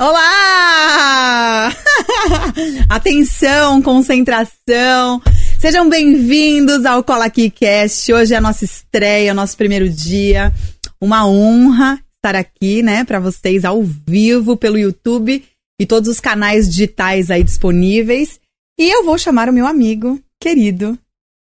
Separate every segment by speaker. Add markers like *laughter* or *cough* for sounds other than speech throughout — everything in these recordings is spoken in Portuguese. Speaker 1: Olá! *laughs* Atenção, concentração. Sejam bem-vindos ao Cola Aqui Cast. Hoje é a nossa estreia, o nosso primeiro dia. Uma honra estar aqui, né, para vocês ao vivo pelo YouTube e todos os canais digitais aí disponíveis. E eu vou chamar o meu amigo querido.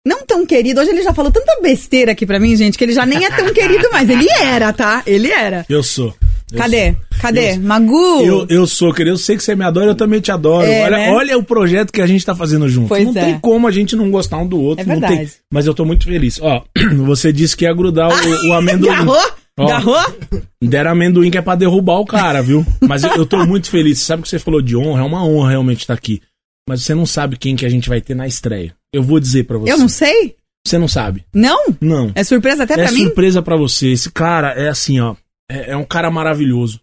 Speaker 1: Não tão querido, hoje ele já falou tanta besteira aqui pra mim, gente, que ele já nem é tão querido mais. Ele era, tá? Ele era.
Speaker 2: Eu sou. Eu
Speaker 1: Cadê?
Speaker 2: sou.
Speaker 1: Cadê?
Speaker 2: Eu-
Speaker 1: Magu?
Speaker 2: Eu, eu sou, querido. Eu sei que você me adora, eu também te adoro.
Speaker 1: É,
Speaker 2: olha,
Speaker 1: né?
Speaker 2: olha o projeto que a gente tá fazendo junto.
Speaker 1: Pois
Speaker 2: não
Speaker 1: é.
Speaker 2: tem como a gente não gostar um do outro.
Speaker 1: É
Speaker 2: não tem.
Speaker 1: verdade.
Speaker 2: Mas eu tô muito feliz. Ó, *clears throat* você disse que ia grudar
Speaker 1: Ah,
Speaker 2: o, o
Speaker 1: *laughs*
Speaker 2: amendoim.
Speaker 1: Garrou?
Speaker 2: Ó.
Speaker 1: Garrou?
Speaker 2: Deram amendoim que é pra derrubar o cara, viu? Mas eu, eu tô muito feliz. Sabe o que você falou de honra? É uma honra realmente estar aqui. Mas você não sabe quem que a gente vai ter na estreia. Eu vou dizer pra você.
Speaker 1: Eu não sei?
Speaker 2: Você não sabe.
Speaker 1: Não?
Speaker 2: Não.
Speaker 1: É surpresa até
Speaker 2: É,
Speaker 1: pra mim?
Speaker 2: surpresa pra você. Esse cara é assim, ó. É, é um cara maravilhoso.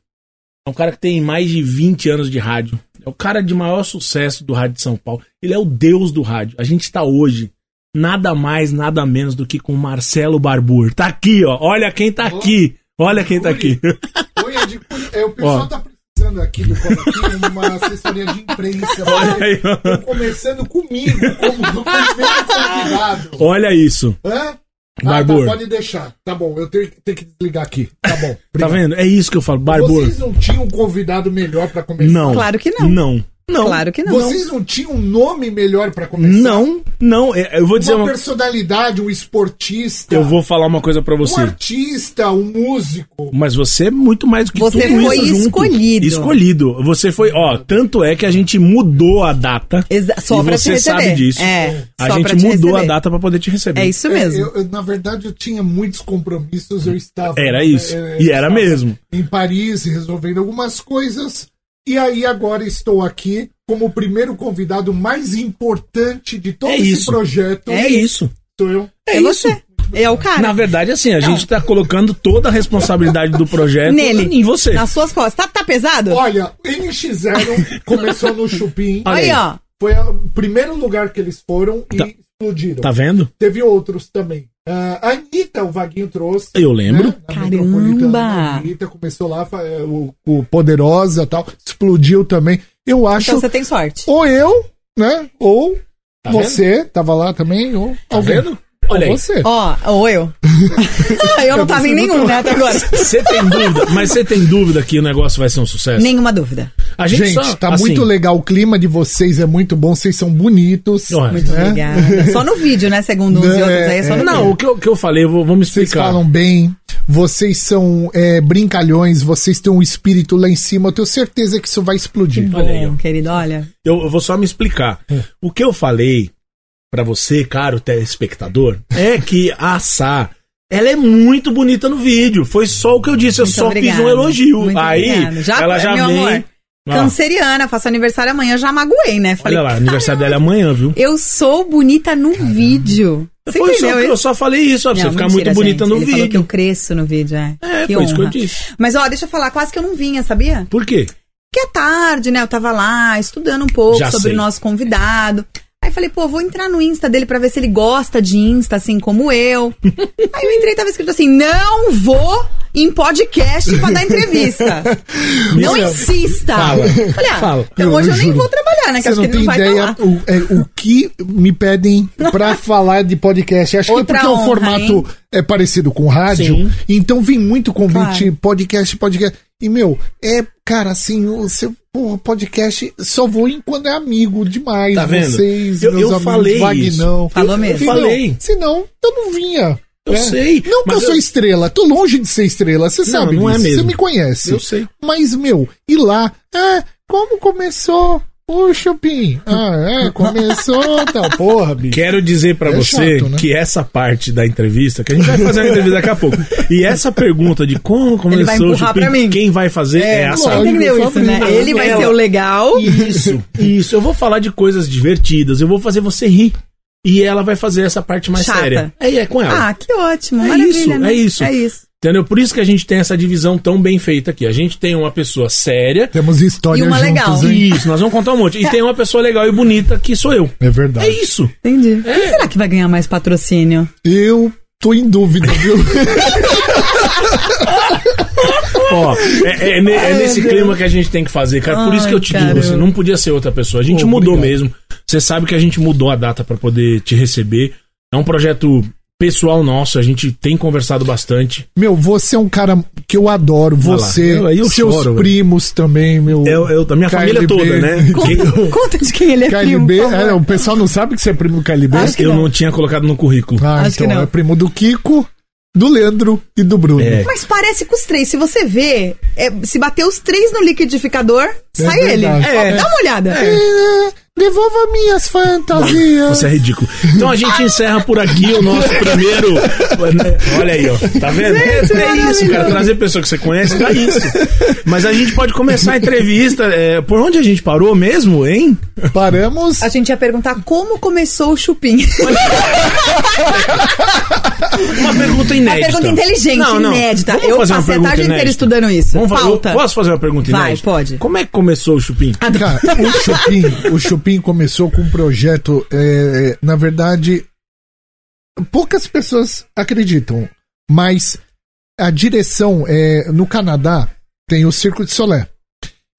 Speaker 2: É um cara que tem mais de 20 anos de rádio. É o cara de maior sucesso do rádio de São Paulo. Ele é o deus do rádio. A gente tá hoje nada mais, nada menos do que com o Marcelo Barbur. Tá aqui, ó. Olha quem tá aqui. Olha quem tá aqui. *laughs*
Speaker 3: Põe a de- é, o pessoal
Speaker 2: Ó.
Speaker 3: tá precisando aqui do Coloquinho de uma assessoria de imprensa.
Speaker 2: Olha aí, ó.
Speaker 3: Estão começando comigo, como do primeiro convidado.
Speaker 2: Olha isso.
Speaker 3: Hã? Ah, tá,
Speaker 2: Barbur.
Speaker 3: pode deixar. Tá bom, eu tenho, tenho que desligar aqui. Tá bom.
Speaker 2: Tá
Speaker 3: obrigado.
Speaker 2: vendo? É isso que eu falo. Barbur.
Speaker 3: Vocês não tinham um convidado melhor pra começar?
Speaker 2: Não.
Speaker 1: Claro que não.
Speaker 2: Não. Não.
Speaker 1: Claro que não.
Speaker 3: Vocês não tinham um nome melhor pra começar?
Speaker 2: Não. Não. É, Eu vou dizer
Speaker 3: Uma
Speaker 2: uma...
Speaker 3: personalidade, um esportista,
Speaker 2: Eu vou falar uma coisa pra
Speaker 3: um
Speaker 2: você.
Speaker 3: artista, um músico.
Speaker 2: Mas você é muito mais do que
Speaker 1: Você
Speaker 2: tudo
Speaker 1: foi
Speaker 2: isso junto.
Speaker 1: escolhido.
Speaker 2: Escolhido. Você foi, ó, tanto é que a gente mudou a data.
Speaker 1: Exa- só
Speaker 2: e
Speaker 1: pra
Speaker 2: você
Speaker 1: te receber.
Speaker 2: sabe disso.
Speaker 1: É,
Speaker 2: A
Speaker 1: só pra
Speaker 2: gente
Speaker 1: te
Speaker 2: mudou
Speaker 1: receber.
Speaker 2: a data pra poder te receber.
Speaker 1: É isso
Speaker 3: É,
Speaker 1: mesmo.
Speaker 3: eu- eu, na verdade, eu tinha muitos compromissos, eu estava.
Speaker 2: Era isso.
Speaker 3: é,
Speaker 2: E era
Speaker 3: estava
Speaker 2: mesmo.
Speaker 3: Em Paris, resolvendo algumas coisas. E aí, agora estou aqui como o primeiro convidado mais importante de todo
Speaker 2: É
Speaker 3: esse
Speaker 2: isso.
Speaker 3: projeto.
Speaker 2: É isso.
Speaker 3: Sou eu.
Speaker 1: É você. É o cara.
Speaker 2: Na verdade, assim, a gente tá colocando toda a responsabilidade do projeto
Speaker 1: Nele.
Speaker 2: é em você.
Speaker 1: Nas suas costas. Tá, tá pesado?
Speaker 3: Olha, NX0 começou no Chupim.
Speaker 2: Olha
Speaker 1: Aí,
Speaker 2: aí.
Speaker 1: ó.
Speaker 3: Foi a- o primeiro lugar que eles foram e
Speaker 2: Tá.
Speaker 3: explodiram.
Speaker 2: Tá vendo?
Speaker 3: Teve outros também. Ah, a Anitta, o Vaguinho trouxe.
Speaker 2: Eu lembro.
Speaker 3: né, na
Speaker 1: Caramba!
Speaker 3: Metropolitana, A Anitta começou lá, fa- eh, o, o Poderosa e tal, explodiu também. Eu acho,
Speaker 1: Então você tem sorte.
Speaker 3: ou eu, né, ou
Speaker 2: Tá
Speaker 3: você, tava lá também, ou
Speaker 2: Tá
Speaker 3: alguém.
Speaker 2: vendo? Olha aí.
Speaker 3: ou você.
Speaker 1: Ó, ou
Speaker 2: *laughs*
Speaker 1: eu. *laughs* eu não tava em nenhum, né, até agora.
Speaker 2: Você tem dúvida, mas você tem dúvida que o negócio vai ser um sucesso?
Speaker 1: Nenhuma dúvida.
Speaker 2: A
Speaker 3: Gente,
Speaker 2: só,
Speaker 3: tá
Speaker 2: assim,
Speaker 3: muito legal, o clima de vocês é muito bom, vocês são bonitos.
Speaker 2: Olha.
Speaker 1: Muito
Speaker 3: né?
Speaker 1: obrigada. Só no vídeo, né, segundo uns e
Speaker 3: Não,
Speaker 1: outros.
Speaker 3: é,
Speaker 1: Aí é só no
Speaker 2: Não, o que eu, que eu falei, eu vou, vou me
Speaker 3: Vocês
Speaker 2: explicar.
Speaker 3: falam bem, vocês são eh, brincalhões, vocês têm um espírito lá em cima, eu tenho certeza que isso vai explodir.
Speaker 2: é Olha aí, ó.
Speaker 1: Bom, querido, olha.
Speaker 2: Eu, eu vou só me explicar. O que eu falei pra você, caro telespectador, é que a Sá, ela é muito bonita no vídeo. Foi só o que eu disse, eu
Speaker 1: Muito
Speaker 2: só
Speaker 1: obrigada.
Speaker 2: fiz um elogio.
Speaker 1: Muito
Speaker 2: Aí,
Speaker 1: obrigada. Já-
Speaker 2: ela já
Speaker 1: meu
Speaker 2: vem.
Speaker 1: amor,
Speaker 2: Ó,
Speaker 1: Canceriana, faço aniversário amanhã, já magoei, né? Falei,
Speaker 2: olha lá, aniversário dela é amanhã, viu?
Speaker 1: eu sou bonita no vídeo. Você
Speaker 2: Foi só,
Speaker 1: entendeu
Speaker 2: eu só falei isso, ó, pra você
Speaker 1: Não,
Speaker 2: ficar
Speaker 1: mentira,
Speaker 2: muito bonita
Speaker 1: gente.
Speaker 2: no
Speaker 1: Ele Falou que
Speaker 2: vídeo.
Speaker 1: eu cresço no vídeo, é. que
Speaker 2: É, foi
Speaker 1: honra.
Speaker 2: isso que eu disse.
Speaker 1: Mas ó, deixa eu falar, quase que eu não vinha, sabia?
Speaker 2: Por quê?
Speaker 1: Porque é tarde, né? Eu tava lá estudando um pouco
Speaker 2: Já
Speaker 1: sobre
Speaker 2: sei.
Speaker 1: o nosso convidado. Aí falei, pô, vou entrar no Insta dele pra ver se ele gosta de Insta, assim como
Speaker 2: *laughs*
Speaker 1: eu. Aí eu entrei e tava escrito assim: não vou em podcast pra dar
Speaker 2: *laughs*
Speaker 1: entrevista. não
Speaker 2: Meu,
Speaker 1: insista.
Speaker 2: fala,
Speaker 1: Falei, ah,
Speaker 2: fala.
Speaker 1: então
Speaker 3: Eu-
Speaker 1: hoje eu,
Speaker 3: eu
Speaker 1: nem
Speaker 3: juro.
Speaker 1: vou trabalhar, né? Que
Speaker 3: Você
Speaker 1: acho
Speaker 3: não
Speaker 1: que ele
Speaker 3: tem
Speaker 1: não vai
Speaker 3: ideia
Speaker 1: falar.
Speaker 3: o, é, o que me pedem
Speaker 1: *laughs*
Speaker 3: pra falar de podcast. Acho
Speaker 1: Outra
Speaker 3: que é
Speaker 1: honra,
Speaker 3: porque o formato
Speaker 1: hein?
Speaker 3: é parecido com rádio,
Speaker 2: Sim.
Speaker 3: então vem muito convite
Speaker 1: Claro.
Speaker 3: podcast, podcast. E, meu, é, cara, assim, o seu porra, podcast só vou em quando é amigo demais.
Speaker 2: Tá vendo?
Speaker 3: Vocês,
Speaker 2: Eu-
Speaker 3: meus
Speaker 2: eu
Speaker 3: amigos,
Speaker 2: falei
Speaker 3: Vagnão.
Speaker 1: Falou mesmo.
Speaker 3: Eu
Speaker 2: falei.
Speaker 3: Senão, eu não vinha.
Speaker 2: Eu
Speaker 3: né?
Speaker 2: sei,
Speaker 3: Não que
Speaker 2: mas
Speaker 3: eu, sou
Speaker 2: eu-
Speaker 3: estrela, tô longe de ser estrela, você
Speaker 2: Não,
Speaker 3: sabe
Speaker 2: não é
Speaker 3: disso,
Speaker 2: mesmo.
Speaker 3: Você me conhece.
Speaker 2: Eu sei.
Speaker 3: Mas, meu, e lá? Ah, como começou o Chupim? Ah,
Speaker 2: *laughs*
Speaker 3: é, começou tal. Porra, bicho.
Speaker 2: Quero dizer pra
Speaker 3: É
Speaker 2: você
Speaker 3: chato, né?
Speaker 2: que essa parte da entrevista, que a gente vai fazer uma entrevista daqui a
Speaker 3: *laughs*
Speaker 2: pouco, e essa pergunta de como
Speaker 1: Ele vai
Speaker 2: começou o
Speaker 1: empurrar
Speaker 2: Chupim,
Speaker 1: pra mim.
Speaker 2: quem vai fazer é, a
Speaker 3: lógico.
Speaker 2: Sá.
Speaker 1: Entendeu isso, né?
Speaker 3: Ela-
Speaker 1: Ele vai ser o legal.
Speaker 2: Isso, isso. Eu vou falar de coisas divertidas, eu vou fazer você rir. E ela vai fazer essa parte mais
Speaker 1: Chata.
Speaker 2: séria. É, é com ela.
Speaker 1: Ah, que ótimo.
Speaker 2: É
Speaker 1: maravilha,
Speaker 2: isso,
Speaker 1: né?
Speaker 2: é isso.
Speaker 1: É isso.
Speaker 2: Entendeu? Por isso que a gente tem essa divisão tão bem feita aqui. A gente tem uma pessoa séria.
Speaker 3: Temos história
Speaker 1: E uma
Speaker 3: juntos,
Speaker 1: legal.
Speaker 3: hein?
Speaker 2: Isso, nós vamos contar um
Speaker 1: É.
Speaker 2: monte. E tem uma pessoa legal e bonita que sou eu.
Speaker 3: É
Speaker 2: É
Speaker 3: verdade.
Speaker 2: isso.
Speaker 1: Entendi.
Speaker 2: É.
Speaker 1: Quem será que vai ganhar mais patrocínio?
Speaker 2: *laughs*
Speaker 3: Eu tô em dúvida, viu?
Speaker 2: Ó, é, é ne- é
Speaker 3: Ai,
Speaker 2: nesse
Speaker 3: meu
Speaker 2: clima que a gente tem que fazer, cara. Por
Speaker 1: Ai,
Speaker 2: isso que eu te digo,
Speaker 1: caramba.
Speaker 2: assim, não podia ser outra pessoa. A gente
Speaker 3: Pô,
Speaker 2: mudou
Speaker 3: obrigado.
Speaker 2: mesmo. Você sabe que a gente mudou a data pra poder te receber. É um projeto pessoal nosso, a gente tem conversado bastante.
Speaker 3: Meu, você é um cara que eu adoro.
Speaker 2: Olha lá.
Speaker 3: Você,
Speaker 2: Eu- aí eu
Speaker 3: seus
Speaker 2: choro, velho.
Speaker 3: primos também, meu.
Speaker 2: Eu, eu, da minha
Speaker 3: KLB.
Speaker 2: família toda, né?
Speaker 1: Conta, *laughs* conta de quem ele é primo,
Speaker 3: KLB,
Speaker 1: por favor.
Speaker 3: é, o pessoal não sabe que você é primo do KLB.
Speaker 1: Acho que
Speaker 2: *laughs* Eu
Speaker 1: não.
Speaker 2: não tinha colocado no currículo.
Speaker 3: Ah,
Speaker 1: Acho que
Speaker 3: então
Speaker 1: não.
Speaker 3: é primo do Kiko, do Leandro e do Bruno.
Speaker 2: É.
Speaker 1: Mas parece com os três. Se você vê, é, se bater os três no liquidificador, sai ele.
Speaker 3: verdade.
Speaker 2: É.
Speaker 1: Dá uma olhada.
Speaker 3: É, Devolva minhas fantasias.
Speaker 2: Você é ridículo. Então a gente encerra por aqui
Speaker 1: *laughs*
Speaker 2: o nosso primeiro. Olha aí, ó. Tá vendo?
Speaker 1: Gente,
Speaker 2: é isso, cara.
Speaker 1: maravilhoso.
Speaker 2: Trazer pessoa que você conhece, dá isso. Mas a gente pode começar a entrevista. é, por onde a gente parou mesmo, hein?
Speaker 3: Paramos.
Speaker 1: A gente ia perguntar como começou o chupim.
Speaker 2: Uma pergunta
Speaker 1: Uma
Speaker 2: inédita.
Speaker 1: pergunta inteligente,
Speaker 2: Não, não.
Speaker 1: inédita.
Speaker 2: Vamos
Speaker 1: Eu
Speaker 2: fazer uma
Speaker 1: passei a
Speaker 2: pergunta
Speaker 1: tarde inteira
Speaker 2: inédita.
Speaker 1: estudando isso.
Speaker 2: Vamos fazer, eu
Speaker 1: Pauta. Ah,
Speaker 2: posso fazer uma pergunta
Speaker 1: Vai,
Speaker 2: inédita?
Speaker 1: pode. Tá
Speaker 2: Como é que começou o Chupim?
Speaker 1: *laughs*
Speaker 3: Cara,
Speaker 2: tá
Speaker 3: o Chupim, o Chupim começou com um projeto, é, é, na verdade, poucas pessoas acreditam, mas a direção é, no Canadá tem o Circo de Solé.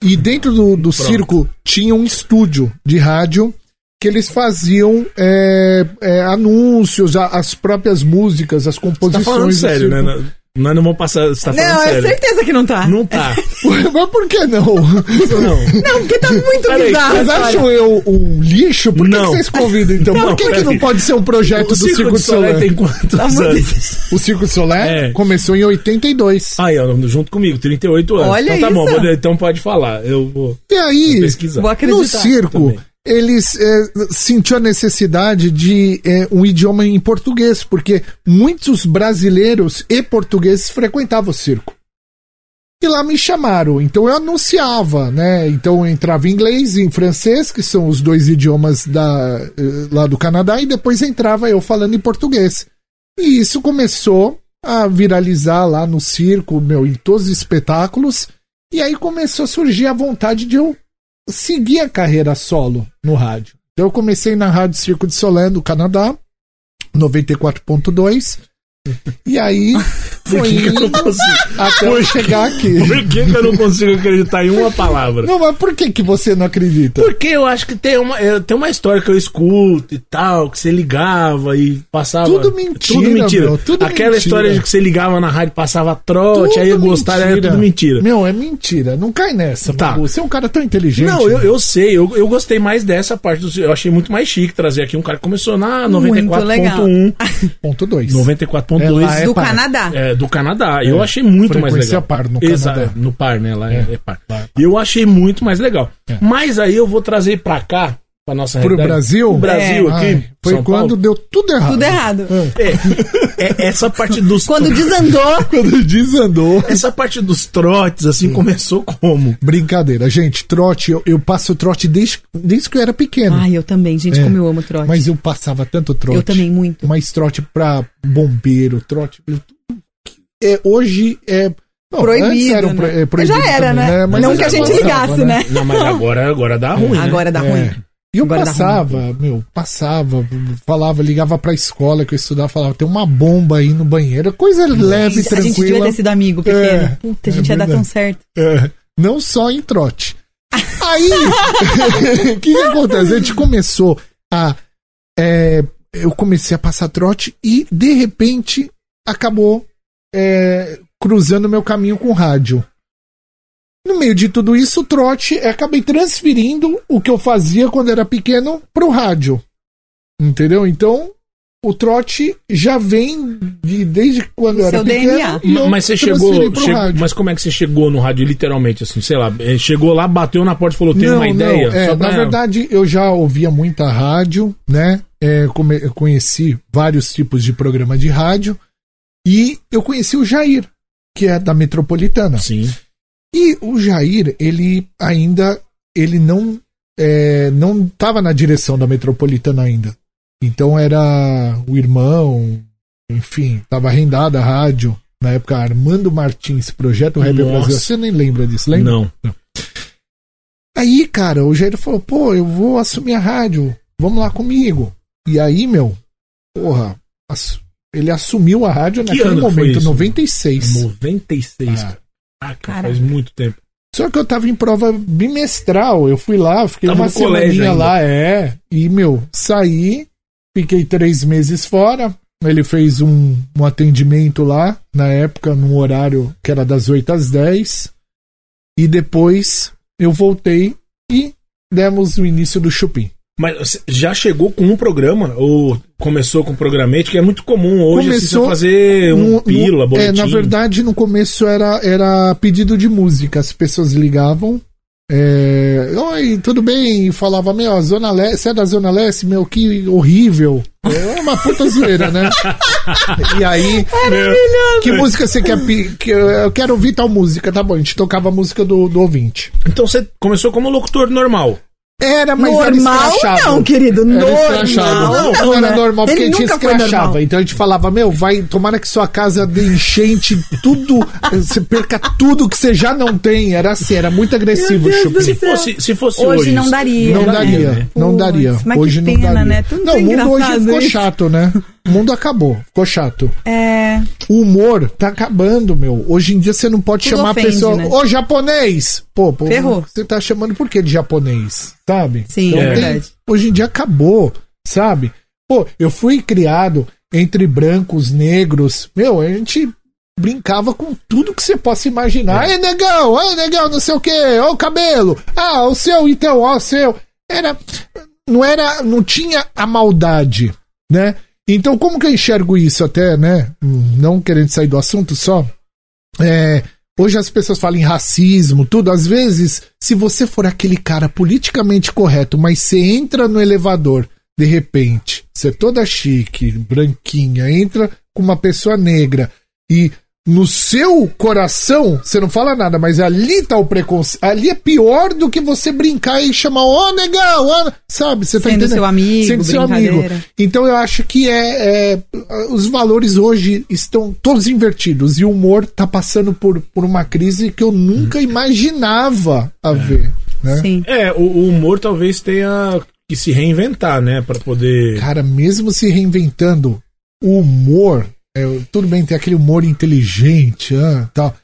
Speaker 3: E dentro do, do circo tinha um estúdio de rádio que eles faziam é, é, anúncios, a- as próprias músicas, as
Speaker 2: Tá
Speaker 3: composições.
Speaker 2: falando
Speaker 3: do
Speaker 2: sério, né?
Speaker 3: circo.
Speaker 2: Nós- Nós não vamos passar. Você tá falando
Speaker 1: Não, é
Speaker 2: sério.
Speaker 1: certeza que não tá. Não, *laughs*
Speaker 2: Não tá.
Speaker 3: *laughs* Mas por que não?
Speaker 2: Não.
Speaker 1: porque tá muito
Speaker 2: *laughs* Peraí,
Speaker 1: bizarro.
Speaker 3: Vocês
Speaker 1: a história.
Speaker 3: acham eu um lixo? Por que, que
Speaker 2: Não.
Speaker 3: vocês convidam, então?
Speaker 2: Não,
Speaker 3: Por que, que
Speaker 2: peraí.
Speaker 3: não pode ser um projeto
Speaker 2: O
Speaker 3: do
Speaker 2: Circo de Solé tem quantos
Speaker 1: Tá muito-
Speaker 2: anos?
Speaker 3: O Circo de Solé
Speaker 2: É.
Speaker 3: começou em 82.
Speaker 2: Aí, ó, junto comigo, 38 anos.
Speaker 1: Olha
Speaker 2: então tá bom,
Speaker 1: isso.
Speaker 2: vou- então pode falar. Eu vou
Speaker 3: E aí,
Speaker 2: pesquisar.
Speaker 1: Vou
Speaker 3: no
Speaker 1: acreditar.
Speaker 3: circo,
Speaker 2: também.
Speaker 3: eles é, sentiu a necessidade de é, um idioma em português, porque muitos brasileiros e portugueses frequentavam o circo. E lá me chamaram, então eu anunciava, né? Então eu entrava em inglês e em francês, que são os dois idiomas da, eh, lá do Canadá, e depois entrava eu falando em português. E isso começou a viralizar lá no circo, meu, em todos os espetáculos. E aí começou a surgir a vontade de eu seguir a carreira solo no rádio. Então eu comecei na Rádio Circo de Solé, do Canadá, 94.2.
Speaker 2: *laughs*
Speaker 3: E aí foi
Speaker 2: que que eu
Speaker 3: indo
Speaker 2: não consigo?
Speaker 3: até eu chegar aqui.
Speaker 2: *laughs* Por que, que eu não consigo acreditar em uma palavra?
Speaker 3: Não, mas por que, que você não acredita?
Speaker 2: Porque eu acho que tem uma, eu- tem uma história que eu escuto e tal, que você ligava e passava.
Speaker 3: Tudo mentira,
Speaker 2: Tudo mentira.
Speaker 3: meu, tudo
Speaker 2: Aquela
Speaker 3: mentira.
Speaker 2: história de que você ligava na rádio, passava trote, aí eu gostava, era tudo mentira.
Speaker 3: Meu, é mentira. Não cai nessa,
Speaker 2: Tá.
Speaker 3: Magu. Você é um cara tão inteligente.
Speaker 2: Não, eu, eu sei, eu, eu gostei mais dessa parte do. Eu achei muito mais chique trazer aqui um cara que começou na
Speaker 1: Muito legal.
Speaker 2: *laughs* 94.1.
Speaker 3: Ponto 2.
Speaker 2: 94.2
Speaker 3: Ela é
Speaker 1: Do
Speaker 3: par.
Speaker 1: Canadá.
Speaker 2: É, do Canadá. Eu achei muito mais
Speaker 3: Frequência
Speaker 2: legal.
Speaker 3: par no Canadá.
Speaker 2: No par, né? Lá é, é par.
Speaker 3: Lá é par.
Speaker 2: Eu achei muito mais legal.
Speaker 3: É.
Speaker 2: Mas aí eu vou trazer pra cá, pra nossa
Speaker 3: Pro
Speaker 2: realidade.
Speaker 3: Brasil?
Speaker 2: Pro É, Brasil
Speaker 3: É.
Speaker 2: aqui.
Speaker 3: Ai, foi
Speaker 2: São
Speaker 3: quando
Speaker 2: Paulo.
Speaker 3: deu tudo errado.
Speaker 2: Ah.
Speaker 1: Tudo errado.
Speaker 2: É, é, essa parte dos.
Speaker 1: Quando desandou,
Speaker 3: Quando desandou.
Speaker 2: Essa parte dos trotes,
Speaker 3: Hum.
Speaker 2: assim, começou como?
Speaker 3: Brincadeira, gente. Trote, eu, eu passo trote desde, desde que eu era pequeno.
Speaker 1: Ai, eu também, gente,
Speaker 3: É.
Speaker 1: como eu amo trote.
Speaker 3: Mas eu passava tanto trote.
Speaker 1: eu também, muito.
Speaker 3: Mas trote pra bombeiro, trote. É, hoje é. não,
Speaker 1: Proibido,
Speaker 3: antes era um
Speaker 1: né?
Speaker 3: pro- é proibido
Speaker 1: Já era,
Speaker 3: também,
Speaker 1: né?
Speaker 3: Mas
Speaker 1: Não
Speaker 3: eu
Speaker 1: que a
Speaker 3: já
Speaker 1: gente
Speaker 3: passava,
Speaker 1: ligasse, né?
Speaker 2: Não, mas agora, agora dá ruim. né?
Speaker 1: Agora dá
Speaker 3: É.
Speaker 1: ruim.
Speaker 3: E eu
Speaker 1: Agora dá
Speaker 3: passava, meu, passava, falava, ligava pra escola que eu estudava, falava, tem uma bomba aí no banheiro, coisa leve,
Speaker 1: a gente devia
Speaker 3: É, tranquila.
Speaker 1: ter sido amigo pequeno.
Speaker 3: É.
Speaker 1: Puta, a
Speaker 3: É
Speaker 1: gente ia dar tão
Speaker 3: verdade.
Speaker 1: certo.
Speaker 3: É, não só em trote. Aí, *laughs* o que, que acontece? A gente começou a. é, eu comecei a passar trote e, de repente, acabou é, cruzando meu caminho com o rádio. No meio de tudo isso, o trote, eu acabei transferindo o que eu fazia quando era pequeno pro rádio. Entendeu? Então, o trote já vem de- desde quando eu era
Speaker 1: Seu
Speaker 3: pequeno.
Speaker 1: DNA.
Speaker 3: e eu
Speaker 2: Mas você
Speaker 3: transferi
Speaker 2: chegou,
Speaker 3: pro
Speaker 2: chegou-
Speaker 3: rádio.
Speaker 2: Mas como é que você chegou no rádio, literalmente, assim? Sei lá, eh, chegou lá, bateu na porta e falou: tem uma ideia?
Speaker 3: é,
Speaker 2: Só pra-
Speaker 3: na verdade, eu já ouvia muita rádio, né? É, come- eu conheci vários tipos de programa de rádio. E eu conheci o Jair, que é da Metropolitana.
Speaker 2: Sim.
Speaker 3: E o Jair, ele ainda ele não é, não estava na direção da Metropolitana ainda. Então era o irmão, enfim, estava arrendada a rádio. Na época, Armando Martins, Projeto Rap
Speaker 2: Nossa.
Speaker 3: Brasil. Você nem lembra disso, lembra?
Speaker 2: Não.
Speaker 3: Aí, cara, o Jair falou, pô, eu vou assumir a rádio, vamos lá comigo. E aí, meu, porra, ass- ele assumiu a rádio
Speaker 2: Que
Speaker 3: naquele
Speaker 2: ano que foi
Speaker 3: momento,
Speaker 2: isso?
Speaker 3: 96.
Speaker 2: 96.
Speaker 3: Ah,
Speaker 2: Caraca,
Speaker 1: Caraca.
Speaker 2: faz muito tempo.
Speaker 3: Só que eu tava em prova bimestral. Eu fui lá, fiquei
Speaker 2: Tava
Speaker 3: uma
Speaker 2: no colégio
Speaker 3: semaninha
Speaker 2: ainda.
Speaker 3: lá, é. E, meu, saí, fiquei três meses fora. Ele fez um, um atendimento lá, na época, num horário que era das 8 às 10. E depois eu voltei e demos o início do Chupim.
Speaker 2: Mas você já chegou com um programa? Ou começou com um programete? Que é muito comum hoje assim, você
Speaker 3: Começou
Speaker 2: fazer um
Speaker 3: No-
Speaker 2: pila,
Speaker 3: no,
Speaker 2: boletim.
Speaker 3: é, na verdade, no começo era, era pedido de música. As pessoas ligavam. é, Oi, tudo bem? E falava, meu, a Zona Leste, você é da Zona Leste? Meu, que horrível. É uma puta
Speaker 2: *laughs*
Speaker 3: zoeira, né? e aí,
Speaker 2: É.
Speaker 3: que música você quer? pe- que- Eu quero ouvir tal música, tá bom? A gente tocava a música do, do ouvinte.
Speaker 2: Então você começou como locutor normal.
Speaker 3: Era, mas era
Speaker 1: normal
Speaker 3: escrachado.
Speaker 1: não, querido.
Speaker 3: Era escrachado.
Speaker 1: normal
Speaker 3: Não,
Speaker 1: não,
Speaker 3: não era
Speaker 1: né?
Speaker 3: normal, porque
Speaker 1: Ele
Speaker 3: a gente
Speaker 1: nunca foi normal.
Speaker 3: escrachava. Então a gente falava, meu, vai, tomara que sua casa dê enchente, tudo, eh, você perca tudo que você já não tem. Era assim, era muito agressivo o
Speaker 1: Deus
Speaker 3: Chupim.
Speaker 1: do
Speaker 2: Se
Speaker 1: Então,
Speaker 2: fosse, se fosse
Speaker 1: hoje
Speaker 2: hoje.
Speaker 1: não daria,
Speaker 3: Não
Speaker 1: né?
Speaker 3: daria,
Speaker 2: né?
Speaker 3: não
Speaker 1: Putz,
Speaker 3: daria.
Speaker 1: mas que
Speaker 3: hoje não
Speaker 1: pena,
Speaker 3: daria.
Speaker 1: né? Tudo
Speaker 3: não, o mundo hoje
Speaker 1: engraçado
Speaker 3: ficou
Speaker 1: isso.
Speaker 3: chato, né? O mundo acabou, ficou chato.
Speaker 1: É,
Speaker 3: O humor tá acabando, meu. Hoje em dia você não pode
Speaker 1: Tudo
Speaker 3: chamar
Speaker 1: ofende,
Speaker 3: a pessoa,
Speaker 1: né?
Speaker 3: ô japonês! Pô, pô,
Speaker 1: Ferrou.
Speaker 3: você tá chamando por que de japonês, sabe?
Speaker 1: sim,
Speaker 2: Então
Speaker 1: é
Speaker 2: tem-
Speaker 1: verdade.
Speaker 3: Hoje em dia acabou, sabe? Pô, eu fui criado entre brancos, negros. Meu, a gente brincava com tudo que você possa
Speaker 1: É.
Speaker 3: imaginar. Ei, negão, ô negão, não sei o quê, ó o cabelo, ah, o seu, então, ó o seu. Era. Não era. Não tinha a maldade, né? Então, como que eu enxergo isso até, né? Hum, Não querendo sair do assunto só. É, hoje as pessoas falam em racismo, tudo. Às vezes, se você for aquele cara politicamente correto, mas você entra no elevador, de repente, você é toda chique, branquinha, entra com uma pessoa negra e no seu coração você não fala nada, mas ali tá o preconceito. Ali é pior do que você brincar e chamar, ô negão, ô", sabe? Você tá
Speaker 1: Sendo
Speaker 3: entendendo?
Speaker 1: seu amigo,
Speaker 3: sendo seu amigo.
Speaker 1: brincadeira.
Speaker 3: Então eu acho que é, é, os valores hoje estão todos invertidos e o humor tá passando por, por uma crise que eu nunca imaginava haver. Né?
Speaker 1: Sim.
Speaker 2: É, o, o humor talvez tenha que se reinventar, né? Pra poder.
Speaker 3: Cara, mesmo se reinventando, o humor, é, tudo bem, tem aquele humor inteligente, ah, tal,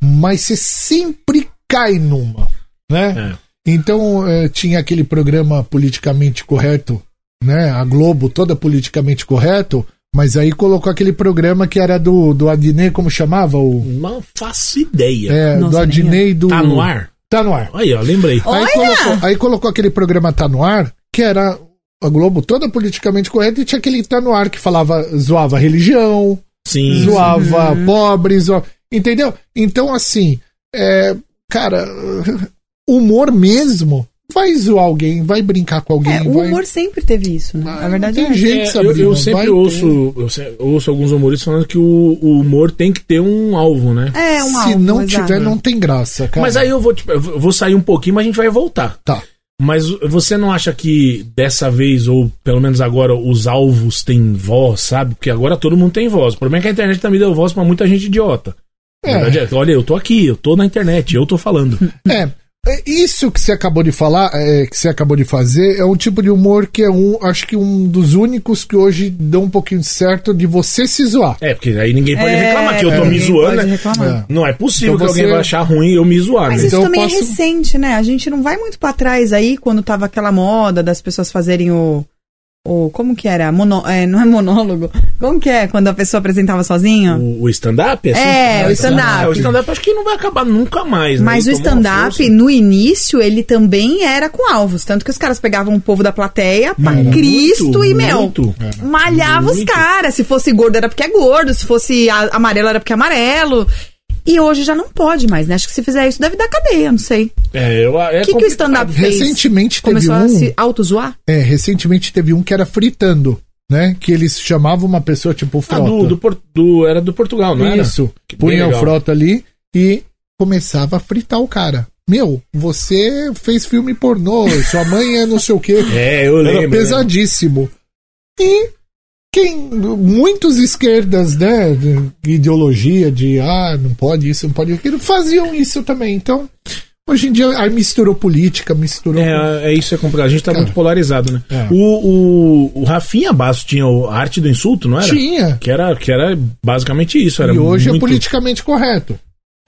Speaker 3: mas você sempre cai numa, né?
Speaker 2: É.
Speaker 3: Então eh, tinha aquele programa politicamente correto, né? A Globo toda politicamente correto, mas aí colocou aquele programa que era do, do Adnet, como chamava? O,
Speaker 2: Não faço ideia.
Speaker 3: é,
Speaker 1: Nossa,
Speaker 3: do
Speaker 1: nem
Speaker 3: Adnet e do.
Speaker 2: Tá no ar?
Speaker 3: Tá no ar.
Speaker 2: Aí, ó, lembrei.
Speaker 1: Olha!
Speaker 3: Aí colocou, aí colocou aquele programa Tá No Ar, que era a Globo toda politicamente correta e tinha aquele Tá No Ar que falava, zoava religião,
Speaker 2: Sim.
Speaker 3: zoava
Speaker 2: Uhum.
Speaker 3: pobre, zoava, entendeu? Então, assim, é, cara, *laughs* humor mesmo vai zoar alguém, vai brincar com alguém,
Speaker 1: É, o
Speaker 3: vai...
Speaker 1: humor sempre teve isso, né?
Speaker 3: Ah,
Speaker 1: A verdade
Speaker 3: não
Speaker 1: é
Speaker 3: tem
Speaker 1: essa.
Speaker 3: jeito,
Speaker 2: É, eu,
Speaker 3: Sabrina,
Speaker 2: eu
Speaker 3: vai
Speaker 2: sempre
Speaker 3: ter.
Speaker 2: ouço, eu se- ouço alguns humoristas falando que o, o humor tem que ter um alvo, né?
Speaker 1: É um
Speaker 3: Se
Speaker 1: alvo,
Speaker 3: não
Speaker 1: exato.
Speaker 3: tiver, não tem graça, cara.
Speaker 2: Mas aí eu vou, te- eu vou sair um pouquinho, mas a gente vai voltar.
Speaker 3: Tá.
Speaker 2: Mas você não acha que dessa vez, ou pelo menos agora, os alvos têm voz, sabe? Porque agora todo mundo tem voz. O problema é que a internet também deu voz pra muita gente idiota.
Speaker 3: É.
Speaker 2: Na verdade, é, olha, eu tô aqui, eu tô na internet, eu tô falando.
Speaker 3: É, é, isso que você acabou de falar, é, que você acabou de fazer, é um tipo de humor que é um, acho que um dos únicos que hoje dão um pouquinho certo de você se zoar.
Speaker 2: É, porque aí ninguém pode reclamar que eu tô
Speaker 1: ninguém
Speaker 2: me
Speaker 1: pode
Speaker 2: zoando. né?
Speaker 1: reclamar.
Speaker 3: É.
Speaker 2: Não é possível
Speaker 3: Então
Speaker 2: que alguém
Speaker 3: você-
Speaker 2: vai achar ruim eu me zoar,
Speaker 1: Mas
Speaker 2: né?
Speaker 1: isso
Speaker 3: Então eu
Speaker 1: também é
Speaker 3: posso-
Speaker 1: recente, né? A gente não vai muito pra trás aí, quando tava aquela moda das pessoas fazerem o. o como que era? Mono, é, não é monólogo? Como que é? Quando a pessoa apresentava sozinho?
Speaker 2: O, o stand-up?
Speaker 1: Ah. É,
Speaker 2: Ah,
Speaker 1: o stand-up.
Speaker 2: O stand-up acho que não vai acabar nunca mais. né?
Speaker 1: Mas o
Speaker 2: Ele tomou uma força.
Speaker 1: stand-up, no início, ele também era com alvos. Tanto que os caras pegavam o povo da plateia pra
Speaker 2: Era
Speaker 1: Cristo
Speaker 2: muito,
Speaker 1: e, meu,
Speaker 2: muito.
Speaker 1: malhava os
Speaker 2: Muito.
Speaker 1: caras. Se fosse gordo era porque é gordo, se fosse a- amarelo era porque é amarelo. E hoje já não pode mais, né? Acho que se fizer isso deve dar cadeia, não sei.
Speaker 2: É, eu,
Speaker 1: O
Speaker 2: é
Speaker 1: que, que o
Speaker 2: complicado.
Speaker 1: stand-up fez?
Speaker 3: Recentemente teve
Speaker 1: Começou a
Speaker 3: um.
Speaker 1: se auto-zoar?
Speaker 3: É, recentemente teve um que era fritando, né? Que eles chamavam uma pessoa tipo
Speaker 2: Ah,
Speaker 3: frota.
Speaker 2: do, do, Por- do- era do Portugal, não era?
Speaker 3: Isso.
Speaker 2: Que bem
Speaker 3: Punha o
Speaker 2: legal.
Speaker 3: frota ali e começava a fritar o cara. Meu, você fez filme pornô, sua mãe é não sei o quê.
Speaker 2: É, *laughs* eu
Speaker 3: Era
Speaker 2: lembro. né?
Speaker 3: pesadíssimo. E quem, muitos esquerdas, né, de ideologia de ah, não pode isso, não pode aquilo, faziam isso também. Então, hoje em dia, aí misturou política, misturou.
Speaker 2: É, é isso é complicado. A gente tá
Speaker 3: Cara.
Speaker 2: muito polarizado, né?
Speaker 3: É.
Speaker 2: O, o, o Rafinha Basso tinha o- a arte do insulto, não era?
Speaker 3: Tinha.
Speaker 2: Que era, que era basicamente isso. Era
Speaker 3: e hoje é
Speaker 2: muito-
Speaker 3: politicamente correto.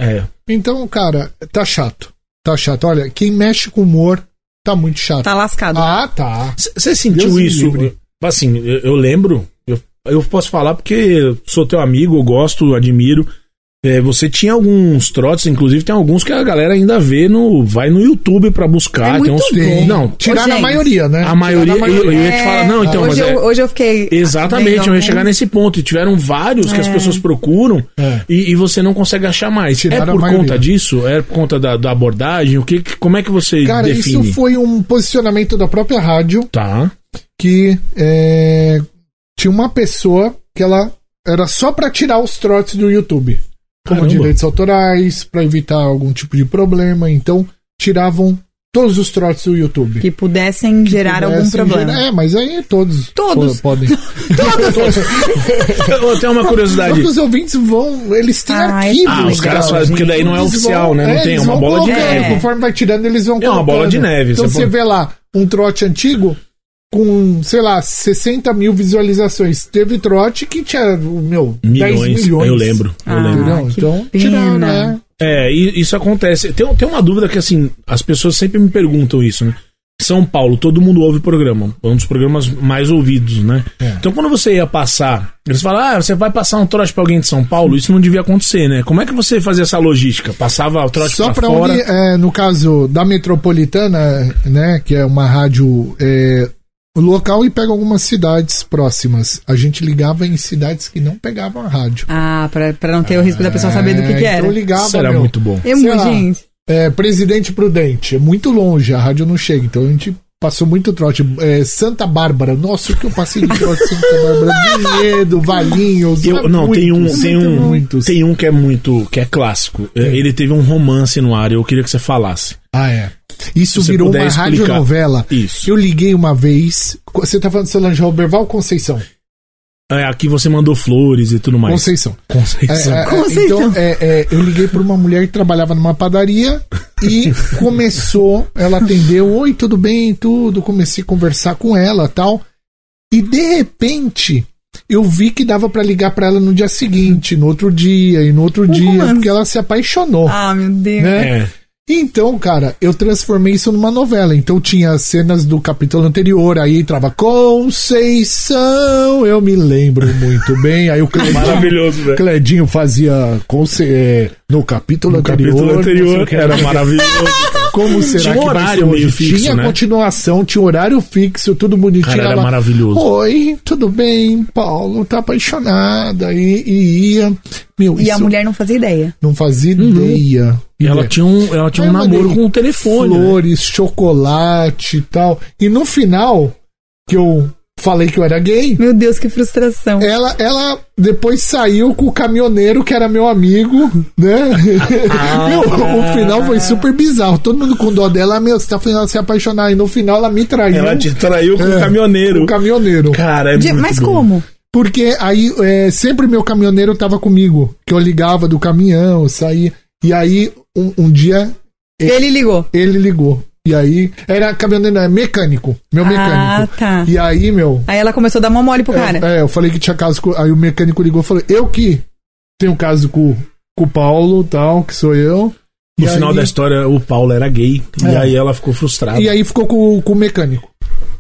Speaker 2: É.
Speaker 3: Então, cara, tá chato. Tá chato. Olha, quem mexe com humor tá muito chato.
Speaker 1: Tá lascado.
Speaker 3: Ah, tá.
Speaker 2: Você sentiu
Speaker 3: Deus me
Speaker 2: isso?
Speaker 3: livre.
Speaker 2: Assim, eu, eu lembro, eu, eu posso falar porque eu sou teu amigo, eu gosto, admiro. É, você tinha alguns trotes, inclusive tem alguns que a galera ainda vê no. Vai no YouTube pra buscar.
Speaker 1: É
Speaker 2: tem
Speaker 1: muito
Speaker 2: uns.
Speaker 1: bom.
Speaker 2: Não,
Speaker 3: Tirar
Speaker 1: Ô,
Speaker 3: na
Speaker 1: gente,
Speaker 3: maioria, né?
Speaker 2: a maioria.
Speaker 3: Tirar na
Speaker 2: Eu, eu ia te falar, não, então, mas
Speaker 1: hoje,
Speaker 2: é-
Speaker 1: eu, hoje eu fiquei.
Speaker 2: Exatamente, eu ia
Speaker 1: vendo
Speaker 3: né?
Speaker 2: chegar nesse ponto. E tiveram vários que as pessoas procuram
Speaker 3: É.
Speaker 2: e, e você não consegue achar mais.
Speaker 3: Tiraram
Speaker 2: é
Speaker 3: a
Speaker 2: por
Speaker 3: maioria.
Speaker 2: conta disso? É por conta da, da abordagem? O que, que- como é que você
Speaker 3: Cara,
Speaker 2: define?
Speaker 3: isso foi um posicionamento da própria rádio
Speaker 2: Tá.
Speaker 3: que é, tinha uma pessoa que ela era só pra tirar os trotes do YouTube. Como
Speaker 2: Caramba.
Speaker 3: direitos autorais, pra evitar algum tipo de problema. Então, tiravam todos os trotes do YouTube.
Speaker 1: Que pudessem gerar algum
Speaker 3: Pudessem
Speaker 1: problema.
Speaker 3: gerar- É, mas aí todos.
Speaker 1: Todos.
Speaker 3: po- Podem.
Speaker 2: *laughs*
Speaker 3: *laughs*
Speaker 2: Eu tenho uma curiosidade.
Speaker 3: Porque os ouvintes vão. Eles têm
Speaker 1: Ah, é
Speaker 3: arquivos.
Speaker 2: tá Ah, os caras fazem, porque daí não é
Speaker 3: Eles
Speaker 2: oficial,
Speaker 3: vão-
Speaker 2: né? Não
Speaker 3: é,
Speaker 2: tem, é
Speaker 3: eles
Speaker 2: uma
Speaker 3: vão
Speaker 2: bola de
Speaker 3: colocando,
Speaker 1: neve.
Speaker 3: Conforme vai tirando, eles vão
Speaker 2: É uma bola
Speaker 3: colocando.
Speaker 2: de neve,
Speaker 3: Então
Speaker 2: você
Speaker 3: você,
Speaker 2: põe-
Speaker 3: vê lá um trote antigo com, sei lá, 60 mil visualizações. Teve trote que tinha, meu, 10
Speaker 2: Milhões,
Speaker 3: milhões.
Speaker 2: eu lembro, eu
Speaker 1: Ah.
Speaker 2: lembro.
Speaker 3: Entendeu?
Speaker 1: que
Speaker 3: então,
Speaker 1: pena.
Speaker 3: tiraram, né?
Speaker 2: É, e isso acontece. Tem, tem uma dúvida que, assim, as pessoas sempre me perguntam isso, né? São Paulo, todo mundo ouve o programa. É um dos programas mais ouvidos, né?
Speaker 3: É.
Speaker 2: Então, quando você ia passar, eles falam, ah, você vai passar um trote pra alguém de São Paulo? Isso não devia acontecer, né? Como é que você fazia essa logística? Passava o trote
Speaker 3: Só
Speaker 2: pra,
Speaker 3: pra
Speaker 2: fora?
Speaker 3: onde, é, no caso da Metropolitana, né, que é uma rádio é, local e pega algumas cidades próximas. A gente ligava em cidades que não pegavam a rádio.
Speaker 1: Ah, pra, pra não ter o risco da pessoa saber do que, que
Speaker 3: É,
Speaker 1: era.
Speaker 3: Então ligava,
Speaker 2: Isso era
Speaker 3: meu.
Speaker 2: muito bom.
Speaker 1: Eu,
Speaker 3: sei lá.
Speaker 1: gente.
Speaker 3: É, Presidente Prudente, é muito longe, a rádio não chega, então a gente passou muito trote. É, Santa Bárbara, nossa, o que eu passei de trote de Santa Bárbara, Vinhedo, Valinhos.
Speaker 2: Eu-
Speaker 3: mas
Speaker 2: não, tem um,
Speaker 3: muitos,
Speaker 2: tem um,
Speaker 3: muitos.
Speaker 2: tem um que é muito, que é clássico. É, Ele teve um romance no ar, eu queria que você falasse.
Speaker 3: Ah, é. Isso
Speaker 2: Se você
Speaker 3: virou
Speaker 2: puder
Speaker 3: uma
Speaker 2: explicar.
Speaker 3: radionovela.
Speaker 2: Isso.
Speaker 3: Eu liguei uma vez. Você tá falando do Solange Roberval Conceição?
Speaker 2: É, aqui você mandou flores e tudo mais.
Speaker 3: Conceição.
Speaker 2: Conceição.
Speaker 3: É, é,
Speaker 1: Conceição.
Speaker 3: Então, é, é, eu liguei pra uma mulher que trabalhava numa padaria
Speaker 2: *laughs*
Speaker 3: e começou, ela atendeu, oi, tudo bem, tudo, comecei a conversar com ela, tal. E de repente, eu vi que dava pra ligar pra ela no dia seguinte, no outro dia e no outro dia,
Speaker 1: romance.
Speaker 3: porque ela se apaixonou.
Speaker 1: Ah, meu Deus.
Speaker 3: Né?
Speaker 2: É.
Speaker 3: Então, cara, eu transformei isso numa novela. Então tinha as cenas do capítulo anterior, aí entrava Conceição, eu me lembro muito bem. Aí o Cleitinho
Speaker 2: É, Maravilhoso, né? velho.
Speaker 3: Cledinho fazia conce- é, no capítulo
Speaker 2: No
Speaker 3: anterior.
Speaker 2: capítulo
Speaker 3: não sei o
Speaker 2: anterior
Speaker 3: que
Speaker 2: era maravilhoso.
Speaker 3: Como será
Speaker 2: Tinha um
Speaker 3: que vai
Speaker 2: horário
Speaker 3: ser hoje?
Speaker 2: meio fixo,
Speaker 3: Tinha
Speaker 2: né?
Speaker 3: continuação, tinha horário fixo, tudo bonitinho.
Speaker 2: Cara, era
Speaker 3: Ela,
Speaker 2: maravilhoso.
Speaker 3: Oi, tudo bem? Paulo tá apaixonada e, e ia. Meu,
Speaker 1: E a
Speaker 3: isso
Speaker 1: mulher não fazia ideia.
Speaker 3: não fazia ideia.
Speaker 2: E ela
Speaker 3: É.
Speaker 2: tinha um, ela Uhum. tinha
Speaker 3: Aí
Speaker 2: um
Speaker 3: eu mandei
Speaker 2: namoro com o telefone. né?
Speaker 3: Flores, chocolate e tal. E no final, que eu falei que eu era gay,
Speaker 1: Meu Deus, que frustração.
Speaker 3: ela, ela depois saiu com o caminhoneiro que era meu amigo, né?
Speaker 2: Ah.
Speaker 3: meu, o final foi super bizarro. Todo mundo com dó dela, meu, você tá fazendo ela se apaixonar. E no final ela me traiu.
Speaker 2: Ela te traiu com o
Speaker 3: né? É,
Speaker 2: caminhoneiro.
Speaker 3: O caminhoneiro.
Speaker 2: Cara, é
Speaker 1: De-
Speaker 2: muito
Speaker 1: mas
Speaker 2: bom.
Speaker 1: como?
Speaker 3: Porque aí é, sempre meu caminhoneiro tava comigo. Que eu ligava do caminhão, eu saía. E aí, um, um dia,
Speaker 1: Ele ligou.
Speaker 3: ele ligou. E aí, era caminhoneiro, é mecânico. Meu mecânico.
Speaker 1: Ah, tá.
Speaker 3: E aí, meu,
Speaker 1: Aí ela começou a dar uma mole pro cara.
Speaker 3: É, é, eu falei que tinha caso com. Aí o mecânico ligou e falou: Eu que tenho caso com, com o Paulo, tal, que sou eu.
Speaker 2: No
Speaker 3: E
Speaker 2: final
Speaker 3: aí-
Speaker 2: da história, o Paulo era gay. E
Speaker 3: É.
Speaker 2: aí ela ficou frustrada.
Speaker 3: E aí ficou com, com o mecânico.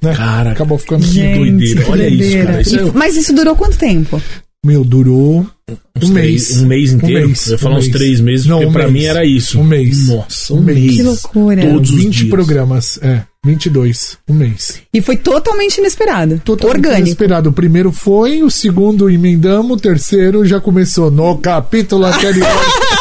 Speaker 3: Né?
Speaker 2: Cara,
Speaker 3: Acabou ficando.
Speaker 2: que
Speaker 1: Gente,
Speaker 2: doideira.
Speaker 1: que
Speaker 2: Olha isso,
Speaker 1: doideira.
Speaker 2: cara. Isso
Speaker 1: E-
Speaker 2: é um
Speaker 1: Mas isso durou quanto tempo?
Speaker 3: Meu, durou um mês.
Speaker 2: mês. Um mês inteiro.
Speaker 3: Um mês,
Speaker 2: eu ia falar
Speaker 3: um
Speaker 2: uns
Speaker 3: mês.
Speaker 2: três meses,
Speaker 3: Não,
Speaker 2: porque
Speaker 3: um
Speaker 2: pra
Speaker 3: mês.
Speaker 2: mim era isso.
Speaker 3: Um mês.
Speaker 2: Nossa, um,
Speaker 3: Um mês.
Speaker 2: mês.
Speaker 1: Que loucura.
Speaker 2: Todos os
Speaker 3: 20
Speaker 2: dias.
Speaker 3: programas. É, 22. Um mês.
Speaker 1: E foi totalmente inesperado. Orgânico.
Speaker 3: Inesperado. O primeiro foi, o segundo emendamos, o terceiro já começou no capítulo anterior.
Speaker 1: *laughs*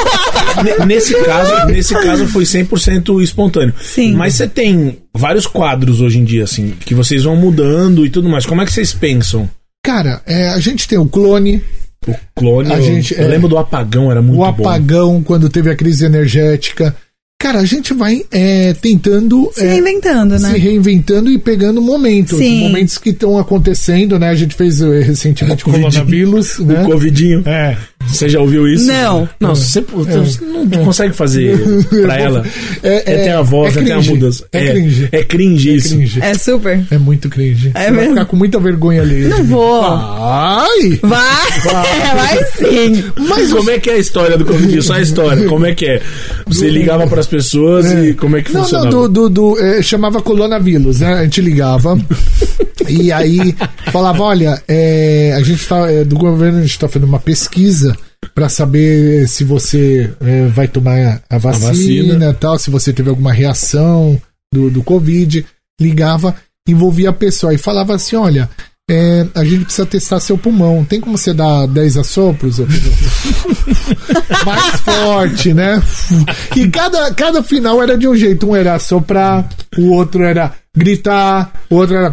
Speaker 2: Ne- nesse caso, nesse caso foi 100% espontâneo.
Speaker 1: Sim.
Speaker 2: Mas você tem vários quadros hoje em dia assim, que vocês vão mudando e tudo mais. Como é que vocês pensam?
Speaker 3: Cara, é, a gente tem o clone,
Speaker 2: O clone,
Speaker 3: A
Speaker 2: eu,
Speaker 3: gente,
Speaker 2: eu
Speaker 3: é.
Speaker 2: lembro do apagão, era muito
Speaker 3: o
Speaker 2: bom.
Speaker 3: apagão quando teve a crise energética. Cara, a gente vai é, tentando
Speaker 1: Se
Speaker 3: é,
Speaker 1: reinventando, né?
Speaker 3: se reinventando e pegando momentos,
Speaker 1: Sim.
Speaker 3: momentos que estão acontecendo, né? A gente fez eh, recentemente o
Speaker 2: Covid.
Speaker 3: coronavírus, né?
Speaker 2: O covidinho.
Speaker 3: É,
Speaker 2: Você já ouviu isso?
Speaker 1: Não.
Speaker 2: Não, você, você não consegue
Speaker 3: *laughs*
Speaker 2: fazer pra ela.
Speaker 3: É,
Speaker 2: É, tem a voz,
Speaker 3: é
Speaker 2: é tem a
Speaker 3: cringe.
Speaker 2: mudança.
Speaker 3: É cringe.
Speaker 2: É cringe isso.
Speaker 3: cringe.
Speaker 1: É super.
Speaker 3: É muito cringe.
Speaker 1: É
Speaker 3: Você vai
Speaker 1: mesmo?
Speaker 3: ficar com muita vergonha ali.
Speaker 1: Não vou.
Speaker 3: Ai!
Speaker 1: Vai, vai *laughs* sim.
Speaker 2: Mas como é que é a história do Covid? Só a história. Como é que é? Você ligava pras pessoas e como é que
Speaker 3: Não,
Speaker 2: funcionava?
Speaker 3: não, do, do, do, eh, chamava coronavírus, né? A gente ligava e aí falava, olha, eh, a gente tá, eh, do governo a gente tá fazendo uma pesquisa para saber se você eh, vai tomar a vacina,
Speaker 2: vacina.
Speaker 3: tal, se você teve alguma reação do, do Covid, ligava, envolvia a pessoa e falava assim, olha, eh, a gente precisa testar seu pulmão, tem como você dar 10 assopros? ô *laughs* filho?" mais forte, né? E cada, cada final era de um jeito. Um era soprar, o outro era gritar, o outro era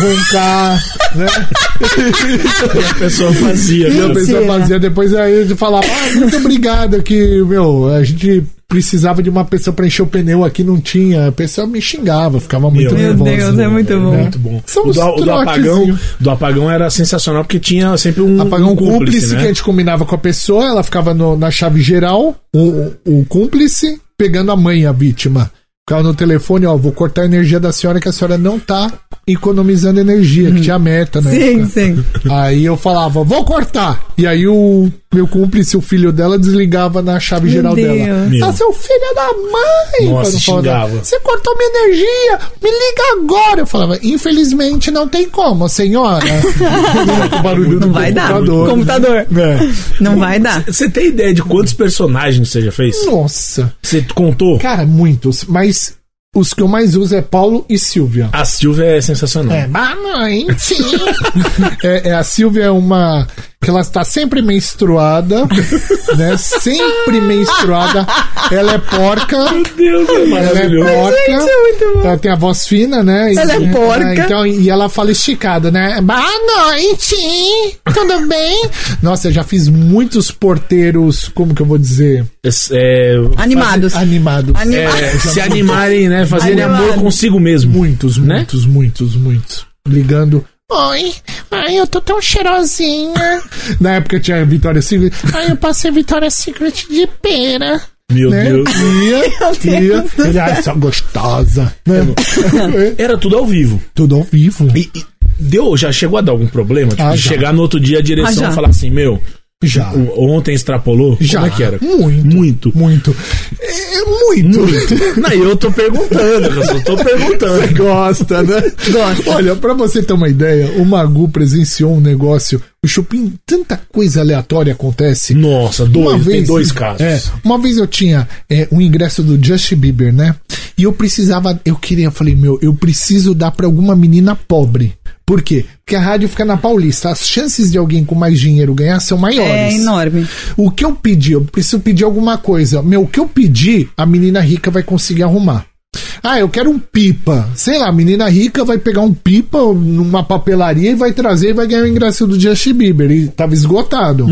Speaker 3: roncar, né?
Speaker 2: A pessoa fazia.
Speaker 3: E a
Speaker 2: né?
Speaker 3: pessoa
Speaker 1: Mentira.
Speaker 3: fazia depois aí ele falava, ah, muito obrigado que, meu, a gente precisava de uma pessoa pra encher o pneu aqui, não tinha. A pessoa me xingava, ficava muito
Speaker 2: Meu
Speaker 3: nervosa. né?
Speaker 1: Deus, é muito bom.
Speaker 2: Muito bom.
Speaker 3: São
Speaker 2: o
Speaker 3: os
Speaker 2: do, o do
Speaker 3: trotezinho.
Speaker 2: apagão, do apagão era sensacional porque tinha sempre um,
Speaker 3: Apagar um cúmplice
Speaker 2: né?
Speaker 3: que a gente combinava com a pessoa, ela ficava no- na chave geral, o, o- o cúmplice pegando a mãe, a vítima. Ficava no telefone, ó, vou cortar a energia da senhora que a senhora não tá economizando energia, que tinha a meta, né?
Speaker 1: Sim, sim.
Speaker 3: Aí eu falava, vou cortar! E aí o meu cúmplice, o filho dela, desligava na chave geral
Speaker 1: Deus.
Speaker 3: dela.
Speaker 2: Meu.
Speaker 3: Ah, seu filho da mãe!
Speaker 2: Nossa,
Speaker 3: Quando falava,
Speaker 2: xingava.
Speaker 3: Você cortou minha energia! Me liga agora! Eu falava, infelizmente não tem como, senhora. o barulho
Speaker 1: Não vai dar.
Speaker 3: computador.
Speaker 1: Computador.
Speaker 3: É.
Speaker 1: Não vai dar.
Speaker 2: Você tem ideia de quantos personagens você já fez?
Speaker 3: Nossa.
Speaker 2: Você contou?
Speaker 3: Cara, muitos. Mas os que eu mais uso é Paulo e Silvia.
Speaker 2: A Silvia é sensacional.
Speaker 3: É, mamãe, sim. *laughs* é, é, a Silvia é uma. que ela está sempre menstruada,
Speaker 1: *laughs*
Speaker 3: né? Sempre menstruada. Ela é porca.
Speaker 2: Meu Deus, é
Speaker 3: Ela é
Speaker 2: maravilhoso.
Speaker 3: porca.
Speaker 1: é muito bom.
Speaker 3: Ela tem a voz fina, né? E-
Speaker 1: Ela é porca.
Speaker 3: então, e ela fala esticada, né? Boa noite! Tudo bem? Nossa, eu já fiz muitos porteiros, como que eu vou dizer?
Speaker 2: É,
Speaker 1: Animados.
Speaker 3: Animados.
Speaker 1: Ani- *laughs*
Speaker 2: é, se animarem, né? Fazerem
Speaker 1: Animado.
Speaker 2: amor consigo mesmo.
Speaker 3: Muitos,
Speaker 2: Né?
Speaker 3: muitos, muitos, muitos. Ligando. Oi, ai, eu tô tão cheirosinha. *laughs* Na época tinha Vitória Secret. Ai, eu passei Vitória Secret de pera.
Speaker 2: Meu
Speaker 3: Né?
Speaker 2: Deus.
Speaker 3: *laughs* Ia, ia. Ele, ai, só gostosa. Né?
Speaker 2: Era tudo ao vivo.
Speaker 3: *laughs* Tudo ao vivo.
Speaker 2: E, e deu, já chegou a dar algum problema? Tipo,
Speaker 3: Ah,
Speaker 2: de
Speaker 3: já.
Speaker 2: chegar no outro dia a direção
Speaker 1: Ah, já.
Speaker 2: e falar assim, meu,
Speaker 3: Já.
Speaker 2: o- ontem extrapolou?
Speaker 3: Já.
Speaker 2: Como é que era?
Speaker 3: Muito.
Speaker 2: Muito.
Speaker 3: Muito. É, muito.
Speaker 2: *laughs* Não, eu tô perguntando, eu só tô perguntando.
Speaker 3: *laughs* Você gosta, né?
Speaker 1: Gosto.
Speaker 3: Olha, pra você ter uma ideia, o Magu presenciou um negócio. O Chupim, tanta coisa aleatória acontece.
Speaker 2: Nossa, dois,
Speaker 3: Uma
Speaker 2: tem
Speaker 3: vez,
Speaker 2: dois casos.
Speaker 3: é, uma vez eu tinha é, um ingresso do Justin Bieber, né? E eu precisava, eu queria, eu falei, meu, eu preciso dar pra alguma menina pobre. Por quê? Porque a rádio fica na Paulista. As chances de alguém com mais dinheiro ganhar são
Speaker 1: É
Speaker 3: maiores.
Speaker 1: enorme.
Speaker 3: O que eu pedi? Eu preciso pedir alguma coisa. Meu, o que eu pedi, a menina rica vai conseguir arrumar. Ah, eu quero um pipa. Sei lá, a menina rica vai pegar um pipa numa papelaria e vai trazer e vai ganhar o ingresso do Justin Bieber. E tava esgotado.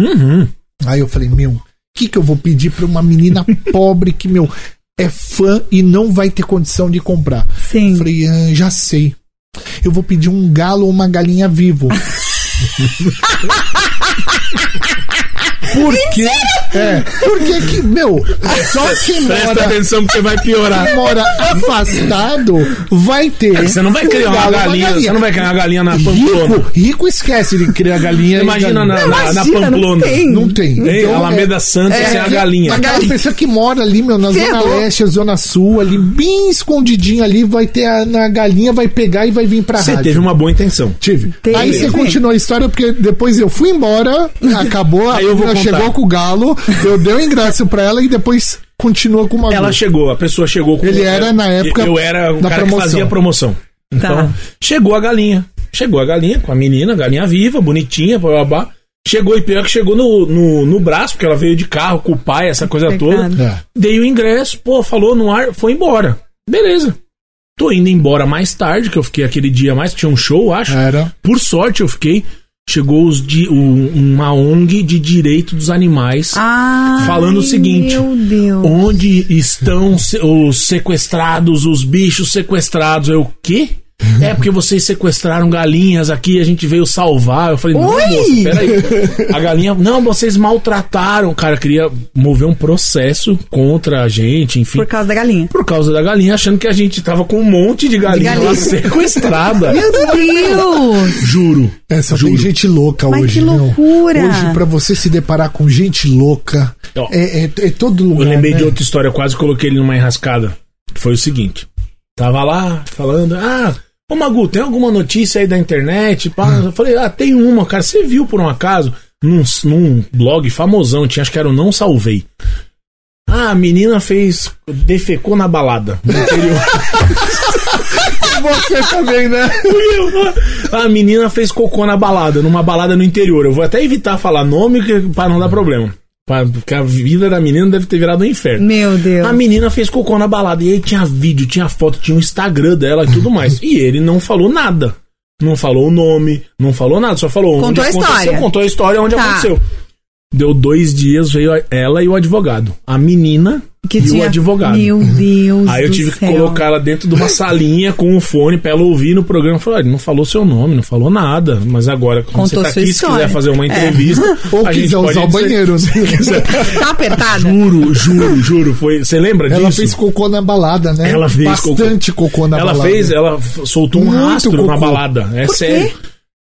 Speaker 3: Aí eu falei, meu, o que, que eu vou pedir pra uma menina pobre que, meu, é fã e não vai ter condição de comprar?
Speaker 1: Sim.
Speaker 3: Eu falei, ah, já sei. Eu vou pedir um galo ou uma
Speaker 2: *laughs*
Speaker 3: galinha vivo. Por quê? É, porque que, meu, só quem
Speaker 2: Presta
Speaker 3: mora,
Speaker 2: atenção porque vai piorar.
Speaker 3: quem mora afastado vai ter.
Speaker 2: É, Você não vai
Speaker 3: um
Speaker 2: criar uma
Speaker 3: galo ou
Speaker 2: galinha, você não vai criar uma galinha na Pamplona.
Speaker 3: Rico, rico esquece de criar galinha. e
Speaker 2: Imagina
Speaker 3: galinha.
Speaker 2: na, na, na
Speaker 1: Imagina, não
Speaker 2: Pamplona.
Speaker 1: tem.
Speaker 3: Não tem.
Speaker 2: Tem
Speaker 3: Então,
Speaker 2: Alameda Santa sem a
Speaker 3: que-
Speaker 2: galinha.
Speaker 3: Aquela pessoa que mora ali, meu, na Zona
Speaker 1: Ferrou.
Speaker 3: Leste, Zona Sul, ali, bem escondidinha ali, vai ter a, na galinha, vai pegar e vai vir pra
Speaker 2: Você
Speaker 3: rádio.
Speaker 2: teve uma boa intenção.
Speaker 3: Tive.
Speaker 1: Teve.
Speaker 3: Aí você continuou a história, porque depois eu fui embora, *laughs* acabou, a
Speaker 2: Aí eu vou
Speaker 3: menina
Speaker 2: contar.
Speaker 3: chegou com o galo, eu dei o ingresso pra ela e depois continua com uma
Speaker 2: Ela chegou, a pessoa chegou com
Speaker 3: Ele era, na época,
Speaker 2: Eu era o
Speaker 3: da
Speaker 2: cara que
Speaker 3: promoção. Tá.
Speaker 2: fazia a promoção. Então, chegou a galinha. Chegou a galinha com a menina, galinha viva, bonitinha, babá. Chegou e pior que chegou no, no, no braço, porque ela veio de carro com o pai, essa coisa toda.
Speaker 1: Pecado.
Speaker 3: É.
Speaker 2: Dei o ingresso, pô, falou no ar, foi embora. Beleza. Tô indo embora mais tarde, que eu fiquei aquele dia mais, tinha um show, acho.
Speaker 3: É, Era.
Speaker 2: Por sorte eu fiquei. Chegou os di- um- uma ONG de direito dos animais.
Speaker 1: Ah, Ai,
Speaker 2: Falando o seguinte,
Speaker 1: Meu Deus.
Speaker 2: Onde estão se- os sequestrados, os bichos sequestrados? Eu, o quê? É porque vocês sequestraram galinhas aqui, a gente veio salvar. Eu falei, não,
Speaker 1: Oi!
Speaker 2: moça, peraí. A galinha. Não, vocês maltrataram. Cara, queria mover um processo contra a gente, enfim.
Speaker 1: Por
Speaker 2: Por,
Speaker 1: causa da galinha.
Speaker 2: causa da galinha, achando que a gente tava com um monte de galinha,
Speaker 1: galinha. *laughs*
Speaker 2: lá sequestrada.
Speaker 1: Meu Deus!
Speaker 2: Juro.
Speaker 3: É, só
Speaker 2: Juro.
Speaker 3: tem gente louca
Speaker 1: Mas
Speaker 3: hoje,
Speaker 1: que
Speaker 3: meu.
Speaker 1: loucura!
Speaker 3: Hoje, pra você se deparar com gente louca,
Speaker 2: Ó.
Speaker 3: é, é, é todo lugar.
Speaker 2: Eu lembrei
Speaker 3: né?
Speaker 2: de outra história, eu quase coloquei ele numa enrascada. Foi o seguinte: tava lá falando, ah, ô Magu, tem alguma notícia aí da internet? Pá? Eu falei, ah, tem uma, cara. Você viu por um acaso num, num blog famosão, tinha, acho que era o Não Salvei. Ah, a menina fez. defecou na balada. No interior.
Speaker 3: *laughs* Você também, né?
Speaker 2: A menina fez cocô na balada, numa balada no interior. Eu vou até evitar falar nome que- pra não dar problema. Pra- Porque a vida da menina deve ter virado um inferno.
Speaker 1: Meu Deus.
Speaker 2: A menina fez cocô na balada. E aí tinha vídeo, tinha foto, tinha o Instagram dela e tudo mais. E ele não falou nada. Não falou o nome, não falou nada, só falou onde
Speaker 1: Contou a
Speaker 2: aconteceu.
Speaker 1: história.
Speaker 2: Contou a história onde
Speaker 1: Tá.
Speaker 2: aconteceu. Deu dois dias, veio a- ela e o advogado. A menina
Speaker 1: Que
Speaker 2: e o
Speaker 1: tinha-
Speaker 2: advogado.
Speaker 1: Meu Deus.
Speaker 2: Aí eu
Speaker 1: do
Speaker 2: tive que
Speaker 1: céu.
Speaker 2: colocar ela dentro de uma salinha com um fone pra ela ouvir no programa. Falou, olha, não falou seu nome, não falou nada. Mas agora, quando
Speaker 1: Contou
Speaker 2: você tá
Speaker 1: sua
Speaker 2: aqui, se
Speaker 1: história. É.
Speaker 2: quiser fazer
Speaker 1: *laughs*
Speaker 2: uma entrevista,
Speaker 3: Ou
Speaker 2: a gente
Speaker 3: quiser
Speaker 2: pode
Speaker 3: usar o
Speaker 2: dizer-
Speaker 3: banheiro. né?
Speaker 2: *laughs*
Speaker 1: Tá apertada?
Speaker 2: Juro, juro, juro. Foi... Você lembra
Speaker 3: Ela
Speaker 2: disso?
Speaker 3: fez cocô na balada, né?
Speaker 2: Ela fez
Speaker 3: Bastante cocô, na
Speaker 2: ela
Speaker 3: balada.
Speaker 2: fez, é, ela f- soltou um
Speaker 3: Muito
Speaker 2: rastro na
Speaker 3: cocô.
Speaker 2: balada. É
Speaker 1: Por quê?
Speaker 2: sério.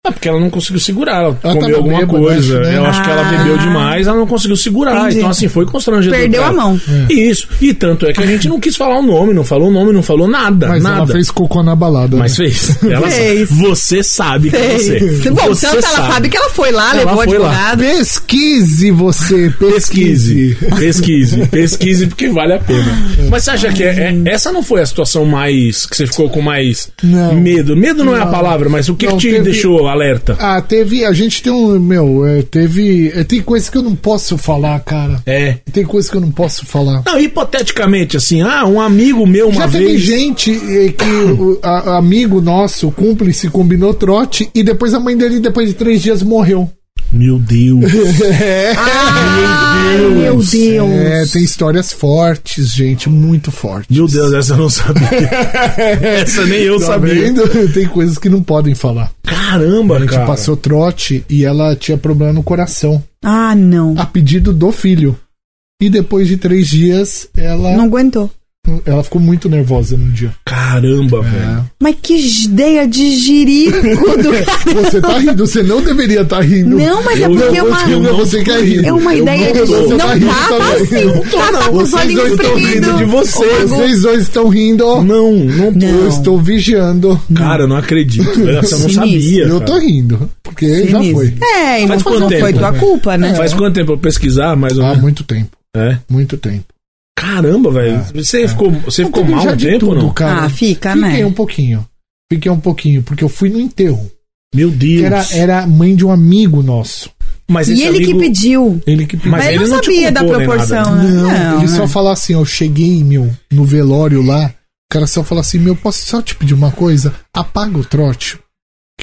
Speaker 2: Ah, porque ela não conseguiu segurar, ela,
Speaker 3: Ela
Speaker 2: comeu
Speaker 3: tava
Speaker 2: alguma
Speaker 3: bêbada,
Speaker 2: coisa.
Speaker 3: acho, né?
Speaker 2: Eu acho que ela
Speaker 1: Ah.
Speaker 2: bebeu demais, ela não conseguiu segurar.
Speaker 1: Entendi.
Speaker 2: Então, assim, foi constrangedor.
Speaker 1: Perdeu
Speaker 2: pra
Speaker 1: a
Speaker 2: ela.
Speaker 1: mão.
Speaker 2: Isso. E tanto é que a gente não quis falar o nome, não falou o nome, não falou nada.
Speaker 3: Mas
Speaker 2: nada.
Speaker 3: ela fez cocô na balada.
Speaker 2: Mas
Speaker 3: né?
Speaker 2: fez. Ela
Speaker 1: Fez.
Speaker 2: sabe. Você sabe que é
Speaker 1: Fez.
Speaker 2: você.
Speaker 1: Bom,
Speaker 2: você
Speaker 1: tanto ela sabe que ela foi lá,
Speaker 2: Ela
Speaker 1: levou o
Speaker 2: foi lá.
Speaker 1: advogado.
Speaker 3: né? Pesquise você, pesquise.
Speaker 2: Pesquise, pesquise, pesquise, porque vale a pena.
Speaker 3: *laughs*
Speaker 2: Mas você acha que é- é- essa não foi a situação mais. que você ficou com mais
Speaker 3: Não.
Speaker 2: medo? Medo não, é a
Speaker 3: Não.
Speaker 2: palavra, mas o que,
Speaker 3: Não,
Speaker 2: que te
Speaker 3: teve-
Speaker 2: deixou alerta?
Speaker 3: Ah, teve. A gente tem um. Meu, é, teve. é, tem coisa que eu não posso falar, cara.
Speaker 2: É.
Speaker 3: Tem coisa que eu não posso falar.
Speaker 2: Não, hipoteticamente, assim, ah, um amigo meu uma
Speaker 3: Já
Speaker 2: vez.
Speaker 3: teve gente eh, que o a- amigo nosso, cúmplice, combinou trote e depois a mãe dele, depois de três dias, morreu.
Speaker 2: Meu Deus.
Speaker 3: *laughs*
Speaker 2: É.
Speaker 1: Ai, meu Deus.
Speaker 3: É, tem histórias fortes, gente, muito fortes. *laughs*
Speaker 2: Meu Deus, essa eu não sabia. essa nem eu
Speaker 3: Tá
Speaker 2: sabia.
Speaker 3: vendo? Tem coisas que não podem falar.
Speaker 2: Caramba,
Speaker 3: A gente
Speaker 2: cara.
Speaker 3: passou trote e ela tinha problema no coração,
Speaker 1: Ah, não.
Speaker 3: a pedido do filho. E depois de três dias,
Speaker 2: Ah.
Speaker 3: ela,
Speaker 1: Não aguentou.
Speaker 3: ela ficou muito nervosa no dia.
Speaker 2: Caramba, velho.
Speaker 1: Mas que ideia de jirico do cara.
Speaker 3: Você tá rindo, você não deveria estar rindo.
Speaker 1: Não, mas é porque é
Speaker 3: Eu
Speaker 1: uma,
Speaker 3: não você quer rir.
Speaker 1: é uma ideia de.
Speaker 3: você
Speaker 1: Não
Speaker 3: tá
Speaker 1: tá,
Speaker 3: rindo
Speaker 1: tá
Speaker 3: também.
Speaker 1: assim. Tá, tá com os
Speaker 3: Vocês
Speaker 1: olhinhos
Speaker 3: dois estão rindo de
Speaker 1: espremidos.
Speaker 3: vocês. Vocês dois estão rindo.
Speaker 2: Não, não tô.
Speaker 1: Não.
Speaker 3: Eu estou vigiando.
Speaker 2: Cara, eu não acredito. Essa eu não
Speaker 1: Sinistro.
Speaker 2: sabia.
Speaker 3: Eu
Speaker 2: cara.
Speaker 3: tô rindo, porque já foi.
Speaker 1: É, e não,
Speaker 2: Faz quanto
Speaker 1: não foi
Speaker 2: tempo?
Speaker 1: tua culpa, né?
Speaker 2: Faz quanto tempo eu pesquisar, mais ou
Speaker 3: Há
Speaker 2: menos?
Speaker 3: muito tempo,
Speaker 2: É.
Speaker 3: muito tempo.
Speaker 2: Caramba, velho.
Speaker 3: Ah, é.
Speaker 2: Você ficou, você ficou
Speaker 3: Teve
Speaker 2: mal
Speaker 3: já
Speaker 2: um
Speaker 3: de
Speaker 2: tempo ou
Speaker 3: tudo,
Speaker 2: não?
Speaker 3: Cara.
Speaker 1: Ah, fica,
Speaker 3: Fiquei
Speaker 1: né?
Speaker 3: um pouquinho. Fiquei um pouquinho, porque eu fui no enterro.
Speaker 2: Meu Deus.
Speaker 3: Que era, era a mãe de um amigo nosso.
Speaker 2: Mas
Speaker 1: E
Speaker 2: esse
Speaker 1: ele que
Speaker 2: amigo-
Speaker 1: pediu.
Speaker 3: Ele que
Speaker 2: Mas
Speaker 1: Mas ele
Speaker 2: ele
Speaker 1: não
Speaker 2: não te
Speaker 1: sabia da
Speaker 2: culpou nem
Speaker 1: proporção,
Speaker 2: nada.
Speaker 1: né?
Speaker 3: Não, ele
Speaker 1: né?
Speaker 3: só fala assim, eu cheguei, meu, no velório lá, o cara só fala assim, meu, posso só te pedir uma coisa? Apaga o trote.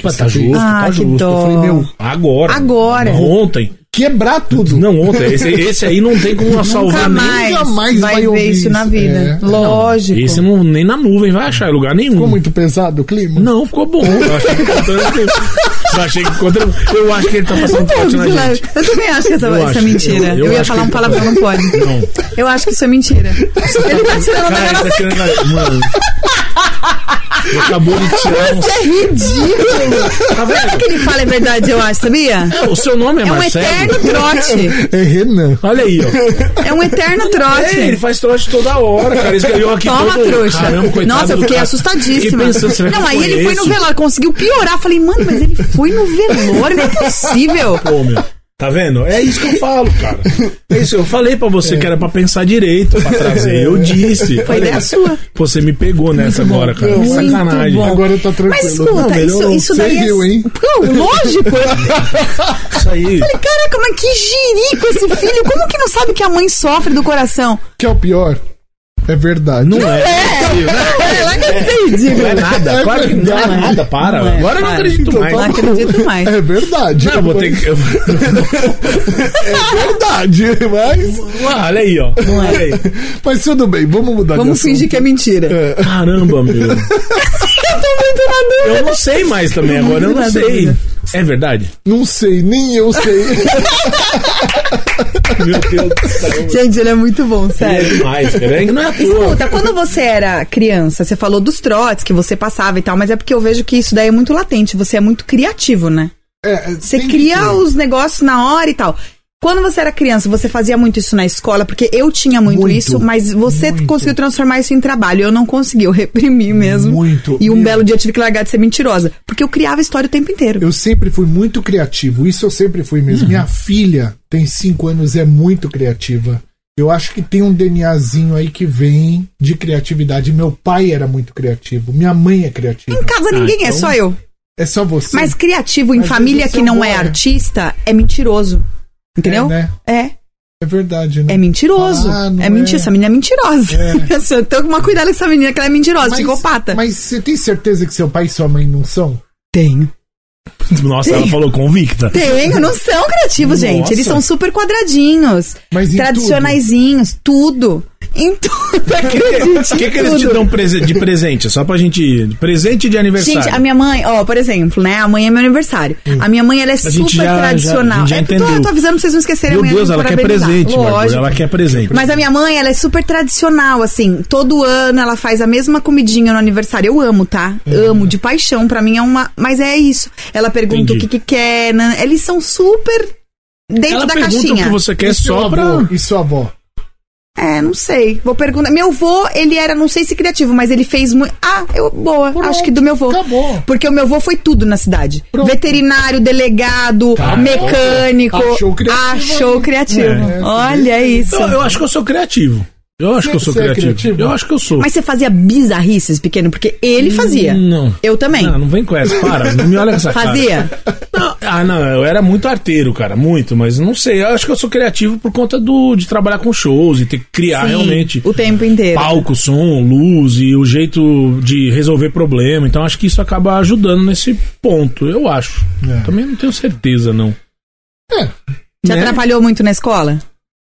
Speaker 2: Pá, tá justo,
Speaker 1: Ah,
Speaker 2: tá
Speaker 1: que
Speaker 2: justo. Eu
Speaker 1: dó.
Speaker 2: falei, meu, agora.
Speaker 1: Agora.
Speaker 2: Não, ontem.
Speaker 3: Quebrar tudo.
Speaker 2: Não, ontem. Esse, esse aí não tem como
Speaker 1: Nunca
Speaker 2: salvar nem.
Speaker 1: mais, vai
Speaker 3: jamais vai
Speaker 1: ver
Speaker 3: ouvir
Speaker 1: isso na
Speaker 3: isso.
Speaker 1: vida.
Speaker 3: É.
Speaker 1: Lógico.
Speaker 2: Esse um não, nem na nuvem vai achar em lugar nenhum.
Speaker 3: Ficou muito pesado o clima?
Speaker 2: Não, ficou bom. Eu achei que ficou tranquilo. Eu achei que ficou tranquilo. Eu acho que ele tá
Speaker 1: Não
Speaker 2: passando
Speaker 1: tem
Speaker 2: forte
Speaker 1: o que
Speaker 2: na
Speaker 1: falar.
Speaker 2: gente.
Speaker 1: Eu também acho que essa,
Speaker 2: Eu
Speaker 1: essa
Speaker 2: acho.
Speaker 1: é mentira.
Speaker 2: Eu-
Speaker 1: Eu,
Speaker 2: eu
Speaker 1: ia
Speaker 2: acho
Speaker 1: falar
Speaker 2: que-
Speaker 1: um palavrão, não pode.
Speaker 2: Não.
Speaker 1: Eu acho que isso é mentira. Ele tá tirando da
Speaker 2: Cara, ele
Speaker 1: minha
Speaker 2: tá tirando a- Mano. Ele acabou de tirar um.
Speaker 1: Isso é ridículo.
Speaker 2: Tá
Speaker 1: Sabe o
Speaker 2: vendo?
Speaker 1: que ele fala é verdade, eu acho, sabia?
Speaker 2: O seu nome é,
Speaker 1: É um
Speaker 2: Marcelo?
Speaker 1: eterno trote.
Speaker 3: É Renan.
Speaker 2: Olha aí, ó.
Speaker 1: É um eterno
Speaker 2: É, ele
Speaker 1: trote.
Speaker 2: faz trote toda hora, cara. Ele ganhou aqui
Speaker 1: Toma,
Speaker 2: todo...
Speaker 1: trouxa.
Speaker 2: Caramba, coitado
Speaker 1: Nossa, eu
Speaker 2: do
Speaker 1: fiquei
Speaker 2: cara.
Speaker 1: assustadíssima.
Speaker 2: Fiquei pensando, será que
Speaker 1: não,
Speaker 2: eu
Speaker 1: aí ele foi no
Speaker 2: conheço?
Speaker 1: velório, conseguiu piorar. Falei, mano, mas ele foi no velório, não é possível.
Speaker 2: Pô, meu. Tá vendo? É isso que eu falo, cara. É isso. Eu falei pra você que era pra pensar direito, pra trazer. Eu disse.
Speaker 1: Foi
Speaker 2: Falei,
Speaker 1: ideia sua.
Speaker 2: Pô, Você me pegou nessa agora, cara.
Speaker 3: Muito
Speaker 2: Sacanagem.
Speaker 1: bom.
Speaker 3: Agora tá
Speaker 1: Mas
Speaker 3: tranquilo.
Speaker 1: escuta, isso,
Speaker 3: melhorou.
Speaker 1: isso
Speaker 3: Você
Speaker 1: daí é.
Speaker 3: riu, hein?
Speaker 1: Pô, lógico.
Speaker 2: Isso aí.
Speaker 1: Caraca, mas que jirico esse filho. Como que não sabe que a mãe sofre do coração?
Speaker 3: Que é o pior. É verdade.
Speaker 2: Não é.
Speaker 1: Olha lá que eu sei, digo.
Speaker 2: Não é nada.
Speaker 3: É
Speaker 2: claro que não é
Speaker 3: verdade.
Speaker 2: nada. Para.
Speaker 1: Não é,
Speaker 2: Agora eu não
Speaker 1: para.
Speaker 2: acredito
Speaker 1: Então
Speaker 2: mais.
Speaker 1: Não acredito mais.
Speaker 3: É verdade.
Speaker 2: Não, eu vou ter que. eu vou- *laughs*
Speaker 3: É verdade, mas.
Speaker 2: Ah, Olha aí, ó.
Speaker 1: Não é.
Speaker 2: Olha aí.
Speaker 3: Mas tudo bem, vamos mudar
Speaker 1: Vamos
Speaker 3: de
Speaker 1: fingir que é mentira.
Speaker 2: Caramba, meu.
Speaker 1: Eu tô muito na dúvida.
Speaker 2: Eu não sei mais também agora, eu não
Speaker 1: Nada,
Speaker 2: sei.
Speaker 1: nada.
Speaker 2: É verdade?
Speaker 3: Não sei, nem
Speaker 2: *laughs*
Speaker 3: eu sei.
Speaker 2: Meu Deus do céu.
Speaker 1: Gente, ele é muito bom,
Speaker 2: É
Speaker 1: sério.
Speaker 2: demais, cara. É que Não é à toa.
Speaker 1: Escuta, quando você era criança, você falou dos trotes que você passava e tal, mas é porque eu vejo que isso daí é muito latente. Você é muito criativo, né?
Speaker 3: É,
Speaker 1: Você
Speaker 3: tem que ter.
Speaker 1: cria os negócios na hora e tal. Quando você era criança, você fazia muito isso na escola, porque eu tinha muito,
Speaker 3: Muito,
Speaker 1: isso, mas você conseguiu transformar isso em trabalho. Eu não consegui, eu reprimi mesmo.
Speaker 3: Muito,
Speaker 1: E um
Speaker 3: mesmo.
Speaker 1: belo dia eu tive que largar de ser mentirosa, porque eu criava história o tempo inteiro.
Speaker 3: Eu sempre fui muito criativo, isso eu sempre fui mesmo.
Speaker 1: Uhum.
Speaker 3: Minha filha tem 5 anos é muito criativa. Eu acho que tem um DNAzinho aí que vem de criatividade. Meu pai era muito criativo, minha mãe é criativa.
Speaker 1: Em casa ninguém é,
Speaker 2: então-
Speaker 1: só eu.
Speaker 3: É só você.
Speaker 1: Mas criativo em
Speaker 3: Mas
Speaker 1: família
Speaker 3: esse é
Speaker 1: que
Speaker 3: o
Speaker 1: não é
Speaker 3: bom, é.
Speaker 1: artista é mentiroso. Entendeu?
Speaker 3: É, né?
Speaker 1: É.
Speaker 3: É verdade, né?
Speaker 1: É mentiroso.
Speaker 3: Ah, não
Speaker 1: é mentira.
Speaker 3: é.
Speaker 1: Essa menina é mentirosa. *laughs*
Speaker 3: É.
Speaker 1: Então toma cuidado com essa menina que ela é mentirosa,
Speaker 3: Mas-
Speaker 1: psicopata.
Speaker 3: Mas você tem certeza que seu pai e sua mãe não são?
Speaker 1: Tenho.
Speaker 2: Nossa, ela falou convicta.
Speaker 1: Tenho, não são criativos, gente.
Speaker 2: Nossa.
Speaker 1: Eles são super quadradinhos.
Speaker 3: Mas em
Speaker 1: tradicionaisinhos, tudo. Em
Speaker 2: *laughs*
Speaker 1: tudo, acredite.
Speaker 2: O que,
Speaker 1: em
Speaker 2: que eles te
Speaker 1: tudo.
Speaker 2: dão prese- de presente? Só pra gente. de Presente de aniversário.
Speaker 1: Gente, a minha mãe, ó, por exemplo, né? Amanhã é meu aniversário. A minha mãe, ela é
Speaker 2: gente
Speaker 1: super
Speaker 2: já- já- a
Speaker 1: tradicional.
Speaker 2: gente já
Speaker 1: é, tô,
Speaker 2: entendeu.
Speaker 1: tô avisando pra vocês não esquecerem
Speaker 2: Meu
Speaker 1: amanhã.
Speaker 2: Deus,
Speaker 1: me
Speaker 2: ela quer
Speaker 1: parabenizar.
Speaker 2: presente, Marcos.
Speaker 1: Lógico.
Speaker 2: Ela quer presente.
Speaker 1: Mas a minha mãe, ela é super tradicional, assim. Todo ano ela faz a mesma comidinha no aniversário. Eu amo, tá?
Speaker 2: Uhum.
Speaker 1: Amo, de paixão. Pra mim é uma. Mas é isso. Ela pergunta
Speaker 2: Entendi.
Speaker 1: o que, que quer. né? Eles são super dentro
Speaker 2: ela
Speaker 1: da
Speaker 2: pergunta
Speaker 1: caixinha.
Speaker 2: o que você quer
Speaker 3: E seu
Speaker 2: É só
Speaker 3: avô?
Speaker 2: pra.
Speaker 3: E sua avó?
Speaker 1: É, não sei. Vou perguntar. Meu avô, ele era, não sei se criativo, mas ele fez muito. Ah, eu. Boa. acho que do meu avô.
Speaker 3: Acabou.
Speaker 1: Porque o meu avô foi tudo na cidade.
Speaker 3: Pronto.
Speaker 1: Veterinário, delegado,
Speaker 2: Caraca.
Speaker 1: mecânico.
Speaker 3: Achou criativo,
Speaker 1: Achou
Speaker 3: né?
Speaker 1: criativo.
Speaker 3: É,
Speaker 1: Olha isso.
Speaker 2: Eu, eu acho que eu sou criativo. Eu acho
Speaker 3: Você-
Speaker 2: que eu sou
Speaker 3: você é
Speaker 2: criativo.
Speaker 3: criativo?
Speaker 2: Eu acho que eu sou.
Speaker 1: Mas você fazia bizarrices pequeno? Porque ele fazia.
Speaker 2: Não.
Speaker 1: Eu também.
Speaker 2: Não, não vem com essa. Para, não me olha com essa cara.
Speaker 1: fazia.
Speaker 2: Não, ah, não, eu era muito arteiro, cara, muito, mas não sei. Eu acho que eu sou criativo por conta do de trabalhar com shows e ter que criar
Speaker 1: Sim,
Speaker 2: Ah, realmente
Speaker 1: O tempo inteiro.
Speaker 2: palco, som, luz e o jeito de resolver problema. Então acho que isso acaba ajudando nesse ponto, eu acho.
Speaker 3: É.
Speaker 2: Também não tenho certeza, não.
Speaker 1: Te
Speaker 2: né?
Speaker 1: atrapalhou muito na escola?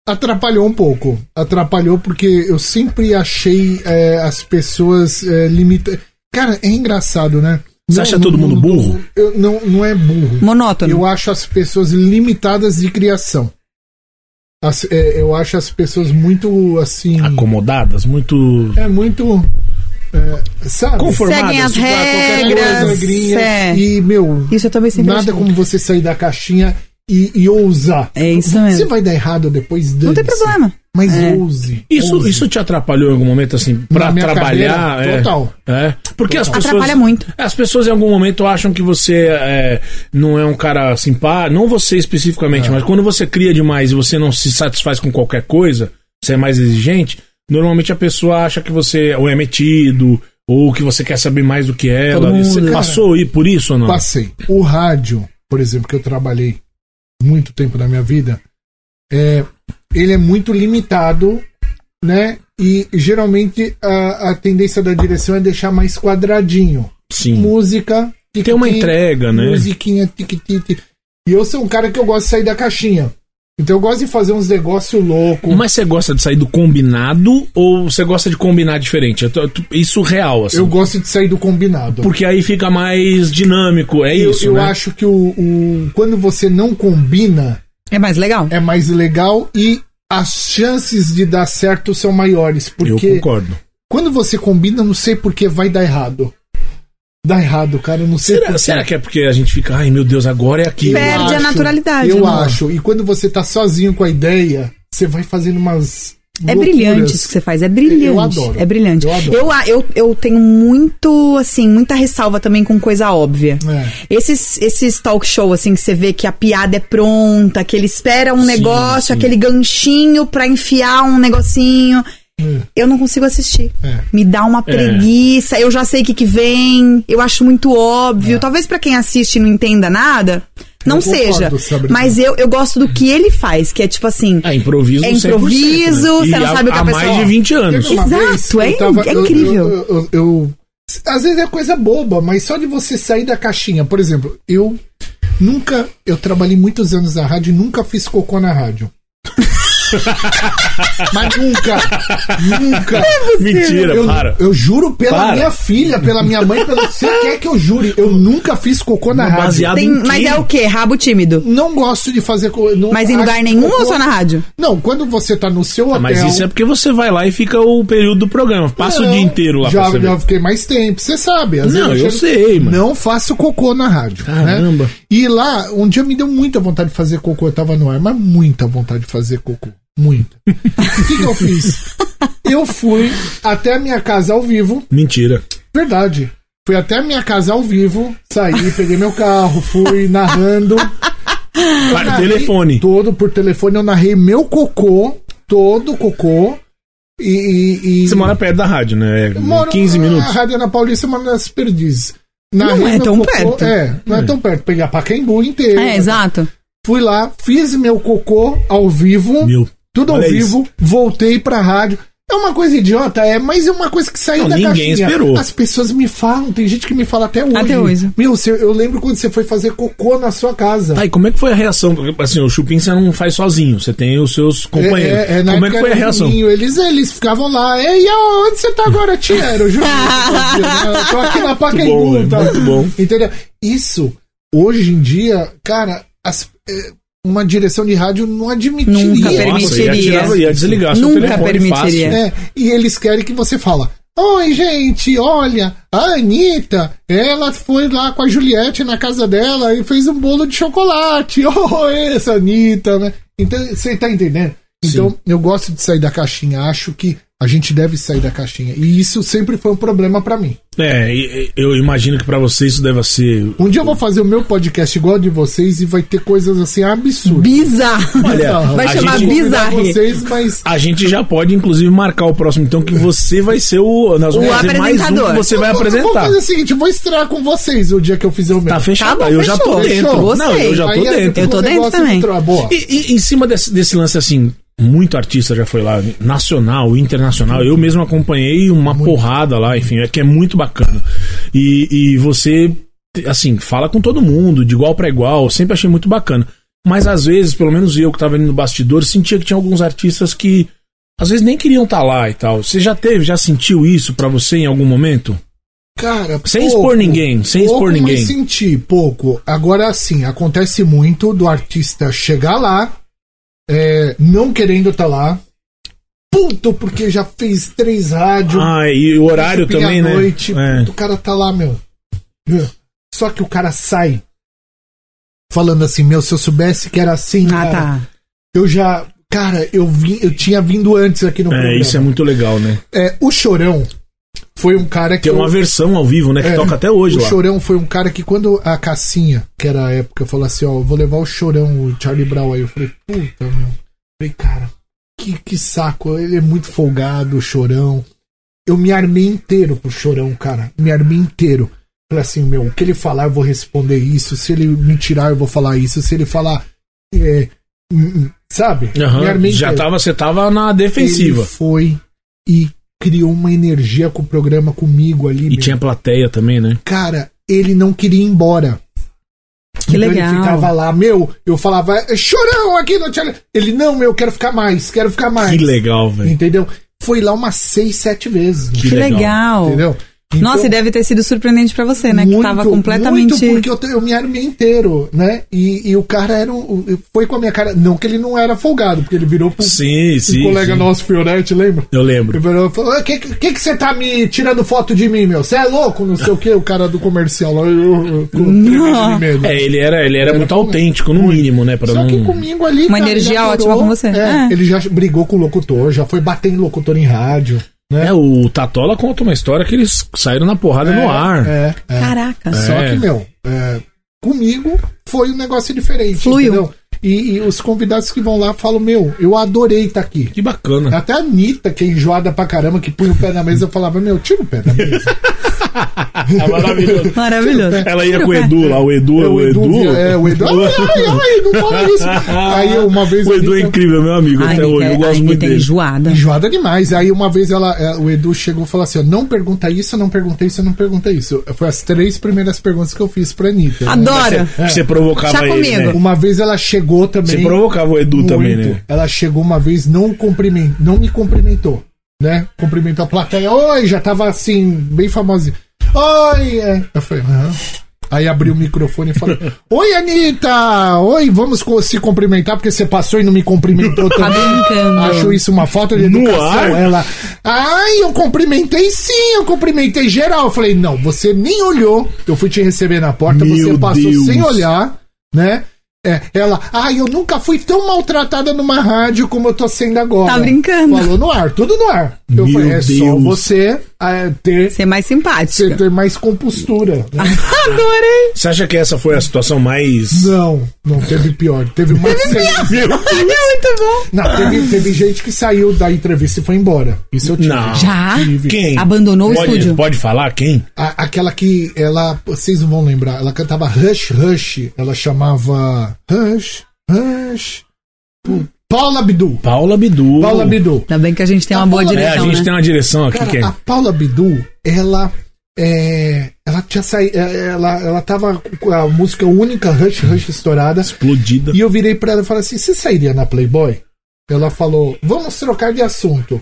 Speaker 3: Atrapalhou um pouco. Atrapalhou porque eu sempre achei é, as pessoas é, limitadas. Cara, é engraçado, né?
Speaker 2: Você
Speaker 3: Não,
Speaker 2: acha
Speaker 3: não-
Speaker 2: todo mundo
Speaker 3: não-
Speaker 2: burro?
Speaker 3: eu- não, não é burro.
Speaker 1: Monótono.
Speaker 3: Eu acho as pessoas limitadas de criação. As- é, eu acho as pessoas muito assim.
Speaker 2: Acomodadas, muito.
Speaker 3: É muito. É, sabe?
Speaker 2: Conformadas,
Speaker 1: Seguem as
Speaker 2: tipo, ah, qualquer coisa,
Speaker 1: regras.
Speaker 3: regrinhas.
Speaker 1: é.
Speaker 3: E, meu,
Speaker 1: Isso eu também sempre
Speaker 3: nada
Speaker 1: achei.
Speaker 3: como você sair da caixinha e, e ousar.
Speaker 1: É isso mesmo.
Speaker 3: Você vai dar errado depois
Speaker 1: Não tem
Speaker 3: dane-se.
Speaker 1: problema.
Speaker 3: Mas
Speaker 1: É.
Speaker 3: ouse.
Speaker 2: Isso,
Speaker 3: ouse.
Speaker 2: isso te atrapalhou em algum momento, assim, pra
Speaker 3: Na minha
Speaker 2: trabalhar?
Speaker 3: carreira,
Speaker 2: é,
Speaker 3: total.
Speaker 2: É. Porque as pessoas.
Speaker 1: Atrapalha muito.
Speaker 2: As pessoas em algum momento acham que você é, não é um cara simpático, não você especificamente,
Speaker 3: É.
Speaker 2: mas quando você cria demais e você não se satisfaz com qualquer coisa, você é mais exigente, normalmente a pessoa acha que você ou é metido, ou que você quer saber mais do que ela.
Speaker 1: mundo,
Speaker 2: Você
Speaker 1: né?
Speaker 2: passou aí por isso ou não?
Speaker 3: Passei. O rádio, por exemplo, que eu trabalhei muito tempo na minha vida, é, ele é muito limitado, né? E geralmente a, a tendência da direção é deixar mais quadradinho.
Speaker 2: Sim.
Speaker 3: Música.
Speaker 2: Tem uma
Speaker 3: tic-tic,
Speaker 2: entrega, né?
Speaker 3: Musiquinha, tic-tic. E eu sou um cara que eu gosto de sair da caixinha. Então eu gosto de fazer uns negócios loucos.
Speaker 2: Mas você gosta de sair do combinado ou você gosta de combinar diferente? Eu tô- eu tô- Isso real, assim.
Speaker 3: Eu gosto de sair do combinado.
Speaker 2: Porque aí fica mais dinâmico, é
Speaker 3: eu,
Speaker 2: isso,
Speaker 3: eu
Speaker 2: né?
Speaker 3: acho que o- o quando você não combina,
Speaker 1: É mais legal.
Speaker 3: é mais legal e as chances de dar certo são maiores.
Speaker 2: Eu
Speaker 3: Porque
Speaker 2: concordo.
Speaker 3: quando você combina, não sei por que vai dar errado. Dá errado, cara, não sei por
Speaker 2: Será,
Speaker 3: quê.
Speaker 2: será que é porque a gente fica, ai meu Deus, agora é aquilo?
Speaker 1: Tá Perde a naturalidade,
Speaker 3: Eu
Speaker 1: né?
Speaker 3: acho. E quando você tá sozinho com a ideia, você vai fazendo umas.
Speaker 1: É
Speaker 3: loucuras.
Speaker 1: brilhante isso que você faz, é brilhante.
Speaker 3: Eu adoro.
Speaker 1: É brilhante.
Speaker 3: Eu adoro.
Speaker 1: Eu, a- eu, eu tenho muito, assim, muita ressalva também com coisa óbvia.
Speaker 3: É.
Speaker 1: Esses, esses talk show, assim, que você vê que a piada é pronta, que ele espera um
Speaker 2: Sim,
Speaker 1: negócio,
Speaker 2: sim.
Speaker 1: aquele ganchinho pra enfiar um negocinho.
Speaker 3: Hum.
Speaker 1: Eu não consigo assistir.
Speaker 3: É.
Speaker 1: Me dá uma preguiça, eu já sei o que, que vem, eu acho muito óbvio. Talvez pra quem assiste e não entenda nada, Não
Speaker 3: Eu
Speaker 1: seja.
Speaker 3: concordo, Sabrina.
Speaker 1: Mas eu, eu gosto do que ele faz, que é tipo assim.
Speaker 2: É improviso,
Speaker 1: É
Speaker 2: 100%,
Speaker 1: improviso,
Speaker 2: né? E
Speaker 1: você não
Speaker 2: há-
Speaker 1: sabe o que a
Speaker 2: há
Speaker 1: pessoa-
Speaker 2: mais de 20 anos.
Speaker 3: Teve uma
Speaker 1: Exato,
Speaker 3: vez que
Speaker 1: é
Speaker 3: eu tava-
Speaker 1: in- é
Speaker 3: eu- eu-
Speaker 1: incrível.
Speaker 3: Eu, eu- eu- às vezes é coisa boba, mas só de você sair da caixinha. Por exemplo, eu nunca. Eu trabalhei muitos anos na rádio e nunca fiz cocô na rádio. *laughs* mas nunca! Nunca!
Speaker 1: é
Speaker 2: Mentira,
Speaker 3: Eu,
Speaker 2: para.
Speaker 3: eu juro pela
Speaker 2: Para.
Speaker 3: minha filha, pela minha mãe, pelo *laughs* que você quer que eu jure. Eu nunca fiz cocô na
Speaker 2: Mas
Speaker 3: rádio.
Speaker 2: baseado
Speaker 1: Tem,
Speaker 2: em
Speaker 1: mas
Speaker 2: quê?
Speaker 1: é o quê? Rabo tímido.
Speaker 3: Não gosto de fazer co- não
Speaker 1: Mas em lugar
Speaker 3: acho
Speaker 1: nenhum
Speaker 3: cocô-
Speaker 1: ou só na rádio?
Speaker 3: Não, quando você tá no seu hotel.
Speaker 2: Ah, Mas isso é porque você vai lá e fica o período do programa. Passa o
Speaker 3: Não,
Speaker 2: dia inteiro lá
Speaker 3: já,
Speaker 2: pra você ver.
Speaker 3: já fiquei mais tempo, você sabe. às
Speaker 2: Não,
Speaker 3: vezes
Speaker 2: eu sei, mano.
Speaker 3: Não faço cocô na rádio. né?
Speaker 2: Caramba.
Speaker 3: E lá, um dia me deu muita vontade de fazer cocô. Eu tava no ar, mas muita vontade de fazer cocô.
Speaker 2: *laughs*
Speaker 3: Muita. O que, que eu fiz? Eu fui até a minha casa ao vivo.
Speaker 2: Mentira.
Speaker 3: Verdade. Fui até a minha casa ao vivo. Saí, peguei meu carro,
Speaker 2: *laughs*
Speaker 3: fui narrando.
Speaker 1: Ah,
Speaker 2: Para
Speaker 3: narrei
Speaker 2: telefone.
Speaker 3: Todo por telefone. Eu narrei meu cocô. Todo cocô. E. e, e...
Speaker 2: Você mora perto da rádio, né? É
Speaker 3: Eu moro
Speaker 2: 15
Speaker 3: Na
Speaker 2: minutos.
Speaker 3: Rádio Ana Paulista, eu moro nas Perdizes. Na
Speaker 1: Não é
Speaker 3: Rio,
Speaker 1: tão
Speaker 3: meu
Speaker 1: perto.
Speaker 3: É, não é, tão perto. Peguei a Pacaembu inteira.
Speaker 1: É, exato.
Speaker 3: Fui lá, fiz meu cocô ao vivo,
Speaker 2: Meu.
Speaker 3: tudo ao
Speaker 2: Olha
Speaker 3: vivo, voltei pra rádio. É uma coisa idiota, é, mas é uma coisa que saiu
Speaker 2: Não,
Speaker 3: da
Speaker 2: ninguém
Speaker 3: caixinha.
Speaker 2: esperou.
Speaker 3: As pessoas me falam, tem gente que me fala até hoje.
Speaker 1: Até hoje.
Speaker 3: Meu, você- eu lembro quando você foi fazer cocô na sua casa.
Speaker 2: Tá, e como é que foi a reação? Porque, Assim, o chupim você não faz sozinho, você tem os seus companheiros.
Speaker 3: na
Speaker 2: como é
Speaker 3: época
Speaker 2: que foi a
Speaker 3: era
Speaker 2: reação?
Speaker 3: menino, Eles, eles ficavam lá. Ei, ó, onde você tá agora, tia? Era
Speaker 2: *laughs*
Speaker 3: o Júlio. Eu tô aqui na
Speaker 2: bom,
Speaker 3: Pacaembu.
Speaker 2: velho,
Speaker 3: tá?
Speaker 2: muito bom.
Speaker 3: Entendeu? Isso, hoje em dia, cara, as- é, uma direção de rádio não admitiria.
Speaker 1: Nunca
Speaker 3: isso.
Speaker 1: permitiria.
Speaker 2: ia, tirar, ia desligar seu
Speaker 1: Nunca
Speaker 2: telefone
Speaker 1: permitiria.
Speaker 2: fácil.
Speaker 3: É, e eles querem que você fala. Oi, gente, olha, a Anitta, ela foi lá com a Juliette na casa dela e fez um bolo de chocolate. *laughs* Oh, essa Anitta, né? Então, você tá entendendo? Então, eu gosto de sair da caixinha, acho que a gente deve sair da caixinha. E isso sempre foi um problema pra mim.
Speaker 2: É, e- e- eu imagino que pra você isso deve ser.
Speaker 3: Um dia eu vou fazer o meu podcast igual ao de vocês e vai ter coisas assim absurdas.
Speaker 1: Bizarro.
Speaker 2: Olha,
Speaker 1: Vai
Speaker 2: a
Speaker 1: chamar
Speaker 2: gente-
Speaker 1: bi-
Speaker 3: Convidar
Speaker 1: bizarre.
Speaker 3: vocês, mas
Speaker 2: A gente já pode, inclusive, marcar o próximo, então, que você vai ser o. Nós vamos
Speaker 1: O
Speaker 2: fazer mais um que
Speaker 1: apresentador.
Speaker 2: você vai
Speaker 3: Eu vou- Vou
Speaker 2: apresentar.
Speaker 3: fazer um. o seguinte, eu vou estrear com vocês o dia que eu fizer o meu.
Speaker 2: Tá fechado?
Speaker 1: Tá bom,
Speaker 2: eu já tô
Speaker 1: fechou.
Speaker 2: dentro.
Speaker 3: Fechou.
Speaker 2: Não, eu já tô
Speaker 3: Aí é
Speaker 2: dentro.
Speaker 1: Eu tô
Speaker 3: o
Speaker 1: dentro
Speaker 3: negócio
Speaker 1: também.
Speaker 3: entrou, boa.
Speaker 2: E, e- em cima desse, desse lance, assim, muito artista já foi lá, nacional, internacional. Eu mesmo acompanhei uma porrada lá, enfim, é que é muito bacana. E, e você, assim, fala com todo mundo, de igual pra igual, sempre achei muito bacana. Mas às vezes, pelo menos eu que tava ali no bastidor, sentia que tinha alguns artistas que às vezes nem queriam estar lá e tal. Você já teve, já sentiu isso pra você em algum momento?
Speaker 3: Cara,
Speaker 2: Sem expor ninguém, sem
Speaker 3: pouco,
Speaker 2: expor
Speaker 3: mas
Speaker 2: ninguém.
Speaker 3: senti pouco. Agora, assim, acontece muito do artista chegar lá, é, não querendo estar lá, puto porque já fez três rádios,
Speaker 2: Ah, e o horário
Speaker 3: Chupim à
Speaker 2: também, né?
Speaker 3: noite,
Speaker 2: É.
Speaker 3: puto, o cara tá lá, meu. Só que o cara sai falando assim, meu, se eu soubesse que era assim,
Speaker 1: *laughs* Ah,
Speaker 3: cara,
Speaker 1: tá.
Speaker 3: eu já... Cara, eu, vim, eu tinha vindo antes aqui no
Speaker 2: É,
Speaker 3: programa.
Speaker 2: isso é muito legal, né?
Speaker 3: É, o Chorão foi um cara que.
Speaker 2: Tem é uma
Speaker 3: eu-
Speaker 2: versão ao vivo, né? Que
Speaker 3: É,
Speaker 2: toca até hoje
Speaker 3: o
Speaker 2: lá.
Speaker 3: Chorão foi um cara que quando a Cassinha, que era a época, falou assim, ó, eu vou levar o Chorão, o Charlie Brown aí. Eu falei, puta, meu. Eu falei, cara, que, que saco. Ele é muito folgado, o Chorão. Eu me armei inteiro pro Chorão, cara. Me armei inteiro. Falei assim, meu, o que ele falar, eu vou responder isso. Se ele me tirar, eu vou falar isso. Se ele falar. é, hum, hum, sabe?
Speaker 2: Aham,
Speaker 3: Me armei
Speaker 2: Já
Speaker 3: inteiro.
Speaker 2: tava, você tava na defensiva.
Speaker 3: Ele foi e criou uma energia com o programa comigo ali.
Speaker 2: E
Speaker 3: meu.
Speaker 2: tinha plateia também, né?
Speaker 3: Cara, ele não queria ir embora. Então
Speaker 1: Que
Speaker 3: Ele
Speaker 1: legal.
Speaker 3: ficava lá, meu, eu falava, "É chorão aqui no Tchelle. Ele, não, meu, eu quero ficar mais, quero ficar mais.
Speaker 2: Que legal, velho.
Speaker 3: Entendeu? Foi lá umas seis, sete vezes.
Speaker 2: Que
Speaker 1: Que legal.
Speaker 3: Entendeu?
Speaker 1: Oh. Nossa, e
Speaker 3: Então,
Speaker 1: deve ter sido surpreendente pra você, né? que tava completamente.
Speaker 3: Muito porque eu, te- eu me armei inteiro, né? E, e o cara era um, Foi com a minha cara. Não que ele não era folgado, porque ele virou pro
Speaker 2: Sim,
Speaker 3: pro
Speaker 2: sim.
Speaker 3: então, um colega
Speaker 2: sim.
Speaker 3: nosso, Fioretti, lembra?
Speaker 2: Eu lembro.
Speaker 3: Ele falou, "Ah, que, que que você tá me tirando foto de mim, meu? Você é louco, não sei o que, o cara do comercial lá, eu, eu, com tremendo de medo.
Speaker 2: É, ele era, ele era,
Speaker 3: Era
Speaker 2: muito
Speaker 3: como-
Speaker 2: autêntico, no mínimo, né? Pra
Speaker 3: Só
Speaker 2: não...
Speaker 3: que comigo ali,
Speaker 1: Uma
Speaker 3: ele
Speaker 1: energia
Speaker 3: já
Speaker 1: ótima com você.
Speaker 3: É,
Speaker 1: É.
Speaker 3: Ele já brigou com o locutor, já foi bater em locutor em rádio. Né?
Speaker 2: É, o Tatola conta uma história que eles saíram na porrada no ar.
Speaker 3: É, é.
Speaker 1: Caraca.
Speaker 3: Só
Speaker 2: É.
Speaker 3: que, meu, é, comigo foi um negócio diferente.
Speaker 1: Fluiu.
Speaker 3: entendeu? E, e os convidados que vão lá falam: Meu, eu adorei estar aqui.
Speaker 2: Que
Speaker 3: *laughs*
Speaker 2: bacana.
Speaker 3: Até a Anitta, que é enjoada pra caramba, que punha o pé na mesa, eu falava: Meu, tira o pé da mesa.
Speaker 2: É maravilhoso.
Speaker 1: Maravilhoso.
Speaker 2: Ela ia com o Edu lá, o Edu,
Speaker 3: É,
Speaker 2: o Edu.
Speaker 3: é, o Edu. Ai, *laughs* ai, ai, não fala isso.
Speaker 2: *laughs*
Speaker 3: Aí uma vez.
Speaker 2: O
Speaker 3: a
Speaker 2: Edu é
Speaker 3: Anitta-
Speaker 2: incrível, meu amigo.
Speaker 1: Ai,
Speaker 2: até hoje.
Speaker 1: Anitta-
Speaker 2: Eu
Speaker 1: ai,
Speaker 2: gosto muito
Speaker 1: Anitta é
Speaker 2: dele.
Speaker 1: enjoada.
Speaker 3: Enjoada demais. Aí uma vez ela, eh, o Edu chegou e falou assim: ó, não pergunta isso, não pergunta isso, não pergunta isso. Foi as três primeiras perguntas que eu fiz pra Anitta. né?
Speaker 1: Adoro.
Speaker 2: Você provocava
Speaker 1: Chá
Speaker 2: ele,
Speaker 1: comigo.
Speaker 2: né?
Speaker 3: Uma vez ela chegou também.
Speaker 2: Você provocava o Edu
Speaker 3: muito.
Speaker 2: também, né?
Speaker 3: Ela chegou uma vez, não cumprimen- não me cumprimentou, né? Cumprimentou a plateia. Oi, já tava assim, bem famosinha. Oi! é. Eu falei, "Hã?" Aí abriu o microfone e
Speaker 2: *laughs*
Speaker 3: falou: Oi, Anitta! Oi, vamos co- se cumprimentar, porque você passou e não
Speaker 2: *laughs*
Speaker 3: me cumprimentou
Speaker 1: Tá
Speaker 3: também.
Speaker 1: brincando.
Speaker 3: Acho isso uma falta de
Speaker 2: No
Speaker 3: educação.
Speaker 2: ar?
Speaker 3: Ela. Ai, eu cumprimentei sim, eu cumprimentei geral. Eu falei, não, você nem olhou. Eu fui te receber na porta,
Speaker 2: Meu
Speaker 3: você passou
Speaker 2: Deus.
Speaker 3: sem olhar, né? É, ela, ai, eu nunca fui tão maltratada numa rádio como eu tô sendo agora.
Speaker 1: Tá brincando.
Speaker 3: Falou no ar, tudo no ar. Eu
Speaker 2: Meu
Speaker 3: falei, é só
Speaker 2: Deus.
Speaker 3: você é, ter,
Speaker 1: Ser mais
Speaker 3: você
Speaker 1: simpática.
Speaker 3: ter mais compostura.
Speaker 2: Ah.
Speaker 3: né?
Speaker 1: *laughs* Adorei.
Speaker 2: Você acha que essa foi a situação mais.
Speaker 3: Não, não teve pior. Teve mais.
Speaker 2: Meu
Speaker 1: É *laughs* muito bom.
Speaker 3: Não, teve, teve gente que saiu da entrevista e foi embora. Isso eu tive.
Speaker 2: Não.
Speaker 1: Já?
Speaker 2: Quem?
Speaker 1: Abandonou o
Speaker 2: Pode-
Speaker 1: estúdio.
Speaker 2: Pode falar quem?
Speaker 3: A- aquela que ela. Vocês não vão lembrar. Ela cantava Rush Rush. Ela chamava Rush Rush. Pô, Paula Abdul.
Speaker 2: Paula Bidu.
Speaker 3: Paula Abdul.
Speaker 1: Ainda bem que a gente tem uma
Speaker 3: Tá
Speaker 1: boa
Speaker 3: bom, né?
Speaker 2: É, a
Speaker 1: direção,
Speaker 2: gente
Speaker 1: né?
Speaker 2: tem uma direção aqui Uh, que é.
Speaker 3: Cara, a Paula Abdul, ela. É, ela tinha saído. Ela, ela tava com a música única Rush Rush estourada.
Speaker 2: Explodida.
Speaker 3: E eu virei pra ela e falei assim: você sairia na Playboy? Ela falou: vamos trocar de assunto.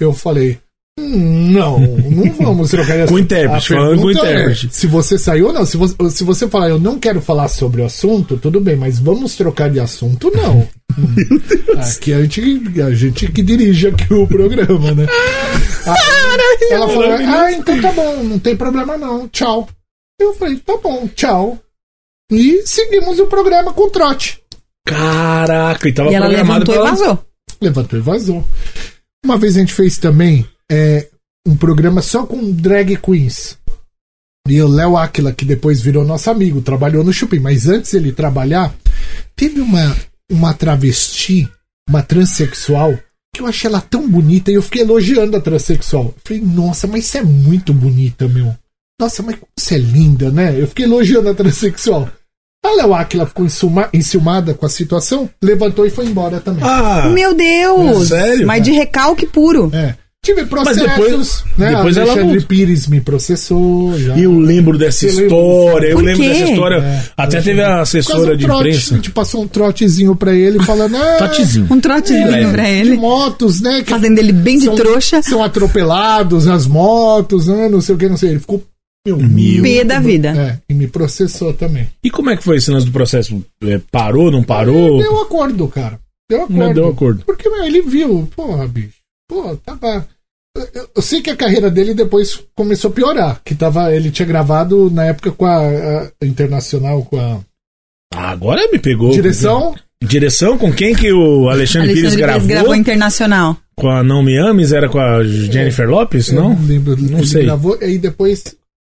Speaker 3: Eu falei. "Hum, Não, não vamos trocar de assunto.
Speaker 2: *laughs* Com intérprete,
Speaker 3: A
Speaker 2: falando com
Speaker 3: pergunta é,
Speaker 2: intérprete.
Speaker 3: se você saiu ou não, se você, se você falar eu não quero falar sobre o assunto, tudo bem, mas vamos trocar de
Speaker 2: *laughs*
Speaker 3: assunto, não. Hum. Aqui a gente, a gente que dirige aqui o programa,
Speaker 2: *laughs*
Speaker 3: né? Aí ela falou, ah, então tá bom, não tem problema não, tchau. Eu falei, tá bom, tchau. E seguimos o programa com trote.
Speaker 2: Caraca, e tava
Speaker 1: E ela
Speaker 2: programado
Speaker 1: levantou e
Speaker 2: pra.
Speaker 1: vazou.
Speaker 3: Levantou e vazou. Uma vez a gente fez também é, um programa só com drag queens. E o Léo Áquila, que depois virou nosso amigo, trabalhou no Chupim, mas antes ele trabalhar, teve uma, uma travesti, uma transexual, que eu achei ela tão bonita e eu fiquei elogiando a transexual. Eu falei, nossa, mas você é muito bonita, meu. Nossa, mas como você é linda, né? Eu fiquei elogiando a transexual. A Léo Áquila ficou enciuma- enciumada com a situação, levantou e foi embora também.
Speaker 2: Ah,
Speaker 1: Meu Deus!
Speaker 2: É sério,
Speaker 1: Mas de recalque puro.
Speaker 3: É. Tive processos,
Speaker 2: Mas depois-
Speaker 3: né?
Speaker 2: depois ela
Speaker 3: Alexandre
Speaker 2: voltou.
Speaker 3: Pires me processou. Já.
Speaker 2: eu lembro dessa
Speaker 3: Você lembra
Speaker 2: história. Eu
Speaker 1: Por
Speaker 2: lembro
Speaker 1: quê?
Speaker 2: dessa história.
Speaker 3: É,
Speaker 2: Até teve a assessora de
Speaker 3: trote, A
Speaker 2: imprensa.
Speaker 3: gente passou um trotezinho pra ele falando. Ah,
Speaker 2: Totezinho.
Speaker 1: Um trotezinho
Speaker 2: É,
Speaker 1: pra
Speaker 3: De
Speaker 1: ele.
Speaker 3: motos, né? Que
Speaker 1: Fazendo ele bem de
Speaker 3: são,
Speaker 1: trouxa.
Speaker 3: São atropelados as motos, né? Não sei o que, não sei. Ele ficou. Meu,
Speaker 2: Meu.
Speaker 1: P da vida.
Speaker 3: É, e me processou também.
Speaker 2: E como é que foi esse lance do processo? É, parou, não parou?
Speaker 3: Deu acordo, cara. Deu acordo.
Speaker 2: Não deu acordo.
Speaker 3: Porque meu, ele viu, porra, bicho. Pô, tava. eu- eu- Eu sei que a carreira dele depois começou a piorar. Que tava. Ele tinha gravado na época com a, a Internacional, com a
Speaker 2: Ah, agora me pegou. né?
Speaker 3: direção.
Speaker 2: Direção com quem que o Alexandre, Pires
Speaker 1: Alexandre
Speaker 2: gravou?
Speaker 1: Pires gravou internacional.
Speaker 2: Com a Não Me Ames? Era com a Jennifer Lopes?
Speaker 3: Eu
Speaker 2: Não?
Speaker 3: Não lembro.
Speaker 2: Não
Speaker 3: ele
Speaker 2: sei.
Speaker 3: gravou, aí depois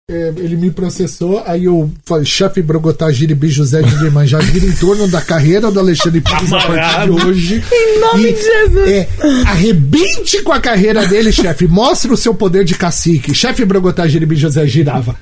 Speaker 3: é, ele me processou, aí eu falei, chefe Brogotá Giribi José de Manjá gira em torno da carreira do Alexandre Pires a partir de
Speaker 2: Amarrado.
Speaker 3: hoje.
Speaker 1: Em nome
Speaker 3: E-
Speaker 1: de Jesus!
Speaker 3: É, arrebente com a carreira dele, chefe. Mostre o seu poder de cacique. Chefe Brogotá Giribi José girava.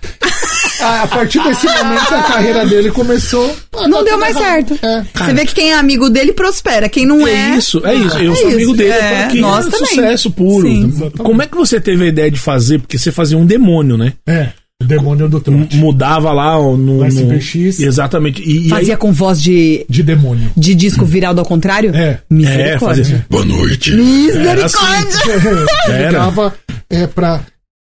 Speaker 3: A a partir desse momento a carreira dele começou. a
Speaker 1: Não
Speaker 3: dar
Speaker 1: deu
Speaker 3: tudo
Speaker 1: mais
Speaker 3: errado.
Speaker 1: certo.
Speaker 3: É.
Speaker 1: Você vê que quem é amigo dele prospera. Quem não é.
Speaker 2: É isso, é isso. Eu
Speaker 1: é
Speaker 2: sou amigo
Speaker 1: isso.
Speaker 2: dele,
Speaker 1: É,
Speaker 2: eu tô aqui.
Speaker 1: nós
Speaker 2: é
Speaker 1: também.
Speaker 2: sucesso puro.
Speaker 1: Sim.
Speaker 2: Como é que você teve a ideia de fazer? Porque você fazia um demônio, né?
Speaker 3: É, o demônio do
Speaker 2: M-
Speaker 3: trote.
Speaker 2: Mudava lá no, no
Speaker 3: SPX.
Speaker 2: Exatamente. E, e
Speaker 1: Fazia com voz de,
Speaker 3: De demônio.
Speaker 1: de disco virado ao contrário?
Speaker 2: aí,
Speaker 3: É.
Speaker 2: é, fazia
Speaker 1: Misericórdia.
Speaker 2: assim, Boa noite. Era
Speaker 1: Misericórdia!
Speaker 2: assim.
Speaker 3: Ele
Speaker 2: Era.
Speaker 3: dava é, para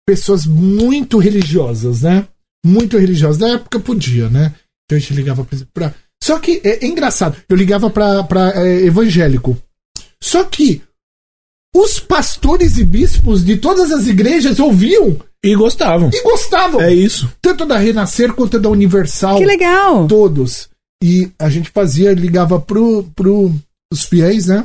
Speaker 3: pessoas muito religiosas, né? Muito religiosas. Na época podia, né? Então a gente ligava pra- pra. Só que é, é engraçado. Eu ligava pra, pra é, evangélico. Só que os pastores e bispos de todas as igrejas ouviam
Speaker 2: E gostavam.
Speaker 3: e gostavam.
Speaker 2: É isso.
Speaker 3: Tanto da Renascer quanto da Universal
Speaker 1: Que legal!
Speaker 3: todos. E a gente fazia, ligava pro, pro os fiéis, né?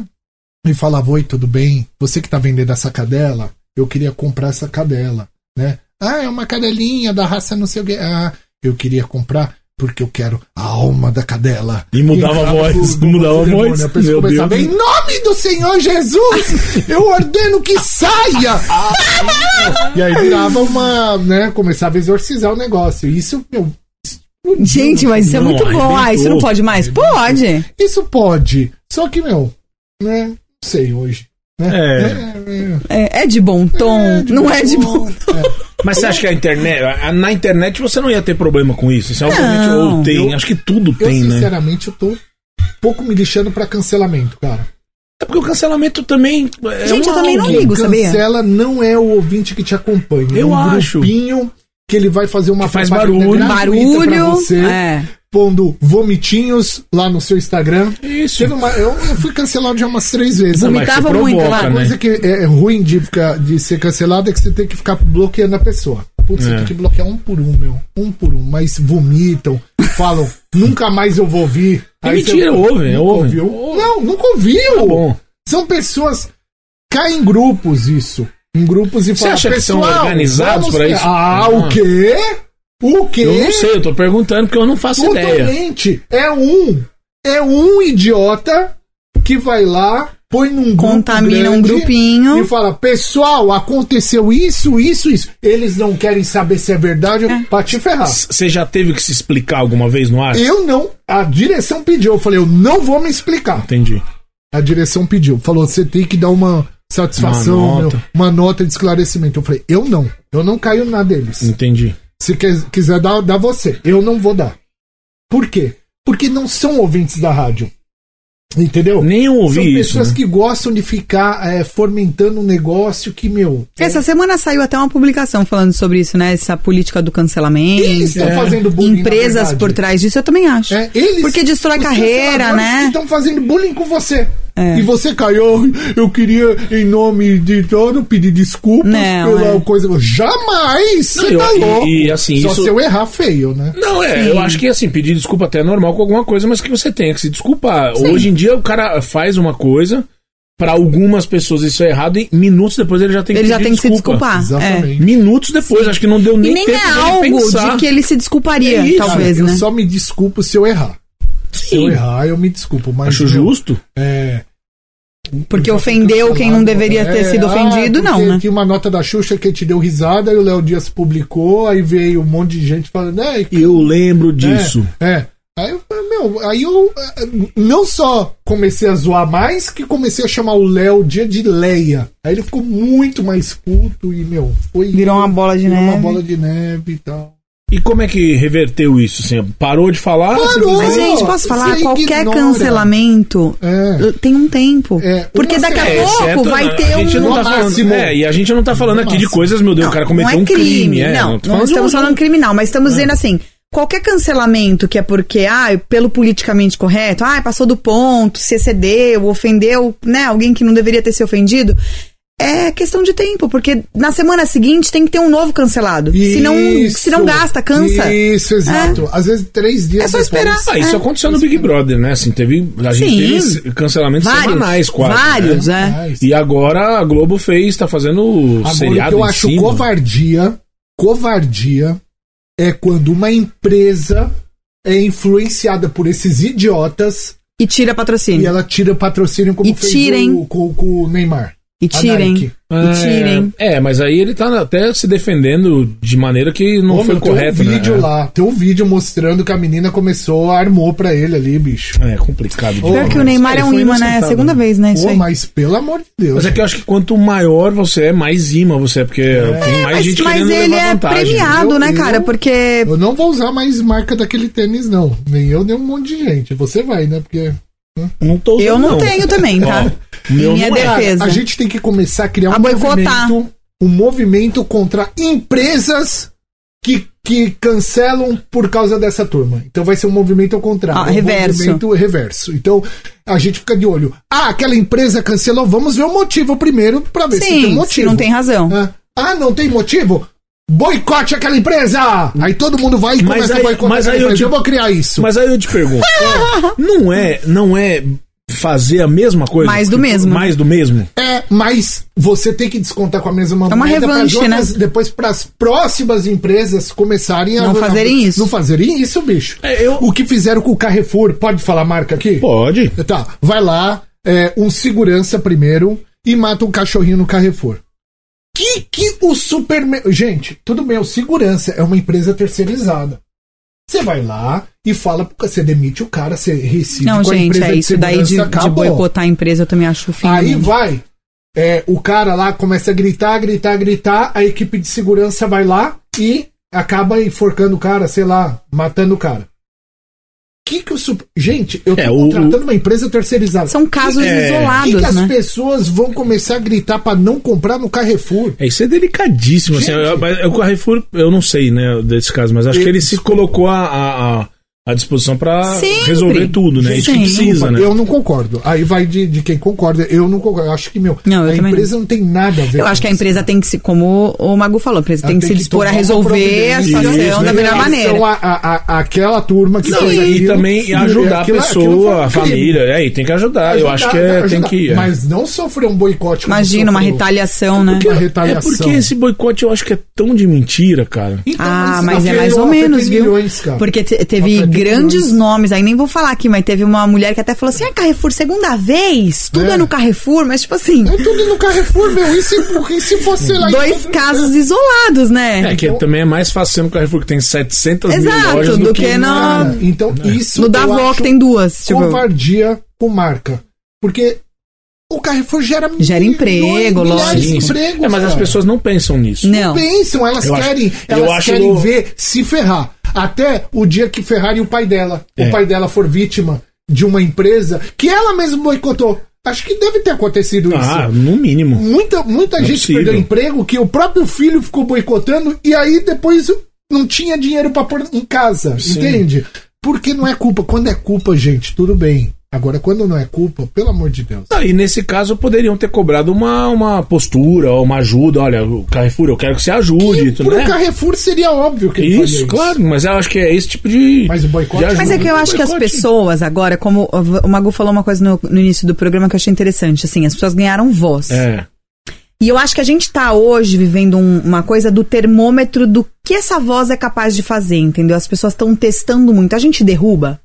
Speaker 3: E falava, oi, tudo bem? Você que tá vendendo essa cadela, eu queria comprar essa cadela, né? Ah, é uma cadelinha da raça não sei o que. Ah, eu queria comprar. porque eu quero a alma da cadela.
Speaker 2: E mudava a
Speaker 3: entrava
Speaker 2: voz,
Speaker 3: tudo,
Speaker 2: mudava a
Speaker 3: demônio,
Speaker 2: voz.
Speaker 3: A pessoa
Speaker 2: Meu
Speaker 3: começava,
Speaker 2: Deus.
Speaker 3: em nome do Senhor Jesus, eu ordeno que saia! e aí virava uma, né, começava a exorcizar o negócio. Isso, meu,
Speaker 1: Gente, mas isso é
Speaker 2: Não,
Speaker 1: muito bom. Ah, isso não
Speaker 2: arrebentou. É,
Speaker 1: pode mais? Pode.
Speaker 3: isso pode. Só que, meu, né, não sei hoje. Né?
Speaker 2: É.
Speaker 1: É, é de bom tom. não é de bom
Speaker 3: É.
Speaker 2: Mas você acha que a internet. a- Na internet você não ia ter problema com isso? Isso obviamente
Speaker 1: Não.
Speaker 2: ou tem. acho que tudo
Speaker 3: Eu,
Speaker 2: tem, né?
Speaker 3: sinceramente, eu tô um pouco me lixando pra cancelamento, cara.
Speaker 2: É porque o cancelamento também. É
Speaker 1: Gente, eu
Speaker 2: uma
Speaker 1: também não
Speaker 2: ONG.
Speaker 1: ligo, sabia?
Speaker 3: Cancela não é o ouvinte que te acompanha.
Speaker 2: Eu
Speaker 3: é um
Speaker 2: acho.
Speaker 3: grupinho que ele vai fazer uma
Speaker 2: Que faz
Speaker 3: propaganda
Speaker 2: barulho.
Speaker 3: gratuita
Speaker 1: *laughs*
Speaker 3: pra
Speaker 1: barulho.
Speaker 3: você,
Speaker 1: É.
Speaker 3: pondo vomitinhos lá no seu Instagram.
Speaker 2: Isso.
Speaker 3: Teve uma, eu, eu fui cancelado já umas três vezes.
Speaker 2: Não,
Speaker 3: Uma
Speaker 2: mas
Speaker 1: vomitava
Speaker 2: você
Speaker 1: muito
Speaker 2: provoca,
Speaker 1: lá.
Speaker 2: né?
Speaker 3: coisa que é ruim de, ficar, de ser cancelado é que você tem que ficar bloqueando a pessoa. Putz, você
Speaker 2: É.
Speaker 3: tem que bloquear um por um, meu. Um por um. Mas vomitam, falam, *laughs* nunca mais eu vou ouvir.
Speaker 2: É
Speaker 3: Aí
Speaker 2: mentira,
Speaker 3: você-
Speaker 2: ouve,
Speaker 3: nunca
Speaker 2: ouve.
Speaker 3: ouviu.
Speaker 1: É
Speaker 3: Não, nunca ouviu.
Speaker 2: Tá bom.
Speaker 3: São pessoas. Cai em grupos isso. Em grupos e
Speaker 2: Você acha que são
Speaker 3: "Pessoal,
Speaker 2: organizados
Speaker 3: vamos
Speaker 2: pra
Speaker 3: pe-"
Speaker 2: isso?
Speaker 3: Ah,
Speaker 2: Ah.
Speaker 3: o quê? O quê?
Speaker 2: Eu não sei, eu tô perguntando porque eu não faço ideia.
Speaker 3: Totalmente. É um. É um idiota que vai lá, põe num grupo
Speaker 1: Contamina um
Speaker 3: grande
Speaker 1: grupinho.
Speaker 3: E fala, pessoal, aconteceu isso, isso, isso. Eles não querem saber se é verdade pra te ferrar.
Speaker 2: S- Você já teve que se explicar alguma vez no ar?
Speaker 3: Eu não. A direção pediu. Eu falei, eu não vou me explicar.
Speaker 2: Entendi.
Speaker 3: A direção pediu. Falou, você tem que dar uma satisfação,
Speaker 2: Uma
Speaker 3: uma
Speaker 2: nota.
Speaker 3: nota, uma nota de esclarecimento. Eu falei, eu não. Eu não caio na deles.
Speaker 2: Entendi.
Speaker 3: Se quer- quiser dar, dá você. Eu não vou dar. Por quê? Porque não são ouvintes da rádio. Entendeu?
Speaker 2: Nem eu
Speaker 3: são
Speaker 2: ouvi isso.
Speaker 3: pessoas
Speaker 2: né?
Speaker 3: que gostam de ficar eh, fomentando um negócio que, meu.
Speaker 1: Essa semana saiu até uma publicação falando sobre isso, né? Essa política do cancelamento.
Speaker 3: Eles estão
Speaker 2: é.
Speaker 3: fazendo bullying. na
Speaker 1: Empresas
Speaker 3: verdade.
Speaker 1: por trás disso, eu também acho.
Speaker 3: É, eles,
Speaker 1: Porque destrói
Speaker 3: os
Speaker 1: carreira,
Speaker 3: canceladores
Speaker 1: né?
Speaker 3: que Estão fazendo bullying com você.
Speaker 1: É.
Speaker 3: E você caiu. Eu queria, em nome de todo, pedir desculpas
Speaker 1: Não,
Speaker 3: pela
Speaker 1: é.
Speaker 3: coisa. Jamais!
Speaker 2: Não,
Speaker 3: Você
Speaker 2: eu-
Speaker 3: tá
Speaker 2: e-
Speaker 3: louco.
Speaker 2: e, assim,
Speaker 3: Só
Speaker 2: isso-
Speaker 3: se eu errar feio, né?
Speaker 2: Não, é, eu acho que assim, pedir desculpa até é normal com alguma coisa, mas que você tenha que se desculpar. Hoje em dia o cara faz uma coisa, pra algumas pessoas isso é errado, e minutos depois ele já tem que
Speaker 1: Ele já
Speaker 2: pedir
Speaker 1: tem que se desculpar. É.
Speaker 3: Exatamente.
Speaker 2: Minutos depois, acho que não deu nem,
Speaker 1: E nem
Speaker 2: tempo
Speaker 1: é
Speaker 2: dele
Speaker 1: algo
Speaker 2: pensar.
Speaker 1: de que ele se desculparia,
Speaker 2: É isso,
Speaker 1: talvez,
Speaker 3: eu
Speaker 1: né?
Speaker 3: só me desculpo se eu errar. Se eu
Speaker 2: Sim,
Speaker 3: errar, eu me desculpo. Mas,
Speaker 2: acho
Speaker 3: meu,
Speaker 2: justo.
Speaker 3: É,
Speaker 1: Porque
Speaker 3: eu já fui
Speaker 1: ofendeu quem não
Speaker 3: cancelado.
Speaker 1: deveria ter
Speaker 3: É,
Speaker 1: sido
Speaker 3: ah,
Speaker 1: ofendido, não,
Speaker 3: porque
Speaker 1: né?
Speaker 3: Tinha uma nota da Xuxa que te deu risada, aí o Léo Dias publicou, aí veio um monte de gente falando, né?
Speaker 2: Eu lembro disso.
Speaker 3: É. é. Aí, eu falei, meu, aí eu eh, não só comecei a zoar mais, que comecei a chamar o Léo dia de Leia. Aí ele ficou muito mais puto e, meu, foi.
Speaker 1: Virou uma bola de
Speaker 3: virou uma
Speaker 1: neve.
Speaker 3: bola de neve e tal.
Speaker 2: E como é que reverteu isso? Assim, parou de falar?
Speaker 3: Parou!
Speaker 1: Mas,
Speaker 3: Pô,
Speaker 1: gente, posso falar?
Speaker 3: você
Speaker 1: Qualquer
Speaker 3: ignora.
Speaker 1: cancelamento
Speaker 3: É.
Speaker 1: tem um tempo.
Speaker 3: É,
Speaker 1: porque
Speaker 3: uma
Speaker 1: daqui a
Speaker 2: É,
Speaker 3: série.
Speaker 1: pouco
Speaker 2: exceto,
Speaker 1: tá vai
Speaker 2: né,
Speaker 1: ter
Speaker 2: a gente
Speaker 1: um.
Speaker 2: não tá
Speaker 3: No
Speaker 2: falando,
Speaker 3: máximo.
Speaker 2: é, e a gente não tá falando aqui de
Speaker 3: máximo.
Speaker 2: coisas, meu Deus, o cara cometeu
Speaker 1: não é
Speaker 2: um crime. é,
Speaker 1: não,
Speaker 2: tô
Speaker 1: não,
Speaker 2: falando de
Speaker 1: estamos
Speaker 2: um- Ah.
Speaker 1: falando criminal, mas estamos dizendo assim. Qualquer cancelamento que é porque, ah, pelo politicamente correto, ah, passou do ponto, se excedeu, ofendeu, né, alguém que não deveria ter se ofendido, é questão de tempo, porque na semana seguinte tem que ter um novo cancelado. se não, se não
Speaker 3: Isso.
Speaker 1: gasta, cansa.
Speaker 3: Isso, exato. Às vezes três dias
Speaker 1: É só
Speaker 3: depois. né?
Speaker 1: esperar.
Speaker 2: Ah, isso
Speaker 1: É.
Speaker 2: aconteceu no Big Brother, né? Assim, teve, a gente
Speaker 1: Sim.
Speaker 2: teve s- cancelamentos
Speaker 1: Vários,
Speaker 2: semanais quase.
Speaker 1: vários,
Speaker 2: né?
Speaker 1: é.
Speaker 3: Ah, isso.
Speaker 2: E agora a Globo fez, tá fazendo
Speaker 3: Agora, o
Speaker 2: seriado
Speaker 3: que eu
Speaker 2: em
Speaker 3: acho é
Speaker 2: cima.
Speaker 3: covardia, covardia é quando uma empresa é influenciada por esses idiotas
Speaker 1: E tira patrocínio.
Speaker 3: e ela tira patrocínio como
Speaker 1: E tirem.
Speaker 3: o, com, com o Neymar.
Speaker 1: E
Speaker 3: a
Speaker 1: tirem.
Speaker 3: Nike.
Speaker 1: E tirem.
Speaker 2: É, é, mas aí ele tá até se defendendo de maneira que não
Speaker 3: Ô,
Speaker 2: foi
Speaker 3: meu,
Speaker 2: correta,
Speaker 3: tem um vídeo
Speaker 2: né?
Speaker 3: lá, tem um vídeo mostrando que a menina começou, armou pra ele ali, bicho.
Speaker 2: É, é complicado.
Speaker 3: Pior
Speaker 1: Pior
Speaker 2: demais.
Speaker 1: que o Neymar
Speaker 2: Ele
Speaker 1: é um
Speaker 2: foi
Speaker 1: imã, né? É a
Speaker 2: inocentado,
Speaker 1: segunda vez, né? Isso
Speaker 3: Pô,
Speaker 1: aí.
Speaker 3: mas pelo amor de Deus.
Speaker 2: Mas é que eu acho que quanto maior você é, mais imã você é, porque tem mais
Speaker 1: Mas,
Speaker 2: gente
Speaker 1: mas
Speaker 2: querendo
Speaker 1: ele
Speaker 2: levar
Speaker 1: é
Speaker 2: vantagem.
Speaker 1: premiado,
Speaker 3: Eu-
Speaker 1: né,
Speaker 3: eu-
Speaker 1: cara? Porque
Speaker 3: Eu não vou usar mais marca daquele tênis, não. Nem eu, nem um monte de gente. Você vai, né? Porque.
Speaker 2: Não tô usando,
Speaker 1: eu não tenho também, tá?
Speaker 2: Ó, meu
Speaker 1: Em minha
Speaker 2: não é.
Speaker 1: defesa.
Speaker 3: Cara, a gente tem que começar a criar um
Speaker 1: A boicotar.
Speaker 3: movimento, um movimento contra empresas que, que cancelam por causa dessa turma. Então vai ser um movimento ao contrário.
Speaker 1: Ah,
Speaker 3: um
Speaker 1: reverso.
Speaker 3: movimento reverso. Então a gente fica de olho. Ah, aquela empresa cancelou, vamos ver o motivo primeiro pra
Speaker 2: é
Speaker 3: ver se tem
Speaker 1: Sim, se
Speaker 3: motivo.
Speaker 1: não tem razão.
Speaker 3: Ah, ah, não tem motivo? Boicote aquela empresa! Aí todo mundo vai e
Speaker 2: Mas
Speaker 3: começa
Speaker 2: aí-
Speaker 3: a boicotar
Speaker 2: mas
Speaker 3: aquela
Speaker 2: aí eu
Speaker 3: empresa.
Speaker 2: te-
Speaker 1: *laughs*
Speaker 3: Eu vou criar isso.
Speaker 2: Mas aí eu te pergunto, não é, não é fazer a mesma coisa?
Speaker 1: Mais do
Speaker 2: Tipo,
Speaker 1: mesmo.
Speaker 2: Mais do mesmo?
Speaker 3: É, mas você tem que descontar com a mesma
Speaker 1: É uma revanche,
Speaker 3: pras outras- depois para as próximas empresas começarem a
Speaker 1: Não fazerem isso.
Speaker 3: Não fazerem isso, bicho.
Speaker 2: É, eu-
Speaker 3: O que fizeram com o Carrefour, pode falar a marca aqui?
Speaker 2: Pode.
Speaker 3: Tá, vai lá, é, um segurança primeiro e mata um cachorrinho no Carrefour. Que que o supermercado. Gente, tudo bem, o segurança é uma empresa terceirizada. Você vai lá e fala, você demite o cara, você rescinde
Speaker 1: Não,
Speaker 3: com a
Speaker 1: gente,
Speaker 3: empresa
Speaker 1: é
Speaker 3: de
Speaker 1: isso daí de,
Speaker 3: segurança,
Speaker 1: de
Speaker 3: acabou.
Speaker 1: boicotar a empresa, eu também acho o fim. do
Speaker 3: Aí
Speaker 1: mundo.
Speaker 3: vai. é, o cara lá começa a gritar, gritar, gritar. A equipe de segurança vai lá e acaba enforcando o cara, sei lá, matando o cara. Que que o sup... Gente, eu tô
Speaker 2: É, o-
Speaker 3: contratando uma empresa terceirizada.
Speaker 1: São casos
Speaker 2: É.
Speaker 3: que,
Speaker 1: isolados,
Speaker 3: que as
Speaker 1: né?
Speaker 3: pessoas vão começar a gritar pra não comprar no Carrefour?
Speaker 2: É, isso é delicadíssimo. Assim,
Speaker 3: Gente.
Speaker 2: eu- mas o Carrefour, eu não sei, né, desse caso, mas acho que ele se colocou à- à à- à disposição pra
Speaker 1: Sempre.
Speaker 2: resolver tudo, né? Isso que
Speaker 1: Sim.
Speaker 2: precisa, né?
Speaker 3: Eu não concordo. Aí vai de, de quem concorda. Eu não concordo. Eu acho que, meu,
Speaker 1: Não, eu
Speaker 3: a
Speaker 1: também não.
Speaker 3: empresa não. tem nada a ver
Speaker 1: Eu
Speaker 3: com
Speaker 1: acho que a
Speaker 3: isso.
Speaker 1: empresa tem que se, como o Magu falou, a empresa
Speaker 3: Ela
Speaker 1: tem que se
Speaker 3: tem que
Speaker 1: dispor a
Speaker 3: tomar um uma
Speaker 1: resolver a
Speaker 3: providência.
Speaker 1: situação
Speaker 2: Isso,
Speaker 1: da
Speaker 2: né?
Speaker 1: melhor
Speaker 3: Em
Speaker 1: maneira.
Speaker 3: relação a- a- a- aquela turma que
Speaker 2: Não,
Speaker 3: fez
Speaker 2: e, e
Speaker 3: aquilo,
Speaker 2: também
Speaker 3: sim,
Speaker 2: ajudar
Speaker 3: aquilo-
Speaker 2: a
Speaker 3: aquilo foi um
Speaker 2: pessoa, a
Speaker 3: crime.
Speaker 2: família. Aí, tem que ajudar. eu
Speaker 3: Ajudar,
Speaker 2: acho que é, tem
Speaker 3: ajudar.
Speaker 2: que. é.
Speaker 3: Mas não sofrer um boicote. como
Speaker 1: Imagina, uma
Speaker 3: sofreu.
Speaker 1: retaliação, né?
Speaker 3: Porque- uma
Speaker 2: é
Speaker 3: retaliação.
Speaker 2: porque esse boicote eu acho que é tão de mentira, cara.
Speaker 3: Então,
Speaker 1: Ah,
Speaker 3: isso
Speaker 1: mas é
Speaker 3: afetou-
Speaker 1: mais ou
Speaker 3: afetou
Speaker 1: menos,
Speaker 3: em
Speaker 1: viu?
Speaker 3: milhões, cara.
Speaker 1: Porque te- teve
Speaker 3: Afetou em
Speaker 1: grandes
Speaker 3: milhões.
Speaker 1: nomes, aí nem vou falar aqui, mas teve uma mulher que até falou assim: é Carrefour, segunda vez? Tudo é,
Speaker 3: É.
Speaker 1: no Carrefour, mas tipo assim,
Speaker 3: É tudo no Carrefour, meu. E se, porque se fosse lá... em
Speaker 1: dois
Speaker 3: outro-
Speaker 1: casos isolados, né?
Speaker 2: É que
Speaker 3: então-
Speaker 2: também é mais fácil ser no Carrefour que tem 700 mil
Speaker 1: Exato,
Speaker 2: lojas
Speaker 1: do que na-
Speaker 3: Cara, Então, isso
Speaker 1: No
Speaker 3: eu
Speaker 1: Davó,
Speaker 3: acho
Speaker 1: que tem duas. Tipo,
Speaker 3: covardia com marca. Porque o Carrefour gera...
Speaker 1: Gera
Speaker 3: milhões,
Speaker 1: emprego,
Speaker 3: milhares de
Speaker 1: lógico.
Speaker 3: empregos,
Speaker 2: É, mas as
Speaker 3: cara.
Speaker 2: pessoas não pensam nisso.
Speaker 1: não.
Speaker 3: pensam, elas
Speaker 2: Eu acho-
Speaker 3: querem,
Speaker 2: eu
Speaker 3: elas
Speaker 2: acho
Speaker 3: querem
Speaker 2: o-
Speaker 3: ver se ferrar. Até o dia que ferrarem o pai dela.
Speaker 2: É.
Speaker 3: O pai dela for vítima de uma empresa que ela mesma boicotou. Acho que deve ter acontecido
Speaker 2: Ah,
Speaker 3: isso.
Speaker 2: no mínimo.
Speaker 3: Muita, muita
Speaker 2: Não é
Speaker 3: gente
Speaker 2: possível.
Speaker 3: perdeu emprego que o próprio filho ficou boicotando e aí depois não tinha dinheiro pra pôr em casa,
Speaker 2: Sim.
Speaker 3: entende? Porque não é culpa. Quando é culpa, gente, tudo bem. Agora, quando não é culpa, pelo amor de Deus.
Speaker 2: Ah, e nesse caso poderiam ter cobrado uma, uma postura, uma ajuda. Olha, o Carrefour, eu quero que você ajude.
Speaker 3: E
Speaker 2: tu-
Speaker 3: pro
Speaker 2: né?
Speaker 3: Carrefour seria óbvio que ele faria
Speaker 2: Isso, claro, mas eu acho que é esse tipo de.
Speaker 3: Mas o boicote-
Speaker 2: de ajuda.
Speaker 1: Mas é que eu acho que as
Speaker 2: Boicote.
Speaker 1: pessoas agora, como o Magu falou uma coisa no, no início do programa que eu achei interessante, assim, as pessoas ganharam voz.
Speaker 2: É.
Speaker 1: E eu acho que a gente tá hoje vivendo um- uma coisa do termômetro do que essa voz é capaz de fazer, entendeu? As pessoas estão testando muito. A gente derruba?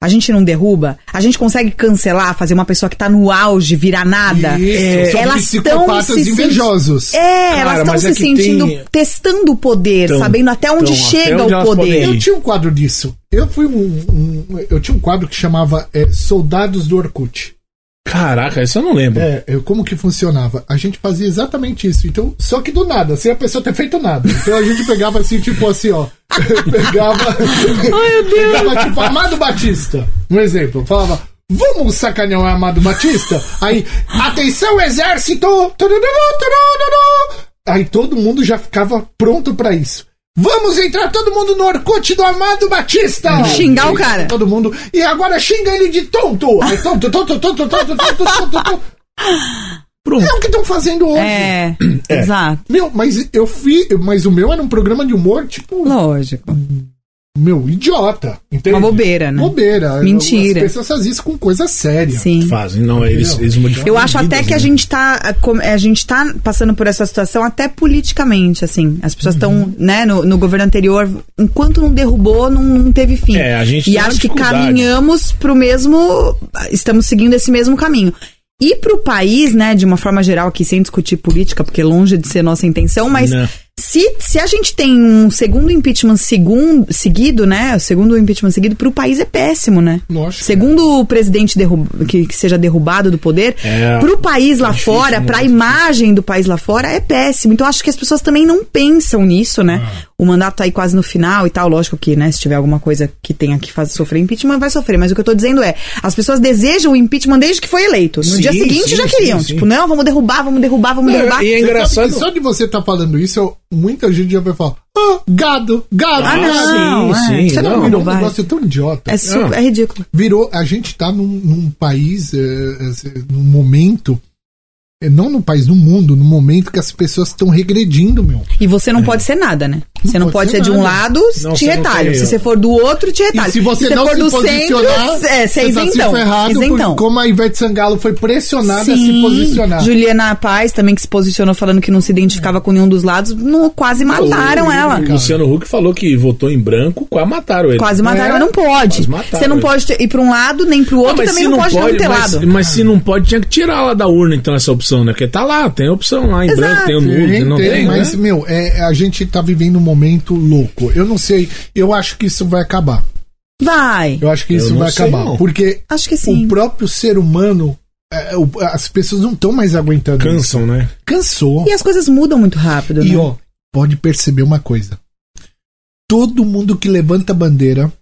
Speaker 1: A gente não derruba? A gente consegue cancelar, fazer uma pessoa que tá no auge virar nada? É,
Speaker 3: Isso, são
Speaker 1: elas estão
Speaker 3: psicopatas
Speaker 1: se senti-
Speaker 3: invejosos.
Speaker 1: É,
Speaker 2: Cara,
Speaker 1: elas estão
Speaker 2: mas
Speaker 1: se
Speaker 2: é que
Speaker 1: sentindo,
Speaker 2: tem-
Speaker 1: testando o poder,
Speaker 2: Tão-
Speaker 1: sabendo até onde
Speaker 2: tão, até
Speaker 1: chega
Speaker 2: onde
Speaker 1: o
Speaker 2: elas
Speaker 1: poder.
Speaker 2: podem
Speaker 3: Eu
Speaker 2: Sim.
Speaker 3: tinha um quadro disso. Eu fui um, um- eu tinha um quadro que chamava é, Soldados do Orkut.
Speaker 2: Caraca, isso eu não lembro.
Speaker 3: É, eu- como que funcionava? A gente fazia exatamente isso. Então, só que do nada, sem a pessoa ter feito nada. Então a gente pegava assim, tipo assim, ó. *laughs* pegava. Ai, meu Deus. Pegava, tipo, Amado Batista. Um exemplo. Falava, vamos sacanear o Amado Batista? Aí, atenção, exército! Tururu, tururu. Aí todo mundo já ficava pronto pra isso. Vamos entrar todo mundo no Orkut do Amado Batista!
Speaker 1: Xingar o cara.
Speaker 3: Todo mundo. E agora xinga ele de tonto! Aí, tonto, tonto, tonto, tonto, tonto, tonto, tonto.
Speaker 2: Pronto.
Speaker 3: É o que estão fazendo hoje.
Speaker 1: É, exato.
Speaker 3: Meu, mas eu fui. Mas o meu era um programa de humor, tipo,
Speaker 1: Lógico.
Speaker 3: meu, idiota. Entende?
Speaker 1: Uma bobeira, né?
Speaker 3: Bobeira.
Speaker 1: Mentira.
Speaker 3: As pessoas fazem isso com coisa séria.
Speaker 1: Sim.
Speaker 2: Fazem, não, eles, eles modificam.
Speaker 1: Eu acho até
Speaker 2: vidas,
Speaker 1: que a
Speaker 2: né?
Speaker 1: gente tá. a, com- A gente tá passando por essa situação até politicamente, assim. As pessoas estão,
Speaker 2: Uhum.
Speaker 1: né, no, no governo anterior, enquanto não derrubou, não, não teve fim.
Speaker 2: É, a gente
Speaker 1: e
Speaker 2: tá na
Speaker 1: acho que
Speaker 2: dificuldade.
Speaker 1: caminhamos pro mesmo. Estamos seguindo esse mesmo caminho. E pro país, né, de uma forma geral, aqui sem discutir política, porque longe de ser nossa intenção, mas
Speaker 2: Não.
Speaker 1: se, se a gente tem um segundo impeachment segun- seguido, né? O segundo impeachment seguido, pro país é péssimo, né?
Speaker 2: é.
Speaker 3: Lógico.
Speaker 1: Segundo o presidente derrub- que, que seja derrubado do poder,
Speaker 2: É.
Speaker 1: pro país lá
Speaker 2: difícil,
Speaker 1: fora,
Speaker 2: né?
Speaker 1: pra imagem do país lá fora, é péssimo. Então acho que as pessoas também não pensam nisso, né?
Speaker 2: Ah.
Speaker 1: O mandato tá aí quase no final e tal. Lógico que, né, se tiver alguma coisa que tenha que fazer, sofrer impeachment, vai sofrer. Mas o que eu tô dizendo é, as pessoas desejam o impeachment desde que foi eleito. No
Speaker 2: Sim,
Speaker 1: dia seguinte
Speaker 2: sim,
Speaker 1: já
Speaker 2: sim,
Speaker 1: queriam.
Speaker 2: sim.
Speaker 1: Tipo, não, vamos derrubar, vamos derrubar, vamos derrubar.
Speaker 2: E é
Speaker 3: Você sabe
Speaker 2: engraçado.
Speaker 3: que Só de você estar falando isso, eu- muita gente já vai falar: ah, gado, gado,
Speaker 1: Ah,
Speaker 3: gado.
Speaker 1: não,
Speaker 2: sim,
Speaker 1: é,
Speaker 2: sim,
Speaker 1: isso é
Speaker 2: não, Ah.
Speaker 1: uma
Speaker 3: Virou um
Speaker 1: bobagem.
Speaker 3: negócio tão idiota.
Speaker 1: É, super, é ridículo.
Speaker 3: virou. A gente tá num, num país, é, é, num momento. eh, é, Não no país, no mundo, no momento que as pessoas estão regredindo, meu.
Speaker 1: E você não pode ser nada, né? Você não pode, ser, de um
Speaker 3: nada.
Speaker 1: lado,
Speaker 2: Não,
Speaker 1: te
Speaker 2: você não
Speaker 1: retalho.
Speaker 2: tem
Speaker 1: Se
Speaker 2: eu.
Speaker 1: você for do outro, te retalho.
Speaker 3: E se você não se posicionar,
Speaker 1: é, você é
Speaker 3: você tá se
Speaker 1: isentão.
Speaker 3: ferrado, porque
Speaker 1: isentão.
Speaker 3: como a Ivete Sangalo foi pressionada a se
Speaker 1: então. Sim.
Speaker 3: posicionar.
Speaker 1: Juliana Paz também que se posicionou falando que não se identificava com nenhum dos lados, não, quase mataram ela.
Speaker 2: O Luciano Huck falou que votou em branco, quase mataram ele.
Speaker 1: Quase
Speaker 3: É,
Speaker 1: mataram, mas não pode.
Speaker 2: Quase mataram
Speaker 1: Você não
Speaker 2: ele.
Speaker 1: pode ter- ir pra um lado, nem pro
Speaker 2: Ah,
Speaker 1: outro, também não, pode, não ter
Speaker 2: mas,
Speaker 1: lado.
Speaker 2: mas
Speaker 3: Ah.
Speaker 2: se não pode, tinha que tirar lá da urna, então, essa opção, né? Porque tá lá, tem a opção lá em
Speaker 1: Exato.
Speaker 2: branco, tem o nulo,
Speaker 3: Tem,
Speaker 2: tem, não tem,
Speaker 3: tem, mas,
Speaker 2: né?
Speaker 3: meu, é, a gente tá vivendo um momento louco. Eu não sei, eu acho que isso vai acabar.
Speaker 1: Vai.
Speaker 3: Eu acho que
Speaker 2: Eu
Speaker 3: isso
Speaker 2: não
Speaker 3: vai
Speaker 2: sei,
Speaker 3: acabar.
Speaker 2: não.
Speaker 3: Porque
Speaker 1: Acho que sim.
Speaker 3: o próprio ser humano, é, o- as pessoas não estão mais aguentando. isso.
Speaker 2: Cansam, né?
Speaker 3: Cansou.
Speaker 1: E as coisas mudam muito rápido,
Speaker 3: E
Speaker 1: né?
Speaker 3: ó, pode perceber uma coisa: todo mundo que levanta a bandeira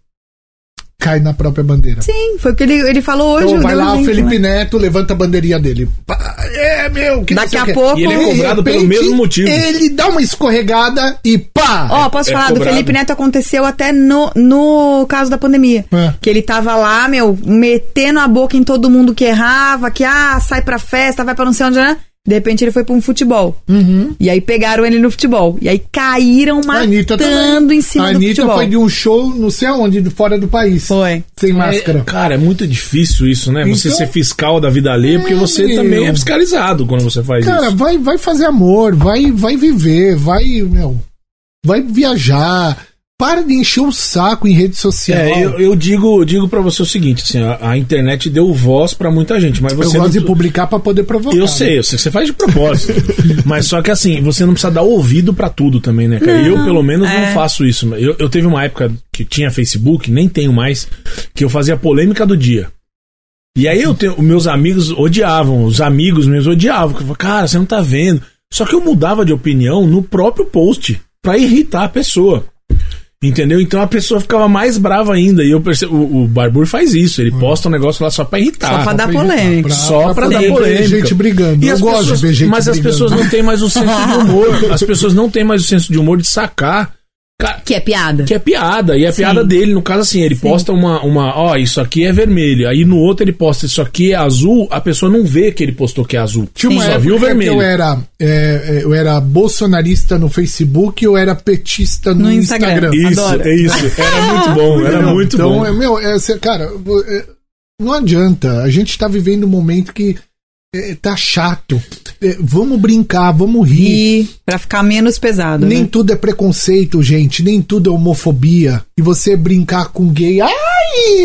Speaker 3: cai na própria bandeira.
Speaker 1: Sim, foi o que ele, ele falou hoje.
Speaker 3: Então, vai
Speaker 1: deu
Speaker 3: lá, o
Speaker 1: exemplo,
Speaker 3: Felipe
Speaker 1: né?
Speaker 3: Neto levanta a bandeirinha dele. Pá, É, meu, que não
Speaker 1: Daqui
Speaker 3: sei o
Speaker 1: a
Speaker 3: quê.
Speaker 1: pouco-
Speaker 2: E ele é
Speaker 1: De
Speaker 2: cobrado pelo
Speaker 3: repente,
Speaker 2: mesmo motivo.
Speaker 3: Ele dá uma escorregada e pá!
Speaker 1: Ó, posso
Speaker 2: é
Speaker 1: falar do
Speaker 2: cobrado.
Speaker 1: Felipe Neto aconteceu até no, no caso da pandemia.
Speaker 3: É.
Speaker 1: Que ele tava lá, meu, metendo a boca em todo mundo que errava, que ah, sai pra festa, vai pra não sei onde, né? De repente ele foi pra um futebol. E aí pegaram ele no futebol. E aí caíram
Speaker 3: Uhum. A Anitta
Speaker 1: matando
Speaker 3: também.
Speaker 1: em cima
Speaker 3: a
Speaker 1: do
Speaker 3: Anitta
Speaker 1: futebol.
Speaker 3: foi de um show, não sei aonde, de fora do país.
Speaker 1: Foi.
Speaker 3: Sem máscara.
Speaker 2: É, cara, é muito difícil isso, né? Você
Speaker 3: Então-
Speaker 2: ser fiscal da vida alheia, porque
Speaker 3: É,
Speaker 2: você
Speaker 3: meu.
Speaker 2: também é fiscalizado quando você faz
Speaker 3: Cara,
Speaker 2: isso.
Speaker 3: vai, vai fazer amor, vai, vai viver, vai, meu, vai viajar. Para de encher o saco em rede social.
Speaker 2: É, eu, eu digo, eu digo para você o seguinte, assim, a, a internet deu voz pra muita gente, mas
Speaker 3: Eu
Speaker 2: você
Speaker 3: gosto
Speaker 2: não-
Speaker 3: de publicar pra poder provocar. né?
Speaker 2: Eu sei, eu sei que você faz de
Speaker 1: *laughs*
Speaker 2: propósito. mas só que assim, você não precisa dar ouvido pra tudo também, né, cara? eu, pelo menos,
Speaker 1: é.
Speaker 2: não faço isso. Eu, eu teve uma época que tinha Facebook, nem tenho mais, que eu fazia polêmica do dia. E aí eu tenho, meus amigos odiavam, os amigos meus odiavam. que eu falava, Cara, você não tá vendo. Só que eu mudava de opinião no próprio post pra irritar a pessoa. Entendeu? Então a pessoa ficava mais brava ainda. E eu percebo, o, o Barbur faz isso, ele posta um negócio lá só pra irritar.
Speaker 1: Hum. Só pra dar
Speaker 3: pra irritar,
Speaker 1: polêmica.
Speaker 3: pra-
Speaker 2: Só pra dar
Speaker 3: poder ver
Speaker 2: polêmica.
Speaker 3: gente brigando.
Speaker 2: E
Speaker 3: eu
Speaker 2: as
Speaker 3: gosto
Speaker 2: pessoas-
Speaker 3: de ver gente
Speaker 2: mas as
Speaker 3: brigando.
Speaker 2: pessoas não têm mais o senso de
Speaker 3: *laughs*
Speaker 2: humor. As pessoas não têm mais o senso de humor de sacar. Cara,
Speaker 1: Que é piada.
Speaker 2: que é piada. E é piada dele. No caso, assim, ele posta uma, uma. Ó, isso aqui é vermelho. Aí no outro ele posta isso aqui é azul. A pessoa não vê que ele postou que é azul.
Speaker 3: Tinha uma
Speaker 2: Só
Speaker 3: época
Speaker 2: viu o
Speaker 3: que eu
Speaker 2: vermelho.
Speaker 3: era, é, é, eu era bolsonarista no Facebook e eu era petista no,
Speaker 1: No Instagram.
Speaker 3: Instagram.
Speaker 2: Isso,
Speaker 1: Adoro.
Speaker 2: é isso. Era muito bom. Era
Speaker 3: Entendeu?
Speaker 2: muito
Speaker 3: então,
Speaker 2: bom.
Speaker 3: é, meu, é, cê- cara, vo- é, não adianta. A gente tá vivendo um momento que é, tá chato. É, vamos brincar, vamos rir.
Speaker 1: E é pra ficar menos pesado.
Speaker 3: Nem
Speaker 1: né?
Speaker 3: tudo é preconceito, gente. Nem tudo é homofobia. E você brincar com gay. Ai,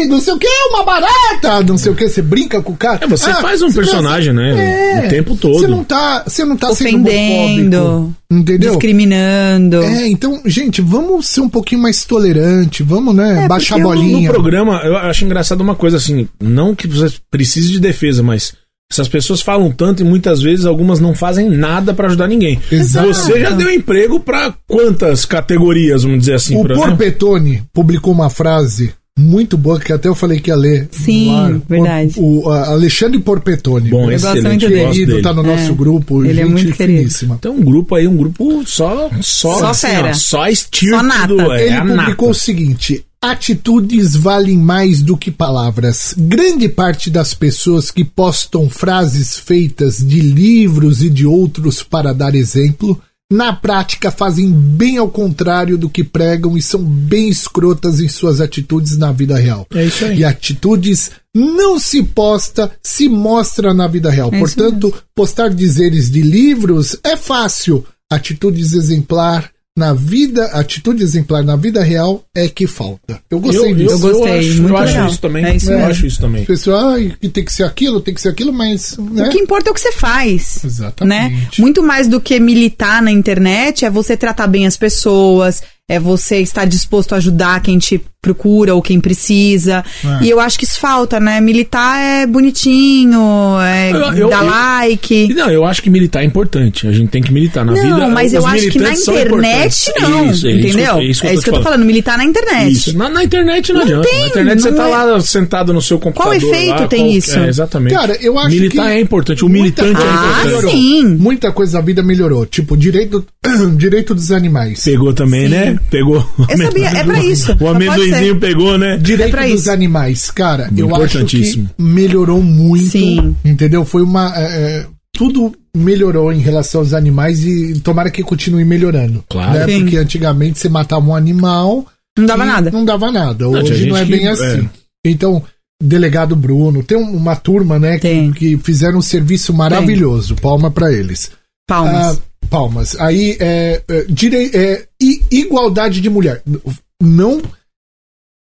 Speaker 3: não sei o que, uma barata. Não sei o que. Você brinca com o cara.
Speaker 2: É, você
Speaker 3: Ah,
Speaker 2: faz um
Speaker 3: você tá-
Speaker 2: personagem, né?
Speaker 3: É.
Speaker 2: O tempo
Speaker 3: Você
Speaker 2: todo.
Speaker 3: não tá, você não tá sendo
Speaker 1: Ofendendo.
Speaker 3: homofóbico. Entendeu?
Speaker 1: Discriminando.
Speaker 3: É, então, gente, vamos ser um pouquinho mais tolerante.
Speaker 1: É,
Speaker 3: Vamos, né? baixar a
Speaker 2: Porque no-
Speaker 3: bolinha.
Speaker 2: No programa, eu acho engraçado uma coisa assim, não que você precise de defesa, mas essas pessoas falam tanto e muitas vezes algumas não fazem nada pra ajudar ninguém.
Speaker 3: Exato.
Speaker 2: Você já deu emprego pra quantas categorias, vamos dizer assim,
Speaker 3: O
Speaker 2: pra, né?
Speaker 3: Porpetone publicou uma frase muito boa que até eu falei que ia ler.
Speaker 1: Sim,
Speaker 3: no ar.
Speaker 1: verdade.
Speaker 3: O, o, a, Alexandre Porpetone.
Speaker 2: Bom,
Speaker 1: gosto muito
Speaker 2: excelente,
Speaker 1: dele.
Speaker 2: eu gosto
Speaker 3: querido,
Speaker 2: dele.
Speaker 3: tá no nosso
Speaker 1: É.
Speaker 3: grupo.
Speaker 1: Ele é
Speaker 3: gente
Speaker 1: muito querido.
Speaker 3: finíssima.
Speaker 2: Tem um grupo aí, um grupo só só
Speaker 1: Só
Speaker 2: assim,
Speaker 1: fera.
Speaker 2: ó, só estirpe
Speaker 1: Só nata.
Speaker 2: do- é,
Speaker 3: Ele
Speaker 2: a
Speaker 3: publicou o
Speaker 2: nata.
Speaker 3: seguinte: atitudes valem mais do que palavras. Grande parte das pessoas que postam frases feitas de livros e de outros para dar exemplo, na prática fazem bem ao contrário do que pregam e são bem escrotas em suas atitudes na vida real.
Speaker 2: É isso aí.
Speaker 3: E atitudes não se posta, se mostra na vida real.
Speaker 1: É isso
Speaker 3: Portanto, postar dizeres de livros é fácil. Atitudes exemplar na vida, atitude exemplar na vida real é que falta. Eu
Speaker 2: Eu,
Speaker 3: gostei
Speaker 2: eu,
Speaker 3: disso.
Speaker 2: eu,
Speaker 1: gostei,
Speaker 2: acho,
Speaker 1: muito
Speaker 2: eu acho
Speaker 1: legal.
Speaker 2: isso também.
Speaker 1: É isso
Speaker 2: eu
Speaker 1: mesmo.
Speaker 2: acho isso também.
Speaker 3: As pessoas, ah, que tem que ser aquilo, tem que ser aquilo, mas. Né?
Speaker 1: O que importa é o que você faz.
Speaker 3: Exatamente.
Speaker 1: Né? Muito mais do que militar na internet é você tratar bem as pessoas, é você estar disposto a ajudar quem te procura ou quem precisa.
Speaker 3: É.
Speaker 1: E eu acho que isso falta, né? Militar é bonitinho, é
Speaker 2: Eu- eu-
Speaker 1: dar
Speaker 2: eu-
Speaker 1: like.
Speaker 2: Não, eu acho que militar é importante. A gente tem que militar na
Speaker 1: não,
Speaker 2: vida.
Speaker 1: mas eu
Speaker 2: os
Speaker 1: acho que na
Speaker 2: militantes são
Speaker 1: internet
Speaker 2: importantes.
Speaker 1: não.
Speaker 2: Isso, é isso que-
Speaker 1: entendeu?
Speaker 2: é isso que eu tô te
Speaker 1: eu tô
Speaker 2: falando.
Speaker 1: falando, militar na internet.
Speaker 2: Isso. Na, na internet não,
Speaker 1: Não
Speaker 2: adianta.
Speaker 1: tem,
Speaker 2: na internet você
Speaker 1: não
Speaker 2: tá
Speaker 1: é.
Speaker 2: lá sentado no seu computador.
Speaker 1: efeito
Speaker 2: lá,
Speaker 1: tem
Speaker 2: qual-
Speaker 1: isso?
Speaker 2: É, exatamente.
Speaker 3: Cara, eu acho
Speaker 2: militar
Speaker 3: que
Speaker 2: é importante. O
Speaker 3: muita
Speaker 2: militante
Speaker 3: coisa
Speaker 2: é importante.
Speaker 1: Ah,
Speaker 3: melhorou.
Speaker 1: sim.
Speaker 3: Muita coisa da vida melhorou. Tipo, direito, *clears throat* direito dos animais.
Speaker 2: Pegou também, né? Pegou.
Speaker 1: Eu sabia, é pra isso. Só
Speaker 2: O
Speaker 1: pode ser.
Speaker 2: amendoinzinho pegou, né?
Speaker 3: Direito
Speaker 1: É pra
Speaker 3: dos
Speaker 1: isso.
Speaker 3: animais, cara, eu acho que
Speaker 2: Importantíssimo.
Speaker 3: melhorou muito.
Speaker 1: Sim.
Speaker 3: Entendeu? Foi uma. é, é, tudo melhorou em relação aos animais e tomara que continue melhorando.
Speaker 2: Claro.
Speaker 3: né?
Speaker 1: Sim.
Speaker 3: Porque antigamente você matava um animal
Speaker 1: Não dava
Speaker 3: e
Speaker 1: nada.
Speaker 3: Não dava nada.
Speaker 2: Não, tinha
Speaker 3: Hoje não é
Speaker 2: gente
Speaker 3: bem
Speaker 2: que-
Speaker 3: assim. Então, delegado Bruno, tem uma turma, né, que-
Speaker 1: Tem.
Speaker 3: que fizeram um serviço maravilhoso. Palma pra eles.
Speaker 1: Palmas.
Speaker 3: Ah, palmas. Aí, é, é, direi- é, i- igualdade de mulher. Não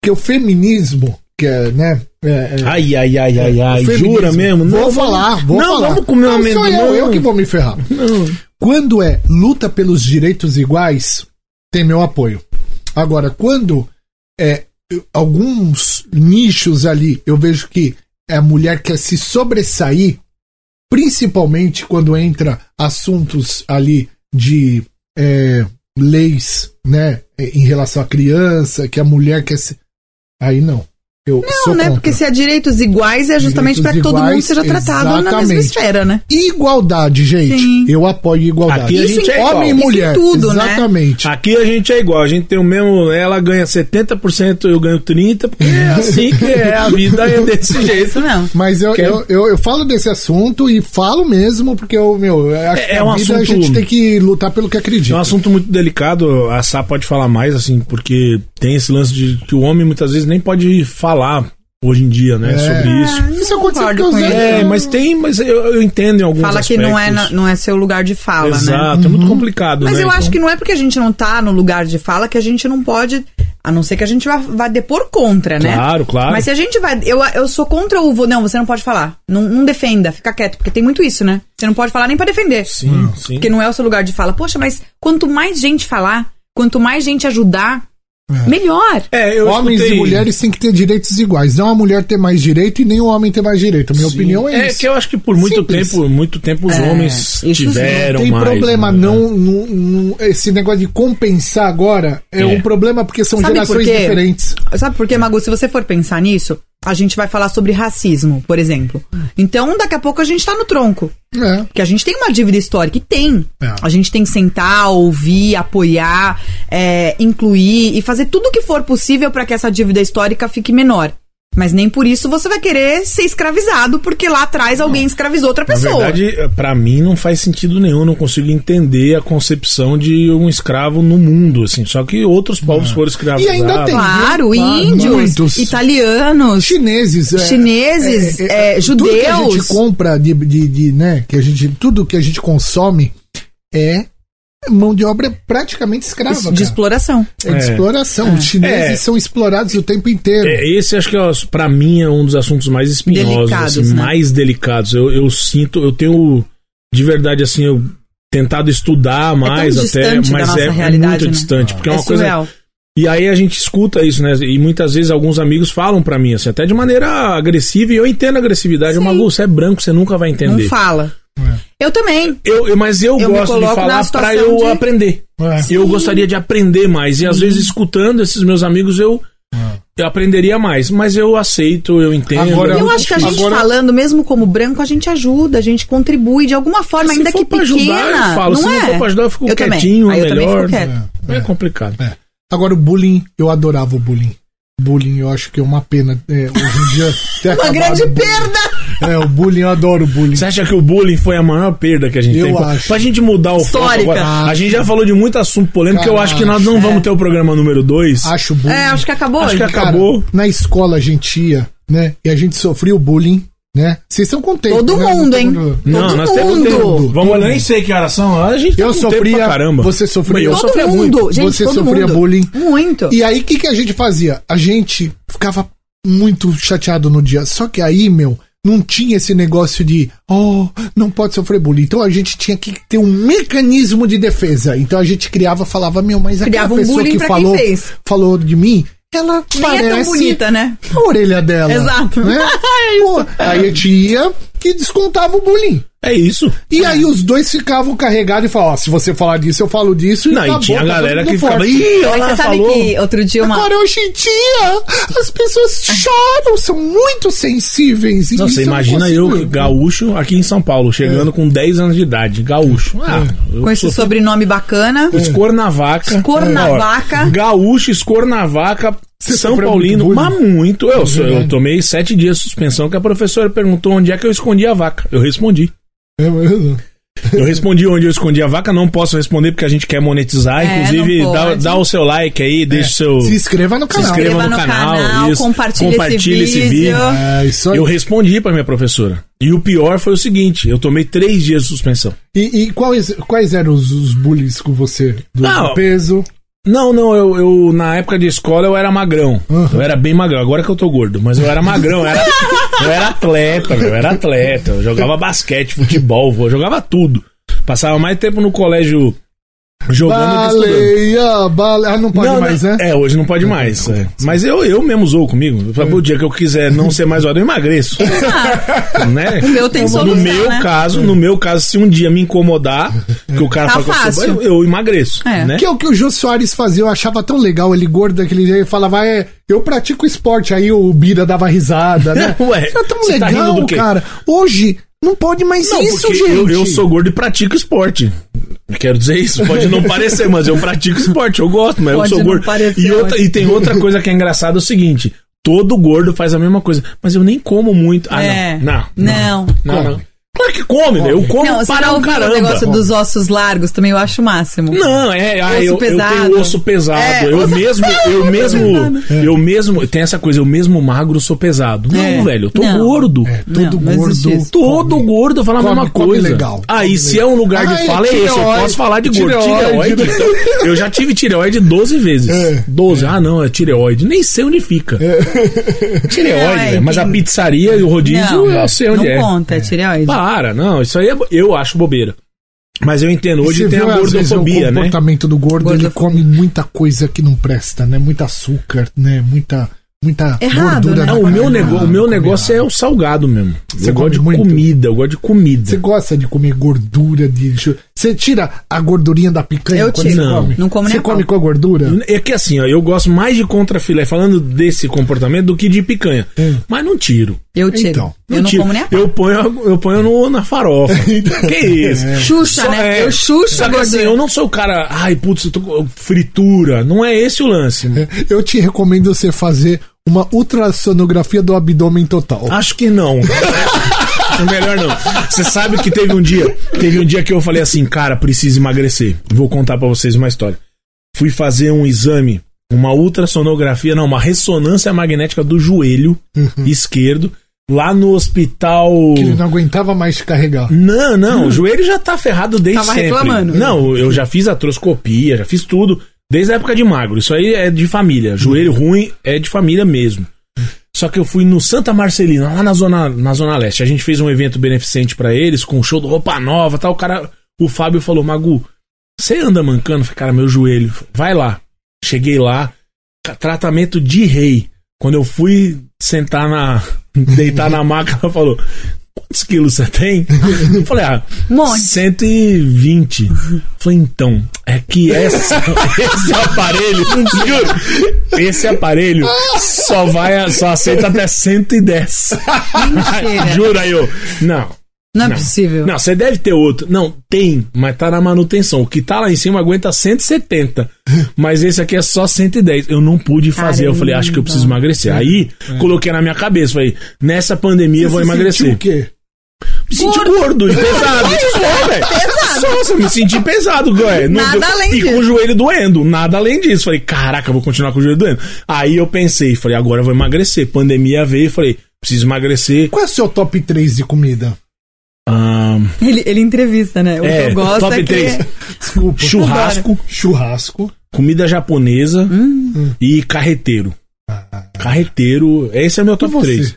Speaker 3: que o feminismo, que é, né? é, é,
Speaker 2: Ai, ai, ai, ai, ai.
Speaker 3: feminismo.
Speaker 2: Jura mesmo?
Speaker 3: Vou
Speaker 2: Não,
Speaker 3: falar, vou
Speaker 2: não,
Speaker 3: falar.
Speaker 2: vamos comer um
Speaker 3: não, sou
Speaker 2: amendoim.
Speaker 3: eu, eu que vou me ferrar. Quando é luta pelos direitos iguais, tem meu apoio. Agora, quando é eu- alguns nichos ali, eu vejo que é a mulher quer se sobressair, principalmente quando entra assuntos ali de é, leis, né, em relação à criança, que a mulher quer se... Aí não. Eu sou
Speaker 1: Não, né?
Speaker 3: contra.
Speaker 1: Porque se há direitos iguais, é justamente para que
Speaker 3: Direitos
Speaker 1: todo mundo
Speaker 3: iguais,
Speaker 1: seja tratado na mesma
Speaker 3: exatamente.
Speaker 1: esfera, né?
Speaker 3: Igualdade, gente.
Speaker 1: Sim.
Speaker 3: Eu apoio igualdade.
Speaker 2: Aqui a
Speaker 1: Isso
Speaker 2: gente
Speaker 1: em-
Speaker 2: é igual.
Speaker 3: Homem e
Speaker 1: Isso em
Speaker 3: mulher.
Speaker 1: tudo, né?
Speaker 3: exatamente.
Speaker 2: Aqui a gente é igual, a gente tem o mesmo. Ela ganha 70%, eu ganho 30%, porque é assim que é a vida é desse *laughs* jeito.
Speaker 1: Isso mesmo.
Speaker 3: Mas eu,
Speaker 2: Que-
Speaker 3: eu, eu, eu falo desse assunto e falo mesmo, porque eu, meu, eu acho
Speaker 2: É-
Speaker 3: que
Speaker 2: é
Speaker 3: na
Speaker 2: um
Speaker 3: vida a
Speaker 2: assunto-
Speaker 3: gente tem que lutar pelo que
Speaker 2: É um
Speaker 3: acredita.
Speaker 2: assunto muito delicado, a Sá pode falar mais, assim, porque tem esse lance de que o homem muitas vezes nem pode falar hoje em dia, né,
Speaker 3: É.
Speaker 2: sobre isso.
Speaker 3: Isso
Speaker 1: Concordo
Speaker 3: aconteceu porque os
Speaker 1: com ele.
Speaker 3: é,
Speaker 2: É, mas tem, mas eu, eu entendo em alguns
Speaker 1: Fala que não é,
Speaker 2: aspectos.
Speaker 1: na- não é seu lugar de fala, né?
Speaker 2: Exato, é muito complicado,
Speaker 1: Mas
Speaker 2: né,
Speaker 1: eu acho
Speaker 2: então.
Speaker 1: que não é porque a gente não tá no lugar de fala que a gente não pode. A não ser que a gente vá, vá depor contra, né?
Speaker 2: Claro, claro.
Speaker 1: Mas se a gente vai. Eu, eu sou contra o. vo- Não, você não pode falar. Não, não defenda, fica quieto, porque tem muito isso, né? Você não pode falar nem pra defender.
Speaker 2: Sim,
Speaker 3: Hum.
Speaker 2: sim.
Speaker 1: Porque não é o seu lugar de fala. Poxa, mas quanto mais gente falar, quanto mais gente ajudar, melhor.
Speaker 2: É, eu
Speaker 3: Homens
Speaker 2: escutei-
Speaker 3: e mulheres têm que ter direitos iguais. Não a mulher ter mais direito e nem o homem ter mais direito. Minha
Speaker 2: Sim.
Speaker 3: opinião é,
Speaker 2: É
Speaker 3: isso.
Speaker 2: que eu acho que por muito
Speaker 3: Simples.
Speaker 2: tempo, muito tempo os
Speaker 1: É,
Speaker 2: homens
Speaker 1: isso sim.
Speaker 2: tiveram
Speaker 3: tem
Speaker 2: mais,
Speaker 3: problema,
Speaker 2: né?
Speaker 3: não, não- não- Esse negócio de compensar agora é,
Speaker 2: É.
Speaker 3: um problema porque são
Speaker 1: Sabe por
Speaker 3: gerações
Speaker 1: quê?
Speaker 3: diferentes.
Speaker 1: Sabe por quê, Magu? Se você for pensar nisso, a gente vai falar sobre racismo, por exemplo. Então, daqui a pouco a gente tá no tronco.
Speaker 3: É.
Speaker 1: Porque a gente tem uma dívida histórica, e tem.
Speaker 3: É.
Speaker 1: A gente tem que sentar, ouvir, apoiar, é, incluir e fazer tudo o que for possível para que essa dívida histórica fique menor. Mas nem por isso você vai querer ser escravizado, porque lá atrás alguém escravizou outra
Speaker 2: Na
Speaker 1: pessoa.
Speaker 2: verdade, eh, pra mim não faz sentido nenhum, eu não consigo entender a concepção de um escravo no mundo, assim. Só que outros povos foram escravizados.
Speaker 3: E ainda tem.
Speaker 1: claro,
Speaker 3: Claro,
Speaker 1: índios,
Speaker 3: muitos.
Speaker 1: italianos,
Speaker 3: chineses, é,
Speaker 1: Chineses, é,
Speaker 3: Tudo que a gente
Speaker 1: judeus.
Speaker 3: compra de, de, de, né, que a gente, tudo que a gente consome é mão de obra praticamente escrava, cara.
Speaker 1: de exploração.
Speaker 3: É de
Speaker 2: É.
Speaker 3: exploração. Os chineses
Speaker 2: É.
Speaker 3: são explorados o tempo inteiro.
Speaker 2: É, esse acho que é, pra mim é um dos assuntos mais espinhosos,
Speaker 1: Delicados,
Speaker 2: assim,
Speaker 1: né?
Speaker 2: mais delicados. Eu, eu sinto, eu tenho de verdade assim, eu tentado estudar mais
Speaker 1: É
Speaker 2: até,
Speaker 1: distante da
Speaker 2: mas
Speaker 1: nossa
Speaker 2: é, é
Speaker 1: realidade,
Speaker 2: muito
Speaker 1: né?
Speaker 2: distante, porque é,
Speaker 1: É,
Speaker 2: uma coisa
Speaker 1: surreal.
Speaker 2: E aí a gente escuta isso, né? E muitas vezes alguns amigos falam pra mim, assim, até de maneira agressiva, e eu entendo a agressividade. Mas, Lu, você é branco, você nunca vai
Speaker 1: Não
Speaker 2: entender.
Speaker 1: fala.
Speaker 2: É.
Speaker 1: Eu também.
Speaker 2: Eu, eu- mas eu,
Speaker 1: Eu me
Speaker 2: gosto de
Speaker 1: coloco na
Speaker 2: falar pra
Speaker 1: situação
Speaker 2: eu
Speaker 1: de- Uhum.
Speaker 2: aprender.
Speaker 3: É.
Speaker 2: Eu gostaria de aprender mais. E às vezes, escutando esses meus amigos, eu,
Speaker 3: É.
Speaker 2: eu aprenderia mais. Mas eu aceito, eu entendo.
Speaker 3: Agora-
Speaker 2: eu
Speaker 1: Eu acho que a gente
Speaker 3: Agora-
Speaker 1: falando, mesmo como branco, a gente ajuda, a gente contribui de alguma forma,
Speaker 2: Se
Speaker 1: ainda
Speaker 2: for
Speaker 1: que
Speaker 2: pra
Speaker 1: pequena.
Speaker 2: ajudar, eu falo.
Speaker 1: Não
Speaker 2: Se
Speaker 1: é?
Speaker 2: não for pra ajudar, eu fico
Speaker 1: também.
Speaker 2: quietinho,
Speaker 1: Aí eu também
Speaker 2: melhor.
Speaker 1: fico quieto.
Speaker 2: É, é complicado.
Speaker 3: É. Agora o bullying, eu adorava o bullying. Bullying, eu acho que é uma pena. é, hoje
Speaker 1: *laughs*
Speaker 3: em dia. ter
Speaker 1: Uma
Speaker 3: acabado
Speaker 1: grande
Speaker 3: o bullying.
Speaker 1: perda!
Speaker 3: É, o bullying, eu adoro o bullying.
Speaker 2: Você acha que o bullying foi a maior perda que a gente
Speaker 3: Eu
Speaker 2: tem?
Speaker 3: acho.
Speaker 2: Pra gente mudar o foco
Speaker 1: Histórica.
Speaker 2: agora. A gente já falou de muito assunto polêmico, eu acho que nós não vamos ter o programa número 2.
Speaker 3: Acho bullying.
Speaker 1: É, acho que acabou
Speaker 2: Acho
Speaker 1: hoje.
Speaker 2: que acabou.
Speaker 3: Na escola a gente ia, né? E a gente sofria o bullying, né? Vocês estão contentes.
Speaker 1: Todo
Speaker 3: né?
Speaker 1: mundo, hein?
Speaker 2: Não,
Speaker 1: Todo
Speaker 2: nós temos
Speaker 1: mundo.
Speaker 2: tempo. Vamos olhar, nem sei que horas são. A gente tá
Speaker 3: Eu
Speaker 2: com tempo
Speaker 3: sofria,
Speaker 2: pra caramba.
Speaker 3: você sofria.
Speaker 2: Eu
Speaker 1: Todo
Speaker 2: sofria
Speaker 1: mundo,
Speaker 2: muito.
Speaker 1: gente,
Speaker 3: Você
Speaker 1: todo
Speaker 3: sofria
Speaker 1: mundo.
Speaker 3: bullying.
Speaker 1: Muito.
Speaker 3: E aí, o que, que a gente fazia? A gente ficava muito chateado no dia. Só que aí, meu, não tinha esse negócio de, oh, não pode sofrer bullying. Então a gente tinha que ter um mecanismo de defesa. Então a gente criava, falava, meu, mas aquela
Speaker 1: Criava um
Speaker 3: pessoa
Speaker 1: bullying
Speaker 3: que
Speaker 1: pra quem
Speaker 3: falou,
Speaker 1: fez.
Speaker 3: falou de mim, ela
Speaker 1: Nem
Speaker 3: parece
Speaker 1: é tão bonita, né?
Speaker 3: a orelha dela.
Speaker 1: Exato. *laughs* É
Speaker 3: Né? Pô, aí a gente ia que descontava o bullying.
Speaker 2: É isso.
Speaker 3: E aí os dois ficavam carregados e falavam, ó, se você falar disso, eu falo disso.
Speaker 2: Não, e
Speaker 3: acabou,
Speaker 2: tinha a
Speaker 3: tá
Speaker 2: galera
Speaker 3: todo
Speaker 2: que
Speaker 3: mundo
Speaker 2: ficava.
Speaker 3: forte.
Speaker 2: Ih, olha
Speaker 1: Mas
Speaker 2: lá,
Speaker 1: É você sabe
Speaker 2: falou.
Speaker 1: que outro dia uma.
Speaker 3: Agora, hoje em dia, as pessoas choram, são muito sensíveis. e
Speaker 2: Não,
Speaker 3: isso
Speaker 2: você
Speaker 3: eu não
Speaker 2: imagina eu,
Speaker 3: consigo
Speaker 2: gaúcho, aqui em São Paulo, chegando com 10 anos de idade. Gaúcho. Ah, eu
Speaker 1: É. Com esse
Speaker 2: sofri
Speaker 1: sobrenome bacana.
Speaker 2: Escornavaca.
Speaker 1: Escornavaca.
Speaker 2: Ó, Gaúcho, Escornavaca, São
Speaker 3: sofreu
Speaker 2: Paulino.
Speaker 3: muito
Speaker 2: mas muito. Eu, eu
Speaker 3: verdade.
Speaker 2: tomei sete dias de suspensão que a professora perguntou onde é que eu escondi a vaca. Eu respondi.
Speaker 3: É mesmo?
Speaker 2: Eu respondi onde eu escondi a vaca, não posso responder porque a gente quer monetizar.
Speaker 1: É,
Speaker 2: Inclusive,
Speaker 1: não
Speaker 2: dá,
Speaker 1: pode.
Speaker 2: dá o seu like aí, deixa o seu.
Speaker 3: Se inscreva no
Speaker 2: Se
Speaker 3: canal.
Speaker 2: inscreva
Speaker 1: Inscreva
Speaker 2: no,
Speaker 1: no
Speaker 2: canal,
Speaker 1: canal,
Speaker 2: isso.
Speaker 1: compartilha esse vídeo.
Speaker 3: É, isso aí.
Speaker 2: Eu respondi pra minha professora. E o pior foi o seguinte: eu tomei três dias de suspensão.
Speaker 3: E, e quais, quais eram os, os bullies com você? Do,
Speaker 2: Não.
Speaker 3: do peso?
Speaker 2: Não, não, eu, eu- na época de escola eu era magrão.
Speaker 3: Uhum.
Speaker 2: Eu era bem magrão, agora que eu tô gordo, mas eu era magrão, eu era, eu era atleta, meu, eu era atleta. Eu jogava basquete, futebol, eu jogava tudo. Passava mais tempo no colégio jogando do que estudando.
Speaker 3: Baleia, baleia. Ah, não pode
Speaker 2: Não,
Speaker 3: mais,
Speaker 2: não-
Speaker 3: né? Uhum.
Speaker 2: É, hoje não pode mais. é. Mas eu, eu mesmo zoo comigo. Eu falo, O dia que eu quiser não ser mais zoado, eu emagreço.
Speaker 3: *laughs*
Speaker 1: Ah,
Speaker 2: né?
Speaker 1: O meu tem
Speaker 2: No
Speaker 1: solução,
Speaker 2: meu
Speaker 1: né?
Speaker 2: caso, no meu caso, se um dia me incomodar, que o cara
Speaker 1: Tá
Speaker 2: fala que eu sou
Speaker 1: fácil.
Speaker 2: boi, eu, eu emagreço.
Speaker 1: É.
Speaker 2: Né?
Speaker 3: Que é o que o Jô Soares fazia, eu achava tão legal, ele gordo daquele dia, ele falava, é, eu pratico esporte, aí o Bira dava risada, né?
Speaker 2: *laughs* Ué,
Speaker 3: Era tão
Speaker 2: você tá rindo
Speaker 3: legal,
Speaker 2: do quê?
Speaker 3: cara. Hoje, não pode mais
Speaker 2: Não,
Speaker 3: isso,
Speaker 2: porque
Speaker 3: gente.
Speaker 2: Eu, eu sou gordo e pratico esporte. Eu Quero dizer isso, pode não parecer, mas eu pratico esporte, eu gosto, mas
Speaker 1: Pode
Speaker 2: eu sou
Speaker 1: não
Speaker 2: gordo.
Speaker 1: parecer,
Speaker 2: e, outra-
Speaker 1: ótimo.
Speaker 2: e tem outra coisa que é engraçada: é o seguinte, todo gordo faz a mesma coisa, mas eu nem como muito. *laughs* Ah,
Speaker 1: É.
Speaker 2: não.
Speaker 1: Não.
Speaker 2: Não,
Speaker 3: Come.
Speaker 2: não. Claro que come, né? Eu como
Speaker 1: Não, você
Speaker 2: para
Speaker 1: não
Speaker 2: um
Speaker 1: ouviu o
Speaker 2: caramba.
Speaker 1: negócio dos ossos largos também, eu acho o máximo.
Speaker 2: Não, é, ah,
Speaker 1: Osso
Speaker 2: eu, eu
Speaker 1: pesado.
Speaker 2: tenho osso pesado.
Speaker 1: É,
Speaker 2: eu,
Speaker 1: osso-
Speaker 2: mesmo, eu
Speaker 1: osso
Speaker 2: mesmo,
Speaker 1: pesado.
Speaker 2: eu mesmo, tem essa coisa, eu mesmo magro sou pesado. Não,
Speaker 1: É.
Speaker 2: velho, eu tô
Speaker 1: Não.
Speaker 2: gordo.
Speaker 3: É, todo
Speaker 1: Não, não existe
Speaker 3: gordo.
Speaker 1: isso.
Speaker 2: Todo gordo fala a
Speaker 3: Come,
Speaker 2: mesma
Speaker 3: come
Speaker 2: coisa.
Speaker 3: legal.
Speaker 2: Aí,
Speaker 3: Come
Speaker 2: se
Speaker 3: legal.
Speaker 2: é um lugar de
Speaker 3: Ai,
Speaker 2: fala, é esse. Eu
Speaker 3: tireoide,
Speaker 2: posso falar de gordo.
Speaker 3: tireoide.
Speaker 2: Tireoide. então, eu já tive tireoide 12 vezes.
Speaker 3: É.
Speaker 2: 12. Ah, não, é tireoide. Nem sei onde fica. *laughs* Tireoide,
Speaker 1: Não, é
Speaker 2: velho. Mas a
Speaker 1: que-
Speaker 2: pizzaria e o rodízio,
Speaker 1: não,
Speaker 2: eu sei onde
Speaker 1: não
Speaker 2: é.
Speaker 1: conta, é tireoide.
Speaker 2: Para, não. Isso aí é bo- eu acho bobeira. Mas eu entendo.
Speaker 3: E
Speaker 2: Hoje
Speaker 3: você
Speaker 2: tem a
Speaker 3: viu, às vezes,
Speaker 2: gordofobia, né?
Speaker 3: o comportamento do gordo, ele
Speaker 1: Gordofobia.
Speaker 3: come muita coisa que não presta, né? Muito açúcar, né? Muita, muita
Speaker 1: Errado,
Speaker 3: gordura.
Speaker 1: né?
Speaker 3: na
Speaker 2: Não, o meu,
Speaker 3: carne,
Speaker 2: nego-
Speaker 3: não,
Speaker 2: o meu
Speaker 3: come
Speaker 2: negócio é
Speaker 3: errado.
Speaker 2: o salgado mesmo.
Speaker 3: Você
Speaker 2: eu gosto
Speaker 3: come
Speaker 2: de
Speaker 3: muito?
Speaker 2: comida, eu gosto de comida.
Speaker 3: Você gosta de comer gordura de. Você tira a gordurinha da picanha
Speaker 1: Eu
Speaker 3: quando
Speaker 1: tiro.
Speaker 3: você
Speaker 2: Não.
Speaker 3: come?
Speaker 1: Não como nem
Speaker 3: Você
Speaker 1: a pau.
Speaker 3: come com a gordura?
Speaker 2: É que assim, ó, eu gosto mais de contrafilé, falando desse comportamento, do que de picanha.
Speaker 3: Hum.
Speaker 2: Mas não tiro.
Speaker 1: Eu tiro.
Speaker 3: Então,
Speaker 1: eu não
Speaker 2: tiro.
Speaker 1: como nem
Speaker 2: *laughs*
Speaker 1: a
Speaker 2: Eu ponho, eu ponho no- na farofa. que isso?
Speaker 1: Xuxa,
Speaker 2: Só-
Speaker 1: né?
Speaker 2: é.
Speaker 1: Eu xuxa,
Speaker 2: Só que
Speaker 1: gordura.
Speaker 2: assim, eu não sou o cara, ai, putz, eu tô com fritura. Não é esse o lance.
Speaker 3: *laughs* Eu te recomendo você fazer uma ultrassonografia do abdômen total.
Speaker 2: Acho que não. *laughs* Melhor não. Você sabe que teve um dia, teve um dia que eu falei assim, cara, preciso emagrecer. Vou contar pra vocês uma história. Fui fazer um exame, uma ultrassonografia, não, uma ressonância magnética do joelho esquerdo, lá no hospital.
Speaker 3: Que ele não aguentava mais te carregar.
Speaker 2: Não, não, o joelho já tá ferrado desde
Speaker 1: Tava
Speaker 2: sempre.
Speaker 1: reclamando. né?
Speaker 2: Não, eu já fiz atroscopia, já fiz tudo. Desde a época de magro. Isso aí é de família. Joelho ruim é de família mesmo. Só que eu fui no Santa Marcelina, lá na Zona, na zona Leste. A gente fez um evento beneficente pra eles, com um show do Roupa Nova e tal. O cara, o Fábio falou, Magu, você anda mancando? Eu falei, cara, meu joelho. Vai lá. Cheguei lá, ca- tratamento de rei. Quando eu fui sentar na. *laughs* deitar na maca, ela falou: quantos quilos você tem? Eu falei, ah,
Speaker 1: Um monte.
Speaker 2: 120. Eu Falei, então, é que essa, *laughs* esse aparelho, juro, esse aparelho só vai, só aceita até 110.
Speaker 1: Mentira.
Speaker 2: Jura aí, eu. Não.
Speaker 1: Não é
Speaker 2: Não.
Speaker 1: possível.
Speaker 2: Não, você deve ter outro. Não, tem, mas tá na manutenção. O que tá lá em cima
Speaker 1: *laughs*
Speaker 2: aguenta 170. Mas esse aqui é só 110. Eu não pude fazer. Eu falei, acho que eu preciso
Speaker 1: Caramba. É.
Speaker 2: emagrecer. Aí, coloquei na minha cabeça, falei, nessa pandemia eu vou
Speaker 3: Você sentiu
Speaker 2: emagrecer.
Speaker 3: O quê?
Speaker 2: Me senti
Speaker 1: *laughs*
Speaker 2: gordo e pesado. Isso é, velho. Nossa, me senti pesado, ué. Não
Speaker 1: Nada além
Speaker 2: e com
Speaker 1: disso.
Speaker 2: o joelho doendo. Nada além disso. Falei, caraca, eu vou continuar com o joelho doendo. Aí eu pensei, falei, agora eu vou emagrecer. Pandemia veio, falei, preciso emagrecer.
Speaker 3: Qual é o seu top 3 de comida?
Speaker 2: Ah,
Speaker 1: Ele, ele entrevista, né? O
Speaker 2: É,
Speaker 1: que eu gosto
Speaker 2: top
Speaker 1: é que...
Speaker 2: três.
Speaker 3: Desculpa.
Speaker 2: churrasco.
Speaker 3: Churrasco.
Speaker 2: comida japonesa
Speaker 1: Hum.
Speaker 2: e carreteiro. Carreteiro, esse é meu
Speaker 3: E
Speaker 2: top
Speaker 3: você?
Speaker 2: 3.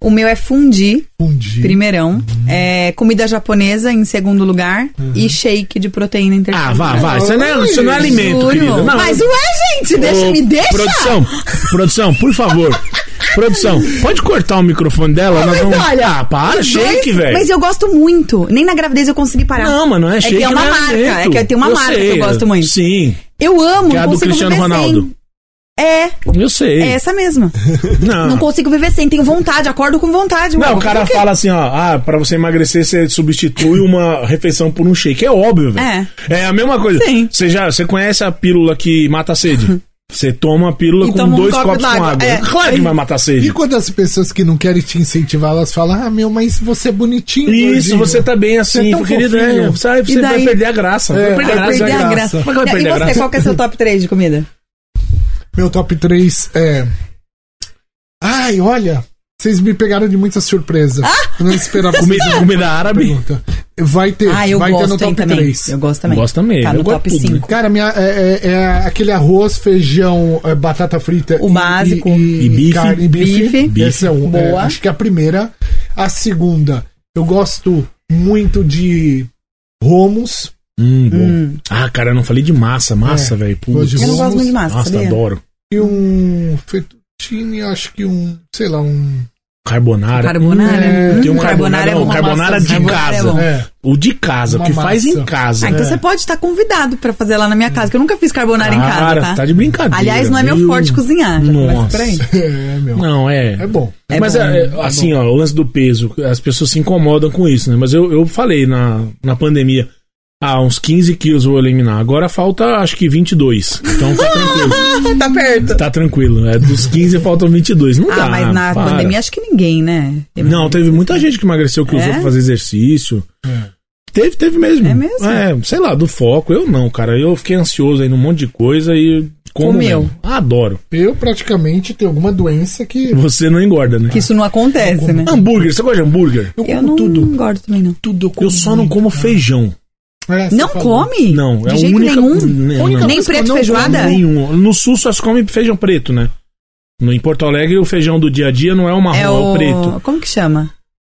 Speaker 1: O meu é fundi,
Speaker 3: Fundi.
Speaker 1: primeirão.
Speaker 2: Hum.
Speaker 1: É, comida japonesa em segundo lugar. E shake de proteína em terceiro
Speaker 2: Uhum. Ah, vá,
Speaker 1: lugar.
Speaker 2: vá, isso não é, isso não é alimento,
Speaker 1: Juro.
Speaker 2: querida. Não,
Speaker 1: Mas ué, gente, deixa,
Speaker 2: Ô,
Speaker 1: me deixa.
Speaker 2: Produção, produção,
Speaker 1: *laughs*
Speaker 2: por favor. produção, pode cortar o microfone dela? nós
Speaker 1: Mas
Speaker 2: vamos...
Speaker 1: olha,
Speaker 2: ah, para,
Speaker 1: os
Speaker 2: shake,
Speaker 1: dois-
Speaker 2: velho.
Speaker 1: Mas eu gosto muito. Nem na gravidez eu consegui parar.
Speaker 2: Não, mas não é shake,
Speaker 1: que é uma
Speaker 2: não
Speaker 1: marca,
Speaker 2: alimento.
Speaker 1: é que tem uma
Speaker 2: Eu
Speaker 1: marca que
Speaker 2: sei,
Speaker 1: eu gosto muito.
Speaker 2: Sim,
Speaker 1: Eu amo,
Speaker 2: que é a
Speaker 1: não
Speaker 2: do
Speaker 1: consigo
Speaker 2: Cristiano
Speaker 1: viver
Speaker 2: Ronaldo.
Speaker 1: sem. É,
Speaker 2: Eu sei.
Speaker 1: é essa
Speaker 2: *laughs*
Speaker 1: mesma.
Speaker 2: Não.
Speaker 1: Não consigo viver sem, tenho vontade, acordo com vontade. ué,
Speaker 2: Não, o
Speaker 1: vou
Speaker 2: cara
Speaker 1: fazer quê?
Speaker 2: fala assim, ó, ah, pra você emagrecer, você substitui uma refeição por um shake. É óbvio, velho.
Speaker 1: É.
Speaker 2: É a mesma coisa.
Speaker 1: Sim. *laughs*
Speaker 2: Você já, você conhece a pílula que mata a sede? Você toma a pílula
Speaker 1: E
Speaker 2: com
Speaker 1: toma um
Speaker 2: dois
Speaker 1: copo
Speaker 2: copos com
Speaker 1: d'água,
Speaker 2: água.
Speaker 1: é.
Speaker 2: Claro que vai matar a
Speaker 3: E
Speaker 2: sede.
Speaker 3: quando as pessoas que não querem te incentivar, elas falam: Ah, meu, mas você é
Speaker 1: um
Speaker 3: bonitinho.
Speaker 2: Isso,
Speaker 3: gordinho."
Speaker 2: você tá bem
Speaker 3: Você
Speaker 2: assim,
Speaker 3: é tão
Speaker 2: querido.
Speaker 3: fofinho.
Speaker 2: É, você vai- você vai
Speaker 1: daí?
Speaker 2: perder a graça.
Speaker 3: É,
Speaker 2: vai perder a
Speaker 3: vai
Speaker 2: graça.
Speaker 1: Perder
Speaker 3: vai
Speaker 1: a
Speaker 3: graça.
Speaker 1: graça.
Speaker 2: Como é que vai
Speaker 1: E
Speaker 2: perder a
Speaker 1: você,
Speaker 2: graça?
Speaker 1: qual que é seu top 3 de comida?
Speaker 3: Meu top 3 é. Ai, olha, vocês me pegaram de muita surpresa.
Speaker 1: Ah!
Speaker 3: Eu não esperava
Speaker 2: *laughs*
Speaker 3: essa
Speaker 2: Comida, comida
Speaker 1: Hum.
Speaker 2: árabe.
Speaker 3: pergunta. Vai ter,
Speaker 1: Ah, eu
Speaker 3: vai ter
Speaker 1: gosto
Speaker 3: no
Speaker 1: hein,
Speaker 3: top
Speaker 1: também.
Speaker 3: 3.
Speaker 1: Eu gosto também.
Speaker 2: Gosto também,
Speaker 1: Tá
Speaker 2: eu
Speaker 1: no
Speaker 2: gosto
Speaker 1: top
Speaker 2: de tudo.
Speaker 1: 5.
Speaker 3: Cara, minha, é, é- é aquele arroz, feijão, é, batata frita.
Speaker 1: O
Speaker 3: e-
Speaker 1: básico.
Speaker 3: E,
Speaker 2: E bife.
Speaker 3: Carne, e bife.
Speaker 1: Bife.
Speaker 3: Essa é, um, é,
Speaker 1: Boa.
Speaker 3: acho que é a primeira. A segunda, eu gosto muito de romos.
Speaker 2: Hum, bom. Ah, cara, eu não falei de massa. Massa,
Speaker 3: É,
Speaker 2: velho.
Speaker 3: gosto de
Speaker 2: Putz.
Speaker 1: Eu não
Speaker 3: Vamos-
Speaker 1: gosto muito de massa,
Speaker 2: Nossa,
Speaker 1: sabia?
Speaker 2: adoro.
Speaker 3: E um fettuccine, acho que um, sei lá, um...
Speaker 2: Carbonara.
Speaker 1: Carbonara.
Speaker 3: É,
Speaker 1: Hum,
Speaker 2: Tem um
Speaker 1: carbonara
Speaker 2: carbonara,
Speaker 1: é
Speaker 2: não,
Speaker 1: bom.
Speaker 2: carbonara de
Speaker 1: Carbonara é
Speaker 2: casa.
Speaker 1: bom.
Speaker 3: É,
Speaker 2: O de casa,
Speaker 3: Uma
Speaker 2: que faz em
Speaker 3: massa.
Speaker 2: casa.
Speaker 1: Ah, então
Speaker 3: É.
Speaker 1: você pode estar convidado pra fazer lá na minha casa, que eu nunca fiz carbonara em casa,
Speaker 2: Cara,
Speaker 1: tá?
Speaker 2: tá de brincadeira.
Speaker 1: Aliás, não é meu
Speaker 2: viu?
Speaker 1: forte cozinhar. Já começa por aí. *laughs*
Speaker 2: Nossa.
Speaker 3: é, meu.
Speaker 2: Não, é.
Speaker 3: É bom.
Speaker 1: É
Speaker 2: Mas
Speaker 1: bom,
Speaker 2: é,
Speaker 1: é bom.
Speaker 2: assim, ó, o lance do peso, as pessoas se incomodam com isso, né? Mas eu, eu falei na, na pandemia, ah, uns 15 quilos eu vou eliminar. Agora falta, acho que 22. Então tá
Speaker 1: *laughs*
Speaker 2: tranquilo.
Speaker 1: tá perto.
Speaker 2: tá tranquilo. É, dos 15 faltam 22. Não dá.
Speaker 1: Ah, mas na
Speaker 2: para.
Speaker 1: pandemia acho que ninguém, né?
Speaker 2: Não, teve muita gente que emagreceu que usou
Speaker 1: É?
Speaker 2: pra fazer exercício.
Speaker 3: É.
Speaker 2: Teve, teve mesmo.
Speaker 1: É mesmo?
Speaker 2: É, sei lá, do foco. Eu não, cara. Eu fiquei ansioso aí num monte de coisa e. Como
Speaker 1: Comeu.
Speaker 2: mesmo. Ah, Adoro.
Speaker 3: Eu praticamente tenho alguma doença que.
Speaker 2: Você não engorda, né?
Speaker 1: Que isso não acontece, né?
Speaker 2: Hambúrguer, você gosta de hambúrguer?
Speaker 3: Eu como
Speaker 1: Eu não
Speaker 3: tudo.
Speaker 1: engordo também, não.
Speaker 3: Tudo
Speaker 2: Eu só não como feijão.
Speaker 3: É, você
Speaker 1: Não
Speaker 3: falou.
Speaker 1: come?
Speaker 2: Não, é
Speaker 1: De
Speaker 2: a
Speaker 1: jeito
Speaker 2: única-
Speaker 1: nenhum?
Speaker 2: Não,
Speaker 3: Única
Speaker 2: não.
Speaker 1: Nem
Speaker 3: coisa que eu
Speaker 1: preto
Speaker 3: não
Speaker 1: feijoada?
Speaker 2: Nenhum. No sul só se come feijão preto, né? No, em Porto Alegre o feijão do dia a dia não é o marrom, é, o... preto.
Speaker 1: Como que chama?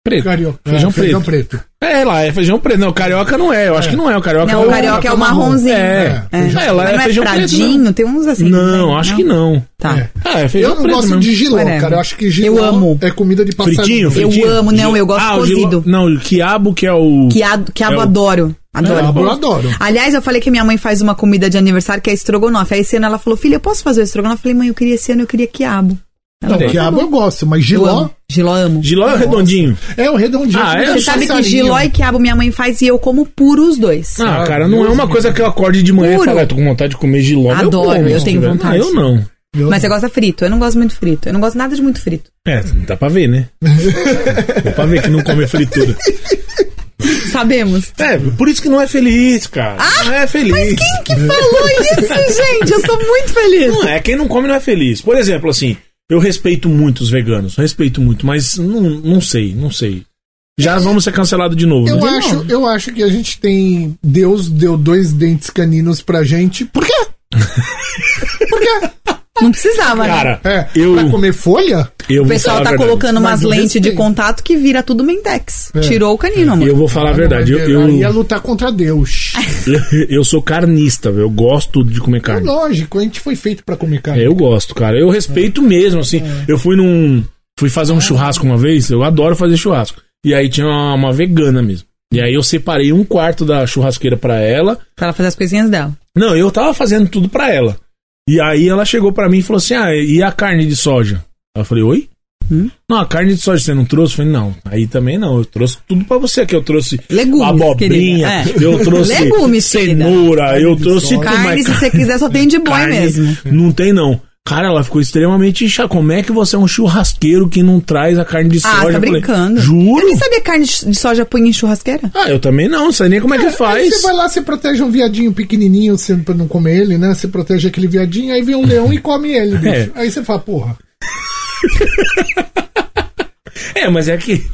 Speaker 2: Preto.
Speaker 3: Carioca.
Speaker 2: Feijão
Speaker 3: É, feijão preto.
Speaker 2: É lá, é feijão preto. Não, o carioca não é. Eu acho que não é. O carioca
Speaker 1: Não, o carioca é o marronzinho.
Speaker 2: É.
Speaker 1: É.
Speaker 2: É, lá
Speaker 1: Mas
Speaker 2: é
Speaker 1: não é
Speaker 2: feijão preto.
Speaker 1: fradinho?
Speaker 2: Não,
Speaker 1: Tem uns assim.
Speaker 2: não acho que não.
Speaker 1: Tá.
Speaker 3: É.
Speaker 2: Ah, é
Speaker 3: Eu
Speaker 2: feijão
Speaker 3: não
Speaker 2: preto
Speaker 3: gosto
Speaker 2: mesmo.
Speaker 3: de giló,
Speaker 1: Whatever.
Speaker 3: cara. Eu acho que giló
Speaker 1: amo.
Speaker 3: é comida de passarinho.
Speaker 2: Fritinho, fritinho?
Speaker 1: amo, não, eu gosto
Speaker 2: ah, o
Speaker 1: cozido.
Speaker 2: Não, o quiabo que é o...
Speaker 1: Quiabo, quiabo
Speaker 2: É o- É,
Speaker 1: adoro. Adoro.
Speaker 3: Eu adoro.
Speaker 1: Aliás, eu falei que minha mãe faz uma comida de aniversário que é estrogonofe. Aí esse ano ela falou, filha, eu posso fazer o estrogonofe? Eu falei, mãe, eu queria esse ano, eu queria quiabo.
Speaker 3: Não,
Speaker 2: Tem.
Speaker 3: quiabo eu gosto, mas
Speaker 1: Ah, Eu
Speaker 3: giló
Speaker 1: amo. Giló eu amo.
Speaker 2: Giló é o redondinho.
Speaker 3: é o redondinho.
Speaker 2: Ah,
Speaker 3: de
Speaker 2: é?
Speaker 1: Você
Speaker 2: Nossa,
Speaker 1: sabe que
Speaker 3: passarinho.
Speaker 1: giló e quiabo minha mãe faz e eu como puro os dois.
Speaker 2: Ah,
Speaker 3: Ah,
Speaker 2: cara, não é
Speaker 3: Deus
Speaker 2: uma
Speaker 3: me
Speaker 2: coisa que eu acorde de manhã e
Speaker 1: Puro.
Speaker 2: falo, ah, tô com vontade de comer giló. mas
Speaker 1: Adoro,
Speaker 2: como,
Speaker 1: eu
Speaker 2: se
Speaker 1: tenho
Speaker 2: tiver.
Speaker 1: vontade.
Speaker 2: Ah, eu não.
Speaker 3: Eu
Speaker 1: Mas é você gosta frito? Eu não gosto muito frito. Eu não gosto nada de muito frito.
Speaker 2: É, dá pra ver,
Speaker 3: *laughs*
Speaker 2: né? dá pra ver que não come fritura.
Speaker 1: Sabemos.
Speaker 2: É, por isso que não é feliz, cara. não é feliz.
Speaker 1: Ah, Quem que falou *laughs* isso, gente? Eu sou muito feliz.
Speaker 2: Não é, quem não come não é feliz. Por exemplo, assim, eu respeito muito os veganos, respeito muito, mas não, não sei, não sei. Já vamos ser cancelados de novo,
Speaker 3: Eu
Speaker 2: né?
Speaker 3: acho, eu acho que a gente tem. Deus deu dois dentes caninos pra gente. Por
Speaker 2: *laughs*
Speaker 3: quê? Por quê?
Speaker 1: Não precisava, né?
Speaker 2: Cara,
Speaker 3: É,
Speaker 2: eu,
Speaker 3: pra comer folha?
Speaker 2: eu
Speaker 1: O
Speaker 2: vou
Speaker 1: pessoal
Speaker 2: falar a
Speaker 1: tá
Speaker 2: verdade. É.
Speaker 1: colocando umas
Speaker 3: Mas eu
Speaker 1: lentes de
Speaker 3: respeito.
Speaker 1: contato que vira tudo mentex. Tirou o canino, amor.
Speaker 2: Eu vou falar a verdade. Eu,
Speaker 3: Ela ia
Speaker 2: eu,
Speaker 3: é lutar contra Deus.
Speaker 2: *laughs* eu sou carnista, velho, eu gosto de comer
Speaker 3: É
Speaker 2: carne.
Speaker 3: lógico, a gente foi feito pra comer carne.
Speaker 2: É, eu gosto, cara. Eu respeito mesmo, assim. Eu fui num. Fui fazer um churrasco uma vez, eu adoro fazer churrasco. E aí tinha uma, uma vegana mesmo. E aí eu separei um quarto da churrasqueira pra ela.
Speaker 1: Pra ela fazer as coisinhas dela.
Speaker 2: Não, eu tava fazendo tudo pra ela. E aí ela chegou pra mim e falou assim: Ah, e a carne de soja? Eu falei, oi?
Speaker 1: Hum?
Speaker 2: Não, a carne de soja você não trouxe? Eu falei, não, aí também não. Eu trouxe tudo pra você aqui. Eu trouxe
Speaker 1: Legumes,
Speaker 2: abobrinha,
Speaker 1: querida. É.
Speaker 2: eu trouxe
Speaker 1: Legumes, querida.
Speaker 2: cenoura, eu
Speaker 3: de
Speaker 2: trouxe
Speaker 3: soja.
Speaker 2: tudo, mas
Speaker 1: Carne, se você quiser, só tem de boi
Speaker 2: é carne
Speaker 1: mesmo.
Speaker 2: Não tem, não. Cara, ela ficou extremamente chata. Como é que você é um churrasqueiro que não traz a carne de soja?
Speaker 1: Ah, você tá
Speaker 2: Eu falei,
Speaker 1: brincando. Eu
Speaker 2: Juro?
Speaker 1: nem sabia que carne de soja põe em churrasqueira.
Speaker 2: Ah, eu também não, não sei nem como é que
Speaker 3: Aí
Speaker 2: faz.
Speaker 3: você vai lá, você protege um viadinho pequenininho você, pra não comer ele, né? Você protege aquele viadinho, aí vem um leão e
Speaker 2: *laughs*
Speaker 3: come ele, bicho. Aí você fala, porra.
Speaker 2: É, mas é que.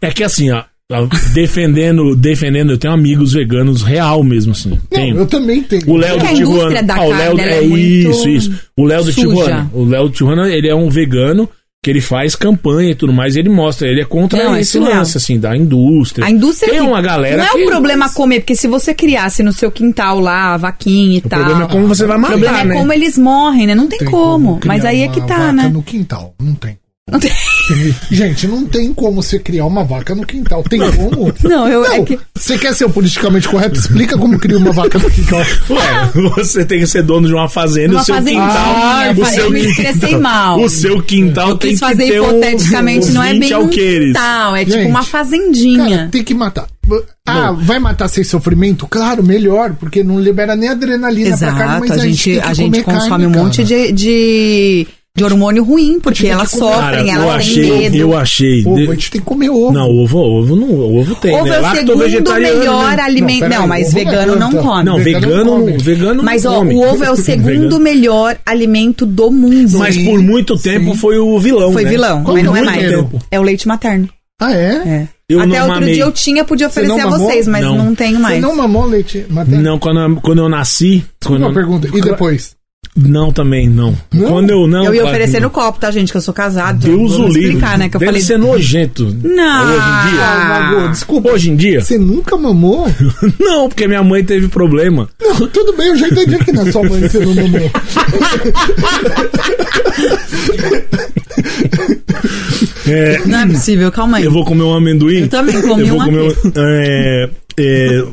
Speaker 2: É que assim, ó. ó, Defendendo, defendendo, eu tenho amigos veganos real mesmo, assim.
Speaker 3: Não,
Speaker 2: tenho.
Speaker 3: eu também tenho.
Speaker 2: O Léo
Speaker 1: Porque a
Speaker 2: do
Speaker 1: indústria
Speaker 2: Tijuana.
Speaker 1: da
Speaker 2: Ah, o Léo
Speaker 1: carne, ela
Speaker 2: é,
Speaker 1: é muito
Speaker 2: isso, isso. O Léo do
Speaker 1: suja.
Speaker 2: Tijuana. O Léo do Tijuana, ele é um vegano que ele faz campanha e tudo mais, e ele mostra, ele é contra
Speaker 1: Não, é
Speaker 2: esse
Speaker 1: surreal.
Speaker 2: lance, assim, da indústria.
Speaker 1: A indústria
Speaker 2: Tem
Speaker 1: que-
Speaker 2: uma galera
Speaker 1: Não é
Speaker 2: que-
Speaker 1: o problema comer, porque se você criasse no seu quintal lá, a vaquinha e
Speaker 2: O
Speaker 1: tal.
Speaker 2: problema é como você vai
Speaker 1: o
Speaker 2: matar,
Speaker 1: problema é
Speaker 2: né?
Speaker 1: como eles morrem, né? Não tem,
Speaker 3: Tem
Speaker 1: como.
Speaker 3: criar
Speaker 1: Mas aí é
Speaker 3: uma
Speaker 1: que tá,
Speaker 3: vaca
Speaker 1: né?
Speaker 3: no quintal, não tem.
Speaker 1: Não tem- *laughs*
Speaker 3: Gente, não tem como você criar uma vaca no quintal. Tem como?
Speaker 1: *laughs* Não, eu- é que-
Speaker 3: Você quer ser o politicamente correto? Explica como cria uma vaca
Speaker 1: *laughs*
Speaker 3: no quintal.
Speaker 2: Ué, *laughs* você tem que ser dono de uma fazenda,
Speaker 1: Numa
Speaker 2: o seu
Speaker 1: fazendinha,
Speaker 2: quintal.
Speaker 1: Ah, eu
Speaker 2: o
Speaker 1: falei,
Speaker 2: seu
Speaker 1: eu me
Speaker 2: quintal-
Speaker 1: expressei mal.
Speaker 2: O seu quintal tem
Speaker 1: Quis
Speaker 2: que
Speaker 1: fazer
Speaker 2: ter uns-
Speaker 1: hipoteticamente,
Speaker 2: uns
Speaker 1: não é
Speaker 2: 20
Speaker 1: bem um
Speaker 2: alqueires.
Speaker 1: quintal, é tipo
Speaker 3: Gente,
Speaker 1: uma
Speaker 3: Cara,
Speaker 1: fazendinha.
Speaker 3: tem que matar. Ah,
Speaker 2: Bom.
Speaker 3: vai matar sem sofrimento? Claro, melhor, porque não libera nem adrenalina pra carne, mas
Speaker 1: Exato, a gente,
Speaker 3: tem que
Speaker 1: a gente
Speaker 3: comer
Speaker 1: consome
Speaker 3: carne,
Speaker 1: um
Speaker 3: cara.
Speaker 1: monte de, de, de hormônio ruim, porque
Speaker 3: tem que
Speaker 1: elas
Speaker 3: comer.
Speaker 2: Cara,
Speaker 1: sofrem,
Speaker 2: eu
Speaker 1: elas têm
Speaker 2: achei,
Speaker 1: medo.
Speaker 2: eu achei.
Speaker 3: Ovo, tipo,
Speaker 2: de-
Speaker 3: a gente tem que comer ovo.
Speaker 2: Não, ovo, ovo não, ovo tem,
Speaker 1: Ovo
Speaker 2: né?
Speaker 1: é o segundo
Speaker 2: Lacto-vegetariano,
Speaker 1: melhor
Speaker 2: né?
Speaker 1: alimento. Não,
Speaker 3: peraí,
Speaker 1: mas
Speaker 3: ovo não é
Speaker 1: vegano não
Speaker 3: planta.
Speaker 1: come.
Speaker 2: Não,
Speaker 3: Vegano
Speaker 2: vegano,
Speaker 3: come.
Speaker 2: não- vegano
Speaker 1: Mas
Speaker 2: não
Speaker 1: ó,
Speaker 2: come.
Speaker 1: o ovo é o segundo
Speaker 2: Vegano.
Speaker 1: melhor alimento do mundo.
Speaker 2: Mas
Speaker 3: Sim,
Speaker 2: por muito tempo
Speaker 3: sim.
Speaker 2: foi o vilão,
Speaker 1: Foi
Speaker 2: né?
Speaker 1: vilão,
Speaker 3: Qual
Speaker 1: mas não é
Speaker 3: muito
Speaker 1: mais.
Speaker 2: tempo?
Speaker 1: É o leite materno.
Speaker 3: Ah, é?
Speaker 1: É.
Speaker 2: Eu
Speaker 1: Até
Speaker 2: não
Speaker 1: outro
Speaker 2: mamei.
Speaker 1: dia eu tinha, podia oferecer
Speaker 3: não
Speaker 1: a
Speaker 3: mamou?
Speaker 1: vocês, mas
Speaker 2: Não.
Speaker 1: não, tenho mais.
Speaker 3: Você não mamou leite materno?
Speaker 2: Não, quando eu, quando eu nasci. Quando
Speaker 3: Uma
Speaker 2: eu-
Speaker 3: pergunta. E depois?
Speaker 2: Não, também, não.
Speaker 3: Não?
Speaker 2: Quando eu não.
Speaker 1: eu ia
Speaker 2: cara,
Speaker 1: oferecer
Speaker 2: não.
Speaker 1: no copo, tá, gente? Que eu sou casado.
Speaker 2: Deus o
Speaker 1: vamos
Speaker 2: livre.
Speaker 1: explicar, né? Que eu
Speaker 2: Deve
Speaker 1: falei.
Speaker 2: ser nojento.
Speaker 1: Não.
Speaker 2: Hoje em dia.
Speaker 1: Ah.
Speaker 3: Mago, desculpa.
Speaker 2: Hoje em
Speaker 3: *laughs*
Speaker 2: dia?
Speaker 3: Você nunca
Speaker 2: *laughs*
Speaker 3: mamou?
Speaker 2: Não, porque minha mãe teve problema.
Speaker 3: Não, tudo bem, eu já entendi que na sua mãe você
Speaker 2: *laughs*
Speaker 3: não mamou.
Speaker 2: É,
Speaker 1: Não é possível, calma aí.
Speaker 2: eu vou comer um amendoim.
Speaker 1: Eu também comi
Speaker 2: Eu vou
Speaker 1: um
Speaker 2: comer um. *laughs* É, é,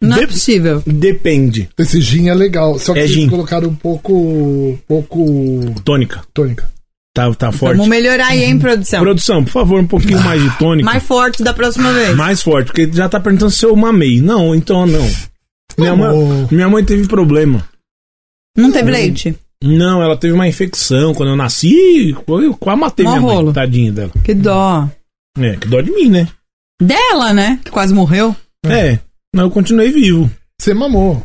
Speaker 1: Não é
Speaker 2: de-
Speaker 1: possível.
Speaker 2: depende.
Speaker 3: Esse gin é legal, só que
Speaker 2: É
Speaker 3: vocês
Speaker 2: gin.
Speaker 3: colocaram um pouco. pouco.
Speaker 2: Tônica.
Speaker 3: tônica.
Speaker 2: Tá, tá forte.
Speaker 1: Vamos melhorar aí, hein, produção?
Speaker 2: Produção, por favor, um pouquinho mais de tônica.
Speaker 1: Mais forte da próxima vez.
Speaker 2: Mais forte, porque já tá perguntando se eu mamei. Não, então não. Minha mãe,
Speaker 3: Mamou.
Speaker 2: minha mãe teve problema.
Speaker 1: Não teve leite?
Speaker 2: Não, ela teve uma infecção quando eu nasci. Eu quase matei
Speaker 1: Mó
Speaker 2: minha mãe,
Speaker 1: rolo.
Speaker 2: tadinha dela.
Speaker 1: Que dó.
Speaker 2: É, que dó de mim, né?
Speaker 1: Dela, né? Que quase morreu.
Speaker 2: É, mas eu continuei vivo.
Speaker 3: Você mamou.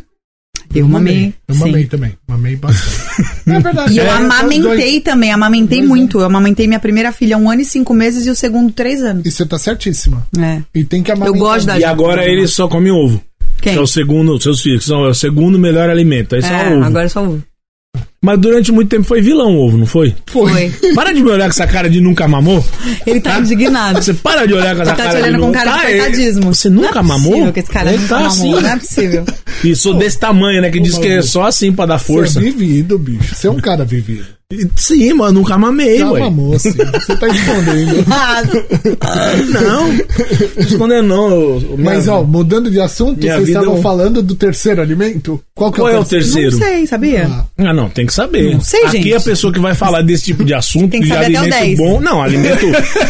Speaker 1: Eu mamei.
Speaker 3: Eu
Speaker 1: sim.
Speaker 3: mamei também. Mamei
Speaker 2: *laughs*
Speaker 3: bastante. é verdade.
Speaker 1: E eu
Speaker 3: é, dois-
Speaker 1: amamentei também, amamentei
Speaker 2: é.
Speaker 3: Dois
Speaker 1: muito. Eu amamentei minha primeira filha um ano e cinco meses e o segundo três anos.
Speaker 3: E você tá certíssima.
Speaker 1: É.
Speaker 3: E tem que amamentar.
Speaker 1: gosto da-
Speaker 2: E agora ele só come ovo.
Speaker 1: Quem?
Speaker 2: Que é o segundo, seus filhos, que são é o segundo melhor alimento. Aí só
Speaker 1: É,
Speaker 2: ovo.
Speaker 1: agora é só ovo.
Speaker 2: Mas durante muito tempo foi vilão o ovo, não foi?
Speaker 1: Foi.
Speaker 2: Para de me olhar com essa cara de nunca mamou.
Speaker 1: Ele tá indignado.
Speaker 2: Você para de olhar com essa
Speaker 1: Ele tá te
Speaker 2: cara
Speaker 1: olhando
Speaker 2: de
Speaker 1: com
Speaker 2: nunca
Speaker 1: cara de
Speaker 2: Tá, é.
Speaker 1: coitadismo.
Speaker 2: Você nunca mamou?
Speaker 1: Não é possível que esse cara
Speaker 2: Ele
Speaker 1: nunca
Speaker 2: tá
Speaker 1: mamou.
Speaker 2: assim.
Speaker 1: Não é
Speaker 2: *laughs*
Speaker 1: possível.
Speaker 2: E sou desse tamanho, né? Que diz que é
Speaker 3: mamou.
Speaker 2: só assim pra dar força.
Speaker 3: Você é vivido, bicho. Você é um cara vivido.
Speaker 2: E- Sim, mano, nunca mamei,
Speaker 3: Você
Speaker 2: ué.
Speaker 3: mamou, sim. Você
Speaker 2: *laughs*
Speaker 3: tá escondendo.
Speaker 1: Ah,
Speaker 3: *laughs*
Speaker 2: Não, esconder não. eu- eu-
Speaker 3: Mas,
Speaker 2: minha-
Speaker 3: ó, mudando de assunto,
Speaker 2: Minha
Speaker 3: vocês
Speaker 2: vida
Speaker 3: estavam
Speaker 2: é um-
Speaker 3: falando do terceiro alimento? Qual que
Speaker 2: qual
Speaker 3: é o
Speaker 1: não
Speaker 2: terceiro?
Speaker 1: sei, sabia?
Speaker 3: Ah.
Speaker 2: Ah, não, tem que saber.
Speaker 1: Não sei,
Speaker 2: Aqui
Speaker 1: gente.
Speaker 2: a pessoa que vai falar desse tipo de assunto,
Speaker 1: Tem que
Speaker 2: de
Speaker 1: saber até o
Speaker 2: alimento
Speaker 1: 10.
Speaker 2: bom.
Speaker 1: *laughs*
Speaker 2: Não, alimento.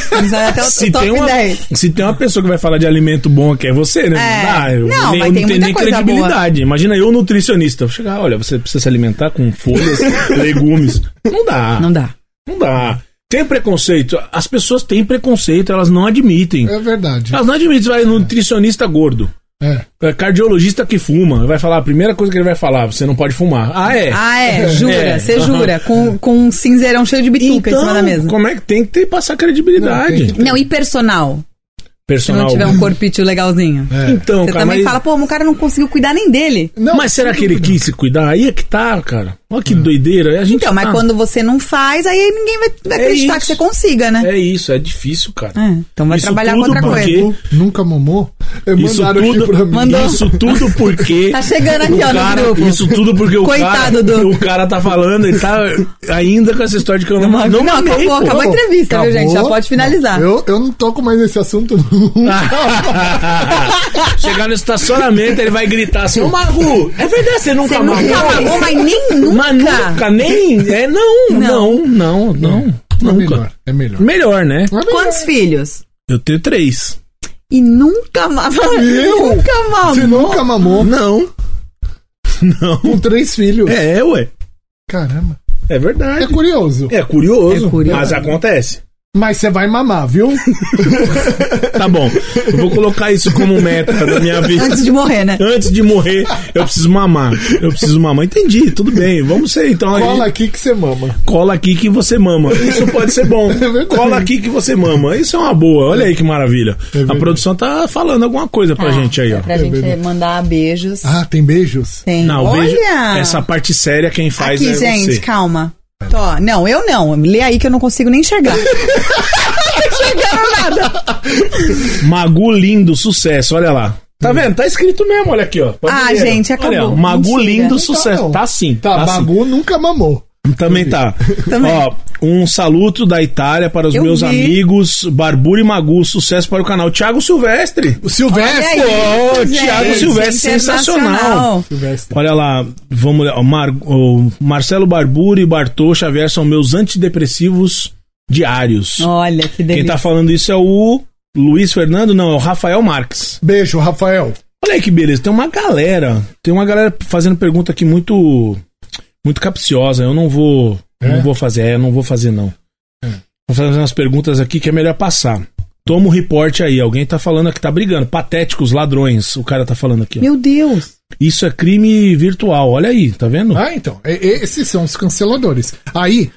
Speaker 1: Vamos até o
Speaker 2: se,
Speaker 1: top
Speaker 2: tem uma,
Speaker 1: 10.
Speaker 2: se tem uma pessoa que vai falar de alimento bom aqui, é você, né?
Speaker 1: É.
Speaker 2: Ah, eu
Speaker 1: Não, mas tem
Speaker 2: nem, eu não tenho
Speaker 1: muita
Speaker 2: nem
Speaker 1: coisa
Speaker 2: credibilidade. Imagina eu, nutricionista, eu chegar, olha, você precisa se alimentar com
Speaker 1: *laughs*
Speaker 2: folhas, legumes. Não dá.
Speaker 1: Não dá.
Speaker 2: Não dá. Tem preconceito. As pessoas têm preconceito, elas não admitem.
Speaker 3: É verdade.
Speaker 2: Elas não admitem, vai nutricionista gordo.
Speaker 3: É.
Speaker 2: É Cardiologista que fuma, vai falar, a primeira coisa que ele vai falar, você não pode fumar. Ah, é?
Speaker 1: Ah, é? Jura?
Speaker 2: É,
Speaker 1: Você
Speaker 2: aham.
Speaker 1: jura? Com, com um cinzeirão cheio de bituca em cima da mesa.
Speaker 2: Então, como é que tem que ter, passar
Speaker 3: Não, tem
Speaker 2: credibilidade?
Speaker 3: que
Speaker 1: Não, e personal? Se
Speaker 2: Personal.
Speaker 1: não tiver um corpite legalzinho.
Speaker 3: É.
Speaker 2: Então,
Speaker 1: Você
Speaker 2: cara,
Speaker 1: também
Speaker 2: mas,
Speaker 1: fala, pô, mas o cara não conseguiu cuidar nem dele.
Speaker 3: Não,
Speaker 2: mas será que ele quis se cuidar? Aí é que tá, cara. Olha que doideira. A gente
Speaker 1: Então, mas
Speaker 2: tá-
Speaker 1: quando você não faz, aí ninguém vai, vai
Speaker 2: É
Speaker 1: acreditar
Speaker 2: isso.
Speaker 1: que você consiga, né?
Speaker 2: É isso, é difícil, cara.
Speaker 1: É, então vai
Speaker 2: Isso
Speaker 1: trabalhar com
Speaker 2: tudo
Speaker 1: outra
Speaker 2: porque-
Speaker 1: coisa.
Speaker 3: Nunca mamou? É,
Speaker 2: Isso
Speaker 3: Mandaram
Speaker 2: tudo,
Speaker 3: aqui pra mim.
Speaker 1: Mandou.
Speaker 2: isso tudo
Speaker 1: *laughs*
Speaker 2: porque.
Speaker 1: Tá chegando aqui,
Speaker 2: o
Speaker 1: ó, no
Speaker 2: cara,
Speaker 1: grupo.
Speaker 2: Isso tudo porque o
Speaker 1: Coitado
Speaker 2: cara.
Speaker 1: do-
Speaker 2: O cara tá falando, ele tá ainda com essa história de que eu não, não, não, mamei,
Speaker 1: acabou,
Speaker 2: pô. *laughs*
Speaker 1: acabou a entrevista,
Speaker 3: Acabou.
Speaker 1: viu, gente? Já pode finalizar.
Speaker 3: Não, Eu, eu não toco mais nesse assunto
Speaker 2: Ah,
Speaker 3: nunca.
Speaker 2: Chegar no estacionamento, ele vai gritar assim: Ô Magu, é verdade, você nunca
Speaker 1: Você nunca mamou, mas nem nunca.
Speaker 2: Mas nunca, nem. É, não,
Speaker 1: Não.
Speaker 2: não, não, não.
Speaker 3: É
Speaker 2: nunca.
Speaker 3: melhor, é melhor.
Speaker 2: Melhor, né?
Speaker 3: É melhor.
Speaker 1: Quantos filhos?
Speaker 2: Eu tenho três.
Speaker 1: E nunca mamou.
Speaker 3: Meu!
Speaker 1: Nunca
Speaker 3: Você
Speaker 1: mamou.
Speaker 3: nunca mamou
Speaker 2: Não. Não.
Speaker 3: com três filhos.
Speaker 2: É, ué.
Speaker 3: Caramba.
Speaker 2: É verdade.
Speaker 3: É curioso.
Speaker 2: É curioso,
Speaker 1: É curioso.
Speaker 2: mas acontece.
Speaker 3: Mas você vai mamar, viu?
Speaker 2: Tá bom. Eu vou colocar isso como meta da minha vida.
Speaker 1: Antes de morrer, né?
Speaker 2: Antes de morrer, eu preciso mamar. Eu preciso mamar. Entendi, tudo bem. Vamos ser então. aí.
Speaker 3: Cola aqui que você mama.
Speaker 2: Cola aqui É que você mama. Isso pode ser *laughs* bom.
Speaker 3: verdade.
Speaker 2: Cola aqui que você mama. Isso é uma boa. Olha aí que maravilha. a
Speaker 3: verdade.
Speaker 2: produção tá falando alguma coisa
Speaker 1: Tá.
Speaker 2: pra gente aí, ó.
Speaker 1: É Pra gente
Speaker 3: verdade.
Speaker 1: mandar beijos.
Speaker 3: Ah, tem beijos?
Speaker 1: Tem.
Speaker 2: Não,
Speaker 1: Olha!
Speaker 2: veja essa parte séria quem faz
Speaker 1: Aqui,
Speaker 2: é
Speaker 1: gente,
Speaker 2: você.
Speaker 1: calma. Tô, não, eu não. Lê aí que eu não consigo nem enxergar. não tô enxergando nada.
Speaker 2: Magu lindo, sucesso, olha lá. Tá vendo? Tá escrito mesmo, olha aqui, ó. Pode
Speaker 1: Ah,
Speaker 2: ver.
Speaker 1: gente,
Speaker 2: Olha,
Speaker 1: acabou.
Speaker 2: ó, Magu
Speaker 1: Mentira.
Speaker 2: lindo,
Speaker 1: Não tá,
Speaker 2: sucesso.
Speaker 3: não.
Speaker 2: Tá, sim.
Speaker 3: Tá,
Speaker 2: Tá, sim.
Speaker 3: Bagu nunca mamou.
Speaker 2: Também tá.
Speaker 1: *laughs* Também.
Speaker 2: Ó, um saluto da Itália para os
Speaker 1: Eu
Speaker 2: meus
Speaker 1: vi.
Speaker 2: amigos Barbura e Magu, sucesso para o canal. Tiago Silvestre.
Speaker 3: O Silvestre!
Speaker 2: Ô,
Speaker 1: É gente, é
Speaker 2: Thiago Silvestre,
Speaker 1: internacional.
Speaker 2: sensacional.
Speaker 3: Silvestre.
Speaker 2: Olha lá, vamos lá. ó, Mar- o Marcelo Barbura e Bartô Xavier são meus antidepressivos diários.
Speaker 1: Olha que
Speaker 2: Quem
Speaker 1: delícia.
Speaker 2: tá falando isso é o Luiz Fernando, não, é o Rafael Marques.
Speaker 3: Beijo, Rafael.
Speaker 2: Olha aí que beleza, tem uma galera. Tem uma galera fazendo pergunta aqui muito muito capciosa. Eu não vou.
Speaker 3: É?
Speaker 2: Não vou fazer, é, não vou fazer, não. Vou fazer umas perguntas aqui que é melhor passar. Toma o reporte aí, alguém tá falando aqui, tá brigando. Patéticos, ladrões, o cara tá falando aqui. ó.
Speaker 1: Meu Deus.
Speaker 2: Isso é crime virtual, olha aí, tá vendo?
Speaker 3: Ah, então. e- e- Esses são os canceladores. Aí,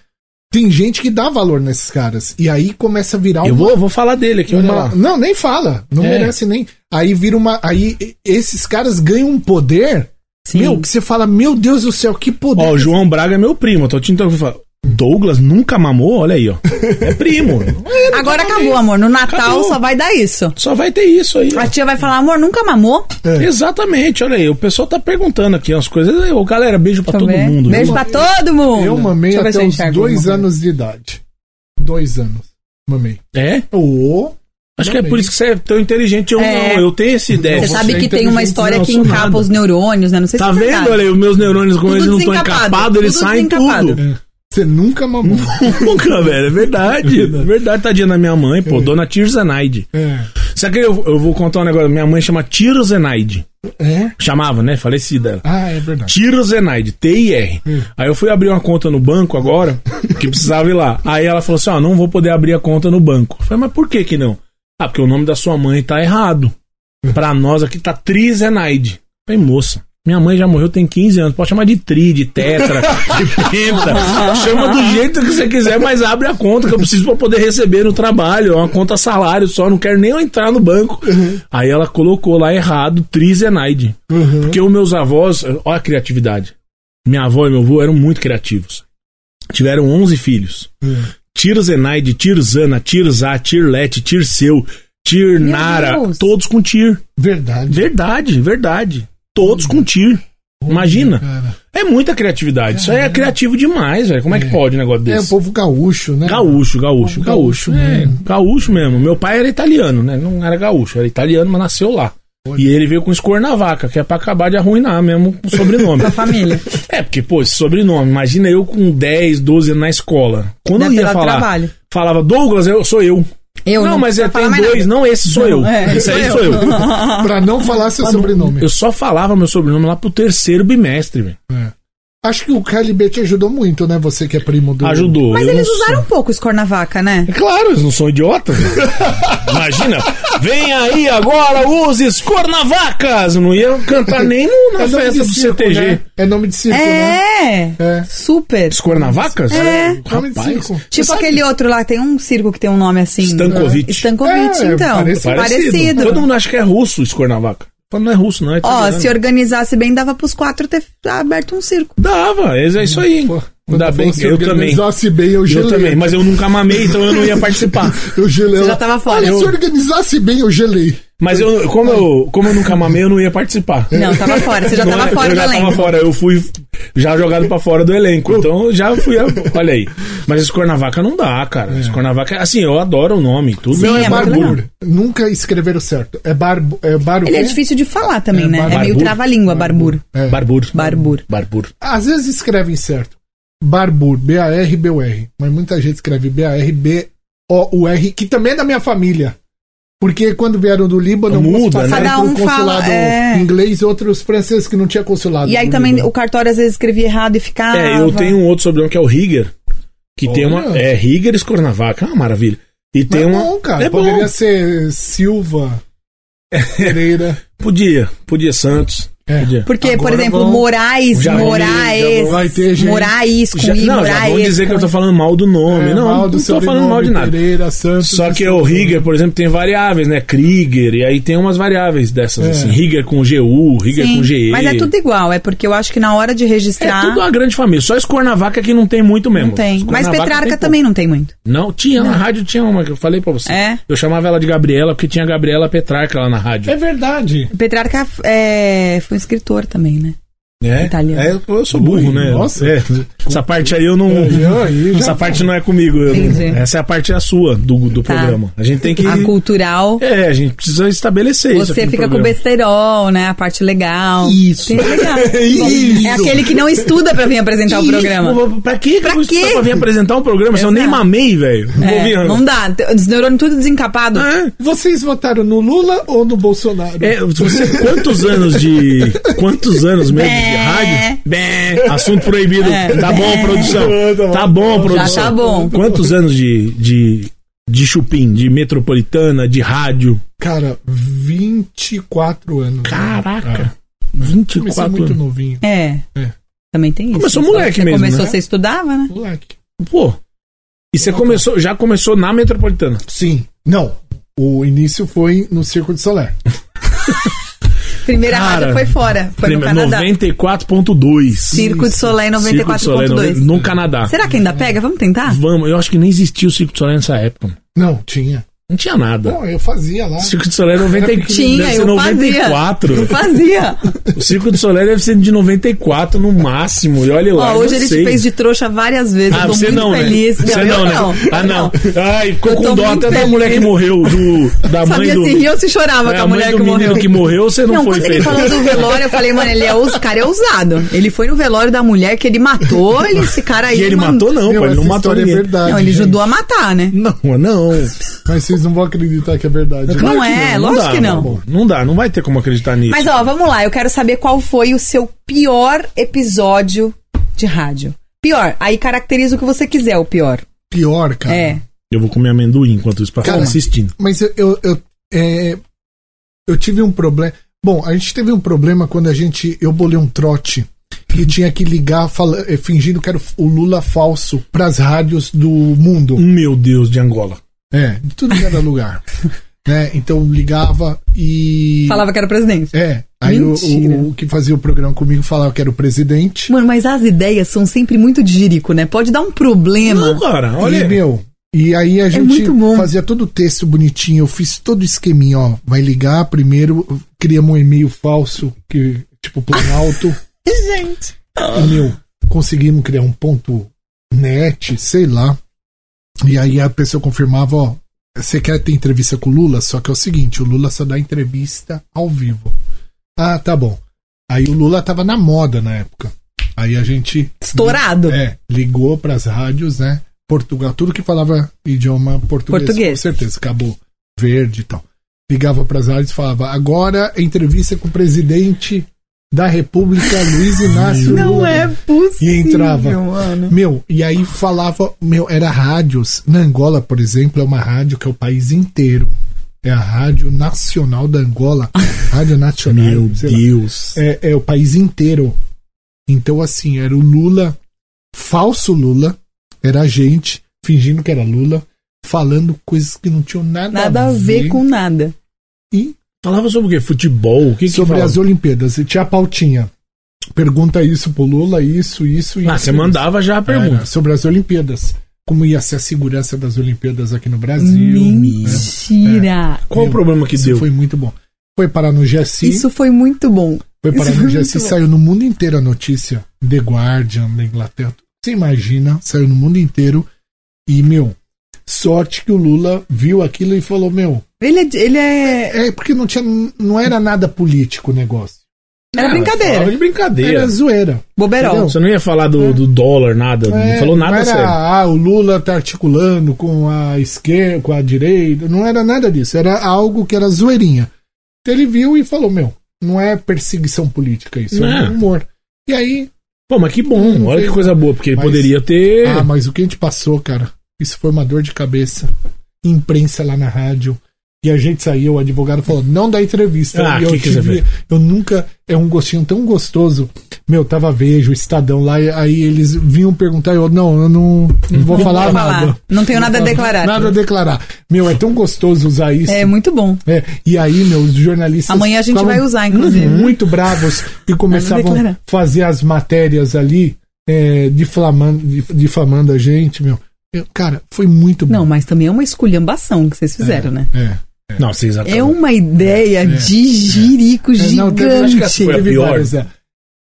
Speaker 3: tem gente que dá valor nesses caras. E aí começa a virar
Speaker 2: eu
Speaker 3: uma-
Speaker 2: vou, vou falar dele aqui, olha
Speaker 3: uma-
Speaker 2: lá.
Speaker 3: Não, nem fala. Não
Speaker 2: É.
Speaker 3: merece nem. Aí vira uma. Aí e- esses caras ganham um poder.
Speaker 1: Sim.
Speaker 3: Meu, que você fala, meu Deus do céu, que poder.
Speaker 2: Ó, o João Braga é meu primo, eu tô te interrompendo. Douglas nunca mamou, olha aí, ó. É primo. É, nunca
Speaker 1: Agora
Speaker 2: mamei.
Speaker 1: acabou, amor. No Natal
Speaker 2: Acabou.
Speaker 1: só vai dar isso.
Speaker 2: Só vai ter isso aí. ó.
Speaker 1: A tia vai falar, amor, nunca mamou?
Speaker 3: É.
Speaker 2: Exatamente, olha aí. O pessoal tá perguntando aqui umas coisas. Ô, galera, beijo pra
Speaker 1: Deixa eu
Speaker 2: todo
Speaker 1: ver.
Speaker 2: mundo. né?
Speaker 1: Beijo
Speaker 2: viu?
Speaker 1: pra todo mundo.
Speaker 2: né?
Speaker 3: Eu mamei
Speaker 1: Deixa ver se
Speaker 3: até
Speaker 1: eu
Speaker 3: os
Speaker 1: enxergo
Speaker 3: dois
Speaker 1: alguma
Speaker 3: anos de idade. Dois anos. Mamei.
Speaker 2: É?
Speaker 3: Ô,
Speaker 2: Acho que é por
Speaker 3: Mamei.
Speaker 2: isso que você é tão inteligente. Eu,
Speaker 1: É.
Speaker 2: não, eu tenho esse ideia.
Speaker 1: Você
Speaker 3: Você
Speaker 1: sabe
Speaker 3: é
Speaker 1: que tem uma
Speaker 3: inteligente,
Speaker 1: história
Speaker 2: não,
Speaker 1: que
Speaker 2: sou
Speaker 1: encapa
Speaker 2: nada.
Speaker 1: os neurônios, né? Não sei
Speaker 2: Tá
Speaker 1: se é
Speaker 2: vendo?
Speaker 1: verdade.
Speaker 2: Olha aí, os meus neurônios, como
Speaker 1: Tudo
Speaker 2: eles não estão
Speaker 1: desencapado,
Speaker 2: encapados, eles
Speaker 1: tudo
Speaker 2: saem
Speaker 1: desencapado.
Speaker 2: tudo.
Speaker 3: É. Você nunca mamou.
Speaker 2: *laughs* Nunca, velho. É verdade. É verdade, tadinha da minha mãe,
Speaker 1: É.
Speaker 2: pô. Dona Tirzenaide.
Speaker 3: É.
Speaker 2: Sabe que eu, eu vou contar um negócio? Minha mãe chama Tirzenaide.
Speaker 3: É?
Speaker 2: Chamava, né? Falecida ela.
Speaker 3: Ah, é verdade.
Speaker 2: Tirozenaide, T-I-R. Aí eu fui abrir uma conta no banco agora, que precisava ir lá. Aí ela falou assim: ó, não vou poder abrir a conta no banco. Eu falei, mas por que que não? Ah, porque o nome da sua mãe tá errado. Pra nós aqui tá Trizenaide. Eu falei, moça. Minha mãe já morreu tem 15 anos. Pode chamar de tri, de tetra, de penta. Chama do jeito que você quiser, mas abre a conta que eu preciso pra poder receber no trabalho. É uma conta salário só, não quero nem entrar no banco. Aí ela colocou lá errado, Trizenaide.
Speaker 3: Uhum.
Speaker 2: Porque os meus avós, eh, olha a criatividade. Minha avó e meu avô eram muito criativos. Tiveram 11 filhos.
Speaker 3: É.
Speaker 2: Tirzenaide, Tirzana, Tirzá, Tirlete, Tirseu, Tirnara,
Speaker 1: Meu Deus.
Speaker 2: todos com Tir.
Speaker 3: Verdade.
Speaker 2: Verdade, verdade. Todos com Tir. Imagina.
Speaker 3: Cara.
Speaker 2: É muita criatividade. Isso aí é criativo demais, velho. Como é que
Speaker 3: É.
Speaker 2: pode um negócio
Speaker 3: É o
Speaker 2: desse?
Speaker 3: povo gaúcho, né?
Speaker 2: Gaúcho, gaúcho,
Speaker 3: Povo
Speaker 2: gaúcho.
Speaker 3: gaúcho
Speaker 2: É,
Speaker 3: mesmo.
Speaker 2: gaúcho mesmo. Meu pai era italiano, né? Não era gaúcho, era italiano, mas nasceu lá. E ele veio com escornavaca, que é pra acabar de arruinar mesmo
Speaker 1: *laughs*
Speaker 2: o sobrenome.
Speaker 1: A família.
Speaker 2: É, porque, pô, esse sobrenome, imagina eu com 10, 12 anos na escola. Quando
Speaker 1: Deve
Speaker 2: eu
Speaker 1: ter
Speaker 2: ia
Speaker 1: dado
Speaker 2: falar,
Speaker 1: trabalho.
Speaker 2: falava, Douglas, eu sou eu.
Speaker 1: Eu
Speaker 2: não,
Speaker 1: não
Speaker 2: mas é,
Speaker 1: precisa
Speaker 2: tem
Speaker 1: falar mais
Speaker 2: dois, não, esse sou eu.
Speaker 1: Não, é,
Speaker 2: esse aí
Speaker 1: sou
Speaker 2: sou eu.
Speaker 1: *laughs*
Speaker 2: *laughs*
Speaker 3: Pra não falar seu sobrenome.
Speaker 2: Eu só falava meu sobrenome lá pro terceiro bimestre, velho.
Speaker 3: É. Acho que o KLB te ajudou muito, né? Você que é primo do.
Speaker 2: Ajudou.
Speaker 1: Mas
Speaker 2: eu
Speaker 1: eles
Speaker 2: não sou-
Speaker 1: usaram um pouco o escornavaca, né?
Speaker 3: Tipo,
Speaker 2: É Claro, eles não são idiotas. velho. *laughs* Imagina, vem aí agora os escornavacas. Não ia cantar nem no- na
Speaker 3: É nome,
Speaker 2: festa
Speaker 3: de
Speaker 2: do
Speaker 3: circo,
Speaker 2: CTG.
Speaker 3: né? é nome de circo, né?
Speaker 1: É,
Speaker 3: É.
Speaker 1: super.
Speaker 2: Escornavacas?
Speaker 1: É.
Speaker 3: Nome de
Speaker 2: Rapaz,
Speaker 3: circo.
Speaker 1: Tipo aquele outro lá, tem um circo que tem um nome assim.
Speaker 2: Stankovic.
Speaker 1: Stankovic,
Speaker 3: É,
Speaker 1: então.
Speaker 3: parecido.
Speaker 1: Parecido.
Speaker 2: Todo mundo acha que é russo o escornavaca. Mas não é russo, não. É
Speaker 1: Ó,
Speaker 2: italiano.
Speaker 1: se organizasse bem, dava pros quatro ter aberto um circo.
Speaker 2: Dava, é isso aí.
Speaker 3: Pô,
Speaker 2: Ainda
Speaker 3: quando
Speaker 2: bem
Speaker 3: você
Speaker 2: que eu também.
Speaker 3: organizasse bem, eu gelei.
Speaker 2: Eu também, mas eu nunca mamei, então eu não ia participar.
Speaker 3: Eu gelei.
Speaker 1: Você já tava fora.
Speaker 3: Olha,
Speaker 1: Eu-
Speaker 3: se organizasse bem, eu gelei.
Speaker 2: Mas eu, como, eu, como eu nunca mamei, eu não ia participar.
Speaker 1: Não, tava fora. Você já
Speaker 2: É. *laughs* Não
Speaker 1: tava
Speaker 2: é-
Speaker 1: fora
Speaker 2: eu
Speaker 1: do
Speaker 2: já tava
Speaker 1: elenco.
Speaker 2: fora, eu fui já jogado pra fora do elenco. Então eu já
Speaker 3: *laughs*
Speaker 2: fui. a- Olha aí. Mas esse Cornavaca não dá,
Speaker 3: É.
Speaker 2: cara. Esse Cornavaca, assim, eu adoro o nome, e tudo.
Speaker 1: Sim, é muito legal.
Speaker 3: Barbur. Nunca escreveram certo. É barbo. É barbo.
Speaker 1: Ele é difícil de falar também,
Speaker 3: É,
Speaker 1: né? É
Speaker 2: barbur.
Speaker 1: meio trava-língua, barbur.
Speaker 3: É.
Speaker 2: Barbur.
Speaker 1: Barbur.
Speaker 2: Barbur.
Speaker 3: Às vezes escrevem certo. Barbur, B-A-R-B-U-R. Mas muita gente escreve B-A-R-B-O-U-R, que também é da minha família. Porque quando vieram do Líbano,
Speaker 2: Muda,
Speaker 3: alguns
Speaker 2: né?
Speaker 3: passaram
Speaker 1: Cada
Speaker 3: por
Speaker 1: um fala, é.
Speaker 3: inglês, outros franceses que não tinha consulado.
Speaker 1: E aí
Speaker 3: no
Speaker 1: também
Speaker 3: Líbano.
Speaker 1: o cartório às vezes escrevia errado e ficava.
Speaker 2: É, eu tenho um outro sobrenome que é o Rigger. Que tem uma.
Speaker 3: Olha.
Speaker 2: É, Rigger Escornavaca. É uma maravilha. E
Speaker 3: Mas
Speaker 2: tem uma.
Speaker 3: é bom, cara.
Speaker 2: É bom. É.
Speaker 3: Poderia ser Silva Pereira.
Speaker 2: Podia. Podia Santos.
Speaker 3: É.
Speaker 2: Podia.
Speaker 1: Porque, por
Speaker 3: Agora
Speaker 1: exemplo,
Speaker 3: vão-
Speaker 1: Moraes,
Speaker 2: Já vão-
Speaker 1: Moraes.
Speaker 3: já vai ter gente-
Speaker 1: Moraes com
Speaker 2: Já,
Speaker 1: I,
Speaker 2: não, já
Speaker 1: Moraes.
Speaker 2: vão dizer que eu tô falando mal do nome.
Speaker 3: É,
Speaker 2: não,
Speaker 3: mal
Speaker 2: não
Speaker 3: do
Speaker 2: tô falando
Speaker 3: sobrenome,
Speaker 2: mal de nada.
Speaker 3: Pereira, Santos,
Speaker 2: Só que é
Speaker 3: isso.
Speaker 2: o Rigger, por exemplo, tem variáveis, né? Krieger, e aí tem umas variáveis dessas,
Speaker 3: É.
Speaker 2: assim. Rigger com GU, Rigger
Speaker 1: Sim,
Speaker 2: com GE.
Speaker 1: Mas é tudo igual, é porque eu acho que na hora de
Speaker 2: É
Speaker 1: registrar.
Speaker 2: tudo uma grande família. Só Escornavaca que não tem muito mesmo.
Speaker 1: não tem. Mas
Speaker 2: Escornavaca
Speaker 1: Petrarca
Speaker 2: tem
Speaker 1: também não tem muito.
Speaker 2: pouco. Não, tinha na rádio, tinha uma que eu falei pra você.
Speaker 1: É?
Speaker 2: Eu chamava ela de Gabriela porque tinha a Gabriela Petrarca lá na rádio.
Speaker 3: É verdade.
Speaker 1: Petrarca é, foi um escritor também, né?
Speaker 2: É,
Speaker 1: Italiano.
Speaker 2: é, eu sou burro,
Speaker 3: Ui,
Speaker 2: né?
Speaker 3: nossa.
Speaker 2: É, essa parte aí eu não.
Speaker 3: Eu aí já-
Speaker 2: Essa parte não é comigo. eu não-
Speaker 1: Entendi.
Speaker 2: essa é a parte a sua do, do
Speaker 1: Tá.
Speaker 2: programa. A gente tem que.
Speaker 1: A cultural.
Speaker 2: É, a gente precisa estabelecer isso.
Speaker 1: Você
Speaker 2: aqui no
Speaker 1: fica com o
Speaker 2: programa.
Speaker 1: besterol, né? A parte legal.
Speaker 2: Isso.
Speaker 1: Tem-
Speaker 2: *laughs*
Speaker 1: legal.
Speaker 2: Isso.
Speaker 1: É aquele que não estuda pra vir apresentar o
Speaker 2: Isso,
Speaker 1: programa.
Speaker 2: pô, Pra que que
Speaker 1: Pra
Speaker 2: eu vou estudar
Speaker 1: quê?
Speaker 2: pra vir apresentar um programa? Se eu nem
Speaker 1: Exato.
Speaker 2: mamei, velho. Não vou
Speaker 1: É,
Speaker 2: vir.
Speaker 1: não dá. Os neurônios tudo desencapado.
Speaker 2: É,
Speaker 3: Vocês votaram no Lula ou no Bolsonaro?
Speaker 2: É, você, quantos anos de. Quantos anos mesmo de
Speaker 1: Bé.
Speaker 2: rádio? Bé. Assunto proibido.
Speaker 1: É.
Speaker 2: Tá bom,
Speaker 1: Bé.
Speaker 2: produção. Tá bom, produção.
Speaker 1: tá bom.
Speaker 2: Quantos anos de, de, de chupim, de metropolitana, de rádio?
Speaker 3: Cara, 24 anos. né?
Speaker 2: Caraca.
Speaker 3: Comecei
Speaker 2: 24
Speaker 3: é muito
Speaker 2: anos.
Speaker 3: novinho.
Speaker 1: É.
Speaker 3: É.
Speaker 1: Também tem isso.
Speaker 2: Começou
Speaker 1: Só que
Speaker 2: moleque
Speaker 1: você
Speaker 2: mesmo,
Speaker 1: Começou,
Speaker 2: né?
Speaker 1: você estudava, né?
Speaker 3: Moleque.
Speaker 2: Pô. E você começou, já começou na metropolitana.
Speaker 3: Sim. Não. O início foi no Circo de Soler.
Speaker 1: Primeira
Speaker 2: Cara,
Speaker 1: rádio foi fora. Foi no Canadá.
Speaker 2: 94.2.
Speaker 1: Circo de Soleil
Speaker 2: Circo de Soleil,
Speaker 1: 94.2.
Speaker 2: No Canadá.
Speaker 1: Será que ainda pega? Vamos tentar?
Speaker 2: Vamos, eu acho que nem existia o Circo de Soleil nessa época. mano.
Speaker 3: Não, tinha.
Speaker 2: Não tinha nada.
Speaker 3: Bom, eu fazia lá.
Speaker 2: Circo de Soleil é 94.
Speaker 1: *laughs* Tinha,
Speaker 2: deve ser
Speaker 1: eu
Speaker 2: 94.
Speaker 1: fazia. Eu fazia.
Speaker 2: O Circo de Soleil deve ser de 94 no máximo. E olha lá.
Speaker 1: Ó,
Speaker 2: eu
Speaker 1: hoje
Speaker 2: não
Speaker 1: ele
Speaker 2: sei.
Speaker 1: te fez de trouxa várias vezes.
Speaker 2: Ah,
Speaker 1: eu tô
Speaker 2: você
Speaker 1: muito
Speaker 2: não,
Speaker 1: feliz.
Speaker 2: né? Você
Speaker 1: eu
Speaker 2: não, né? Ah,
Speaker 1: eu
Speaker 2: não. Ai, ficou
Speaker 1: Eu
Speaker 2: com
Speaker 1: tô
Speaker 2: dó
Speaker 1: muito
Speaker 2: até da
Speaker 1: feliz.
Speaker 2: mulher que morreu, do, da mãe
Speaker 1: Sabia
Speaker 2: do.
Speaker 1: se ria ou se
Speaker 2: é,
Speaker 1: chorava com
Speaker 2: a
Speaker 1: a
Speaker 2: mãe
Speaker 1: mulher
Speaker 2: do
Speaker 1: que
Speaker 2: menino
Speaker 1: morreu.
Speaker 2: que morreu, você não,
Speaker 1: Não,
Speaker 2: foi
Speaker 1: quando ele
Speaker 2: feliz.
Speaker 1: falou
Speaker 2: *laughs*
Speaker 1: do velório, eu falei, mano, ele é os cara é ousado. Ele foi no velório da mulher que ele matou, ele, esse cara aí.
Speaker 2: E ele
Speaker 1: mandou-
Speaker 2: matou, não,
Speaker 3: Meu,
Speaker 2: pai. Ele não
Speaker 3: essa
Speaker 2: matou
Speaker 3: história é
Speaker 2: ninguém.
Speaker 3: verdade.
Speaker 1: Não, ele
Speaker 3: gente.
Speaker 1: ajudou a matar, né?
Speaker 2: Não, não.
Speaker 3: Mas vocês não vão acreditar que é verdade.
Speaker 1: Não
Speaker 3: né?
Speaker 1: é, lógico
Speaker 2: dá,
Speaker 1: que não.
Speaker 2: mano. Não dá, não vai ter como acreditar nisso.
Speaker 1: Mas ó, vamos lá, eu quero saber qual foi o seu pior episódio de rádio. Pior, aí caracteriza o que você quiser, o pior.
Speaker 3: Pior,
Speaker 2: Tá.
Speaker 3: cara.
Speaker 1: É.
Speaker 2: Eu vou comer amendoim enquanto isso pra
Speaker 3: Cara,
Speaker 2: ficar assistindo.
Speaker 3: Mas eu, eu, eu, é, eu tive um problema. Bom, a gente teve um problema quando a gente. Eu bolei um trote e tinha que ligar fala, eh, fingindo que era o Lula falso pras rádios do mundo.
Speaker 2: Meu Deus, de Angola.
Speaker 3: É, de tudo que era
Speaker 1: *laughs*
Speaker 3: lugar. né? Então ligava e.
Speaker 1: Falava que era presidente.
Speaker 3: É. Aí o,
Speaker 1: Mentira.
Speaker 3: o- o que fazia o programa comigo falava que era o presidente.
Speaker 1: Mano, mas as ideias são sempre muito de jirico, né? Pode dar um problema.
Speaker 2: Não, cara, olha.
Speaker 3: E, meu, e aí a gente
Speaker 1: É muito bom.
Speaker 3: fazia todo o texto bonitinho, eu fiz todo o esqueminha, ó. Vai ligar primeiro, criamos um e-mail falso, que,
Speaker 1: *laughs*
Speaker 3: tipo, Planalto.
Speaker 1: Gente.
Speaker 3: e, meu, conseguimos criar um ponto net, sei lá. E aí a pessoa confirmava, ó, você quer ter entrevista com o Lula? Só que é o seguinte, o Lula só dá entrevista ao vivo. Ah, tá bom. Aí o Lula tava na moda na época. Aí a gente
Speaker 1: Estourado.
Speaker 3: é, ligou pras rádios, né? Portugal, tudo que falava idioma português.
Speaker 1: Português.
Speaker 3: Com certeza, Cabo Verde e tal. Ligava pras rádios e falava: agora entrevista com o presidente da República, Luiz Inácio
Speaker 1: Não
Speaker 3: Lula.
Speaker 1: é possível.
Speaker 3: E entrava.
Speaker 1: Mano.
Speaker 3: Meu, e aí falava, meu, era rádios. Na Angola, por exemplo, é uma rádio que é o país inteiro. É a Rádio Nacional da
Speaker 2: *laughs*
Speaker 3: Angola. Rádio Nacional.
Speaker 2: Meu
Speaker 3: sei lá
Speaker 2: Deus.
Speaker 3: é, é o país inteiro. Então, assim, era o Lula, falso Lula, era a gente, fingindo que era Lula, falando coisas que não tinham nada,
Speaker 1: Nada a ver com nada.
Speaker 3: E
Speaker 2: Falava sobre o quê? Futebol? O que que
Speaker 3: sobre
Speaker 2: falava? Ah,
Speaker 3: as Olimpíadas. E tinha a pautinha. Pergunta isso pro Lula, isso, isso, isso.
Speaker 2: Ah, você
Speaker 3: isso.
Speaker 2: mandava já a pergunta.
Speaker 3: Era, É, sobre as Olimpíadas. Como ia ser a segurança das Olimpíadas aqui no Brasil. né? É.
Speaker 1: Mentira.
Speaker 2: Qual o problema que
Speaker 3: Isso
Speaker 2: deu?
Speaker 3: foi muito bom. Foi parar no GSI.
Speaker 1: Isso foi muito bom.
Speaker 3: Foi para
Speaker 1: Isso
Speaker 3: no
Speaker 1: foi
Speaker 3: GSI,
Speaker 1: muito bom.
Speaker 3: saiu no mundo inteiro a notícia. The Guardian, na Inglaterra. Você imagina, saiu no mundo inteiro. E, meu, sorte que o Lula viu aquilo e falou, meu,
Speaker 1: Ele é. Ele é...
Speaker 3: é porque não tinha. não era nada político o negócio.
Speaker 1: Era
Speaker 2: Falava
Speaker 1: brincadeira.
Speaker 2: de brincadeira.
Speaker 3: Era zoeira.
Speaker 1: Boberol.
Speaker 2: Você não ia falar do, do dólar, nada.
Speaker 3: É,
Speaker 2: não falou nada
Speaker 3: era,
Speaker 2: sério.
Speaker 3: Ah, o Lula tá articulando com a esquerda, com a direita. Não era nada disso. Era algo que era zoeirinha. Então Ele viu e falou, meu, não é perseguição política isso, é
Speaker 2: Não.
Speaker 3: um humor. E aí,
Speaker 2: Pô, mas que bom.
Speaker 3: Não
Speaker 2: olha
Speaker 3: sei.
Speaker 2: que coisa boa, porque ele
Speaker 3: Mas-
Speaker 2: poderia ter.
Speaker 3: Ah, mas o que a gente passou, cara? Isso foi uma dor de cabeça. Imprensa lá na rádio. E a gente saiu, o advogado falou, não dá entrevista.
Speaker 2: Ah,
Speaker 3: e eu
Speaker 2: que que você fez?
Speaker 3: eu nunca. É um gostinho tão gostoso. Meu, tava Vejo, Estadão lá, e aí eles vinham perguntar, eu, não, eu não, não vou falar
Speaker 1: Vou falar.
Speaker 3: nada.
Speaker 1: Não tenho nada a declarar.
Speaker 3: Nada a declarar. Meu, é tão gostoso usar isso.
Speaker 1: É muito bom.
Speaker 3: É, e aí, meu, os jornalistas.
Speaker 1: Amanhã a gente
Speaker 3: ficavam
Speaker 1: vai usar, inclusive.
Speaker 3: Muito bravos e começavam a
Speaker 1: declarar.
Speaker 3: fazer as matérias ali, é, difamando, dif- difamando a gente, meu. Eu- cara, foi muito bom.
Speaker 1: Não, mas também é uma esculhambação que vocês fizeram, né?
Speaker 3: É.
Speaker 2: Não, vocês
Speaker 1: É uma ideia de jirico
Speaker 3: É, não, teve- acho que
Speaker 1: gigante.
Speaker 2: foi a
Speaker 3: Teve
Speaker 2: pior.
Speaker 3: várias, é.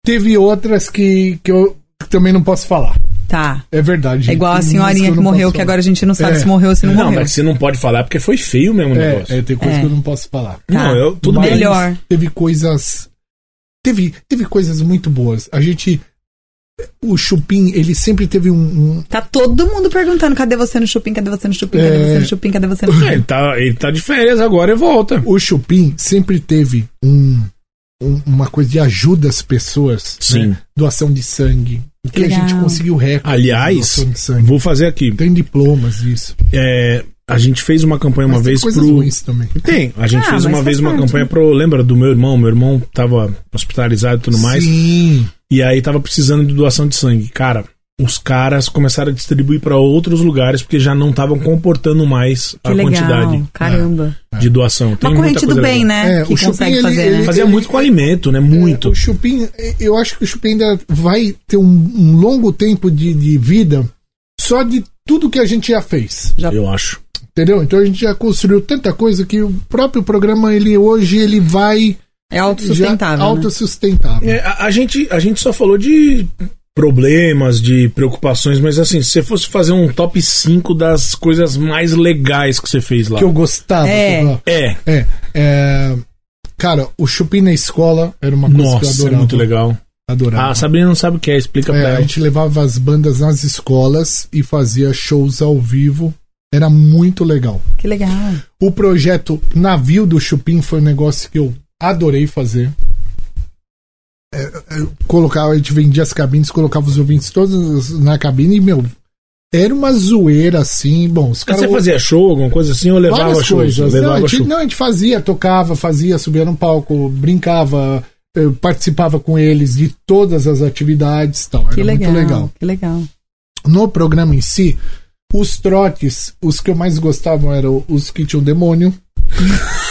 Speaker 3: Teve outras que, que eu também não posso falar.
Speaker 1: Tá.
Speaker 3: É verdade.
Speaker 1: É igual a
Speaker 3: Tem umas
Speaker 1: senhorinha
Speaker 3: eu
Speaker 1: que
Speaker 3: não
Speaker 1: morreu,
Speaker 3: posso
Speaker 1: que agora a gente não sabe
Speaker 3: É.
Speaker 1: se morreu ou se não,
Speaker 2: Não,
Speaker 1: morreu.
Speaker 2: mas você não pode falar porque foi feio mesmo o
Speaker 3: falar.
Speaker 2: um negócio.
Speaker 3: É, é, tem coisas
Speaker 1: É.
Speaker 3: que eu não posso falar.
Speaker 2: Não, eu tudo
Speaker 1: Mas-
Speaker 2: bem.
Speaker 1: tá. Melhor.
Speaker 3: Teve coisas. Teve, teve coisas muito boas. A gente. O Chupim, ele sempre teve um. um-
Speaker 1: Tá todo mundo perguntando: cadê você no chupim? Cadê você no chupim? Cadê
Speaker 3: É.
Speaker 1: você no chupim? Cadê
Speaker 3: *laughs*
Speaker 1: você no
Speaker 2: É,
Speaker 1: chupim?
Speaker 2: Ele tá, ele tá de férias agora e volta.
Speaker 3: o Chupim sempre teve um, um- uma coisa de ajuda às pessoas.
Speaker 2: Sim.
Speaker 3: né? Doação de sangue. Que a
Speaker 1: Legal.
Speaker 3: gente conseguiu recorde.
Speaker 2: Aliás,
Speaker 3: de doação de sangue.
Speaker 2: Vou fazer aqui.
Speaker 3: Tem diplomas disso.
Speaker 2: É, a gente fez uma campanha uma
Speaker 3: Mas
Speaker 2: vez
Speaker 3: tem coisas
Speaker 2: pro.
Speaker 3: ruins também.
Speaker 2: Tem. A gente
Speaker 1: Ah, mas
Speaker 2: fez uma
Speaker 1: faz
Speaker 2: vez uma
Speaker 1: parte,
Speaker 2: campanha
Speaker 1: né?
Speaker 2: pro. Lembra do meu irmão? Meu irmão tava hospitalizado e tudo mais.
Speaker 3: Sim.
Speaker 2: E aí tava precisando de doação de sangue. Cara, os caras começaram a distribuir pra outros lugares porque já não estavam comportando mais
Speaker 1: Que
Speaker 2: a
Speaker 1: legal.
Speaker 2: quantidade
Speaker 1: Caramba.
Speaker 2: de doação. Tem
Speaker 1: Uma
Speaker 2: muita
Speaker 1: corrente do
Speaker 2: coisa
Speaker 1: bem,
Speaker 2: legal.
Speaker 1: né?
Speaker 3: É,
Speaker 1: que
Speaker 3: o Chupim,
Speaker 1: consegue
Speaker 3: ele-
Speaker 1: fazer,
Speaker 3: ele-
Speaker 1: né?
Speaker 2: Fazia muito com alimento, né? Muito.
Speaker 3: O Chupim, eu acho que o Chupim ainda vai ter um, um longo tempo de, de vida só de tudo que a gente já fez,
Speaker 1: Já-
Speaker 2: Eu acho.
Speaker 3: entendeu? Então a gente já construiu tanta coisa que o próprio programa, ele hoje, ele vai
Speaker 1: É
Speaker 3: já
Speaker 1: autossustentável. né?
Speaker 3: autossustentável.
Speaker 2: É, a, a gente, a gente só falou de problemas, de preocupações, mas assim, se você fosse fazer um top 5 das coisas mais legais que você fez lá.
Speaker 3: Que eu gostava.
Speaker 1: É.
Speaker 3: sabe?
Speaker 2: É.
Speaker 3: É, é, Cara, o Chupim na escola era uma coisa que eu
Speaker 2: Nossa, é
Speaker 3: adorava.
Speaker 2: muito legal.
Speaker 3: Adorava.
Speaker 2: Ah, a Sabrina não sabe o que é, explica
Speaker 3: Tá. É,
Speaker 2: pra
Speaker 3: a
Speaker 2: ela.
Speaker 3: gente levava as bandas nas escolas e fazia shows ao vivo. Era muito legal.
Speaker 1: Que legal.
Speaker 3: O projeto Navio do Chupim foi um negócio que eu adorei fazer. É, é, colocava, a gente vendia as cabines, colocava os ouvintes todos na cabine e, meu, era uma zoeira assim. Bom, os
Speaker 2: Mas
Speaker 3: caras.
Speaker 2: Você fazia show, alguma coisa assim, ou levava
Speaker 3: várias
Speaker 2: show?
Speaker 3: coisas. Não, a
Speaker 2: Levava
Speaker 3: gente,
Speaker 2: show.
Speaker 3: não, a gente fazia, tocava, fazia, subia no palco, brincava, eh, participava com eles de todas as atividades e tal. Era
Speaker 1: Que legal.
Speaker 3: muito legal
Speaker 1: Que legal.
Speaker 3: no programa em si, os trotes, os que eu mais gostava eram os que
Speaker 2: *laughs*
Speaker 3: tinham demônio.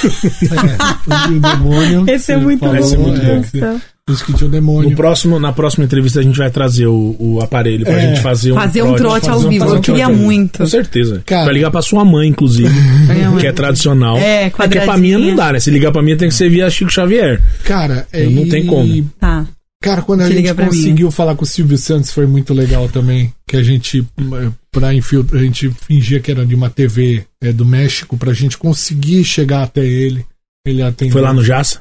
Speaker 3: é, os de demônio.
Speaker 1: Esse é
Speaker 3: Você
Speaker 1: muito
Speaker 3: falou,
Speaker 2: esse é
Speaker 1: bom.
Speaker 2: muito
Speaker 1: meu
Speaker 2: bom.
Speaker 1: Deus do céu.
Speaker 3: Os que tinham
Speaker 2: No
Speaker 3: demônio.
Speaker 2: próximo, na próxima entrevista a gente vai trazer o, o aparelho pra
Speaker 3: É.
Speaker 2: gente fazer um
Speaker 1: Fazer um trote
Speaker 3: fazer
Speaker 1: ao
Speaker 3: um-
Speaker 1: vivo.
Speaker 3: fazer
Speaker 1: Eu
Speaker 3: um
Speaker 1: queria
Speaker 2: trote ao vivo.
Speaker 1: muito.
Speaker 2: Com certeza.
Speaker 3: Cara.
Speaker 2: Vai ligar pra sua mãe, inclusive,
Speaker 1: *laughs* Minha mãe.
Speaker 2: que é tradicional.
Speaker 1: É,
Speaker 2: Porque pra minha não
Speaker 1: quadradinha.
Speaker 2: dá, né? Se ligar pra minha tem que ser via Chico Xavier.
Speaker 3: Cara, é.
Speaker 2: Não tem
Speaker 3: e-
Speaker 2: como.
Speaker 1: Tá.
Speaker 3: Cara, quando a
Speaker 1: Te liga
Speaker 3: gente
Speaker 1: pra mim.
Speaker 3: conseguiu falar com o Silvio Santos foi muito legal também. Que a gente, eh, pra infiltrar, a gente fingia que era de uma TV eh, do México, pra gente conseguir chegar até ele. Ele atendeu.
Speaker 2: Foi lá no Jaça?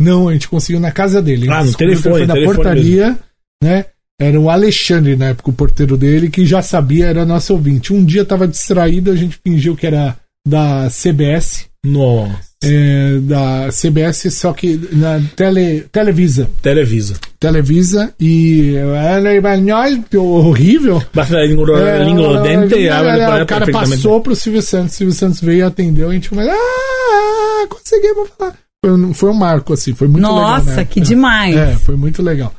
Speaker 3: Não, a gente conseguiu na casa dele.
Speaker 2: Ah, no
Speaker 3: Descobriu que
Speaker 2: telefone,
Speaker 3: Foi na
Speaker 2: telefone
Speaker 3: portaria, né? Era o Alexandre, na época, o porteiro dele, que já sabia, era nosso ouvinte. Um dia tava distraído, a gente fingiu que era da CBS.
Speaker 2: Nossa.
Speaker 3: é, da CBS, só que na tele, Televisa.
Speaker 2: Televisa.
Speaker 3: Televisa e. Era espanhol, horrível.
Speaker 2: Basta língua
Speaker 3: É,
Speaker 2: língua dente,
Speaker 3: era-
Speaker 2: abre pra-
Speaker 3: o cara
Speaker 2: perfeitamente.
Speaker 3: passou pro Silvio Santos, o Silvio Santos veio, atendeu, a gente começou. Ah, conseguimos falar. Foi um, foi um marco, assim, foi muito legal.
Speaker 1: Nossa,
Speaker 3: né?
Speaker 1: que
Speaker 3: É.
Speaker 1: demais.
Speaker 3: É, foi muito legal.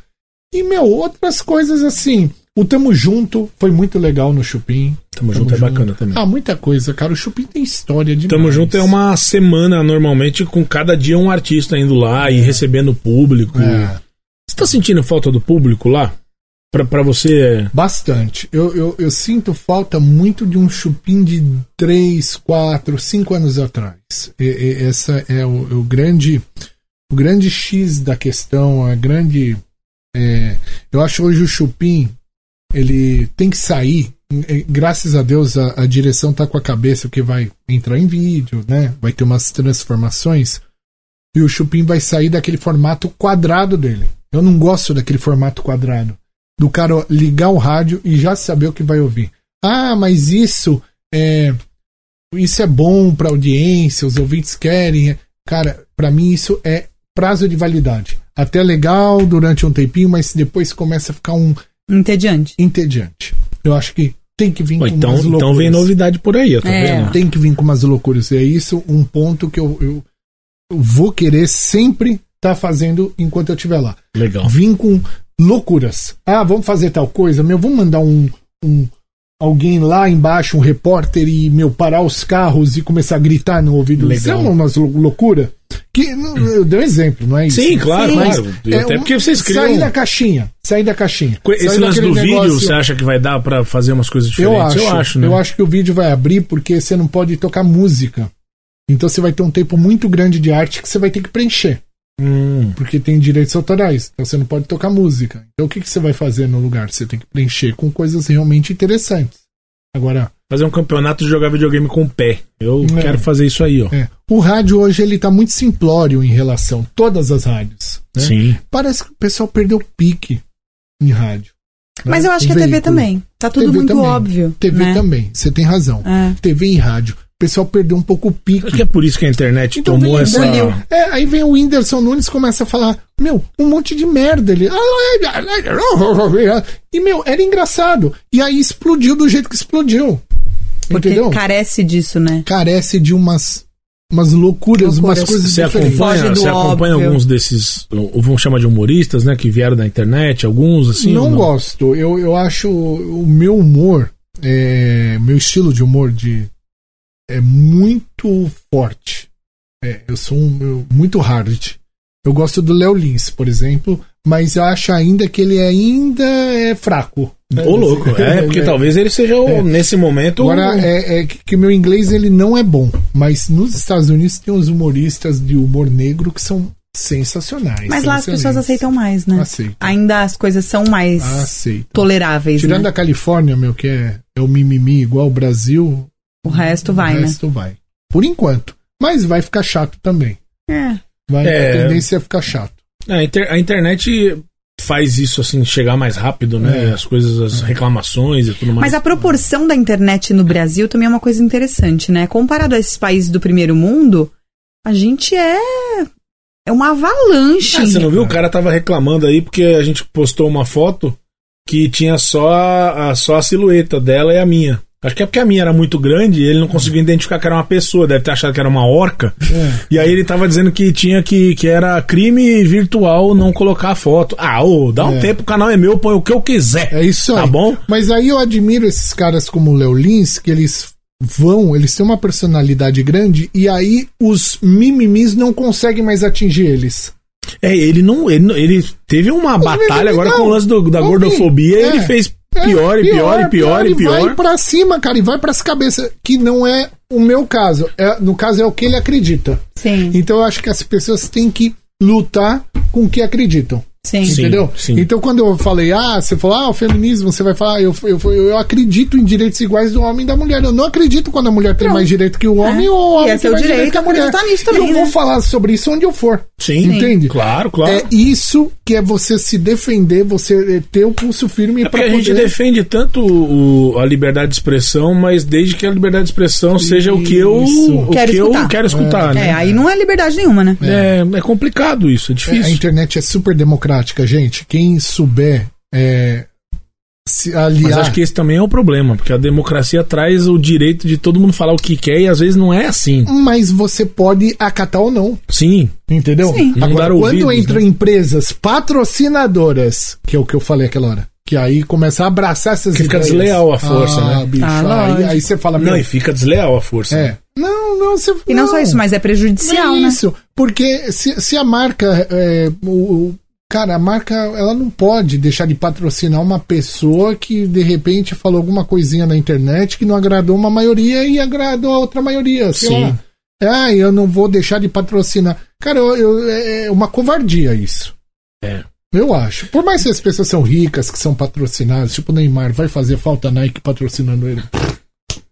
Speaker 3: E, meu, outras coisas assim. O Tamo Junto foi muito legal no Chupim.
Speaker 2: Tamo junto é bacana também.
Speaker 3: Ah, muita coisa, cara. O Chupim tem história de
Speaker 2: Tamo junto é uma semana normalmente com cada dia um artista indo lá
Speaker 3: É.
Speaker 2: e recebendo o público. Você tá sentindo falta do público lá? Pra, pra você. é-
Speaker 3: bastante. Eu, eu, eu sinto falta muito de um Chupim de 3, 4, 5 anos atrás. E, e- essa é o, o grande o grande X da questão, a grande é, eu acho hoje o Chupim ele tem que sair. Eh, Graças a Deus a, a direção tá com a cabeça que vai entrar em vídeo, né? Vai ter umas transformações e o Chupim vai sair daquele formato quadrado dele. Eu não gosto daquele formato quadrado do cara ligar o rádio e já saber o que vai ouvir. Ah, mas isso é isso é bom para audiência, os ouvintes querem. Cara, para mim isso é prazo de validade. Até legal durante um tempinho, mas depois começa a ficar um
Speaker 1: Hum, Entediante.
Speaker 3: entediante. Eu acho que tem que vir
Speaker 2: Pô,
Speaker 3: com
Speaker 2: então,
Speaker 3: umas loucuras.
Speaker 2: então vem novidade por aí, ó, tá
Speaker 1: É.
Speaker 2: vendo?
Speaker 3: Tem que vir com umas loucuras. E é isso um ponto que eu, eu, eu vou querer sempre estar fazendo enquanto eu estiver lá
Speaker 2: Legal.
Speaker 3: vim com loucuras. Ah, vamos fazer tal coisa, meu, vamos mandar um, um- alguém lá embaixo, um repórter e meu parar os carros e começar a gritar no ouvido.
Speaker 2: Legal. Hum.
Speaker 3: Isso é uma umas lou- loucura. Que não, eu dei um exemplo, não é isso?
Speaker 2: Sim, claro,
Speaker 1: Sim.
Speaker 2: claro.
Speaker 3: É
Speaker 2: Até
Speaker 3: um-
Speaker 2: porque vocês criam.
Speaker 3: Sair da caixinha, sair da caixinha.
Speaker 2: Co- Esse
Speaker 3: Sair
Speaker 2: lance do
Speaker 3: daquele
Speaker 2: vídeo,
Speaker 3: negócio-
Speaker 2: você acha que vai dar pra fazer umas coisas
Speaker 3: eu
Speaker 2: diferentes?
Speaker 3: acho, eu acho,
Speaker 2: né?
Speaker 3: que o vídeo vai abrir porque você não pode tocar música. Então você vai ter um tempo muito grande de arte que você vai ter que preencher.
Speaker 2: Hum.
Speaker 3: porque tem direitos autorais, então você não pode tocar música. Então o que, que você vai fazer no lugar? Você tem que preencher com coisas realmente interessantes. Agora,
Speaker 2: Fazer um campeonato de jogar videogame com o pé. Eu
Speaker 3: É.
Speaker 2: quero fazer isso aí, ó.
Speaker 3: é, o rádio hoje ele tá muito simplório em relação todas as rádios. né?
Speaker 2: Sim.
Speaker 3: Parece que o pessoal perdeu o pique em rádio. né?
Speaker 1: Mas eu acho
Speaker 3: Em
Speaker 1: que a TV
Speaker 3: veículo.
Speaker 1: também. Tá tudo
Speaker 3: TV
Speaker 1: muito
Speaker 3: também.
Speaker 1: óbvio.
Speaker 3: TV
Speaker 1: né?
Speaker 3: também, você tem razão.
Speaker 1: É.
Speaker 3: TV e rádio. O pessoal perdeu um pouco o
Speaker 2: Acho que
Speaker 3: pique.
Speaker 2: é por isso que a internet
Speaker 3: Então,
Speaker 2: tomou
Speaker 3: vem,
Speaker 2: essa.
Speaker 1: engoliu.
Speaker 3: É, aí vem o Whindersson Nunes e começa a falar, meu, um monte de merda. Ah, Ele. E, meu, era engraçado. E aí explodiu do jeito que explodiu.
Speaker 1: Porque
Speaker 3: entendeu?
Speaker 1: carece disso, né?
Speaker 3: Carece de umas, umas loucuras,
Speaker 1: Loucuras.
Speaker 3: umas coisas
Speaker 2: Você
Speaker 3: diferentes.
Speaker 1: Foge
Speaker 2: acompanha,
Speaker 1: do
Speaker 2: você acompanha
Speaker 1: óbvio.
Speaker 2: alguns desses, ou vamos chamar de humoristas, né? Que vieram da internet, alguns, assim. ou
Speaker 3: não, gosto. Eu, eu acho o meu humor, é, meu estilo de humor de, é muito forte. É, eu sou um, eu- muito hard. Eu gosto do Léo Lins, por exemplo, mas eu acho ainda que ele ainda é fraco.
Speaker 2: Ô, louco.
Speaker 3: *laughs*
Speaker 2: É, porque talvez ele seja, o-
Speaker 3: É.
Speaker 2: nesse momento.
Speaker 3: Agora,
Speaker 2: o-
Speaker 3: é, é que que meu inglês ele não é bom, mas nos Estados Unidos tem uns humoristas de humor negro que são sensacionais.
Speaker 1: Mas lá as
Speaker 3: são
Speaker 1: pessoas
Speaker 3: excelentes.
Speaker 1: aceitam mais, né?
Speaker 3: É Aceitam.
Speaker 1: Ainda as coisas são mais
Speaker 3: Aceitam.
Speaker 1: toleráveis,
Speaker 3: Tirando
Speaker 1: né?
Speaker 3: a Califórnia, meu, que é, é o mimimi igual o Brasil,
Speaker 1: O resto vai, né?
Speaker 3: o resto vai. Por enquanto. Mas vai ficar chato também.
Speaker 1: né?
Speaker 3: Vai,
Speaker 2: É.
Speaker 3: A tendência é ficar chato.
Speaker 2: A, inter- a internet faz isso, assim, chegar mais rápido, né?
Speaker 3: É.
Speaker 2: As coisas, as reclamações e tudo mais.
Speaker 1: Mas a proporção da internet no Brasil também é uma coisa interessante, né? Comparado a esses países do primeiro mundo, a gente é. É uma avalanche.
Speaker 2: Ah, você não viu? O cara tava reclamando aí porque a gente postou uma foto que tinha só a, a- só a silhueta dela e a minha. Acho que é porque a minha era muito grande e ele não conseguiu identificar que era uma pessoa, deve ter achado que era uma orca.
Speaker 3: É,
Speaker 2: E aí ele tava dizendo que tinha que, que era crime virtual não colocar a foto. Ah, ô, dá um
Speaker 3: É.
Speaker 2: tempo, o canal é meu, põe o que eu quiser.
Speaker 3: É isso aí.
Speaker 2: Tá bom?
Speaker 3: Mas aí eu admiro esses caras como o Léo Lins, que eles vão, eles têm uma personalidade grande, e aí os mimimis não conseguem mais atingir eles.
Speaker 2: É, ele não. Ele, não- ele teve uma batalha agora com o lance do- da
Speaker 3: Não vi.
Speaker 2: gordofobia e
Speaker 3: então, É.
Speaker 2: ele fez
Speaker 3: É,
Speaker 2: pior e pior e pior e
Speaker 3: E
Speaker 2: pior.
Speaker 3: vai pra cima, cara, e vai pras cabeças, que não é o meu caso. É, no caso é o que ele acredita.
Speaker 1: Sim,
Speaker 3: Então eu acho que as pessoas têm que lutar com o que acreditam.
Speaker 1: sim.
Speaker 2: Sim.
Speaker 3: entendeu? Então, quando eu falei, ah, você falou, ah, o feminismo, você vai falar, ah, eu, eu, eu acredito em direitos iguais do homem e da mulher. Eu não acredito quando a mulher tem
Speaker 1: Não.
Speaker 3: mais direito que o homem ou o
Speaker 1: E
Speaker 3: homem
Speaker 1: é
Speaker 3: tem
Speaker 1: seu
Speaker 3: mais direito,
Speaker 1: direito
Speaker 3: que a mulher.
Speaker 1: acreditar nisso também,
Speaker 3: eu
Speaker 1: né?
Speaker 3: vou falar sobre isso onde eu for.
Speaker 2: Sim.
Speaker 3: Entende?
Speaker 2: Claro, claro.
Speaker 3: É isso que é você se defender, você eh, ter o pulso firme
Speaker 2: É
Speaker 3: pra
Speaker 2: porque a gente defende tanto o- o- a liberdade de expressão, mas desde que a liberdade de expressão seja o que eu,
Speaker 3: Isso.
Speaker 2: o
Speaker 1: Quero
Speaker 2: que eu
Speaker 1: escutar.
Speaker 2: quero escutar,
Speaker 1: É,
Speaker 2: né?
Speaker 1: aí não é liberdade nenhuma, né?
Speaker 2: É, é complicado isso, é
Speaker 3: É, a
Speaker 2: difícil.
Speaker 3: internet é super democrática, gente. Quem souber eh, se aliar.
Speaker 2: mas acho que esse também é o problema, porque a democracia traz o direito de todo mundo falar o que quer e às vezes não é assim.
Speaker 3: Mas você pode acatar ou não.
Speaker 2: Sim,
Speaker 3: Entendeu?
Speaker 1: Sim.
Speaker 2: Não dar
Speaker 3: Agora, quando
Speaker 2: ouvidos,
Speaker 3: entram
Speaker 2: né?
Speaker 3: empresas patrocinadoras, que é o que eu falei aquela hora, que aí começa a abraçar essas
Speaker 2: Que fica
Speaker 3: ideias.
Speaker 2: desleal à força,
Speaker 3: Ah,
Speaker 2: né?
Speaker 3: bicho,
Speaker 1: Ah,
Speaker 3: aí,
Speaker 1: lógico.
Speaker 3: aí você fala,
Speaker 2: não, e fica desleal a força. né?
Speaker 3: é. Não, não, você.
Speaker 1: E não, só isso, mas é prejudicial,
Speaker 3: é
Speaker 1: né?
Speaker 3: isso, porque se, se a marca. é, o, o- cara, a marca ela não pode deixar de patrocinar uma pessoa que de repente falou alguma coisinha na internet que não agradou uma maioria e agradou a outra maioria. Sei
Speaker 2: Sim.
Speaker 3: lá. Ah, eu não vou deixar de patrocinar. Cara, eu- eu- é uma covardia isso.
Speaker 2: É.
Speaker 3: Eu acho. Por mais que as pessoas são ricas, que são patrocinadas, tipo o Neymar, vai fazer falta a Nike patrocinando ele.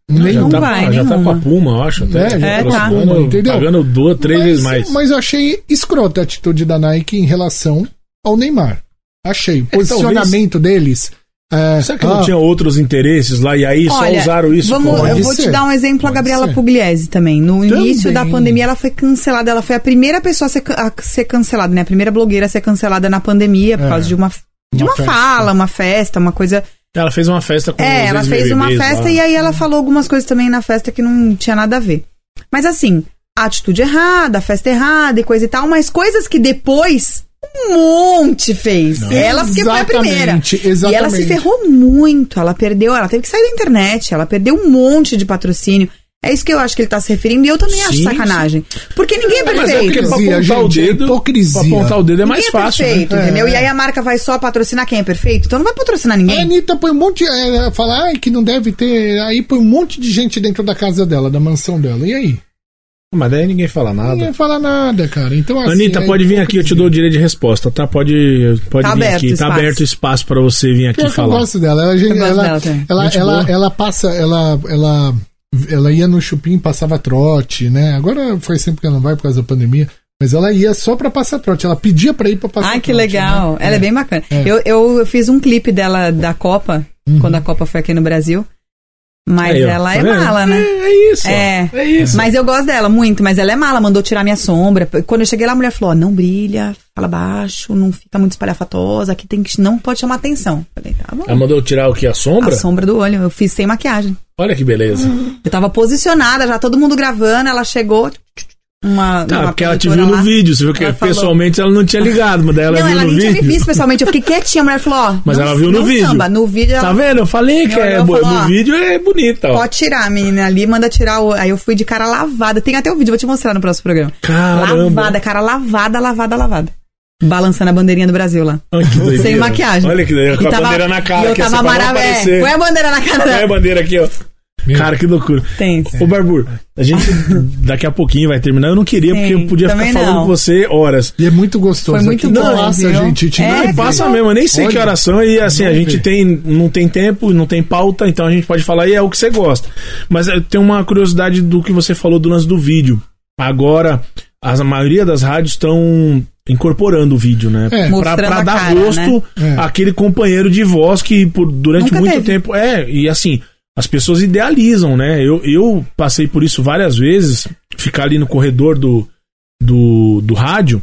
Speaker 3: um
Speaker 2: já
Speaker 1: Não
Speaker 2: tá,
Speaker 1: vai,
Speaker 2: já tá com
Speaker 1: nenhuma.
Speaker 2: a Puma, eu acho.
Speaker 3: É, já
Speaker 1: tá com a
Speaker 2: patrocinando,
Speaker 3: Puma, entendeu?
Speaker 2: Pagando duas, três
Speaker 3: mas,
Speaker 2: vezes mais.
Speaker 3: Mas eu achei escrota a atitude da Nike em relação ao Neymar. Achei. O posicionamento deles. É,
Speaker 2: É, Será que não
Speaker 3: ah,
Speaker 2: tinha outros interesses lá e aí só
Speaker 1: Olha,
Speaker 2: usaram isso?
Speaker 1: Vamos,
Speaker 2: como-
Speaker 1: eu
Speaker 3: Pode
Speaker 1: vou
Speaker 3: ser.
Speaker 1: te dar um exemplo, a
Speaker 3: Pode
Speaker 1: Gabriela
Speaker 3: ser.
Speaker 1: Pugliese também. No início da
Speaker 3: Também.
Speaker 1: pandemia, ela foi cancelada. Ela foi a primeira pessoa a ser, ca- a ser cancelada, né? A primeira blogueira a ser cancelada na pandemia por
Speaker 3: É.
Speaker 1: causa de uma, de
Speaker 3: Uma
Speaker 1: uma
Speaker 3: festa.
Speaker 1: fala, uma festa, uma coisa.
Speaker 2: Ela fez uma festa com
Speaker 1: É,
Speaker 2: os
Speaker 1: ela fez uma
Speaker 2: ex-BBBs
Speaker 1: festa
Speaker 2: lá.
Speaker 1: e aí ela falou algumas coisas também na festa que não tinha nada a ver. Mas assim, a atitude errada, a festa errada e coisa e tal, mas coisas que depois um monte fez. Ela porque foi a primeira.
Speaker 3: Exatamente,
Speaker 1: E ela se
Speaker 3: exatamente.
Speaker 1: ferrou muito, ela perdeu, ela teve que sair da internet, ela perdeu um monte de patrocínio. É isso que eu acho que ele tá se referindo e eu também acho
Speaker 2: Sim,
Speaker 1: sacanagem. Porque ninguém é
Speaker 2: É, mas é
Speaker 1: perfeito.
Speaker 2: porque pra
Speaker 3: Hipocrisia,
Speaker 2: apontar o
Speaker 3: gente, é
Speaker 2: dedo.
Speaker 3: hipocrisia.
Speaker 2: Pra apontar o dedo é
Speaker 1: Ninguém
Speaker 2: mais fácil. né?
Speaker 1: perfeito,
Speaker 3: né?
Speaker 1: entendeu?
Speaker 3: É.
Speaker 1: E aí a marca vai só patrocinar quem é perfeito, então não vai patrocinar
Speaker 3: A
Speaker 1: ninguém.
Speaker 3: Anitta põe um monte. Ela fala "Ai, que não deve ter. Aí põe um monte de gente dentro da casa dela, da mansão dela. E aí?
Speaker 4: Mas daí ninguém fala nada.
Speaker 3: Ninguém fala nada, cara. Então, assim,
Speaker 2: Anitta,
Speaker 3: é
Speaker 2: pode vir aqui, eu te dou o
Speaker 3: hipocrisia.
Speaker 2: direito de resposta, tá? Pode, pode
Speaker 1: Tá
Speaker 2: vir
Speaker 1: aberto
Speaker 2: aqui.
Speaker 1: o
Speaker 2: Tá
Speaker 1: espaço.
Speaker 2: aberto o espaço pra você vir aqui
Speaker 3: Pior que Eu
Speaker 2: falar.
Speaker 3: gosto dela. Ela, é
Speaker 1: gosto
Speaker 3: ela,
Speaker 1: dela também.
Speaker 3: ela,
Speaker 2: Gente
Speaker 3: ela,
Speaker 2: boa.
Speaker 3: ela passa, ela, ela, ela ia no chupim, passava trote, né? Agora faz tempo que ela não vai por causa da pandemia, mas ela ia só pra passar trote. Ela pedia pra ir pra passar
Speaker 1: Ai, que
Speaker 3: trote,
Speaker 1: legal.
Speaker 3: né?
Speaker 1: Ela é, bem bacana.
Speaker 3: É.
Speaker 1: Eu, eu, eu fiz um clipe dela da Copa, quando a Copa foi aqui no Brasil. Mas
Speaker 2: Uhum. Aí, ó,
Speaker 1: ela
Speaker 2: tá
Speaker 1: é
Speaker 2: vendo?
Speaker 1: mala,
Speaker 2: É,
Speaker 1: né?
Speaker 2: é isso. ó.
Speaker 1: É.
Speaker 2: É isso.
Speaker 1: Mas eu gosto dela muito, mas ela é mala, mandou tirar minha sombra. Quando eu cheguei lá, a mulher falou: ó, não brilha, fala baixo, não fica muito espalhafatosa, aqui tem que, não pode chamar atenção. Falei, tá bom.
Speaker 2: Ela mandou tirar o que? A sombra?
Speaker 1: A sombra do olho, eu fiz sem maquiagem.
Speaker 2: Olha que beleza.
Speaker 1: Eu tava posicionada, já todo mundo gravando, ela chegou. Uma,
Speaker 2: Tá,
Speaker 1: uma
Speaker 2: porque ela te viu
Speaker 1: produtora
Speaker 2: no
Speaker 1: lá.
Speaker 2: vídeo, você viu que
Speaker 1: Ela falou-
Speaker 2: pessoalmente ela não tinha ligado, mas daí ela
Speaker 1: não,
Speaker 2: viu
Speaker 1: ela
Speaker 2: no
Speaker 1: nem tinha
Speaker 2: vídeo.
Speaker 1: me visto pessoalmente. Eu fiquei quietinha, a mulher falou, ó.
Speaker 2: Mas
Speaker 1: não-
Speaker 2: ela viu no
Speaker 1: não
Speaker 2: vídeo.
Speaker 1: Samba. No vídeo ela
Speaker 2: Tá vendo? Eu falei
Speaker 1: Me
Speaker 2: que é
Speaker 1: olhou,
Speaker 2: bo-
Speaker 1: falou,
Speaker 2: no
Speaker 1: ó.
Speaker 2: vídeo é bonita, ó.
Speaker 1: Pode tirar a menina ali, manda tirar o. Aí eu fui de cara lavada. Tem até o vídeo, vou te mostrar no próximo programa.
Speaker 2: Caramba.
Speaker 1: Lavada, cara lavada, lavada, lavada. Balançando a bandeirinha do Brasil lá.
Speaker 2: Olha que doideira.
Speaker 1: *laughs* Sem maquiagem.
Speaker 2: Olha que doideira,
Speaker 1: E
Speaker 2: com a
Speaker 1: tava-
Speaker 2: bandeira na cara.
Speaker 1: E eu
Speaker 2: que é
Speaker 1: tava
Speaker 2: só pra não
Speaker 1: maravilhosa.
Speaker 2: aparecer.
Speaker 1: É, põe a bandeira na cara
Speaker 2: Olha a
Speaker 1: dela.
Speaker 2: bandeira aqui, ó. Cara, que loucura.
Speaker 1: Tem.
Speaker 2: Ô, Barbur,
Speaker 1: *laughs*
Speaker 2: a gente daqui a pouquinho vai terminar. Eu não queria,
Speaker 1: Sim,
Speaker 2: porque eu podia ficar
Speaker 1: também
Speaker 2: falando
Speaker 1: não.
Speaker 2: com você horas.
Speaker 3: E é muito gostoso.
Speaker 1: Foi muito
Speaker 3: Aqui
Speaker 1: bom,
Speaker 3: Passa,
Speaker 1: viu?
Speaker 3: gente. te-
Speaker 1: É,
Speaker 2: Não, e
Speaker 1: cara.
Speaker 2: passa mesmo, eu nem sei
Speaker 3: Olha.
Speaker 2: que horas são e assim, a
Speaker 3: Vamos
Speaker 2: gente
Speaker 3: ver.
Speaker 2: tem, não tem tempo, não tem pauta, então a gente pode falar e é o que você gosta. Mas eu tenho uma curiosidade do que você falou do lance do vídeo. Agora, as- a maioria das rádios estão incorporando o vídeo, né?
Speaker 3: É.
Speaker 2: Pra,
Speaker 1: Mostrando
Speaker 2: pra
Speaker 1: a
Speaker 2: dar
Speaker 1: cara,
Speaker 2: gosto
Speaker 3: né? É.
Speaker 2: àquele companheiro de voz que por, durante
Speaker 1: Nunca
Speaker 2: muito
Speaker 1: teve.
Speaker 2: tempo. É, e assim, as pessoas idealizam, né? Eu, eu passei por isso várias vezes, ficar ali no corredor do, do, do rádio,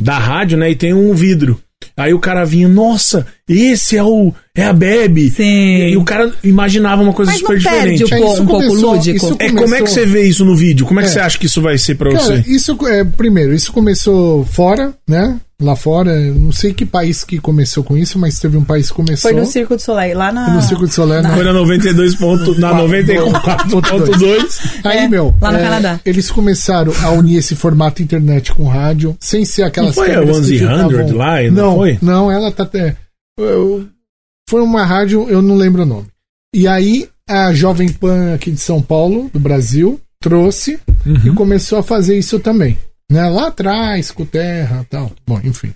Speaker 2: da rádio, né? E tem um vidro. Aí o cara vinha, nossa, esse é o. É a Bebe.
Speaker 1: Sim.
Speaker 2: E aí o cara imaginava uma coisa
Speaker 1: Mas não
Speaker 2: super diferente.
Speaker 1: perde
Speaker 3: É,
Speaker 1: o pouco,
Speaker 3: isso
Speaker 1: um pouco
Speaker 3: começou-
Speaker 1: lúdico.
Speaker 3: isso
Speaker 2: É, como é que você vê isso no vídeo? Como é que
Speaker 3: É.
Speaker 2: você acha que isso vai ser pra
Speaker 3: Cara,
Speaker 2: você?
Speaker 3: isso é, primeiro, isso começou fora, né? Lá fora, eu não sei que país que começou com isso, mas teve um país que começou.
Speaker 1: Foi no Ah, Circo do Soleil, lá na.
Speaker 2: É
Speaker 3: no Circo de Soler, né?
Speaker 2: Foi na 92. Ponto,
Speaker 3: *laughs*
Speaker 2: na 94.2.
Speaker 3: Aí,
Speaker 1: É,
Speaker 3: meu.
Speaker 1: lá no Canadá.
Speaker 3: Eles começaram a unir esse formato internet com rádio, sem ser aquelas
Speaker 2: Não foi a
Speaker 3: câmeras
Speaker 2: 100
Speaker 3: que ficavam-
Speaker 2: lá? Não,
Speaker 3: Não,
Speaker 2: foi?
Speaker 3: não, ela tá até. eu- Foi uma rádio, eu não lembro o nome. E aí, a Jovem Pan aqui de São Paulo, do Brasil, trouxe e começou a fazer isso também. Né? Lá atrás, com terra tal. Bom, enfim.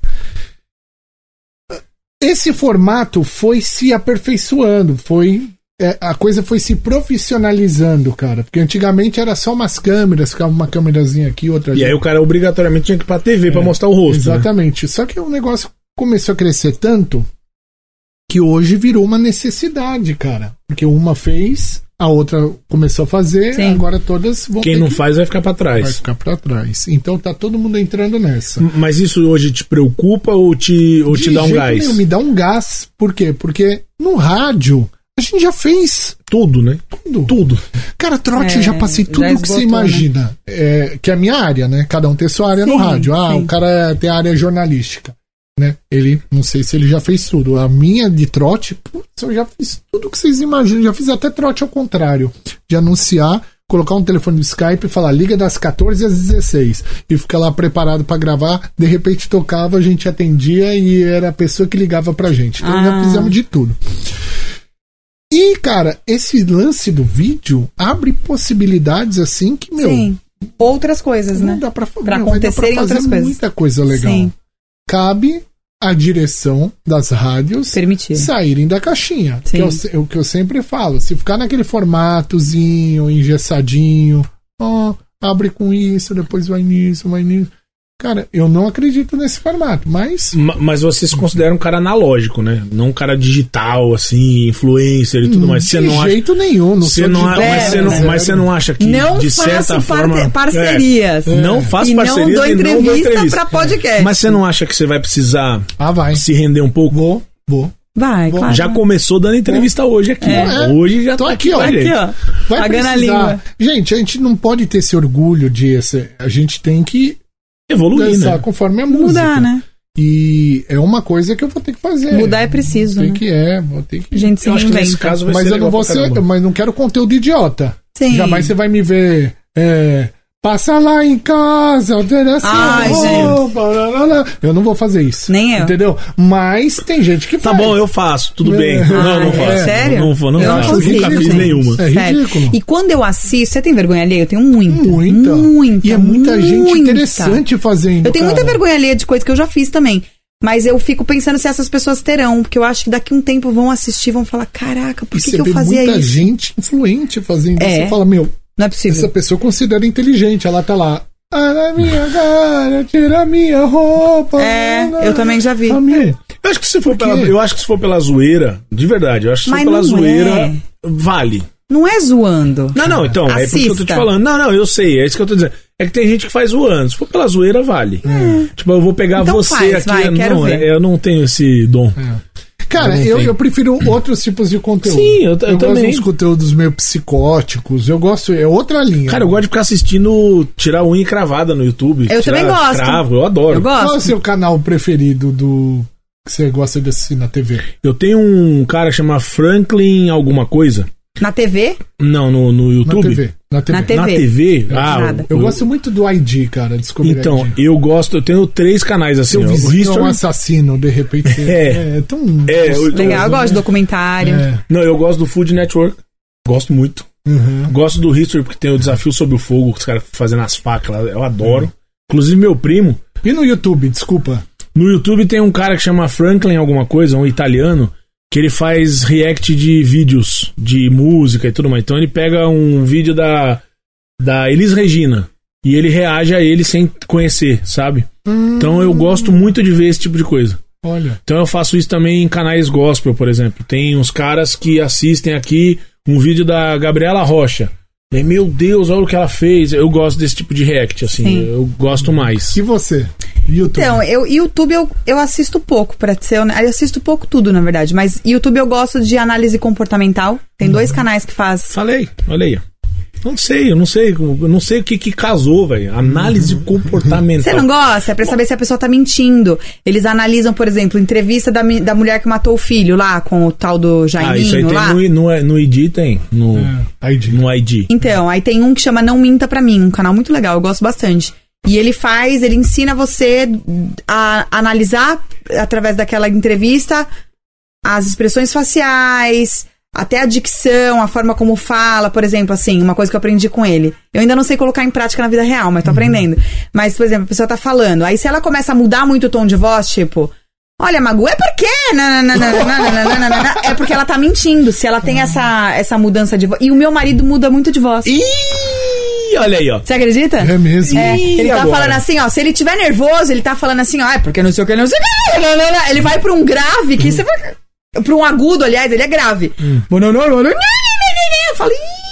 Speaker 3: Esse formato foi se aperfeiçoando, foi. é, a coisa foi se profissionalizando, cara. Porque antigamente era só umas câmeras, ficava uma câmerazinha aqui, outra ali.
Speaker 2: E aí o cara obrigatoriamente tinha que ir pra TV pra mostrar o rosto. né? Exatamente.
Speaker 3: É, Exatamente. Só que o negócio começou a crescer tanto que hoje virou uma necessidade, cara. Porque uma fez, a outra começou a fazer,
Speaker 1: Sim.
Speaker 3: agora todas vão
Speaker 2: Quem
Speaker 3: ter
Speaker 2: não
Speaker 3: que
Speaker 2: faz vai ficar pra
Speaker 3: vai
Speaker 2: trás.
Speaker 3: ficar pra trás. Então tá todo mundo entrando nessa.
Speaker 2: Mas isso hoje te preocupa ou te, ou te
Speaker 3: De
Speaker 2: dá um
Speaker 3: jeito
Speaker 2: gás?
Speaker 3: nenhum, me dá um gás. Por quê? Porque no rádio a gente já fez
Speaker 2: Tudo, né?
Speaker 3: tudo.
Speaker 2: Tudo.
Speaker 3: Cara, trote,
Speaker 1: É,
Speaker 3: eu já passei tudo
Speaker 1: já
Speaker 3: o que você
Speaker 1: esgotou, né?
Speaker 3: imagina. É, que é a minha área, né? Cada um tem sua área no
Speaker 1: Sim,
Speaker 3: rádio. Ah,
Speaker 1: sim.
Speaker 3: o cara tem a área jornalística. Né? Ele, não sei se ele já fez tudo. A minha de trote, putz, eu já fiz tudo que vocês imaginam. Já fiz até trote ao contrário. De anunciar, colocar um telefone do Skype e falar liga das 14 às 16. E ficar lá preparado pra gravar. De repente tocava, a gente atendia e era a pessoa que ligava pra gente. Então já
Speaker 1: Ah.
Speaker 3: fizemos de tudo. E, cara, esse lance do vídeo abre possibilidades assim que, meu,
Speaker 1: Sim. Outras coisas,
Speaker 3: não
Speaker 1: né?
Speaker 3: dá pra, fa-
Speaker 1: Pra
Speaker 3: meu, vai dar
Speaker 1: acontecerem
Speaker 3: fazer
Speaker 1: outras coisas.
Speaker 3: muita coisa legal.
Speaker 1: Sim.
Speaker 3: Cabe à direção das rádios
Speaker 1: Permitir.
Speaker 3: saírem da caixinha.
Speaker 1: Sim.
Speaker 3: Que eu se- é o que eu sempre falo. Se ficar naquele formatozinho, engessadinho, ó, abre com isso, depois vai nisso, vai nisso. Cara, eu não acredito nesse formato, mas
Speaker 2: Ma- Mas você se considera um cara analógico, né? Não um cara digital, assim, influencer e tudo mais. Você
Speaker 3: de
Speaker 2: não acha.
Speaker 3: jeito nenhum, não
Speaker 2: Você
Speaker 3: sou
Speaker 2: não,
Speaker 3: de
Speaker 2: a- mas, você
Speaker 1: zero,
Speaker 2: não,
Speaker 1: né?
Speaker 2: mas você não acha que,
Speaker 1: Não
Speaker 2: de
Speaker 1: faço
Speaker 2: certa
Speaker 1: parte-
Speaker 2: forma. é,
Speaker 1: parcerias.
Speaker 2: Não faço
Speaker 1: E não
Speaker 2: parcerias
Speaker 1: dou
Speaker 2: e não dou
Speaker 1: entrevista
Speaker 2: entrevista.
Speaker 1: pra podcast.
Speaker 2: Mas você não acha que você vai precisar
Speaker 3: Ah, vai.
Speaker 2: se render um pouco?
Speaker 3: Vou, vou.
Speaker 1: Vai, claro.
Speaker 2: Já começou dando entrevista hoje aqui.
Speaker 3: É.
Speaker 2: Hoje já
Speaker 3: Tô
Speaker 2: tá
Speaker 3: aqui, ó.
Speaker 2: com a gente.
Speaker 1: Aqui, ó.
Speaker 3: Vai
Speaker 1: Pagando a
Speaker 3: precisar.
Speaker 1: língua.
Speaker 3: Gente, a gente não pode ter esse orgulho de esse, a gente tem que
Speaker 2: Evoluir,
Speaker 3: dançar
Speaker 2: né?
Speaker 3: conforme a música.
Speaker 1: Mudar, né?
Speaker 3: E é uma coisa que eu vou ter que fazer.
Speaker 1: Mudar é preciso,
Speaker 3: Tem
Speaker 1: né?
Speaker 3: que é, vou ter que.
Speaker 1: A gente se
Speaker 2: Eu acho que
Speaker 1: reinventa.
Speaker 2: nesse caso vai
Speaker 3: mas
Speaker 2: ser
Speaker 3: eu não
Speaker 2: legal
Speaker 3: vou
Speaker 2: pra
Speaker 3: ser,
Speaker 2: caramba.
Speaker 3: mas não quero conteúdo idiota.
Speaker 1: Sim.
Speaker 3: Jamais você vai me ver é, Passa lá em casa, oferece
Speaker 1: Ai,
Speaker 3: roupa, lá, lá, lá. Eu não vou fazer isso.
Speaker 1: Nem eu.
Speaker 3: Entendeu? Mas tem gente que
Speaker 2: Tá
Speaker 3: faz.
Speaker 2: bom, eu faço, tudo bem.
Speaker 3: Ah,
Speaker 2: Não, não
Speaker 1: é.
Speaker 2: faço.
Speaker 1: Sério?
Speaker 2: Não, vou, não
Speaker 1: Eu não
Speaker 2: faço.
Speaker 1: consigo,
Speaker 2: Nunca fiz
Speaker 1: gente.
Speaker 2: nenhuma.
Speaker 3: É
Speaker 1: Sério.
Speaker 3: ridículo.
Speaker 1: E quando eu assisto, você tem vergonha alheia? Eu tenho muita.
Speaker 3: Muita.
Speaker 1: Muita.
Speaker 3: E é muita, gente
Speaker 1: muita.
Speaker 3: interessante fazendo.
Speaker 1: Eu tenho muita
Speaker 3: cara.
Speaker 1: vergonha alheia de coisa que eu já fiz também. Mas eu fico pensando se essas pessoas terão, porque eu acho que daqui um tempo vão assistir, vão falar: caraca, por
Speaker 3: E
Speaker 1: que,
Speaker 3: você
Speaker 1: que eu
Speaker 3: vê
Speaker 1: fazia
Speaker 3: muita
Speaker 1: isso?
Speaker 3: gente influente fazendo
Speaker 1: É.
Speaker 3: isso. Você fala, meu,
Speaker 1: Não é possível.
Speaker 3: essa pessoa considera inteligente, ela tá lá. Ah, na minha cara, tira a minha roupa.
Speaker 1: É, eu também já vi.
Speaker 3: Ah, meu,
Speaker 2: Eu acho que se for
Speaker 3: Por
Speaker 2: pela,
Speaker 3: quê?
Speaker 2: eu acho que se for pela zoeira, de verdade, eu acho que se
Speaker 1: Mas
Speaker 2: for pela
Speaker 1: não
Speaker 2: zoeira,
Speaker 1: é.
Speaker 2: vale.
Speaker 1: Não é zoando.
Speaker 2: Não, não, então, é por isso que eu tô te
Speaker 1: Assista.
Speaker 2: falando. Não, não, eu sei, é isso que eu tô dizendo. É que tem gente que faz zoando. Se for pela zoeira, vale. Tipo, eu vou pegar
Speaker 1: Então
Speaker 2: você
Speaker 1: faz,
Speaker 2: aqui.
Speaker 1: vai,
Speaker 2: eu,
Speaker 1: quero
Speaker 2: não, é,
Speaker 1: ver.
Speaker 2: eu não tenho esse dom.
Speaker 3: Cara,
Speaker 2: Eu não
Speaker 3: eu,
Speaker 2: sei.
Speaker 3: eu prefiro outros tipos de conteúdo.
Speaker 2: Sim, eu t- eu
Speaker 3: gosto
Speaker 2: também.
Speaker 3: dos conteúdos meio psicóticos. Eu gosto, é outra linha.
Speaker 2: Cara, eu gosto de ficar assistindo tirar unha cravada no YouTube.
Speaker 1: Eu
Speaker 2: tirar
Speaker 1: também gosto.
Speaker 2: Cravo, eu adoro.
Speaker 1: Eu
Speaker 2: Eu,
Speaker 1: gosto.
Speaker 3: Qual é o seu canal preferido do que você gosta de assistir na TV?
Speaker 2: tenho um cara que chama Franklin alguma coisa.
Speaker 1: Na TV?
Speaker 2: Não, no, no
Speaker 3: Na
Speaker 2: YouTube.
Speaker 3: TV. Na TV.
Speaker 1: Na TV.
Speaker 2: Na TV?
Speaker 1: Não
Speaker 2: Ah,
Speaker 1: nada.
Speaker 3: Eu gosto muito do ID, cara. Descobrir
Speaker 2: Então,
Speaker 3: ID.
Speaker 2: eu gosto, eu tenho três canais assim,
Speaker 3: Seu
Speaker 2: ó, o
Speaker 3: vizinho é um
Speaker 2: History.
Speaker 3: assassino, de repente.
Speaker 2: É.
Speaker 3: é tão.
Speaker 2: É, eu-
Speaker 3: gostoso,
Speaker 1: Legal, eu gosto de documentário.
Speaker 3: né?
Speaker 2: Não, eu gosto do Food Network. Gosto muito.
Speaker 3: É. Uhum.
Speaker 2: Gosto do History porque tem o desafio sobre o fogo, que os caras fazendo as facas, lá, eu adoro. Inclusive meu primo,
Speaker 3: E no YouTube, desculpa.
Speaker 2: no YouTube tem um cara que chama Franklin alguma coisa, um italiano, que ele faz react de vídeos, de música e tudo mais. Então ele pega um vídeo da da Elis Regina e ele reage a ele sem conhecer, sabe? Então eu gosto muito de ver esse tipo de coisa.
Speaker 3: Olha.
Speaker 2: Então eu faço isso também em canais gospel, por exemplo. Tem uns caras que assistem aqui um vídeo da Gabriela Rocha. E, aí, meu Deus, olha o que ela fez. Eu gosto desse tipo de react, assim.
Speaker 1: Sim.
Speaker 2: Eu gosto mais.
Speaker 3: E você? YouTube.
Speaker 1: Então, eu YouTube eu, eu assisto pouco, pra ser honesta. Eu assisto pouco tudo, na verdade. Mas YouTube eu gosto de análise comportamental.
Speaker 2: Uhum.
Speaker 1: Tem dois canais que faz.
Speaker 2: Falei, olha aí. Não sei, eu não sei, eu não sei o que que casou, velho. Análise comportamental.
Speaker 1: Uhum. Você não gosta? É pra saber se a pessoa tá mentindo. Eles analisam, por exemplo, entrevista da, mi- da mulher que matou o filho lá, com o tal do Jairinho
Speaker 2: Ah, isso aí
Speaker 1: tá lá.
Speaker 2: tem no, no, no ID, tem. No,
Speaker 3: É, ID.
Speaker 2: no ID.
Speaker 1: Então, aí tem um que chama Não Minta Pra Mim, um canal muito legal, eu gosto bastante. E ele faz, ele ensina você a analisar, através daquela entrevista, as expressões faciais, até a dicção, a forma como fala, por exemplo, assim, uma coisa que eu aprendi com ele. Eu ainda não sei colocar em prática na vida real, mas tô aprendendo. Mas, por exemplo, a pessoa tá falando, aí se ela começa a mudar muito o tom de voz, tipo. Olha, Magu, é porque. É porque ela tá mentindo. Se ela tem essa, essa mudança de voz. E o meu marido muda muito de voz.
Speaker 2: Ih, olha aí, ó.
Speaker 1: Você acredita?
Speaker 3: É mesmo.
Speaker 1: É,
Speaker 2: Ih,
Speaker 1: ele tá
Speaker 2: agora?
Speaker 1: falando assim, ó. Se ele tiver nervoso, ele tá falando assim, ó, é porque não sei o que, não sei o que. não, não, não. Ele vai pra um grave
Speaker 2: Hum.
Speaker 1: que você vai. Pra um agudo, aliás, ele é grave.
Speaker 3: É.
Speaker 1: Eu falo, "Ih".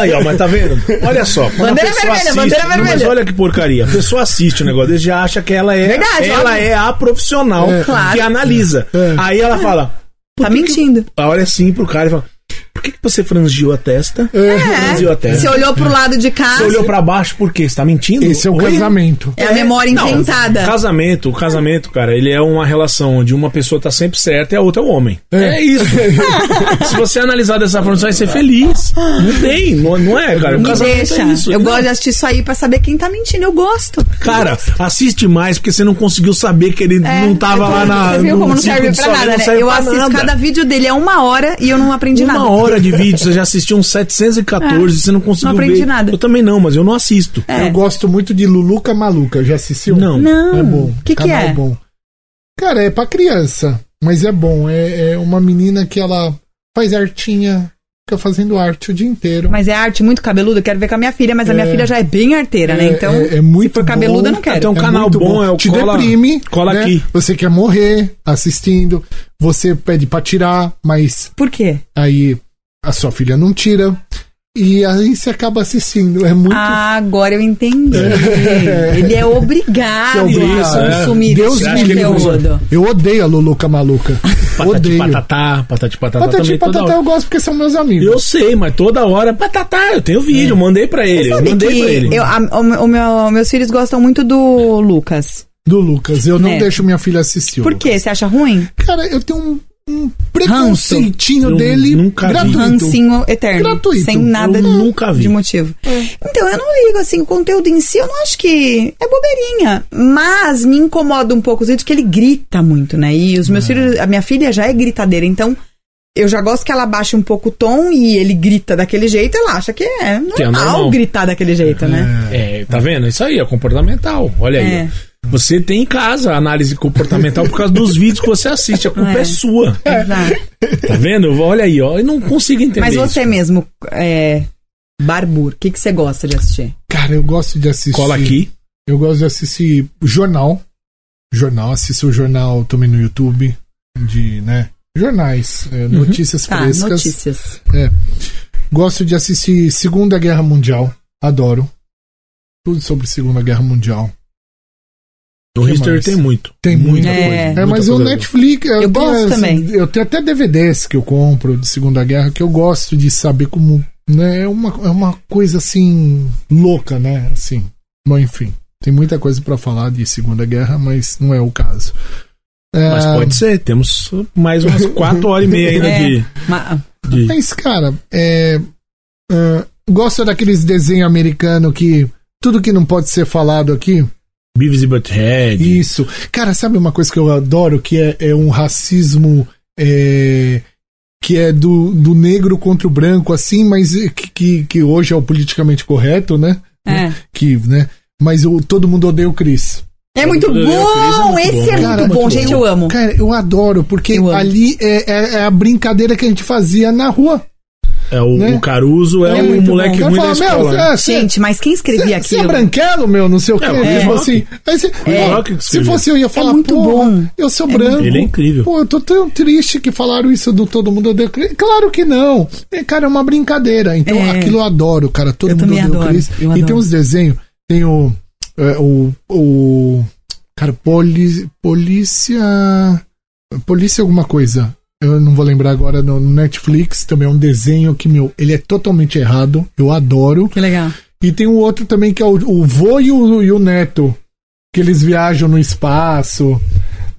Speaker 2: Aí, ó, mas tá vendo? Olha só. quando a
Speaker 1: Bandeira
Speaker 2: pessoa
Speaker 1: vermelha,
Speaker 2: assiste-
Speaker 1: bandeira
Speaker 2: Não, Mas
Speaker 1: vermelha.
Speaker 2: olha que porcaria. A pessoa assiste o negócio desse e já acha que ela é.
Speaker 1: Verdade,
Speaker 2: ela
Speaker 1: óbvio.
Speaker 2: é a profissional
Speaker 3: É.
Speaker 1: Claro.
Speaker 2: que analisa.
Speaker 3: É.
Speaker 2: Aí ela fala.
Speaker 1: tá mentindo.
Speaker 2: ela Olha assim pro cara e fala: Por que, que você frangiu a testa? Franziu a
Speaker 1: É. Você
Speaker 2: testa.
Speaker 1: olhou pro lado de cá,
Speaker 2: Você olhou pra baixo por quê? Você tá mentindo?
Speaker 3: Esse é o
Speaker 2: Oi?
Speaker 3: casamento.
Speaker 1: é a memória
Speaker 2: Não,
Speaker 1: inventada.
Speaker 2: Casamento, o casamento, cara, ele é uma relação onde uma pessoa tá sempre certa e a outra é o homem. É,
Speaker 3: *laughs*
Speaker 2: isso. Se você analisar dessa forma, você vai ser feliz. Não tem, não, não é, cara. O
Speaker 1: Me
Speaker 2: casamento
Speaker 1: deixa.
Speaker 2: é isso.
Speaker 1: eu
Speaker 2: Não.
Speaker 1: gosto de assistir isso aí pra saber quem tá mentindo. Eu gosto.
Speaker 2: Cara, assiste mais porque você não conseguiu saber que ele
Speaker 1: É,
Speaker 2: não tava
Speaker 1: eu-
Speaker 2: lá na.
Speaker 1: Você viu
Speaker 2: no
Speaker 1: como não
Speaker 2: Circo
Speaker 1: serve
Speaker 2: de
Speaker 1: pra
Speaker 2: Soleil,
Speaker 1: nada,
Speaker 2: não
Speaker 1: né?
Speaker 2: serve
Speaker 1: Eu
Speaker 2: pra
Speaker 1: assisto
Speaker 2: nada.
Speaker 1: cada vídeo dele, é uma hora e eu não aprendi
Speaker 2: Uma
Speaker 1: nada. É.
Speaker 2: hora de vídeo, você já assistiu uns 714, você não conseguiu
Speaker 1: não aprendi
Speaker 2: ver.
Speaker 1: nada.
Speaker 2: Eu também não, mas eu não assisto.
Speaker 1: É.
Speaker 3: Eu gosto muito de Luluca Maluca. Já assistiu?
Speaker 2: Não.
Speaker 1: Não.
Speaker 3: É bom.
Speaker 1: Que que
Speaker 3: Canal
Speaker 1: é?
Speaker 3: bom. Cara, é pra criança. Mas é bom. É, é uma menina que ela faz artinha. Fica fazendo arte o dia inteiro.
Speaker 1: Mas é arte muito cabeluda, quero ver com a minha filha, mas a minha
Speaker 3: É.
Speaker 1: filha já é bem arteira, né? Então,
Speaker 3: é, é muito
Speaker 1: se for
Speaker 3: bom.
Speaker 1: cabeluda, eu não quero.
Speaker 2: Então, um canal
Speaker 3: muito
Speaker 2: bom, é o
Speaker 3: Te
Speaker 2: Cola-
Speaker 3: deprime.
Speaker 2: Cola
Speaker 3: né?
Speaker 2: Aqui.
Speaker 3: Você quer morrer assistindo. Você pede pra tirar, mas
Speaker 1: Por quê?
Speaker 3: aí a sua filha não tira. E aí você acaba assistindo. É muito
Speaker 1: Ah, agora eu entendi. *laughs* Ele é obrigado
Speaker 3: Seu
Speaker 1: a
Speaker 3: obrigado,
Speaker 2: é.
Speaker 1: consumir
Speaker 3: né? Deus
Speaker 1: esse
Speaker 2: me livre.
Speaker 1: conteúdo.
Speaker 3: Eu odeio a Luluca maluca.
Speaker 2: *laughs* Patati
Speaker 3: odeio.
Speaker 2: patatá, patati patatá
Speaker 3: Patati
Speaker 2: também
Speaker 3: e
Speaker 2: toda
Speaker 3: Patatá
Speaker 2: hora.
Speaker 3: eu gosto porque são meus amigos.
Speaker 2: Eu sei, mas toda hora patatá. Eu tenho
Speaker 3: É.
Speaker 2: vídeo, eu mandei pra ele. Eu
Speaker 1: Sabe
Speaker 2: mandei pra
Speaker 1: que
Speaker 2: ele.
Speaker 1: eu, a- o, o meu- meus filhos gostam muito do Lucas.
Speaker 3: Do Lucas. Eu não
Speaker 1: É.
Speaker 3: deixo minha filha assistir. o
Speaker 1: Por
Speaker 3: Lucas.
Speaker 1: quê? Você acha ruim?
Speaker 3: Cara, eu tenho um, um preconceitinho
Speaker 2: Eu
Speaker 3: dele
Speaker 2: nunca vi.
Speaker 3: gratuito.
Speaker 1: rancinho eterno.
Speaker 3: Gratuito.
Speaker 1: Sem nada
Speaker 2: Eu
Speaker 1: de-
Speaker 2: nunca vi. É.
Speaker 1: de motivo. Então, eu não ligo, assim, o conteúdo em si, eu não acho que é bobeirinha. Mas me incomoda um pouco os vídeos que ele grita muito, né? E os meus filhos, a minha filha já é gritadeira, então eu já gosto que ela baixe um pouco o tom e ele grita daquele jeito, ela acha que é normal,
Speaker 2: Que é normal.
Speaker 1: gritar daquele jeito, né?
Speaker 2: É, tá vendo? Isso aí é comportamental. Olha aí.
Speaker 1: É.
Speaker 2: ó. Você tem em casa a análise comportamental por causa dos vídeos que você assiste. A culpa é,
Speaker 1: É.
Speaker 2: sua.
Speaker 1: Exato.
Speaker 2: Tá vendo? Olha aí, ó. Eu não consigo entender.
Speaker 1: Mas você
Speaker 2: isso.
Speaker 1: mesmo, é, Barbur, o que, que você gosta de assistir?
Speaker 3: Cara, eu gosto de assistir.
Speaker 2: cola aqui.
Speaker 3: Eu gosto de assistir jornal. Jornal, assisto o jornal também no YouTube. De, né? Jornais, é, notícias
Speaker 1: Tá,
Speaker 3: frescas. É.
Speaker 1: notícias.
Speaker 3: Gosto de assistir Segunda Guerra Mundial. Adoro. Tudo sobre Segunda Guerra Mundial.
Speaker 2: No
Speaker 3: Que
Speaker 2: History
Speaker 3: mais?
Speaker 2: tem muito.
Speaker 3: Tem muito.
Speaker 1: É.
Speaker 3: É, mas o
Speaker 2: o
Speaker 3: Netflix. Eu,
Speaker 1: Eu
Speaker 3: tenho
Speaker 1: gosto
Speaker 3: as-
Speaker 1: também.
Speaker 3: Eu tenho até DVDs que eu compro de Segunda Guerra que eu gosto de saber como. Né, é, uma, é uma coisa assim. louca, né? Assim. Bom, enfim. Tem muita coisa pra falar de Segunda Guerra, mas não é o caso. É,
Speaker 2: Mas pode ser. Temos mais umas 4 horas e meia ainda
Speaker 1: É.
Speaker 2: de,
Speaker 1: Ma-
Speaker 2: de-
Speaker 3: Mas, cara, é. ah, gosto daqueles desenhos americanos que. Tudo que não pode ser falado aqui.
Speaker 2: Beavis e Butthead.
Speaker 3: Isso. Cara, sabe uma coisa que eu adoro que é, é um racismo é, que é do, do negro contra o branco, assim, mas é, que, que, que hoje é o politicamente correto, né?
Speaker 1: é.
Speaker 3: Que, né? Mas o todo mundo odeia o Chris.
Speaker 1: É muito
Speaker 2: Eu- eu- eu- Cris é
Speaker 1: bom!
Speaker 2: muito
Speaker 1: Esse
Speaker 2: bom.
Speaker 1: é
Speaker 3: Cara,
Speaker 1: muito
Speaker 3: muito
Speaker 1: bom,
Speaker 3: bom.
Speaker 1: gente, eu amo.
Speaker 3: Cara, eu adoro, porque
Speaker 1: Eu amo.
Speaker 3: ali é, é- é a brincadeira que a gente fazia na rua.
Speaker 2: É, o,
Speaker 3: Né?
Speaker 2: o Caruso é,
Speaker 1: É
Speaker 2: um
Speaker 1: muito
Speaker 2: moleque
Speaker 1: bom.
Speaker 3: Eu
Speaker 2: ruim da
Speaker 3: falo,
Speaker 2: escola.
Speaker 3: meu,
Speaker 2: né?
Speaker 3: é, cê-
Speaker 1: Gente, mas quem escrevia
Speaker 3: Você é
Speaker 1: aquilo?
Speaker 3: branquelo, meu, não sei o quê.
Speaker 2: É, o
Speaker 3: É, tipo
Speaker 2: Rock.
Speaker 3: assim. Aí cê-
Speaker 2: O
Speaker 3: pô,
Speaker 2: Rock que
Speaker 3: se
Speaker 2: escreveu.
Speaker 3: fosse eu ia falar,
Speaker 1: É muito
Speaker 3: pô,
Speaker 1: bom.
Speaker 3: eu sou
Speaker 1: muito
Speaker 3: branco.
Speaker 2: Ele é incrível.
Speaker 3: Pô, eu tô tão triste que falaram isso do todo mundo odeia o Chris. Claro que não. É, cara, é uma brincadeira. Então,
Speaker 1: É.
Speaker 3: aquilo eu adoro, cara. Todo
Speaker 1: Eu
Speaker 3: mundo
Speaker 1: também
Speaker 3: odeia o
Speaker 1: adoro,
Speaker 3: Chris.
Speaker 1: eu
Speaker 3: E tem
Speaker 1: adoro.
Speaker 3: uns desenhos. Tem o. é, o, o. Cara, poli, polícia. Polícia alguma coisa. Eu não vou lembrar agora no Netflix. Também é um desenho que, meu, ele é totalmente errado. Eu adoro.
Speaker 1: Que legal.
Speaker 3: E tem o outro também que é o, o vô e o, e o neto. Que eles viajam no espaço.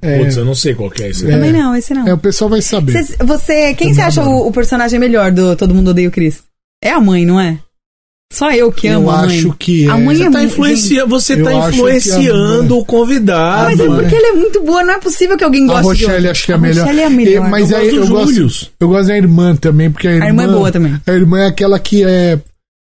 Speaker 3: É,
Speaker 2: Putz, eu não sei qual que é esse.
Speaker 3: É.
Speaker 1: Também não, esse não.
Speaker 3: é, o É pessoal vai saber.
Speaker 1: Cês- você, quem
Speaker 3: Eu
Speaker 1: você
Speaker 3: não
Speaker 1: acha
Speaker 3: adoro.
Speaker 1: o, o personagem melhor do Todo Mundo Odeia o Chris? É a mãe, não é? Só eu que amo
Speaker 3: eu
Speaker 1: a mãe.
Speaker 3: acho que é.
Speaker 1: A mãe é
Speaker 2: Tá
Speaker 1: muito-
Speaker 2: influencia, você
Speaker 3: Eu
Speaker 2: tá
Speaker 3: acho que é
Speaker 2: influenciando
Speaker 3: a-
Speaker 2: o convidado.
Speaker 1: Ah, mas é
Speaker 3: mãe.
Speaker 1: porque ela é muito boa, não é possível que alguém
Speaker 3: né? A
Speaker 1: goste de
Speaker 3: Rochelle
Speaker 1: outra.
Speaker 3: acho que é
Speaker 1: a
Speaker 3: a melhor.
Speaker 1: Rochelle é a melhor.
Speaker 3: E- mas
Speaker 2: Eu
Speaker 3: aí
Speaker 2: gosto
Speaker 3: eu
Speaker 2: do
Speaker 3: gosto,
Speaker 2: Julius.
Speaker 3: eu gosto da irmã também, porque a irmã,
Speaker 1: irmã é boa também.
Speaker 3: A irmã é aquela que é.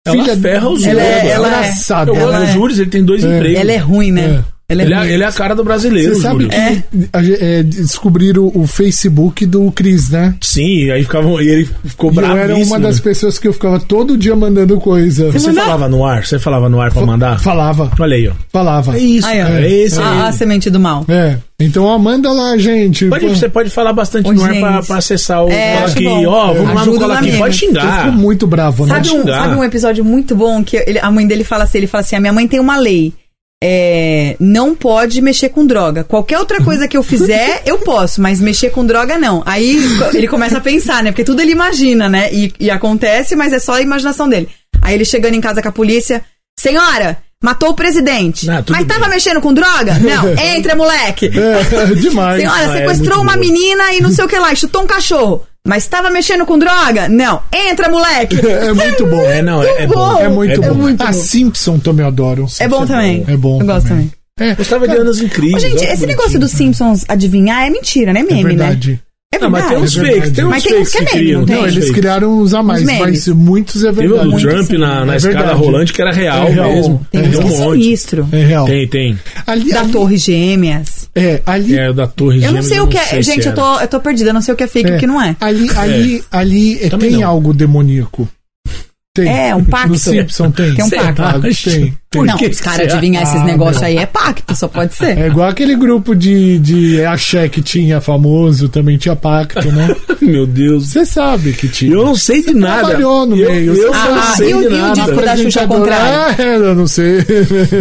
Speaker 2: Ela ferra os
Speaker 1: Ela é-
Speaker 2: outros.
Speaker 1: ela é-
Speaker 3: engraçada.
Speaker 2: Eu
Speaker 1: Ela
Speaker 2: gosto do
Speaker 1: é-
Speaker 2: Júlio, ele tem dois
Speaker 3: É.
Speaker 2: empregos.
Speaker 1: Ela é ruim, né?
Speaker 3: É.
Speaker 1: Ela é
Speaker 2: Ele
Speaker 1: ruim.
Speaker 2: é, ele é a cara do
Speaker 3: Você
Speaker 2: brasileiro,
Speaker 3: sabe
Speaker 2: Júlio.
Speaker 3: que a ge- é, descobriram o Facebook do Cris, né?
Speaker 2: Sim, aí ficavam, e ele ficou
Speaker 3: E eu
Speaker 2: bravíssimo.
Speaker 3: era uma das pessoas que eu ficava todo dia mandando coisa.
Speaker 2: Você
Speaker 1: mandou?
Speaker 2: falava no ar? Você falava no ar pra mandar?
Speaker 3: Falava,
Speaker 2: Olha aí, ó.
Speaker 3: falava.
Speaker 2: É isso,
Speaker 1: Aí, ó.
Speaker 2: cara. É esse aí.
Speaker 1: a, a semente do mal.
Speaker 3: É. Então ó, manda lá, gente.
Speaker 2: Pode-
Speaker 3: Pô,
Speaker 2: você pode falar bastante
Speaker 1: Ô,
Speaker 2: no ar pra,
Speaker 1: gente.
Speaker 2: pra acessar o
Speaker 1: É,
Speaker 2: Cola
Speaker 1: acho
Speaker 2: aqui.
Speaker 1: bom.
Speaker 2: Ó, vamos lá no
Speaker 1: Ajuda
Speaker 2: Cola
Speaker 1: na
Speaker 2: aqui.
Speaker 1: minha.
Speaker 2: Pode
Speaker 3: Eu
Speaker 2: xingar.
Speaker 3: fico muito bravo, né?
Speaker 1: Sabe um,
Speaker 2: xingar.
Speaker 1: sabe um episódio muito bom que ele- a mãe dele fala assim, ele fala assim, a minha mãe tem uma lei, é, não pode mexer com droga. Qualquer outra coisa que eu
Speaker 2: *laughs*
Speaker 1: fizer, eu posso, mas mexer com droga não. Aí co- ele começa a pensar, né? Porque tudo ele imagina, né? E, e acontece, mas é só a imaginação dele. Aí ele chegando em casa com a polícia, senhora, matou o presidente.
Speaker 2: Ah, tudo
Speaker 1: mas tava
Speaker 2: bem."
Speaker 1: mexendo com droga?
Speaker 2: *laughs*
Speaker 1: Não, entra, moleque. *laughs*
Speaker 3: É, demais.
Speaker 1: Senhora,
Speaker 2: Ah, é
Speaker 1: sequestrou
Speaker 2: muito
Speaker 1: uma
Speaker 2: boa.
Speaker 1: menina e não sei o que lá, e chutou um cachorro. Mas tava mexendo com droga? Não, entra, moleque.
Speaker 3: É muito bom.
Speaker 2: É, não, é, é bom.
Speaker 1: bom.
Speaker 3: É muito
Speaker 2: É
Speaker 3: bom.
Speaker 1: muito
Speaker 3: a
Speaker 1: bom.
Speaker 3: Simpson também eu adoro.
Speaker 1: É bom também.
Speaker 3: É bom
Speaker 1: Eu gosto
Speaker 3: também.
Speaker 1: também.
Speaker 3: É.
Speaker 2: Gostava de anos incríveis.
Speaker 1: Ô, gente,
Speaker 2: ó,
Speaker 1: esse
Speaker 2: que
Speaker 1: negócio
Speaker 2: bonitinho.
Speaker 1: dos Simpsons adivinhar é mentira, né? Meme,
Speaker 3: É
Speaker 1: né?
Speaker 3: verdade.
Speaker 1: É verdade.
Speaker 2: Não, mas tem uns
Speaker 3: É
Speaker 2: fakes.
Speaker 3: verdade.
Speaker 2: Tem uns
Speaker 1: Mas tem uns
Speaker 2: fakes
Speaker 1: que é
Speaker 2: que
Speaker 1: meme,
Speaker 2: criam.
Speaker 1: não
Speaker 2: tem
Speaker 1: tem?
Speaker 3: Não,
Speaker 2: uns
Speaker 3: eles
Speaker 2: fakes.
Speaker 3: criaram uns a mais,
Speaker 1: Uns memes.
Speaker 3: mas muitos é
Speaker 2: Teve
Speaker 3: verdade.
Speaker 2: o
Speaker 1: Muito
Speaker 2: jump
Speaker 1: sim.
Speaker 2: na, na
Speaker 3: É
Speaker 2: escada
Speaker 3: verdade.
Speaker 2: rolante que era real
Speaker 3: É real.
Speaker 2: mesmo.
Speaker 1: Tem
Speaker 2: Tem
Speaker 1: uns que
Speaker 2: um
Speaker 1: é
Speaker 2: monte.
Speaker 1: sinistro.
Speaker 3: É real.
Speaker 2: Tem, tem.
Speaker 3: Ali,
Speaker 1: Da
Speaker 3: ali,
Speaker 1: Torre Gêmeas.
Speaker 3: É, ali,
Speaker 2: É, o da Torre
Speaker 1: Eu não
Speaker 2: Gêmeas,
Speaker 1: sei o que é.
Speaker 2: sei se
Speaker 1: Gente, eu *laughs*
Speaker 2: era.
Speaker 1: tô, eu tô perdida, eu não sei o que é fake e o que não é.
Speaker 3: Ali, ali, ali é,
Speaker 2: Também
Speaker 3: tem
Speaker 2: não.
Speaker 3: algo demoníaco. Tem.
Speaker 1: É, um pacto.
Speaker 3: No Simpson tem.
Speaker 1: Tem um
Speaker 2: Cê tá
Speaker 1: pacto.
Speaker 3: Ah,
Speaker 2: acha?
Speaker 3: tem, tem.
Speaker 2: Por
Speaker 1: não,
Speaker 2: que
Speaker 1: os
Speaker 2: que
Speaker 1: caras
Speaker 2: será?
Speaker 1: adivinhar esses
Speaker 3: Ah,
Speaker 1: negócios aí é pacto, só pode ser.
Speaker 3: *laughs* É igual aquele grupo de, de axé que tinha famoso, também tinha pacto, né?
Speaker 2: Meu Deus.
Speaker 3: Você sabe que tinha.
Speaker 2: Eu não sei de nada.
Speaker 3: trabalhou no
Speaker 2: eu,
Speaker 3: meio,
Speaker 2: Eu
Speaker 3: você
Speaker 2: não
Speaker 1: sabe.
Speaker 2: sei
Speaker 1: Ah, e o-
Speaker 2: de
Speaker 1: e o
Speaker 2: nada.
Speaker 1: disco da Xuxa ao contrário?
Speaker 3: Ah, é, eu não sei.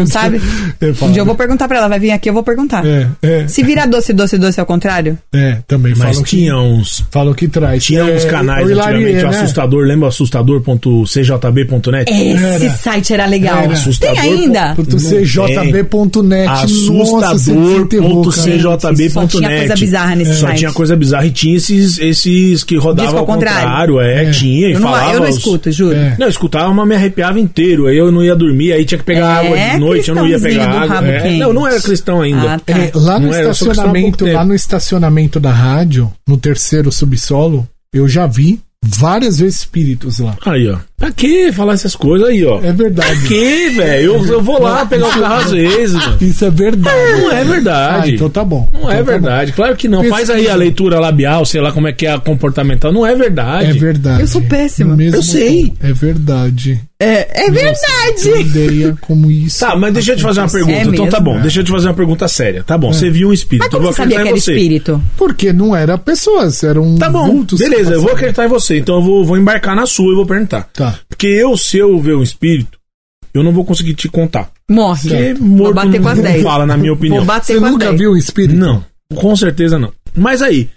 Speaker 1: Sabe?
Speaker 3: Eu
Speaker 1: Um
Speaker 3: falo.
Speaker 1: dia eu vou perguntar pra ela, vai vir aqui, eu vou perguntar.
Speaker 3: É, é,
Speaker 1: Se vira doce, doce, doce ao contrário?
Speaker 3: é, também
Speaker 2: Mas
Speaker 1: um
Speaker 3: falam
Speaker 2: tinha
Speaker 3: que,
Speaker 2: uns.
Speaker 3: falam que traz.
Speaker 2: Tinha uns
Speaker 3: É,
Speaker 2: canais
Speaker 3: o Hilarie,
Speaker 2: antigamente, o
Speaker 3: né?
Speaker 1: É,
Speaker 2: assustador, lembra assustador.cjb.net?
Speaker 1: Esse site era legal.
Speaker 3: Era.
Speaker 1: Tem ainda?
Speaker 3: Ponto
Speaker 1: Só tinha
Speaker 3: CJB.net. Nossa, você desenterrou, cara.
Speaker 1: coisa
Speaker 2: Assustador.cjb.net.
Speaker 1: bizarra nesse
Speaker 2: Só
Speaker 1: site.
Speaker 2: tinha coisa bizarra e tinha esses, esses que rodavam
Speaker 1: Disco
Speaker 2: ao
Speaker 1: ao contrário.
Speaker 2: contrário. É,
Speaker 3: É.
Speaker 2: tinha e
Speaker 1: eu, não,
Speaker 2: falava.
Speaker 1: eu não
Speaker 2: os-
Speaker 1: escuto, juro.
Speaker 3: É.
Speaker 2: Não, eu escutava, mas me arrepiava inteiro. Aí eu não ia dormir, aí tinha que pegar
Speaker 1: É,
Speaker 2: água de noite, eu não ia
Speaker 1: cristãozinho
Speaker 2: pegar
Speaker 1: do
Speaker 2: água.
Speaker 1: rabo
Speaker 2: É,
Speaker 1: quente.
Speaker 2: Não, eu não era cristão ainda.
Speaker 1: Ah, tá.
Speaker 3: É, lá no
Speaker 2: Não era, eu só costumava
Speaker 3: estacionamento,
Speaker 2: pouco
Speaker 3: lá
Speaker 2: tempo.
Speaker 3: no estacionamento da rádio, no terceiro subsolo, eu já vi várias vezes espíritos lá.
Speaker 2: Aí, ó. Pra que falar essas coisas aí, ó?
Speaker 3: É
Speaker 2: Pra
Speaker 3: verdade.
Speaker 2: que, velho? Eu, eu vou lá pegar o carro às vezes, mano.
Speaker 3: Isso é verdade.
Speaker 2: Não é
Speaker 3: Ah,
Speaker 2: verdade.
Speaker 3: então tá bom.
Speaker 2: Não é
Speaker 3: Então tá
Speaker 2: verdade, claro que não. Faz aí a leitura labial, sei lá como é que é a comportamental. Não é
Speaker 3: bom.
Speaker 2: verdade.
Speaker 3: É verdade.
Speaker 1: Eu sou péssima.
Speaker 3: No mesmo
Speaker 2: Eu sei.
Speaker 3: tom. É verdade.
Speaker 1: É, é verdade.
Speaker 3: Eu ideia como isso.
Speaker 2: Tá, mas deixa eu te fazer uma pergunta.
Speaker 1: É
Speaker 2: então tá
Speaker 1: mesmo.
Speaker 2: bom, deixa eu te fazer uma pergunta séria. Tá
Speaker 3: É.
Speaker 2: bom, você viu um espírito.
Speaker 1: Mas
Speaker 2: eu
Speaker 1: como
Speaker 2: vou
Speaker 1: você sabia que
Speaker 2: acreditar em
Speaker 1: era
Speaker 2: você.
Speaker 1: espírito?
Speaker 3: Porque não era pessoas, eram
Speaker 2: Tá bom,
Speaker 3: vultos que né?
Speaker 2: beleza, eu vou
Speaker 3: passavam.
Speaker 2: acreditar em você. Então eu vou, vou embarcar na sua e vou perguntar.
Speaker 3: Tá.
Speaker 2: Porque eu, se eu ver um espírito, eu não vou conseguir te contar.
Speaker 1: Morre.
Speaker 2: Porque
Speaker 3: Tá.
Speaker 1: Vou
Speaker 2: é morto
Speaker 1: bater
Speaker 2: não,
Speaker 1: com as
Speaker 2: não
Speaker 1: 10.
Speaker 2: fala, na minha opinião.
Speaker 1: Vou bater
Speaker 3: Você
Speaker 1: com as
Speaker 3: nunca
Speaker 1: 10.
Speaker 3: viu um espírito?
Speaker 2: Não, com certeza não. Mas aí.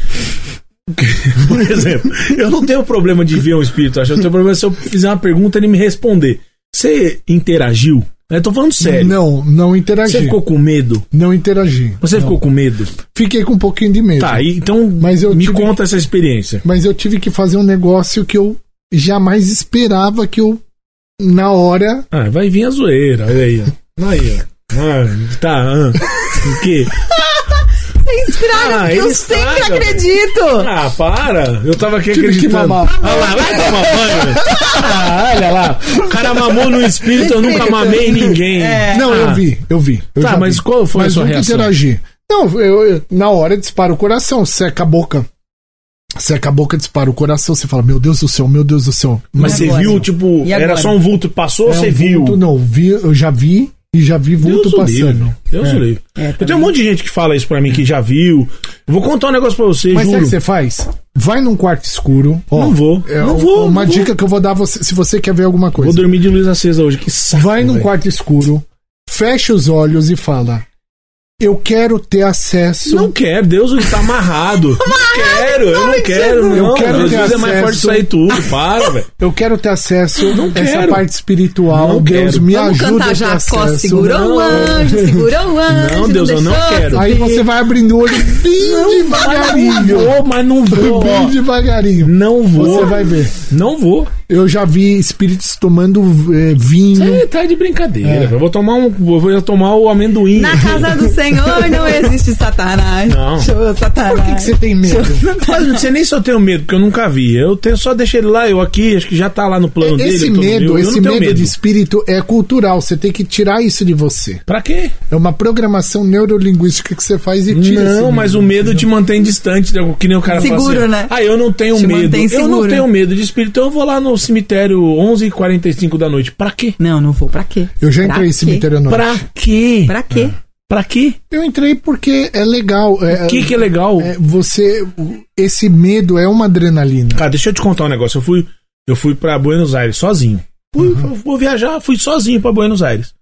Speaker 2: Por exemplo, eu não tenho problema de ver um espírito, acho. Eu tenho problema se eu fizer uma pergunta e ele me responder. Você interagiu? Eu tô falando sério.
Speaker 3: Não, não
Speaker 2: Você
Speaker 3: interagi.
Speaker 2: ficou com medo?
Speaker 3: Não interagi.
Speaker 2: Você
Speaker 3: Não.
Speaker 2: ficou com medo?
Speaker 3: Fiquei com um pouquinho de medo.
Speaker 2: Tá, e- então
Speaker 3: Mas eu
Speaker 2: me
Speaker 3: tive-
Speaker 2: conta essa experiência.
Speaker 3: Mas eu tive que fazer um negócio que eu jamais esperava que eu, na hora,
Speaker 2: Ah, vai vir a zoeira. Olha aí, ó. Aí, ó. Ah, tá, ah. o quê?
Speaker 1: Vocês estragam,
Speaker 2: Ah,
Speaker 1: porque É eu
Speaker 2: ele
Speaker 1: sempre
Speaker 2: estraga,
Speaker 1: acredito.
Speaker 2: Ah, para! Eu tava aqui
Speaker 3: Tive que
Speaker 2: acreditando.
Speaker 3: mamar.
Speaker 2: Olha lá, vai tomar banho. velho. *laughs* Ah, olha lá. O cara mamou no espírito, eu nunca mamei em ninguém.
Speaker 3: Não,
Speaker 2: Ah,
Speaker 3: eu vi, eu vi. Eu
Speaker 2: Tá,
Speaker 3: já
Speaker 2: mas
Speaker 3: vi.
Speaker 2: qual foi a
Speaker 3: mas
Speaker 2: sua
Speaker 3: nunca
Speaker 2: reação?
Speaker 3: interagi. Não, eu, eu- na hora dispara o coração, seca a boca. Seca a boca, dispara o coração, você fala, meu Deus do céu, meu Deus do céu.
Speaker 2: Mas
Speaker 1: E
Speaker 2: você
Speaker 1: agora?
Speaker 2: viu, tipo,
Speaker 1: E
Speaker 2: era
Speaker 1: agora?
Speaker 2: só um vulto que passou ou
Speaker 3: É um
Speaker 2: você viu?
Speaker 3: vulto, não, vi, eu já vi e já vi vulto
Speaker 2: Deus o
Speaker 3: passando.
Speaker 2: livre. Deus
Speaker 3: É.
Speaker 2: o livre.
Speaker 1: É,
Speaker 2: eu tenho um monte de gente que fala isso pra mim, que já viu. Eu vou contar um negócio pra você,
Speaker 3: Mas sabe
Speaker 2: juro.
Speaker 3: o que você faz? Vai num quarto escuro. ó,
Speaker 2: Não vou,
Speaker 3: é
Speaker 2: não
Speaker 3: um-
Speaker 2: vou,
Speaker 3: Uma
Speaker 2: não vou.
Speaker 3: dica que eu vou dar você, se você quer ver alguma coisa.
Speaker 2: Vou dormir de luz acesa hoje, que saco.
Speaker 3: Vai num
Speaker 2: velho.
Speaker 3: quarto escuro, fecha os olhos e fala: Eu quero ter acesso.
Speaker 2: Não quero, Deus está
Speaker 3: *laughs*
Speaker 2: amarrado. não quero, eu não quero, não.
Speaker 3: Eu quero ter
Speaker 2: Jesus é mais
Speaker 3: acesso.
Speaker 2: forte que isso aí tudo, para, velho.
Speaker 3: Eu quero ter acesso a essa
Speaker 2: quero.
Speaker 3: parte espiritual.
Speaker 2: Não
Speaker 3: Deus
Speaker 2: quero.
Speaker 3: me
Speaker 1: Vamos
Speaker 3: ajuda a
Speaker 1: cantar
Speaker 3: ter
Speaker 1: Jacó,
Speaker 3: acesso.
Speaker 1: segurou o anjo, segurou o anjo.
Speaker 2: Não, Deus, eu não
Speaker 1: deixou
Speaker 2: quero.
Speaker 1: subir.
Speaker 3: Aí você vai abrindo o olho bem
Speaker 2: Não
Speaker 3: devagarinho.
Speaker 2: vou, mas não vou. ó.
Speaker 3: Bem devagarinho.
Speaker 2: Não vou.
Speaker 3: Você vai ver.
Speaker 2: Não vou.
Speaker 3: Eu já vi espíritos tomando eh,
Speaker 2: Isso
Speaker 3: vinho.
Speaker 2: aí tá de brincadeira.
Speaker 3: É.
Speaker 2: Eu vou tomar um. Eu vou tomar o amendoim.
Speaker 1: Na
Speaker 2: *laughs*
Speaker 1: casa do Senhor não existe Satanás.
Speaker 2: Não.
Speaker 1: Show, Satanás.
Speaker 3: Por que, que você tem medo?
Speaker 2: Mas não sei nem se eu tenho medo, porque eu nunca vi. Eu tenho, só deixei ele lá, eu aqui, acho que já tá lá no plano dele.
Speaker 3: Esse
Speaker 2: todo meu.
Speaker 3: medo,
Speaker 2: Eu
Speaker 3: esse
Speaker 2: não tenho
Speaker 3: medo, de espírito é cultural. Você tem que tirar isso de você.
Speaker 2: Pra quê?
Speaker 3: É uma programação neurolinguística que você faz e tira esse
Speaker 2: Não,
Speaker 3: medo.
Speaker 2: mas o medo te mantém distante, né? que nem o cara fala
Speaker 1: Seguro,
Speaker 2: assim,
Speaker 1: né?
Speaker 2: Ah, eu não tenho
Speaker 1: Te
Speaker 2: medo.
Speaker 1: mantém
Speaker 2: Eu não
Speaker 1: seguro.
Speaker 2: tenho medo de espírito. Então eu vou lá no cemitério 11h45 da noite. Pra quê?
Speaker 1: Não, não vou. Pra quê?
Speaker 3: Eu já
Speaker 1: Pra
Speaker 3: entrei em
Speaker 1: quê?
Speaker 3: cemitério à noite.
Speaker 2: Pra quê?
Speaker 1: Pra quê?
Speaker 2: Pra quê?
Speaker 3: Eu entrei porque é legal. É,
Speaker 2: O que, que é legal?
Speaker 3: é, você. Esse medo é uma adrenalina.
Speaker 2: Cara, deixa eu te contar um negócio. Eu fui, eu fui para Buenos Aires sozinho. Fui,
Speaker 1: Uhum.
Speaker 2: eu Vou viajar, fui sozinho pra Buenos Aires.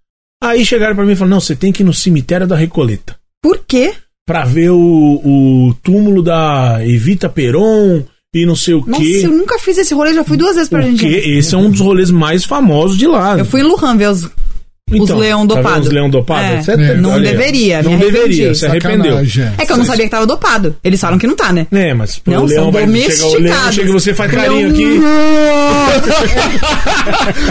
Speaker 2: Aí chegaram pra mim e falaram: não, você tem que ir no cemitério da Recoleta
Speaker 1: Por quê?
Speaker 2: pra ver o, o túmulo da Evita Peron e não sei o
Speaker 1: Nossa,
Speaker 2: quê.
Speaker 1: eu nunca fiz esse rolê, já fui duas vezes pra
Speaker 2: Porque
Speaker 1: Argentina.
Speaker 2: esse é um dos rolês mais famosos de lá.
Speaker 1: Eu fui em Lujan ver os. os leão
Speaker 2: tá vendo
Speaker 1: dopado.
Speaker 2: Os leão dopado?
Speaker 1: É.
Speaker 2: Você
Speaker 1: É.
Speaker 2: deve-
Speaker 1: Não
Speaker 2: olha aí, ó.
Speaker 1: deveria, me
Speaker 2: Não deveria,
Speaker 1: arrependi.
Speaker 2: se arrependeu.
Speaker 3: Sacanagem, é.
Speaker 1: É que eu não sabia que tava dopado. Eles falam que não tá, né?
Speaker 2: É, mas
Speaker 1: Não,
Speaker 2: o leão
Speaker 1: são
Speaker 2: vai chegar o leão,
Speaker 1: domesticados.
Speaker 2: chega e você faz carinho
Speaker 1: Leão-
Speaker 2: aqui.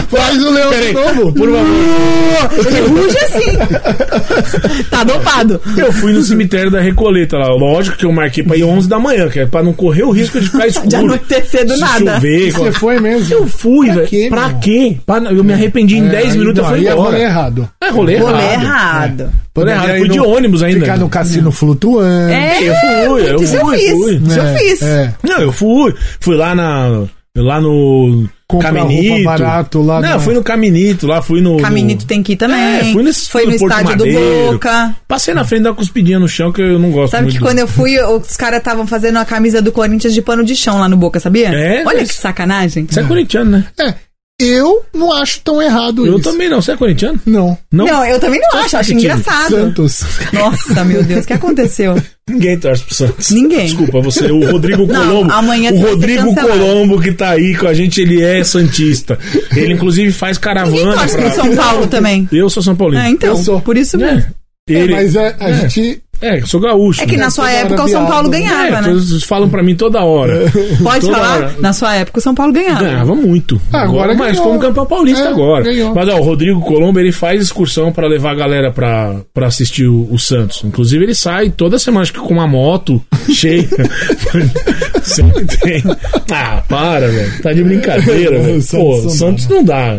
Speaker 3: Faz o leão
Speaker 2: Peraí,
Speaker 3: de novo.
Speaker 2: por favor.
Speaker 1: Ele ruge assim.
Speaker 2: *laughs*
Speaker 1: tá dopado.
Speaker 2: Eu fui no cemitério da Recoleta lá. Lógico que eu marquei pra ir 11 da manhã, que é pra não correr o risco de
Speaker 1: *laughs*
Speaker 2: ficar escuro.
Speaker 1: De anoitecer do
Speaker 2: Se
Speaker 1: nada.
Speaker 2: Chover,
Speaker 3: Você foi mesmo.
Speaker 2: Eu fui,
Speaker 3: é Pra
Speaker 2: velho.
Speaker 3: quê,
Speaker 2: Pra
Speaker 3: meu?
Speaker 2: quê? Pra- Eu me arrependi em 10
Speaker 3: Aí
Speaker 2: minutos,
Speaker 3: não,
Speaker 2: eu fui
Speaker 3: aí é rolê
Speaker 2: embora.
Speaker 3: errado.
Speaker 2: É rolê errado.
Speaker 1: Rolê errado.
Speaker 2: Rolê errado. Eu fui
Speaker 3: Poderia
Speaker 2: Né, de
Speaker 3: ir no-
Speaker 2: ônibus ainda.
Speaker 3: Ficar no cassino flutuante.
Speaker 1: É,
Speaker 2: Eu fui, eu
Speaker 1: isso eu
Speaker 2: fui,
Speaker 1: fiz.
Speaker 2: fui.
Speaker 1: Isso eu
Speaker 3: É,
Speaker 1: fiz.
Speaker 3: é.
Speaker 2: Não, eu fui. Fui lá na... Lá no...
Speaker 3: Comprar roupa
Speaker 2: Caminito.
Speaker 3: barato lá
Speaker 2: Não,
Speaker 3: na-
Speaker 2: fui no Caminito, lá fui no... no-
Speaker 1: Caminito tem que ir também.
Speaker 2: É, fui nesse-
Speaker 1: Foi no
Speaker 2: Porto
Speaker 1: estádio
Speaker 2: Madeiro.
Speaker 1: do Boca.
Speaker 2: Passei na frente da cuspidinha no chão, que eu não gosto
Speaker 1: Sabe
Speaker 2: muito
Speaker 1: que
Speaker 2: do-
Speaker 1: quando eu fui, os caras estavam fazendo a camisa do Corinthians de pano de chão lá no Boca, sabia?
Speaker 2: É,
Speaker 1: Olha
Speaker 2: mas-
Speaker 1: que sacanagem.
Speaker 2: Você é corintiano, né?
Speaker 3: É, Eu não acho tão errado
Speaker 2: Eu
Speaker 3: isso.
Speaker 2: também não. Você é corintiano?
Speaker 3: Não.
Speaker 1: Não, eu também não
Speaker 2: Só
Speaker 1: acho, eu acho
Speaker 2: sentido.
Speaker 1: engraçado.
Speaker 3: Santos.
Speaker 1: Nossa, meu Deus, o que aconteceu?
Speaker 2: Tá Ninguém torce pro Santos.
Speaker 1: Ninguém.
Speaker 2: Desculpa, você, o
Speaker 1: *laughs*
Speaker 2: Rodrigo
Speaker 1: Não,
Speaker 2: Colombo.
Speaker 1: amanhã
Speaker 2: o
Speaker 1: você vai ser
Speaker 2: Rodrigo
Speaker 1: cancelado.
Speaker 2: Colombo que tá aí com a gente, ele é santista. Ele inclusive faz
Speaker 1: Ninguém
Speaker 2: caravana
Speaker 1: torce pro
Speaker 2: pra...
Speaker 1: São Paulo também.
Speaker 2: Eu sou São Paulino.
Speaker 1: É, então,
Speaker 3: Eu sou.
Speaker 1: por isso mesmo.
Speaker 2: É, ele... é,
Speaker 3: Mas é, a
Speaker 2: É.
Speaker 3: gente.
Speaker 2: eu sou gaúcho.
Speaker 1: É que
Speaker 2: né?
Speaker 1: na sua
Speaker 3: Toda
Speaker 1: época
Speaker 3: hora
Speaker 1: o São
Speaker 3: viado,
Speaker 1: Paulo
Speaker 3: né?
Speaker 1: ganhava,
Speaker 2: É,
Speaker 1: né?
Speaker 2: todos falam pra mim toda
Speaker 3: *laughs*
Speaker 2: hora.
Speaker 1: Pode
Speaker 2: toda
Speaker 1: falar?
Speaker 2: hora.
Speaker 1: Na sua época o São Paulo ganhava.
Speaker 2: Ganhava muito.
Speaker 3: Ah, agora
Speaker 2: mas
Speaker 3: ganhou.
Speaker 2: como campeão paulista
Speaker 3: É,
Speaker 2: agora.
Speaker 3: ganhou.
Speaker 2: Mas ó, o Rodrigo Colombo ele faz excursão pra levar a galera pra pra assistir o, o Santos. Inclusive ele sai toda semana acho que com uma moto *laughs* cheia. Sempre tem. Ah, para, velho. Tá de
Speaker 3: *laughs*
Speaker 2: brincadeira, velho. Pô,
Speaker 3: Santos não né?
Speaker 2: Santos não dá.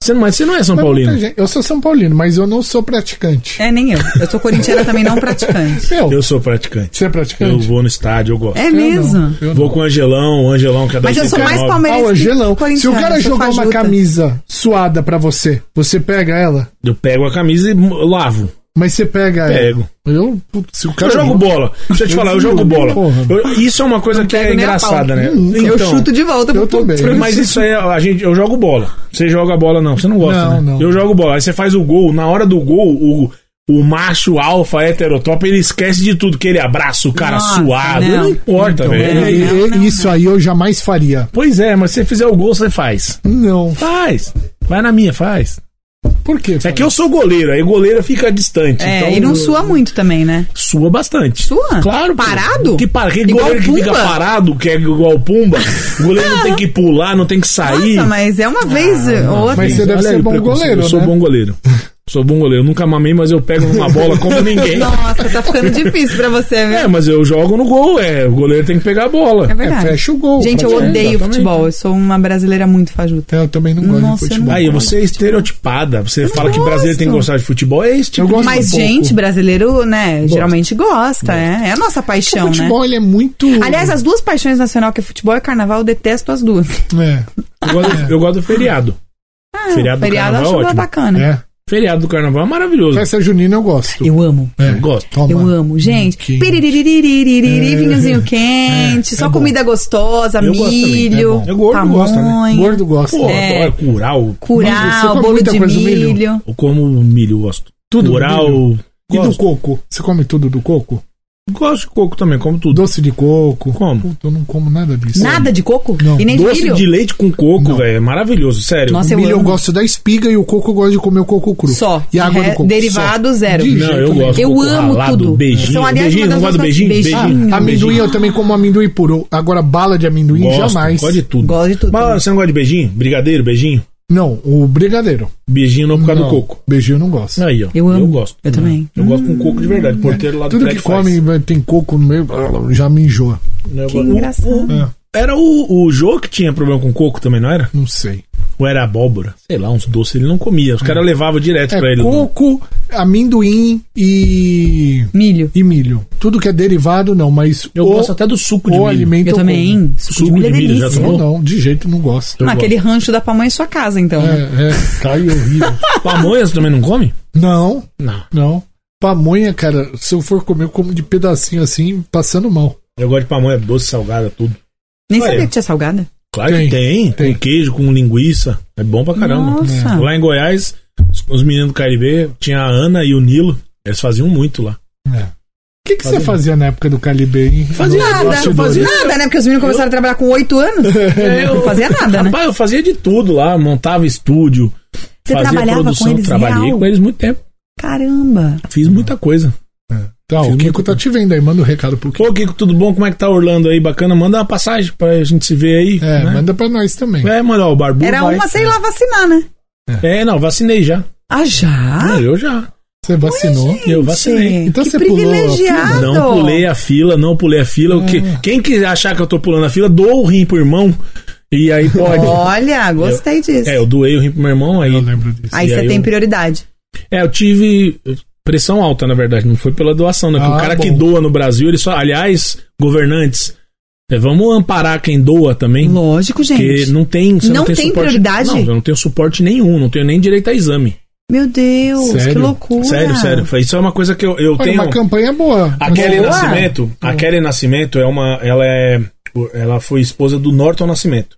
Speaker 2: Você, não- mas você não é São
Speaker 3: Mas muita
Speaker 2: Paulino.
Speaker 3: gente- Eu sou São Paulino, mas eu não sou praticante.
Speaker 1: É, nem eu. Eu sou corintiana também, não
Speaker 3: *laughs*
Speaker 1: praticante.
Speaker 3: Eu.
Speaker 2: É. Eu sou praticante.
Speaker 3: Você é
Speaker 2: Eu
Speaker 3: praticante?
Speaker 2: vou no estádio, eu gosto.
Speaker 1: É mesmo.
Speaker 3: não, eu
Speaker 2: Vou com o Angelão, o Angelão que é da
Speaker 1: Mas eu sou mais
Speaker 2: 89.
Speaker 3: Ah, o
Speaker 1: palmeirense.
Speaker 3: Angelão.
Speaker 1: que corintiana,
Speaker 3: Se o cara
Speaker 1: sou
Speaker 3: jogar uma
Speaker 1: fajuta.
Speaker 3: camisa suada pra você, você pega ela?
Speaker 2: Eu pego a camisa e lavo.
Speaker 3: Mas você pega
Speaker 2: Pego.
Speaker 3: ela? Eu, putz, se o
Speaker 2: Eu
Speaker 3: cara
Speaker 2: jogo bola. Deixa eu te
Speaker 3: Eu
Speaker 2: falar, eu jogo
Speaker 3: também,
Speaker 2: bola.
Speaker 3: porra.
Speaker 2: Eu- isso é uma coisa que é
Speaker 1: pego nem a
Speaker 2: engraçada,
Speaker 1: pau.
Speaker 2: né?
Speaker 3: Hum,
Speaker 1: Eu chuto de volta.
Speaker 3: Eu
Speaker 1: pro-
Speaker 3: também.
Speaker 2: Mas isso aí, a gente, eu jogo bola. Você joga bola, não. Você não gosta,
Speaker 3: Não,
Speaker 2: né?
Speaker 3: não.
Speaker 2: Eu jogo bola. Aí você faz o gol. Na hora do gol, o, o macho alfa heterotop, ele esquece de tudo. Que ele abraça o cara
Speaker 1: Nossa,
Speaker 2: suado. Não,
Speaker 1: não.
Speaker 2: importa, velho.
Speaker 1: é.
Speaker 3: E-
Speaker 1: não,
Speaker 3: e-
Speaker 1: não,
Speaker 3: isso aí eu jamais faria.
Speaker 2: Pois é, mas se você fizer o gol, você faz.
Speaker 3: Não.
Speaker 2: Faz. Vai na minha, faz.
Speaker 3: Por quê?
Speaker 2: É que eu sou goleiro, aí goleiro fica distante.
Speaker 1: É,
Speaker 2: então
Speaker 1: e não
Speaker 2: eu-
Speaker 1: sua muito também, né?
Speaker 2: Sua bastante.
Speaker 1: Sua?
Speaker 2: Claro. pô.
Speaker 1: Parado?
Speaker 2: Que, par... que
Speaker 1: Igual
Speaker 2: goleiro que
Speaker 1: Pumba?
Speaker 2: fica parado, que é igual o Pumba. O goleiro não tem que pular, não tem que sair.
Speaker 1: Nossa, mas é uma vez ou outra.
Speaker 3: mas- você deve ser
Speaker 2: aí o
Speaker 3: bom
Speaker 2: preconceito.
Speaker 3: goleiro,
Speaker 2: Eu sou
Speaker 3: né?
Speaker 2: bom goleiro. Sou bom goleiro. Eu nunca mamei, mas eu pego numa
Speaker 1: *laughs*
Speaker 2: bola como ninguém.
Speaker 1: Nossa, tá ficando difícil pra você, viu?
Speaker 2: É, mas eu jogo no gol, é. O goleiro tem que pegar a bola.
Speaker 1: É
Speaker 3: É,
Speaker 1: verdade.
Speaker 3: fecha o gol.
Speaker 1: Gente, eu
Speaker 2: praticamente.
Speaker 1: odeio
Speaker 2: Exatamente.
Speaker 1: futebol. Eu sou uma brasileira muito fajuta.
Speaker 3: É, Eu também não gosto
Speaker 1: Nossa, eu
Speaker 3: de futebol.
Speaker 1: não-
Speaker 2: Aí, você é estereotipada. Você fala que
Speaker 1: gosto.
Speaker 2: brasileiro tem que gostar de futebol. É esse tipo
Speaker 3: Eu gosto
Speaker 2: de...
Speaker 1: Mas,
Speaker 3: um pouco.
Speaker 1: gente, brasileiro, né, geralmente gosta, é. É a nossa paixão,
Speaker 3: o
Speaker 1: né?
Speaker 3: futebol, ele é muito...
Speaker 1: Aliás, as duas paixões nacional, que é futebol e carnaval, eu detesto as duas.
Speaker 3: É,
Speaker 2: Eu gosto, eu gosto do feriado.
Speaker 1: Ah,
Speaker 2: Feriado
Speaker 1: feriado
Speaker 2: do
Speaker 1: eu
Speaker 2: carnaval
Speaker 1: acho
Speaker 2: é ótimo.
Speaker 1: bacana.
Speaker 3: é.
Speaker 2: Feriado do carnaval é maravilhoso.
Speaker 3: Festa junina eu gosto.
Speaker 1: Hum. Eu amo.
Speaker 3: É.
Speaker 2: Eu gosto.
Speaker 3: Toma.
Speaker 1: Eu amo, gente.
Speaker 3: quente.
Speaker 1: Piriririririririri,
Speaker 3: É.
Speaker 1: vinhozinho quente,
Speaker 3: É
Speaker 1: só
Speaker 3: bom.
Speaker 1: comida gostosa,
Speaker 2: Eu gosto também, é
Speaker 1: milho,
Speaker 2: bom. Eu gordo gosta, né?
Speaker 1: pamonha,
Speaker 3: Gordo gosta.
Speaker 2: Pô,
Speaker 1: É.
Speaker 2: adoro curau.
Speaker 3: Você
Speaker 1: curau,
Speaker 3: come
Speaker 1: bolo
Speaker 3: muita
Speaker 1: de
Speaker 3: coisa,
Speaker 1: milho.
Speaker 3: milho?
Speaker 2: Eu como milho, gosto.
Speaker 3: Tudo
Speaker 2: Curau.
Speaker 3: milho? E do
Speaker 2: Gosto.
Speaker 3: coco? Você come tudo do coco?
Speaker 2: Gosto de coco também, como tudo.
Speaker 3: Doce de coco?
Speaker 2: Como?
Speaker 3: Puta, eu não como nada disso.
Speaker 1: Nada de coco?
Speaker 3: Não.
Speaker 1: E nem de
Speaker 2: Doce
Speaker 1: milho?
Speaker 2: de leite com coco,
Speaker 3: Não.
Speaker 2: velho. É maravilhoso, sério.
Speaker 1: Nossa,
Speaker 3: O milho eu
Speaker 1: amo.
Speaker 3: gosto da espiga e o coco eu gosto de comer o coco cru.
Speaker 1: Só.
Speaker 3: E a água
Speaker 1: Re-
Speaker 3: do coco.
Speaker 1: derivado, zero.
Speaker 2: Não,
Speaker 3: De jeito né?
Speaker 2: eu
Speaker 3: nenhum.
Speaker 2: gosto.
Speaker 1: Eu
Speaker 2: Coco
Speaker 1: amo
Speaker 2: ralado,
Speaker 1: tudo.
Speaker 2: Beijinho.
Speaker 1: São, aliás,
Speaker 2: beijinho,
Speaker 1: uma das
Speaker 2: não gosta de beijinho?
Speaker 1: nossas-
Speaker 2: Beijinho. Tá,
Speaker 1: beijinho.
Speaker 3: Ah, amendoim
Speaker 2: Beijinho. é
Speaker 3: eu também como amendoim puro. Agora bala de amendoim
Speaker 2: Gosto,
Speaker 3: jamais.
Speaker 2: Gosto de tudo.
Speaker 1: Gosto de tudo.
Speaker 2: Mas
Speaker 1: também.
Speaker 2: você não gosta de beijinho? Brigadeiro, beijinho?
Speaker 3: Não, o brigadeiro.
Speaker 2: Beijinho não por causa
Speaker 3: Não,
Speaker 2: do coco.
Speaker 3: Beijinho eu não gosto.
Speaker 2: Aí, ó.
Speaker 1: Eu amo.
Speaker 2: gosto.
Speaker 1: Eu também. Hum.
Speaker 2: Eu gosto com coco de verdade. O porteiro lá do
Speaker 3: Tudo
Speaker 2: prédio
Speaker 3: que come tem coco no meio, ah, já me enjoa.
Speaker 2: Faz.
Speaker 1: Que engraçado.
Speaker 3: É,
Speaker 2: Era o, o Jô que tinha problema com coco também, não era?
Speaker 3: não sei.
Speaker 2: Ou era abóbora? Sei lá, uns doces ele não comia. Os caras levavam direto pra
Speaker 3: É
Speaker 2: ele.
Speaker 3: coco, amendoim e
Speaker 1: Milho.
Speaker 3: e milho. Tudo que é derivado não, mas
Speaker 2: Eu
Speaker 3: o-
Speaker 2: gosto até do suco de
Speaker 3: o
Speaker 2: milho.
Speaker 3: alimento
Speaker 1: Eu
Speaker 3: como.
Speaker 1: também. Suco, de milho é
Speaker 2: milho, já
Speaker 1: delícia.
Speaker 2: tomou?
Speaker 3: Não, não, de jeito não gosto.
Speaker 2: Eu
Speaker 1: Ah, Aquele rancho da pamonha é sua casa, então.
Speaker 3: É,
Speaker 1: né?
Speaker 2: *laughs*
Speaker 3: é, cai horrível.
Speaker 2: Pamonha você também não come?
Speaker 3: não,
Speaker 2: Não.
Speaker 3: não. Pamonha, cara, se eu for comer, eu como de pedacinho assim, passando mal.
Speaker 2: Eu gosto de pamonha doce, salgada, tudo.
Speaker 1: Nem
Speaker 2: Olha.
Speaker 1: sabia que tinha salgada.
Speaker 2: Claro que tem.
Speaker 3: Tem,
Speaker 2: Com
Speaker 3: tem.
Speaker 2: queijo, com linguiça. É bom pra caramba. É.
Speaker 1: Nossa.
Speaker 2: Lá em Goiás, os- os meninos do Caribe, tinha a Ana e o Nilo. Eles faziam muito lá.
Speaker 3: É. O que, que você
Speaker 2: Fazia.
Speaker 3: fazia na época do Calibre, hein?
Speaker 2: Fazia
Speaker 3: Nos
Speaker 1: Nada,
Speaker 2: eu
Speaker 3: bastidores.
Speaker 2: fazia-
Speaker 1: nada, né? Porque os meninos começaram a trabalhar com oito anos. Não fazia nada, né?
Speaker 2: É, Rapaz, eu fazia de tudo lá. Montava estúdio.
Speaker 1: Você
Speaker 2: fazia
Speaker 1: trabalhava
Speaker 2: produção.
Speaker 1: com eles
Speaker 2: trabalhei
Speaker 1: real?
Speaker 2: com eles muito tempo.
Speaker 1: Caramba.
Speaker 2: Fiz muita coisa.
Speaker 3: Tá,
Speaker 2: Fiz
Speaker 3: o Kiko
Speaker 2: muito
Speaker 3: tá te vendo aí, manda um recado pro Kiko.
Speaker 2: Ô, Kiko, tudo bom? Como é que tá Orlando aí? Bacana? Manda uma passagem pra gente se ver aí.
Speaker 3: É,
Speaker 2: né?
Speaker 3: manda pra nós também.
Speaker 2: É, mano, ó, o barbudo
Speaker 1: Era
Speaker 2: vai.
Speaker 1: uma, sei lá, vacinar, né?
Speaker 2: É, não, vacinei já.
Speaker 1: Ah, já?
Speaker 2: Não, eu já.
Speaker 3: Você vacinou.
Speaker 2: Eu vacinei.
Speaker 1: Gente,
Speaker 3: Então
Speaker 1: que
Speaker 3: você pulou a
Speaker 1: privilegiado.
Speaker 2: Não pulei a fila, não pulei a fila. O que, quem quiser achar que eu tô pulando a fila, dou o rim pro irmão. E aí pode.
Speaker 1: Olha, gostei disso.
Speaker 2: É, eu doei o rim pro meu irmão, aí.
Speaker 3: Eu lembro disso.
Speaker 1: Aí
Speaker 2: e
Speaker 1: você
Speaker 2: aí
Speaker 1: tem
Speaker 2: eu-
Speaker 1: prioridade.
Speaker 2: É, eu tive pressão alta, na verdade. Não foi pela doação, né? Porque
Speaker 3: Ah,
Speaker 2: o cara
Speaker 3: bom.
Speaker 2: que doa no Brasil, ele só. Aliás, governantes, é, vamos amparar quem doa também.
Speaker 1: Lógico,
Speaker 2: Porque
Speaker 1: gente.
Speaker 2: não tem. você
Speaker 1: Não
Speaker 2: tem,
Speaker 1: tem
Speaker 2: suporte.
Speaker 1: prioridade?
Speaker 2: Não, eu não tenho suporte nenhum, não tenho nem direito a exame.
Speaker 1: Meu Deus, que
Speaker 3: Sério?
Speaker 1: loucura.
Speaker 2: Sério, sério. Isso é uma coisa que eu, eu
Speaker 3: Olha,
Speaker 2: tenho.
Speaker 3: uma campanha boa.
Speaker 2: A Kelly
Speaker 1: Boa.
Speaker 2: Nascimento, a Kelly Nascimento é uma, ela é, ela foi esposa do Norton Nascimento.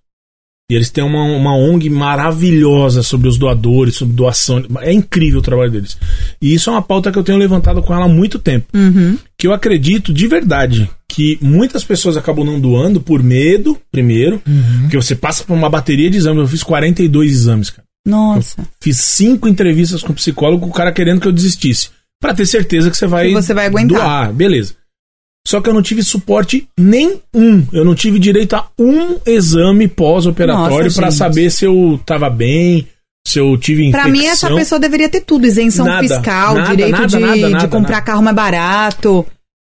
Speaker 2: E eles têm uma, uma ONG maravilhosa sobre os doadores, sobre doação. É incrível o trabalho deles. E isso é uma pauta que eu tenho levantado com ela há muito tempo.
Speaker 1: Uhum.
Speaker 2: Que eu acredito de verdade que muitas pessoas acabam não doando por medo, primeiro, porque você passa por uma bateria de exames. Eu fiz 42 exames, cara.
Speaker 1: Nossa.
Speaker 2: Fiz cinco entrevistas com o psicólogo, o cara querendo que eu desistisse. Pra ter certeza que você vai,
Speaker 1: Que você vai aguentar.
Speaker 2: doar, beleza. Só que eu não tive suporte nenhum. Eu não tive direito a um exame pós-operatório
Speaker 1: Nossa,
Speaker 2: pra
Speaker 1: gente.
Speaker 2: saber se eu tava bem, se eu tive infecção.
Speaker 1: Pra mim, essa pessoa deveria ter tudo: isenção
Speaker 2: Nada,
Speaker 1: fiscal,
Speaker 2: nada,
Speaker 1: direito
Speaker 2: nada,
Speaker 1: de,
Speaker 2: nada,
Speaker 1: de
Speaker 2: nada,
Speaker 1: comprar
Speaker 2: nada.
Speaker 1: carro mais barato.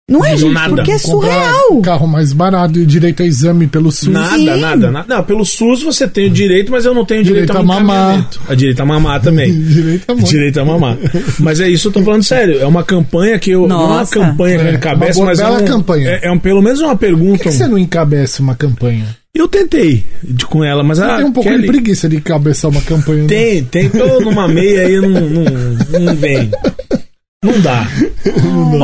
Speaker 1: Não é,
Speaker 2: Não,
Speaker 1: gente?
Speaker 2: nada.
Speaker 1: Porque é
Speaker 3: Comprar
Speaker 1: surreal.
Speaker 3: Carro mais barato e direito a exame pelo SUS.
Speaker 2: Nada,
Speaker 1: Sim.
Speaker 2: nada, nada. Não, pelo SUS você tem o direito, mas eu não tenho direito,
Speaker 3: Direito
Speaker 2: a
Speaker 3: a
Speaker 2: um
Speaker 3: mamar.
Speaker 2: encaminhamento. A direito a mamar também.
Speaker 3: *laughs* Direito é a mão.
Speaker 2: Direito a mamar. Mas é isso, eu tô falando sério. É uma campanha que eu. Não é uma
Speaker 1: Nossa.
Speaker 2: campanha que eu
Speaker 3: É,
Speaker 2: encabeço,
Speaker 3: uma
Speaker 2: mas é,
Speaker 3: bela
Speaker 2: um,
Speaker 3: campanha.
Speaker 2: É, é um, pelo menos uma
Speaker 3: Por
Speaker 2: pergunta. um
Speaker 3: que você não encabeça uma campanha?
Speaker 2: Eu tentei de- com ela, mas ela.
Speaker 3: Tem um pouco de preguiça de encabeçar uma campanha. né?
Speaker 2: Ah, Tem, tem. Tô numa meia aí, não, não, não vem. Não dá.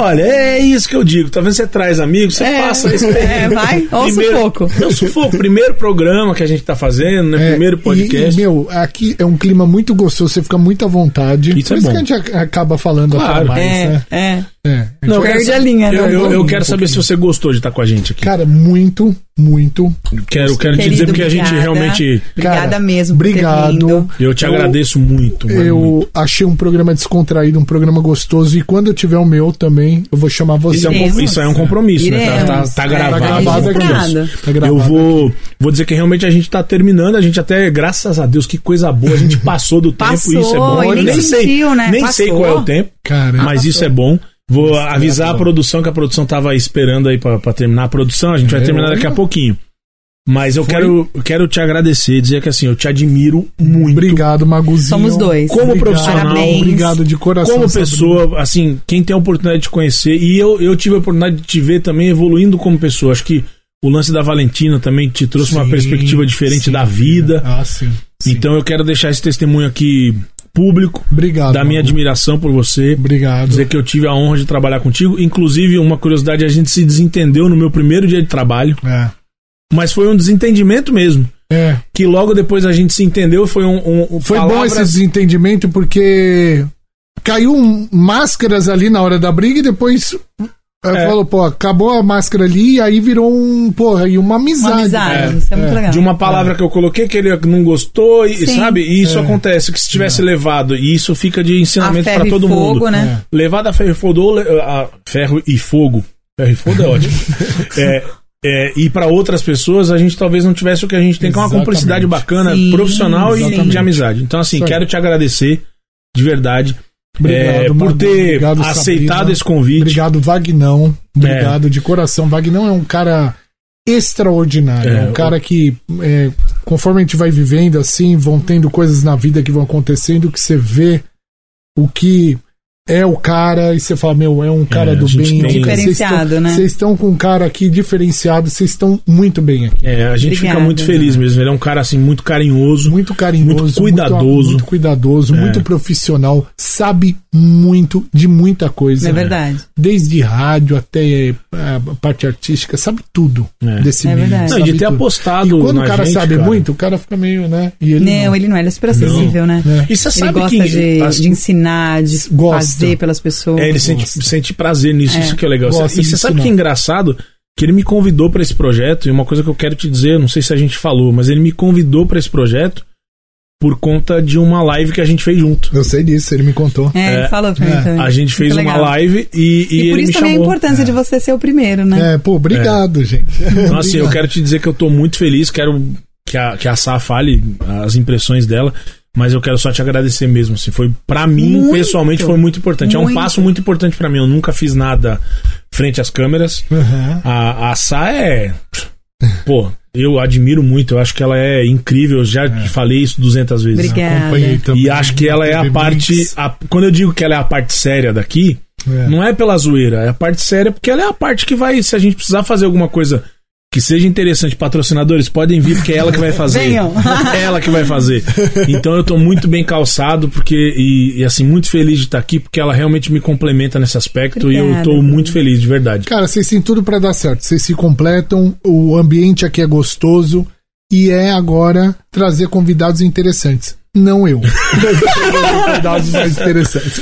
Speaker 2: Olha, é isso que eu digo. Talvez você traz amigos, você
Speaker 1: É,
Speaker 2: passa a experiência.
Speaker 1: é, vai, ó o sufoco.
Speaker 2: É o sufoco. Primeiro programa que a gente tá fazendo, né?
Speaker 3: É,
Speaker 2: primeiro
Speaker 3: e-
Speaker 2: podcast.
Speaker 3: E, meu, aqui é um clima muito gostoso, você fica muito à vontade.
Speaker 2: Isso
Speaker 3: Por
Speaker 2: é
Speaker 3: isso
Speaker 2: bom.
Speaker 3: que a gente a- acaba falando até
Speaker 2: Claro.
Speaker 3: mais,
Speaker 1: É,
Speaker 3: né?
Speaker 1: é.
Speaker 3: É.
Speaker 2: Não, eu
Speaker 1: Perde
Speaker 2: quero,
Speaker 1: a linha, né?
Speaker 2: eu, eu- eu
Speaker 3: Um
Speaker 2: quero saber se você gostou de estar com a gente aqui.
Speaker 3: Cara, muito, muito.
Speaker 2: Quero, quero te
Speaker 1: Querido,
Speaker 2: dizer porque a gente
Speaker 1: obrigada.
Speaker 2: realmente.
Speaker 1: Obrigada
Speaker 3: Cara,
Speaker 1: mesmo. por ter
Speaker 3: Obrigado.
Speaker 1: vindo.
Speaker 2: Eu te agradeço muito. mas
Speaker 3: Eu
Speaker 2: muito.
Speaker 3: achei um programa descontraído, um programa gostoso. E quando eu tiver o meu também, eu vou chamar você.
Speaker 2: Isso é, um, com- isso é um compromisso, né? Tá,
Speaker 1: Iremos.
Speaker 2: tá, tá
Speaker 1: É,
Speaker 2: gravado.
Speaker 3: tá
Speaker 2: isso.
Speaker 1: registrado.
Speaker 3: Tá gravado
Speaker 2: eu vou, vou dizer que realmente a gente tá terminando. A gente até, graças a Deus, que coisa boa. A gente passou do tempo
Speaker 1: Passou,
Speaker 2: e isso é bom.
Speaker 1: e
Speaker 2: Eu
Speaker 1: nem sentiu,
Speaker 2: sei,
Speaker 1: né?
Speaker 2: Nem sei
Speaker 1: Passou.
Speaker 2: qual é o tempo,
Speaker 3: Cara,
Speaker 2: mas isso é bom. Vou avisar a produção que a produção tava esperando aí pra pra terminar a produção. A gente vai
Speaker 3: É,
Speaker 2: terminar daqui a
Speaker 3: olha.
Speaker 2: pouquinho. Mas eu
Speaker 3: Foi.
Speaker 2: quero, eu quero te agradecer, dizer que assim, eu te admiro muito.
Speaker 3: obrigado, Maguzinho.
Speaker 1: Somos dois.
Speaker 2: Como
Speaker 3: Obrigado,
Speaker 2: profissional,
Speaker 1: Parabéns.
Speaker 3: Obrigado de coração.
Speaker 2: Como
Speaker 3: Sabrina.
Speaker 2: pessoa, assim, quem tem a oportunidade de conhecer, e eu, eu tive a oportunidade de te ver também evoluindo como pessoa. Acho que o lance da Valentina também te trouxe uma
Speaker 3: Sim,
Speaker 2: perspectiva diferente
Speaker 3: sim.
Speaker 2: da vida.
Speaker 3: Ah, sim. sim.
Speaker 2: Então eu quero deixar esse testemunho aqui público,
Speaker 3: obrigado.
Speaker 2: da minha
Speaker 3: Magu.
Speaker 2: admiração por você.
Speaker 3: Obrigado.
Speaker 2: Dizer que eu tive a honra de trabalhar contigo. Inclusive, uma curiosidade, a gente se desentendeu no meu primeiro dia de trabalho,
Speaker 3: É.
Speaker 2: mas foi um desentendimento mesmo.
Speaker 3: É.
Speaker 2: Que logo depois a gente se entendeu, foi um. um- um-
Speaker 3: Foi bom
Speaker 2: palavras-
Speaker 3: esse desentendimento porque caiu um- máscaras ali na hora da briga e depois eh,
Speaker 2: É.
Speaker 3: falou, pô, acabou a máscara ali e aí virou um, porra, e uma amizade.
Speaker 1: Uma amizade. isso é muito legal.
Speaker 2: de um uma palavra que eu coloquei que ele não gostou, e,
Speaker 1: Sim.
Speaker 2: sabe? E isso
Speaker 3: É.
Speaker 2: acontece, que se tivesse levado, e isso fica de
Speaker 1: a
Speaker 2: ensinamento
Speaker 1: ferro
Speaker 2: pra
Speaker 1: e
Speaker 2: todo
Speaker 1: fogo,
Speaker 2: mundo. É,
Speaker 3: É.
Speaker 1: né?
Speaker 2: Levado a ferro e fogo, ou le- a ferro e fogo. Ferro e fogo é
Speaker 3: *laughs*
Speaker 2: ótimo. é, é, e para outras pessoas, a gente talvez não tivesse o que a gente tem, que é uma
Speaker 3: Exatamente.
Speaker 2: cumplicidade bacana,
Speaker 1: Sim,
Speaker 2: profissional e
Speaker 1: exatamente.
Speaker 2: de amizade. Então, assim,
Speaker 3: Isso aí.
Speaker 2: quero te agradecer, de verdade, é, por
Speaker 3: Magu.
Speaker 2: ter
Speaker 3: Obrigado,
Speaker 2: aceitado
Speaker 3: Sabrina.
Speaker 2: esse convite.
Speaker 3: Obrigado, Vagnão. Obrigado de coração. Vagnão é um cara extraordinário.
Speaker 2: É,
Speaker 3: É, um cara que, é, conforme a gente vai vivendo assim, vão tendo coisas na vida que vão acontecendo, que você vê o que é o cara e você fala, meu, é um cara
Speaker 2: a
Speaker 3: do
Speaker 2: gente
Speaker 3: bem. é um
Speaker 2: tem-
Speaker 3: cara- vocês
Speaker 1: Diferenciado,
Speaker 3: estão-
Speaker 1: né?
Speaker 3: Vocês estão com um cara aqui diferenciado, vocês estão muito bem aqui.
Speaker 2: É, a gente fica
Speaker 1: Obrigada.
Speaker 2: muito feliz mesmo. Ele é um cara, assim, muito carinhoso.
Speaker 3: Muito carinhoso,
Speaker 2: Muito cuidadoso.
Speaker 3: muito, muito cuidadoso,
Speaker 2: É.
Speaker 3: muito profissional, sabe muito de muita coisa.
Speaker 1: É verdade.
Speaker 3: desde rádio até eh, a parte artística, sabe tudo
Speaker 2: É.
Speaker 3: desse
Speaker 1: É
Speaker 3: meio.
Speaker 1: verdade.
Speaker 2: Não,
Speaker 3: sabe
Speaker 2: e de ter
Speaker 3: tudo.
Speaker 2: apostado
Speaker 3: E quando
Speaker 2: na
Speaker 3: o cara
Speaker 2: gente,
Speaker 3: sabe
Speaker 2: cara.
Speaker 3: muito, o cara fica meio, né? E ele
Speaker 1: Não,
Speaker 3: não.
Speaker 1: ele não, ele é super acessível, né?
Speaker 3: É.
Speaker 2: E você
Speaker 1: Ele
Speaker 2: sabe
Speaker 1: gosta
Speaker 2: que
Speaker 1: de,
Speaker 2: as-
Speaker 1: de ensinar, de
Speaker 3: Gosta.
Speaker 1: fazer pelas pessoas.
Speaker 2: é, ele sente,
Speaker 3: gosta.
Speaker 2: sente prazer nisso,
Speaker 1: É.
Speaker 2: isso que é legal.
Speaker 3: Gosta
Speaker 2: e
Speaker 3: de
Speaker 2: você sabe que é
Speaker 3: ensinar.
Speaker 2: engraçado que ele me convidou pra esse projeto, e uma coisa que eu quero te dizer, não sei se a gente falou, mas ele me convidou pra esse projeto por conta de uma live que a gente fez junto.
Speaker 3: Eu sei disso, ele me contou.
Speaker 1: É, ele
Speaker 2: É.
Speaker 1: falou pra mim
Speaker 3: É.
Speaker 1: também.
Speaker 2: A gente fez
Speaker 1: Muito
Speaker 2: uma
Speaker 1: legal.
Speaker 2: live e, e
Speaker 1: E, por
Speaker 2: ele
Speaker 1: isso também é a
Speaker 2: me chamou. É.
Speaker 1: importância de você ser o primeiro, né?
Speaker 3: É, pô, obrigado, gente.
Speaker 2: Então, assim, eu quero te dizer que eu tô muito feliz, quero que a, que a Sá fale as impressões dela, mas eu quero só te agradecer mesmo. Assim, foi para mim,
Speaker 1: Muito,
Speaker 2: pessoalmente, foi muito importante. É um
Speaker 1: muito.
Speaker 2: passo muito importante para mim. Eu nunca fiz nada frente às câmeras.
Speaker 3: Aham.
Speaker 2: A, a Sá é. Pô, eu admiro muito, eu acho que ela é incrível, eu já te falei isso 200 vezes.
Speaker 1: Obrigada.
Speaker 3: Acompanhei também. né,
Speaker 2: E acho que ela é a
Speaker 3: TV
Speaker 2: parte.
Speaker 3: Mix.
Speaker 2: a- quando eu digo que ela é a parte séria daqui,
Speaker 3: É.
Speaker 2: não é pela zoeira, é a parte séria, porque ela é a parte que vai, se a gente precisar fazer alguma coisa que seja interessante, patrocinadores, podem vir, porque é ela que vai fazer.
Speaker 1: Venham.
Speaker 2: *laughs* É ela que vai fazer. Então eu tô muito bem calçado, porque. E, e, assim, muito feliz de estar aqui, porque ela realmente me complementa nesse aspecto e eu
Speaker 1: Obrigada.
Speaker 2: tô muito feliz, de verdade.
Speaker 3: Cara, vocês têm tudo pra dar certo. Vocês se completam, o ambiente aqui é gostoso. que é agora trazer convidados interessantes.
Speaker 2: *laughs*
Speaker 3: Não eu. convidados mais interessantes.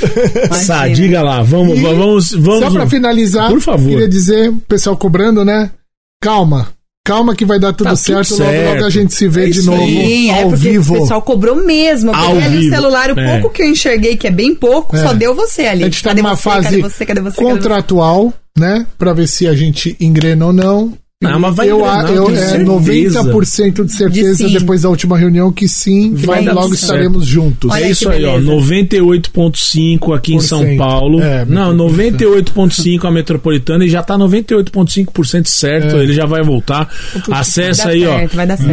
Speaker 2: Sá, diga lá, vamos,
Speaker 3: E-
Speaker 2: vamos, vamos.
Speaker 3: Só pra finalizar,
Speaker 2: Por favor.
Speaker 3: queria dizer, o pessoal cobrando, né? Calma. Calma que vai dar tudo
Speaker 2: Tá tudo
Speaker 3: certo, Logo,
Speaker 2: certo.
Speaker 3: logo a gente se vê
Speaker 2: É
Speaker 3: de
Speaker 2: isso
Speaker 3: novo
Speaker 2: aí.
Speaker 1: Sim, é
Speaker 3: ao
Speaker 1: porque o
Speaker 3: vivo.
Speaker 1: pessoal cobrou mesmo. Eu
Speaker 2: Ao
Speaker 1: peguei ali o
Speaker 2: vivo,
Speaker 1: celular, o
Speaker 2: é.
Speaker 1: pouco que eu enxerguei, que é bem pouco,
Speaker 3: É.
Speaker 1: só deu você ali.
Speaker 3: A gente tá
Speaker 1: Cadê
Speaker 3: numa
Speaker 1: você?
Speaker 3: fase
Speaker 1: Cadê você? Cadê você? Cadê você?
Speaker 3: Contratual, né? Pra ver se a gente engrena ou não.
Speaker 2: Não, Ah, mas vai
Speaker 3: eu,
Speaker 2: engrenar,
Speaker 3: a- eu,
Speaker 2: tenho
Speaker 3: é
Speaker 2: certeza.
Speaker 3: 90% de certeza
Speaker 1: De sim.
Speaker 3: depois da última reunião que sim, que
Speaker 2: Vai
Speaker 3: logo,
Speaker 2: dar
Speaker 3: logo
Speaker 2: tudo certo.
Speaker 3: estaremos juntos.
Speaker 1: Olha
Speaker 2: é
Speaker 1: que
Speaker 2: isso aí, ó.
Speaker 1: beleza.
Speaker 2: 98,5 aqui em
Speaker 3: Por
Speaker 2: São
Speaker 3: cento.
Speaker 2: Paulo.
Speaker 3: É,
Speaker 2: Não,
Speaker 3: metropolitana.
Speaker 2: 98,5 a metropolitana e já tá 98,5% certo.
Speaker 3: É.
Speaker 2: Ele já vai voltar. Acessa
Speaker 1: Vai
Speaker 2: aí,
Speaker 1: dar certo, vai dar
Speaker 2: ó.
Speaker 1: certo.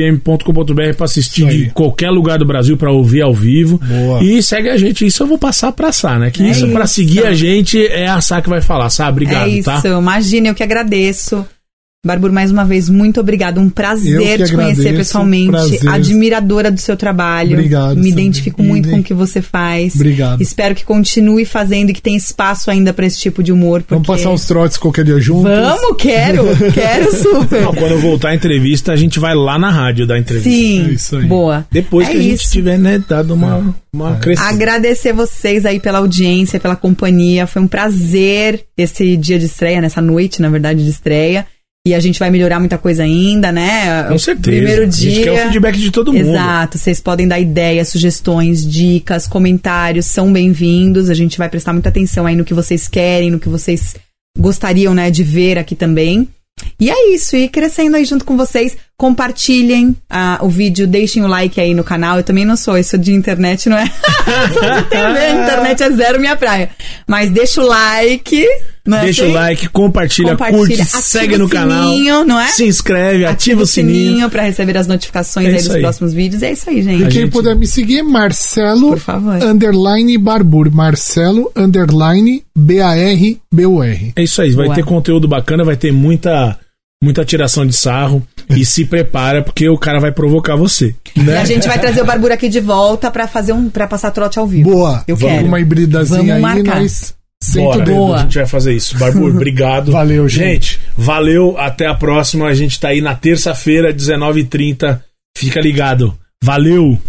Speaker 2: metropolitanafm.com.br pra assistir
Speaker 3: Isso aí.
Speaker 2: de qualquer lugar do Brasil pra ouvir ao vivo.
Speaker 3: Boa.
Speaker 2: E segue a gente. Isso eu vou passar pra Sá, né? Que
Speaker 1: É
Speaker 2: isso, pra
Speaker 1: isso.
Speaker 2: seguir
Speaker 3: Tá.
Speaker 2: a gente é a Sá que vai falar. Sá, obrigado,
Speaker 1: é isso,
Speaker 2: tá?
Speaker 1: imagina, eu que agradeço. Barbur, mais uma vez, muito obrigado. Um
Speaker 3: Eu
Speaker 1: prazer
Speaker 3: que
Speaker 1: te conhecer
Speaker 3: agradeço,
Speaker 1: pessoalmente.
Speaker 3: prazer.
Speaker 1: Admiradora do seu trabalho.
Speaker 3: Obrigado,
Speaker 1: Me
Speaker 3: Sandra.
Speaker 1: identifico muito com o que você faz.
Speaker 3: Obrigado.
Speaker 1: Espero que continue fazendo e que tenha espaço ainda pra esse tipo de humor. Porque...
Speaker 3: Vamos passar um uns trotes qualquer dia juntos.
Speaker 1: Vamos, quero, quero
Speaker 3: *laughs*
Speaker 1: super.
Speaker 2: Não, quando eu voltar a entrevista, a gente vai lá na rádio dar a entrevista.
Speaker 1: Sim,
Speaker 3: É isso aí.
Speaker 1: boa.
Speaker 2: Depois
Speaker 1: É
Speaker 2: que a gente
Speaker 1: isso.
Speaker 2: tiver, né, dado uma, uma crescida.
Speaker 1: Agradecer vocês aí pela audiência, pela companhia. Foi um prazer esse dia de estreia, nessa noite, na verdade, de estreia. E a gente vai melhorar muita coisa ainda, né?
Speaker 2: Com certeza.
Speaker 1: Primeiro
Speaker 2: A gente
Speaker 1: dia.
Speaker 2: quer o feedback de todo mundo.
Speaker 1: Exato, vocês podem dar ideias, sugestões, dicas, comentários, são bem-vindos. A gente vai prestar muita atenção aí no que vocês querem, no que vocês gostariam, né, de ver aqui também. E é isso, e crescendo aí junto com vocês, compartilhem ah, o vídeo, deixem o like aí no canal. Eu também não sou, isso de internet não é. *laughs* sou de TV,
Speaker 2: *laughs*
Speaker 1: internet é zero minha praia. Mas deixa o like, não é
Speaker 2: Deixa
Speaker 1: assim?
Speaker 2: o like, compartilha,
Speaker 1: Compartilha,
Speaker 2: curte,
Speaker 1: ativa
Speaker 2: segue
Speaker 1: o
Speaker 2: no canal.
Speaker 1: sininho, não é?
Speaker 2: Se inscreve, ativa, o sininho.
Speaker 1: pra receber as notificações
Speaker 2: É
Speaker 1: aí
Speaker 2: isso
Speaker 1: dos
Speaker 2: aí.
Speaker 1: próximos vídeos. É isso aí, gente.
Speaker 3: E quem
Speaker 2: gente-
Speaker 3: puder me seguir, Marcelo
Speaker 1: Por favor.
Speaker 3: underline Barbur. Marcelo underline B-A-R-B-U-R.
Speaker 2: É isso aí, vai
Speaker 1: Boa.
Speaker 2: ter conteúdo bacana, vai ter muita muita tiração de sarro e se prepara porque o cara vai provocar você.
Speaker 3: Né?
Speaker 1: E a gente vai trazer o Barbura aqui de volta pra fazer um para passar trote ao vivo.
Speaker 3: Boa.
Speaker 1: Eu
Speaker 3: Vamos
Speaker 1: quero.
Speaker 3: Uma
Speaker 1: Vamos
Speaker 3: hibridazinha aí,
Speaker 1: marcar.
Speaker 3: nós. Senta o
Speaker 2: Bora,
Speaker 3: dedo.
Speaker 1: boa.
Speaker 2: a gente vai fazer isso.
Speaker 3: *laughs*
Speaker 2: Barbur, obrigado.
Speaker 3: Valeu, gente.
Speaker 2: gente. Valeu, até a próxima. A gente tá aí na terça-feira, 19h30. Fica ligado. Valeu!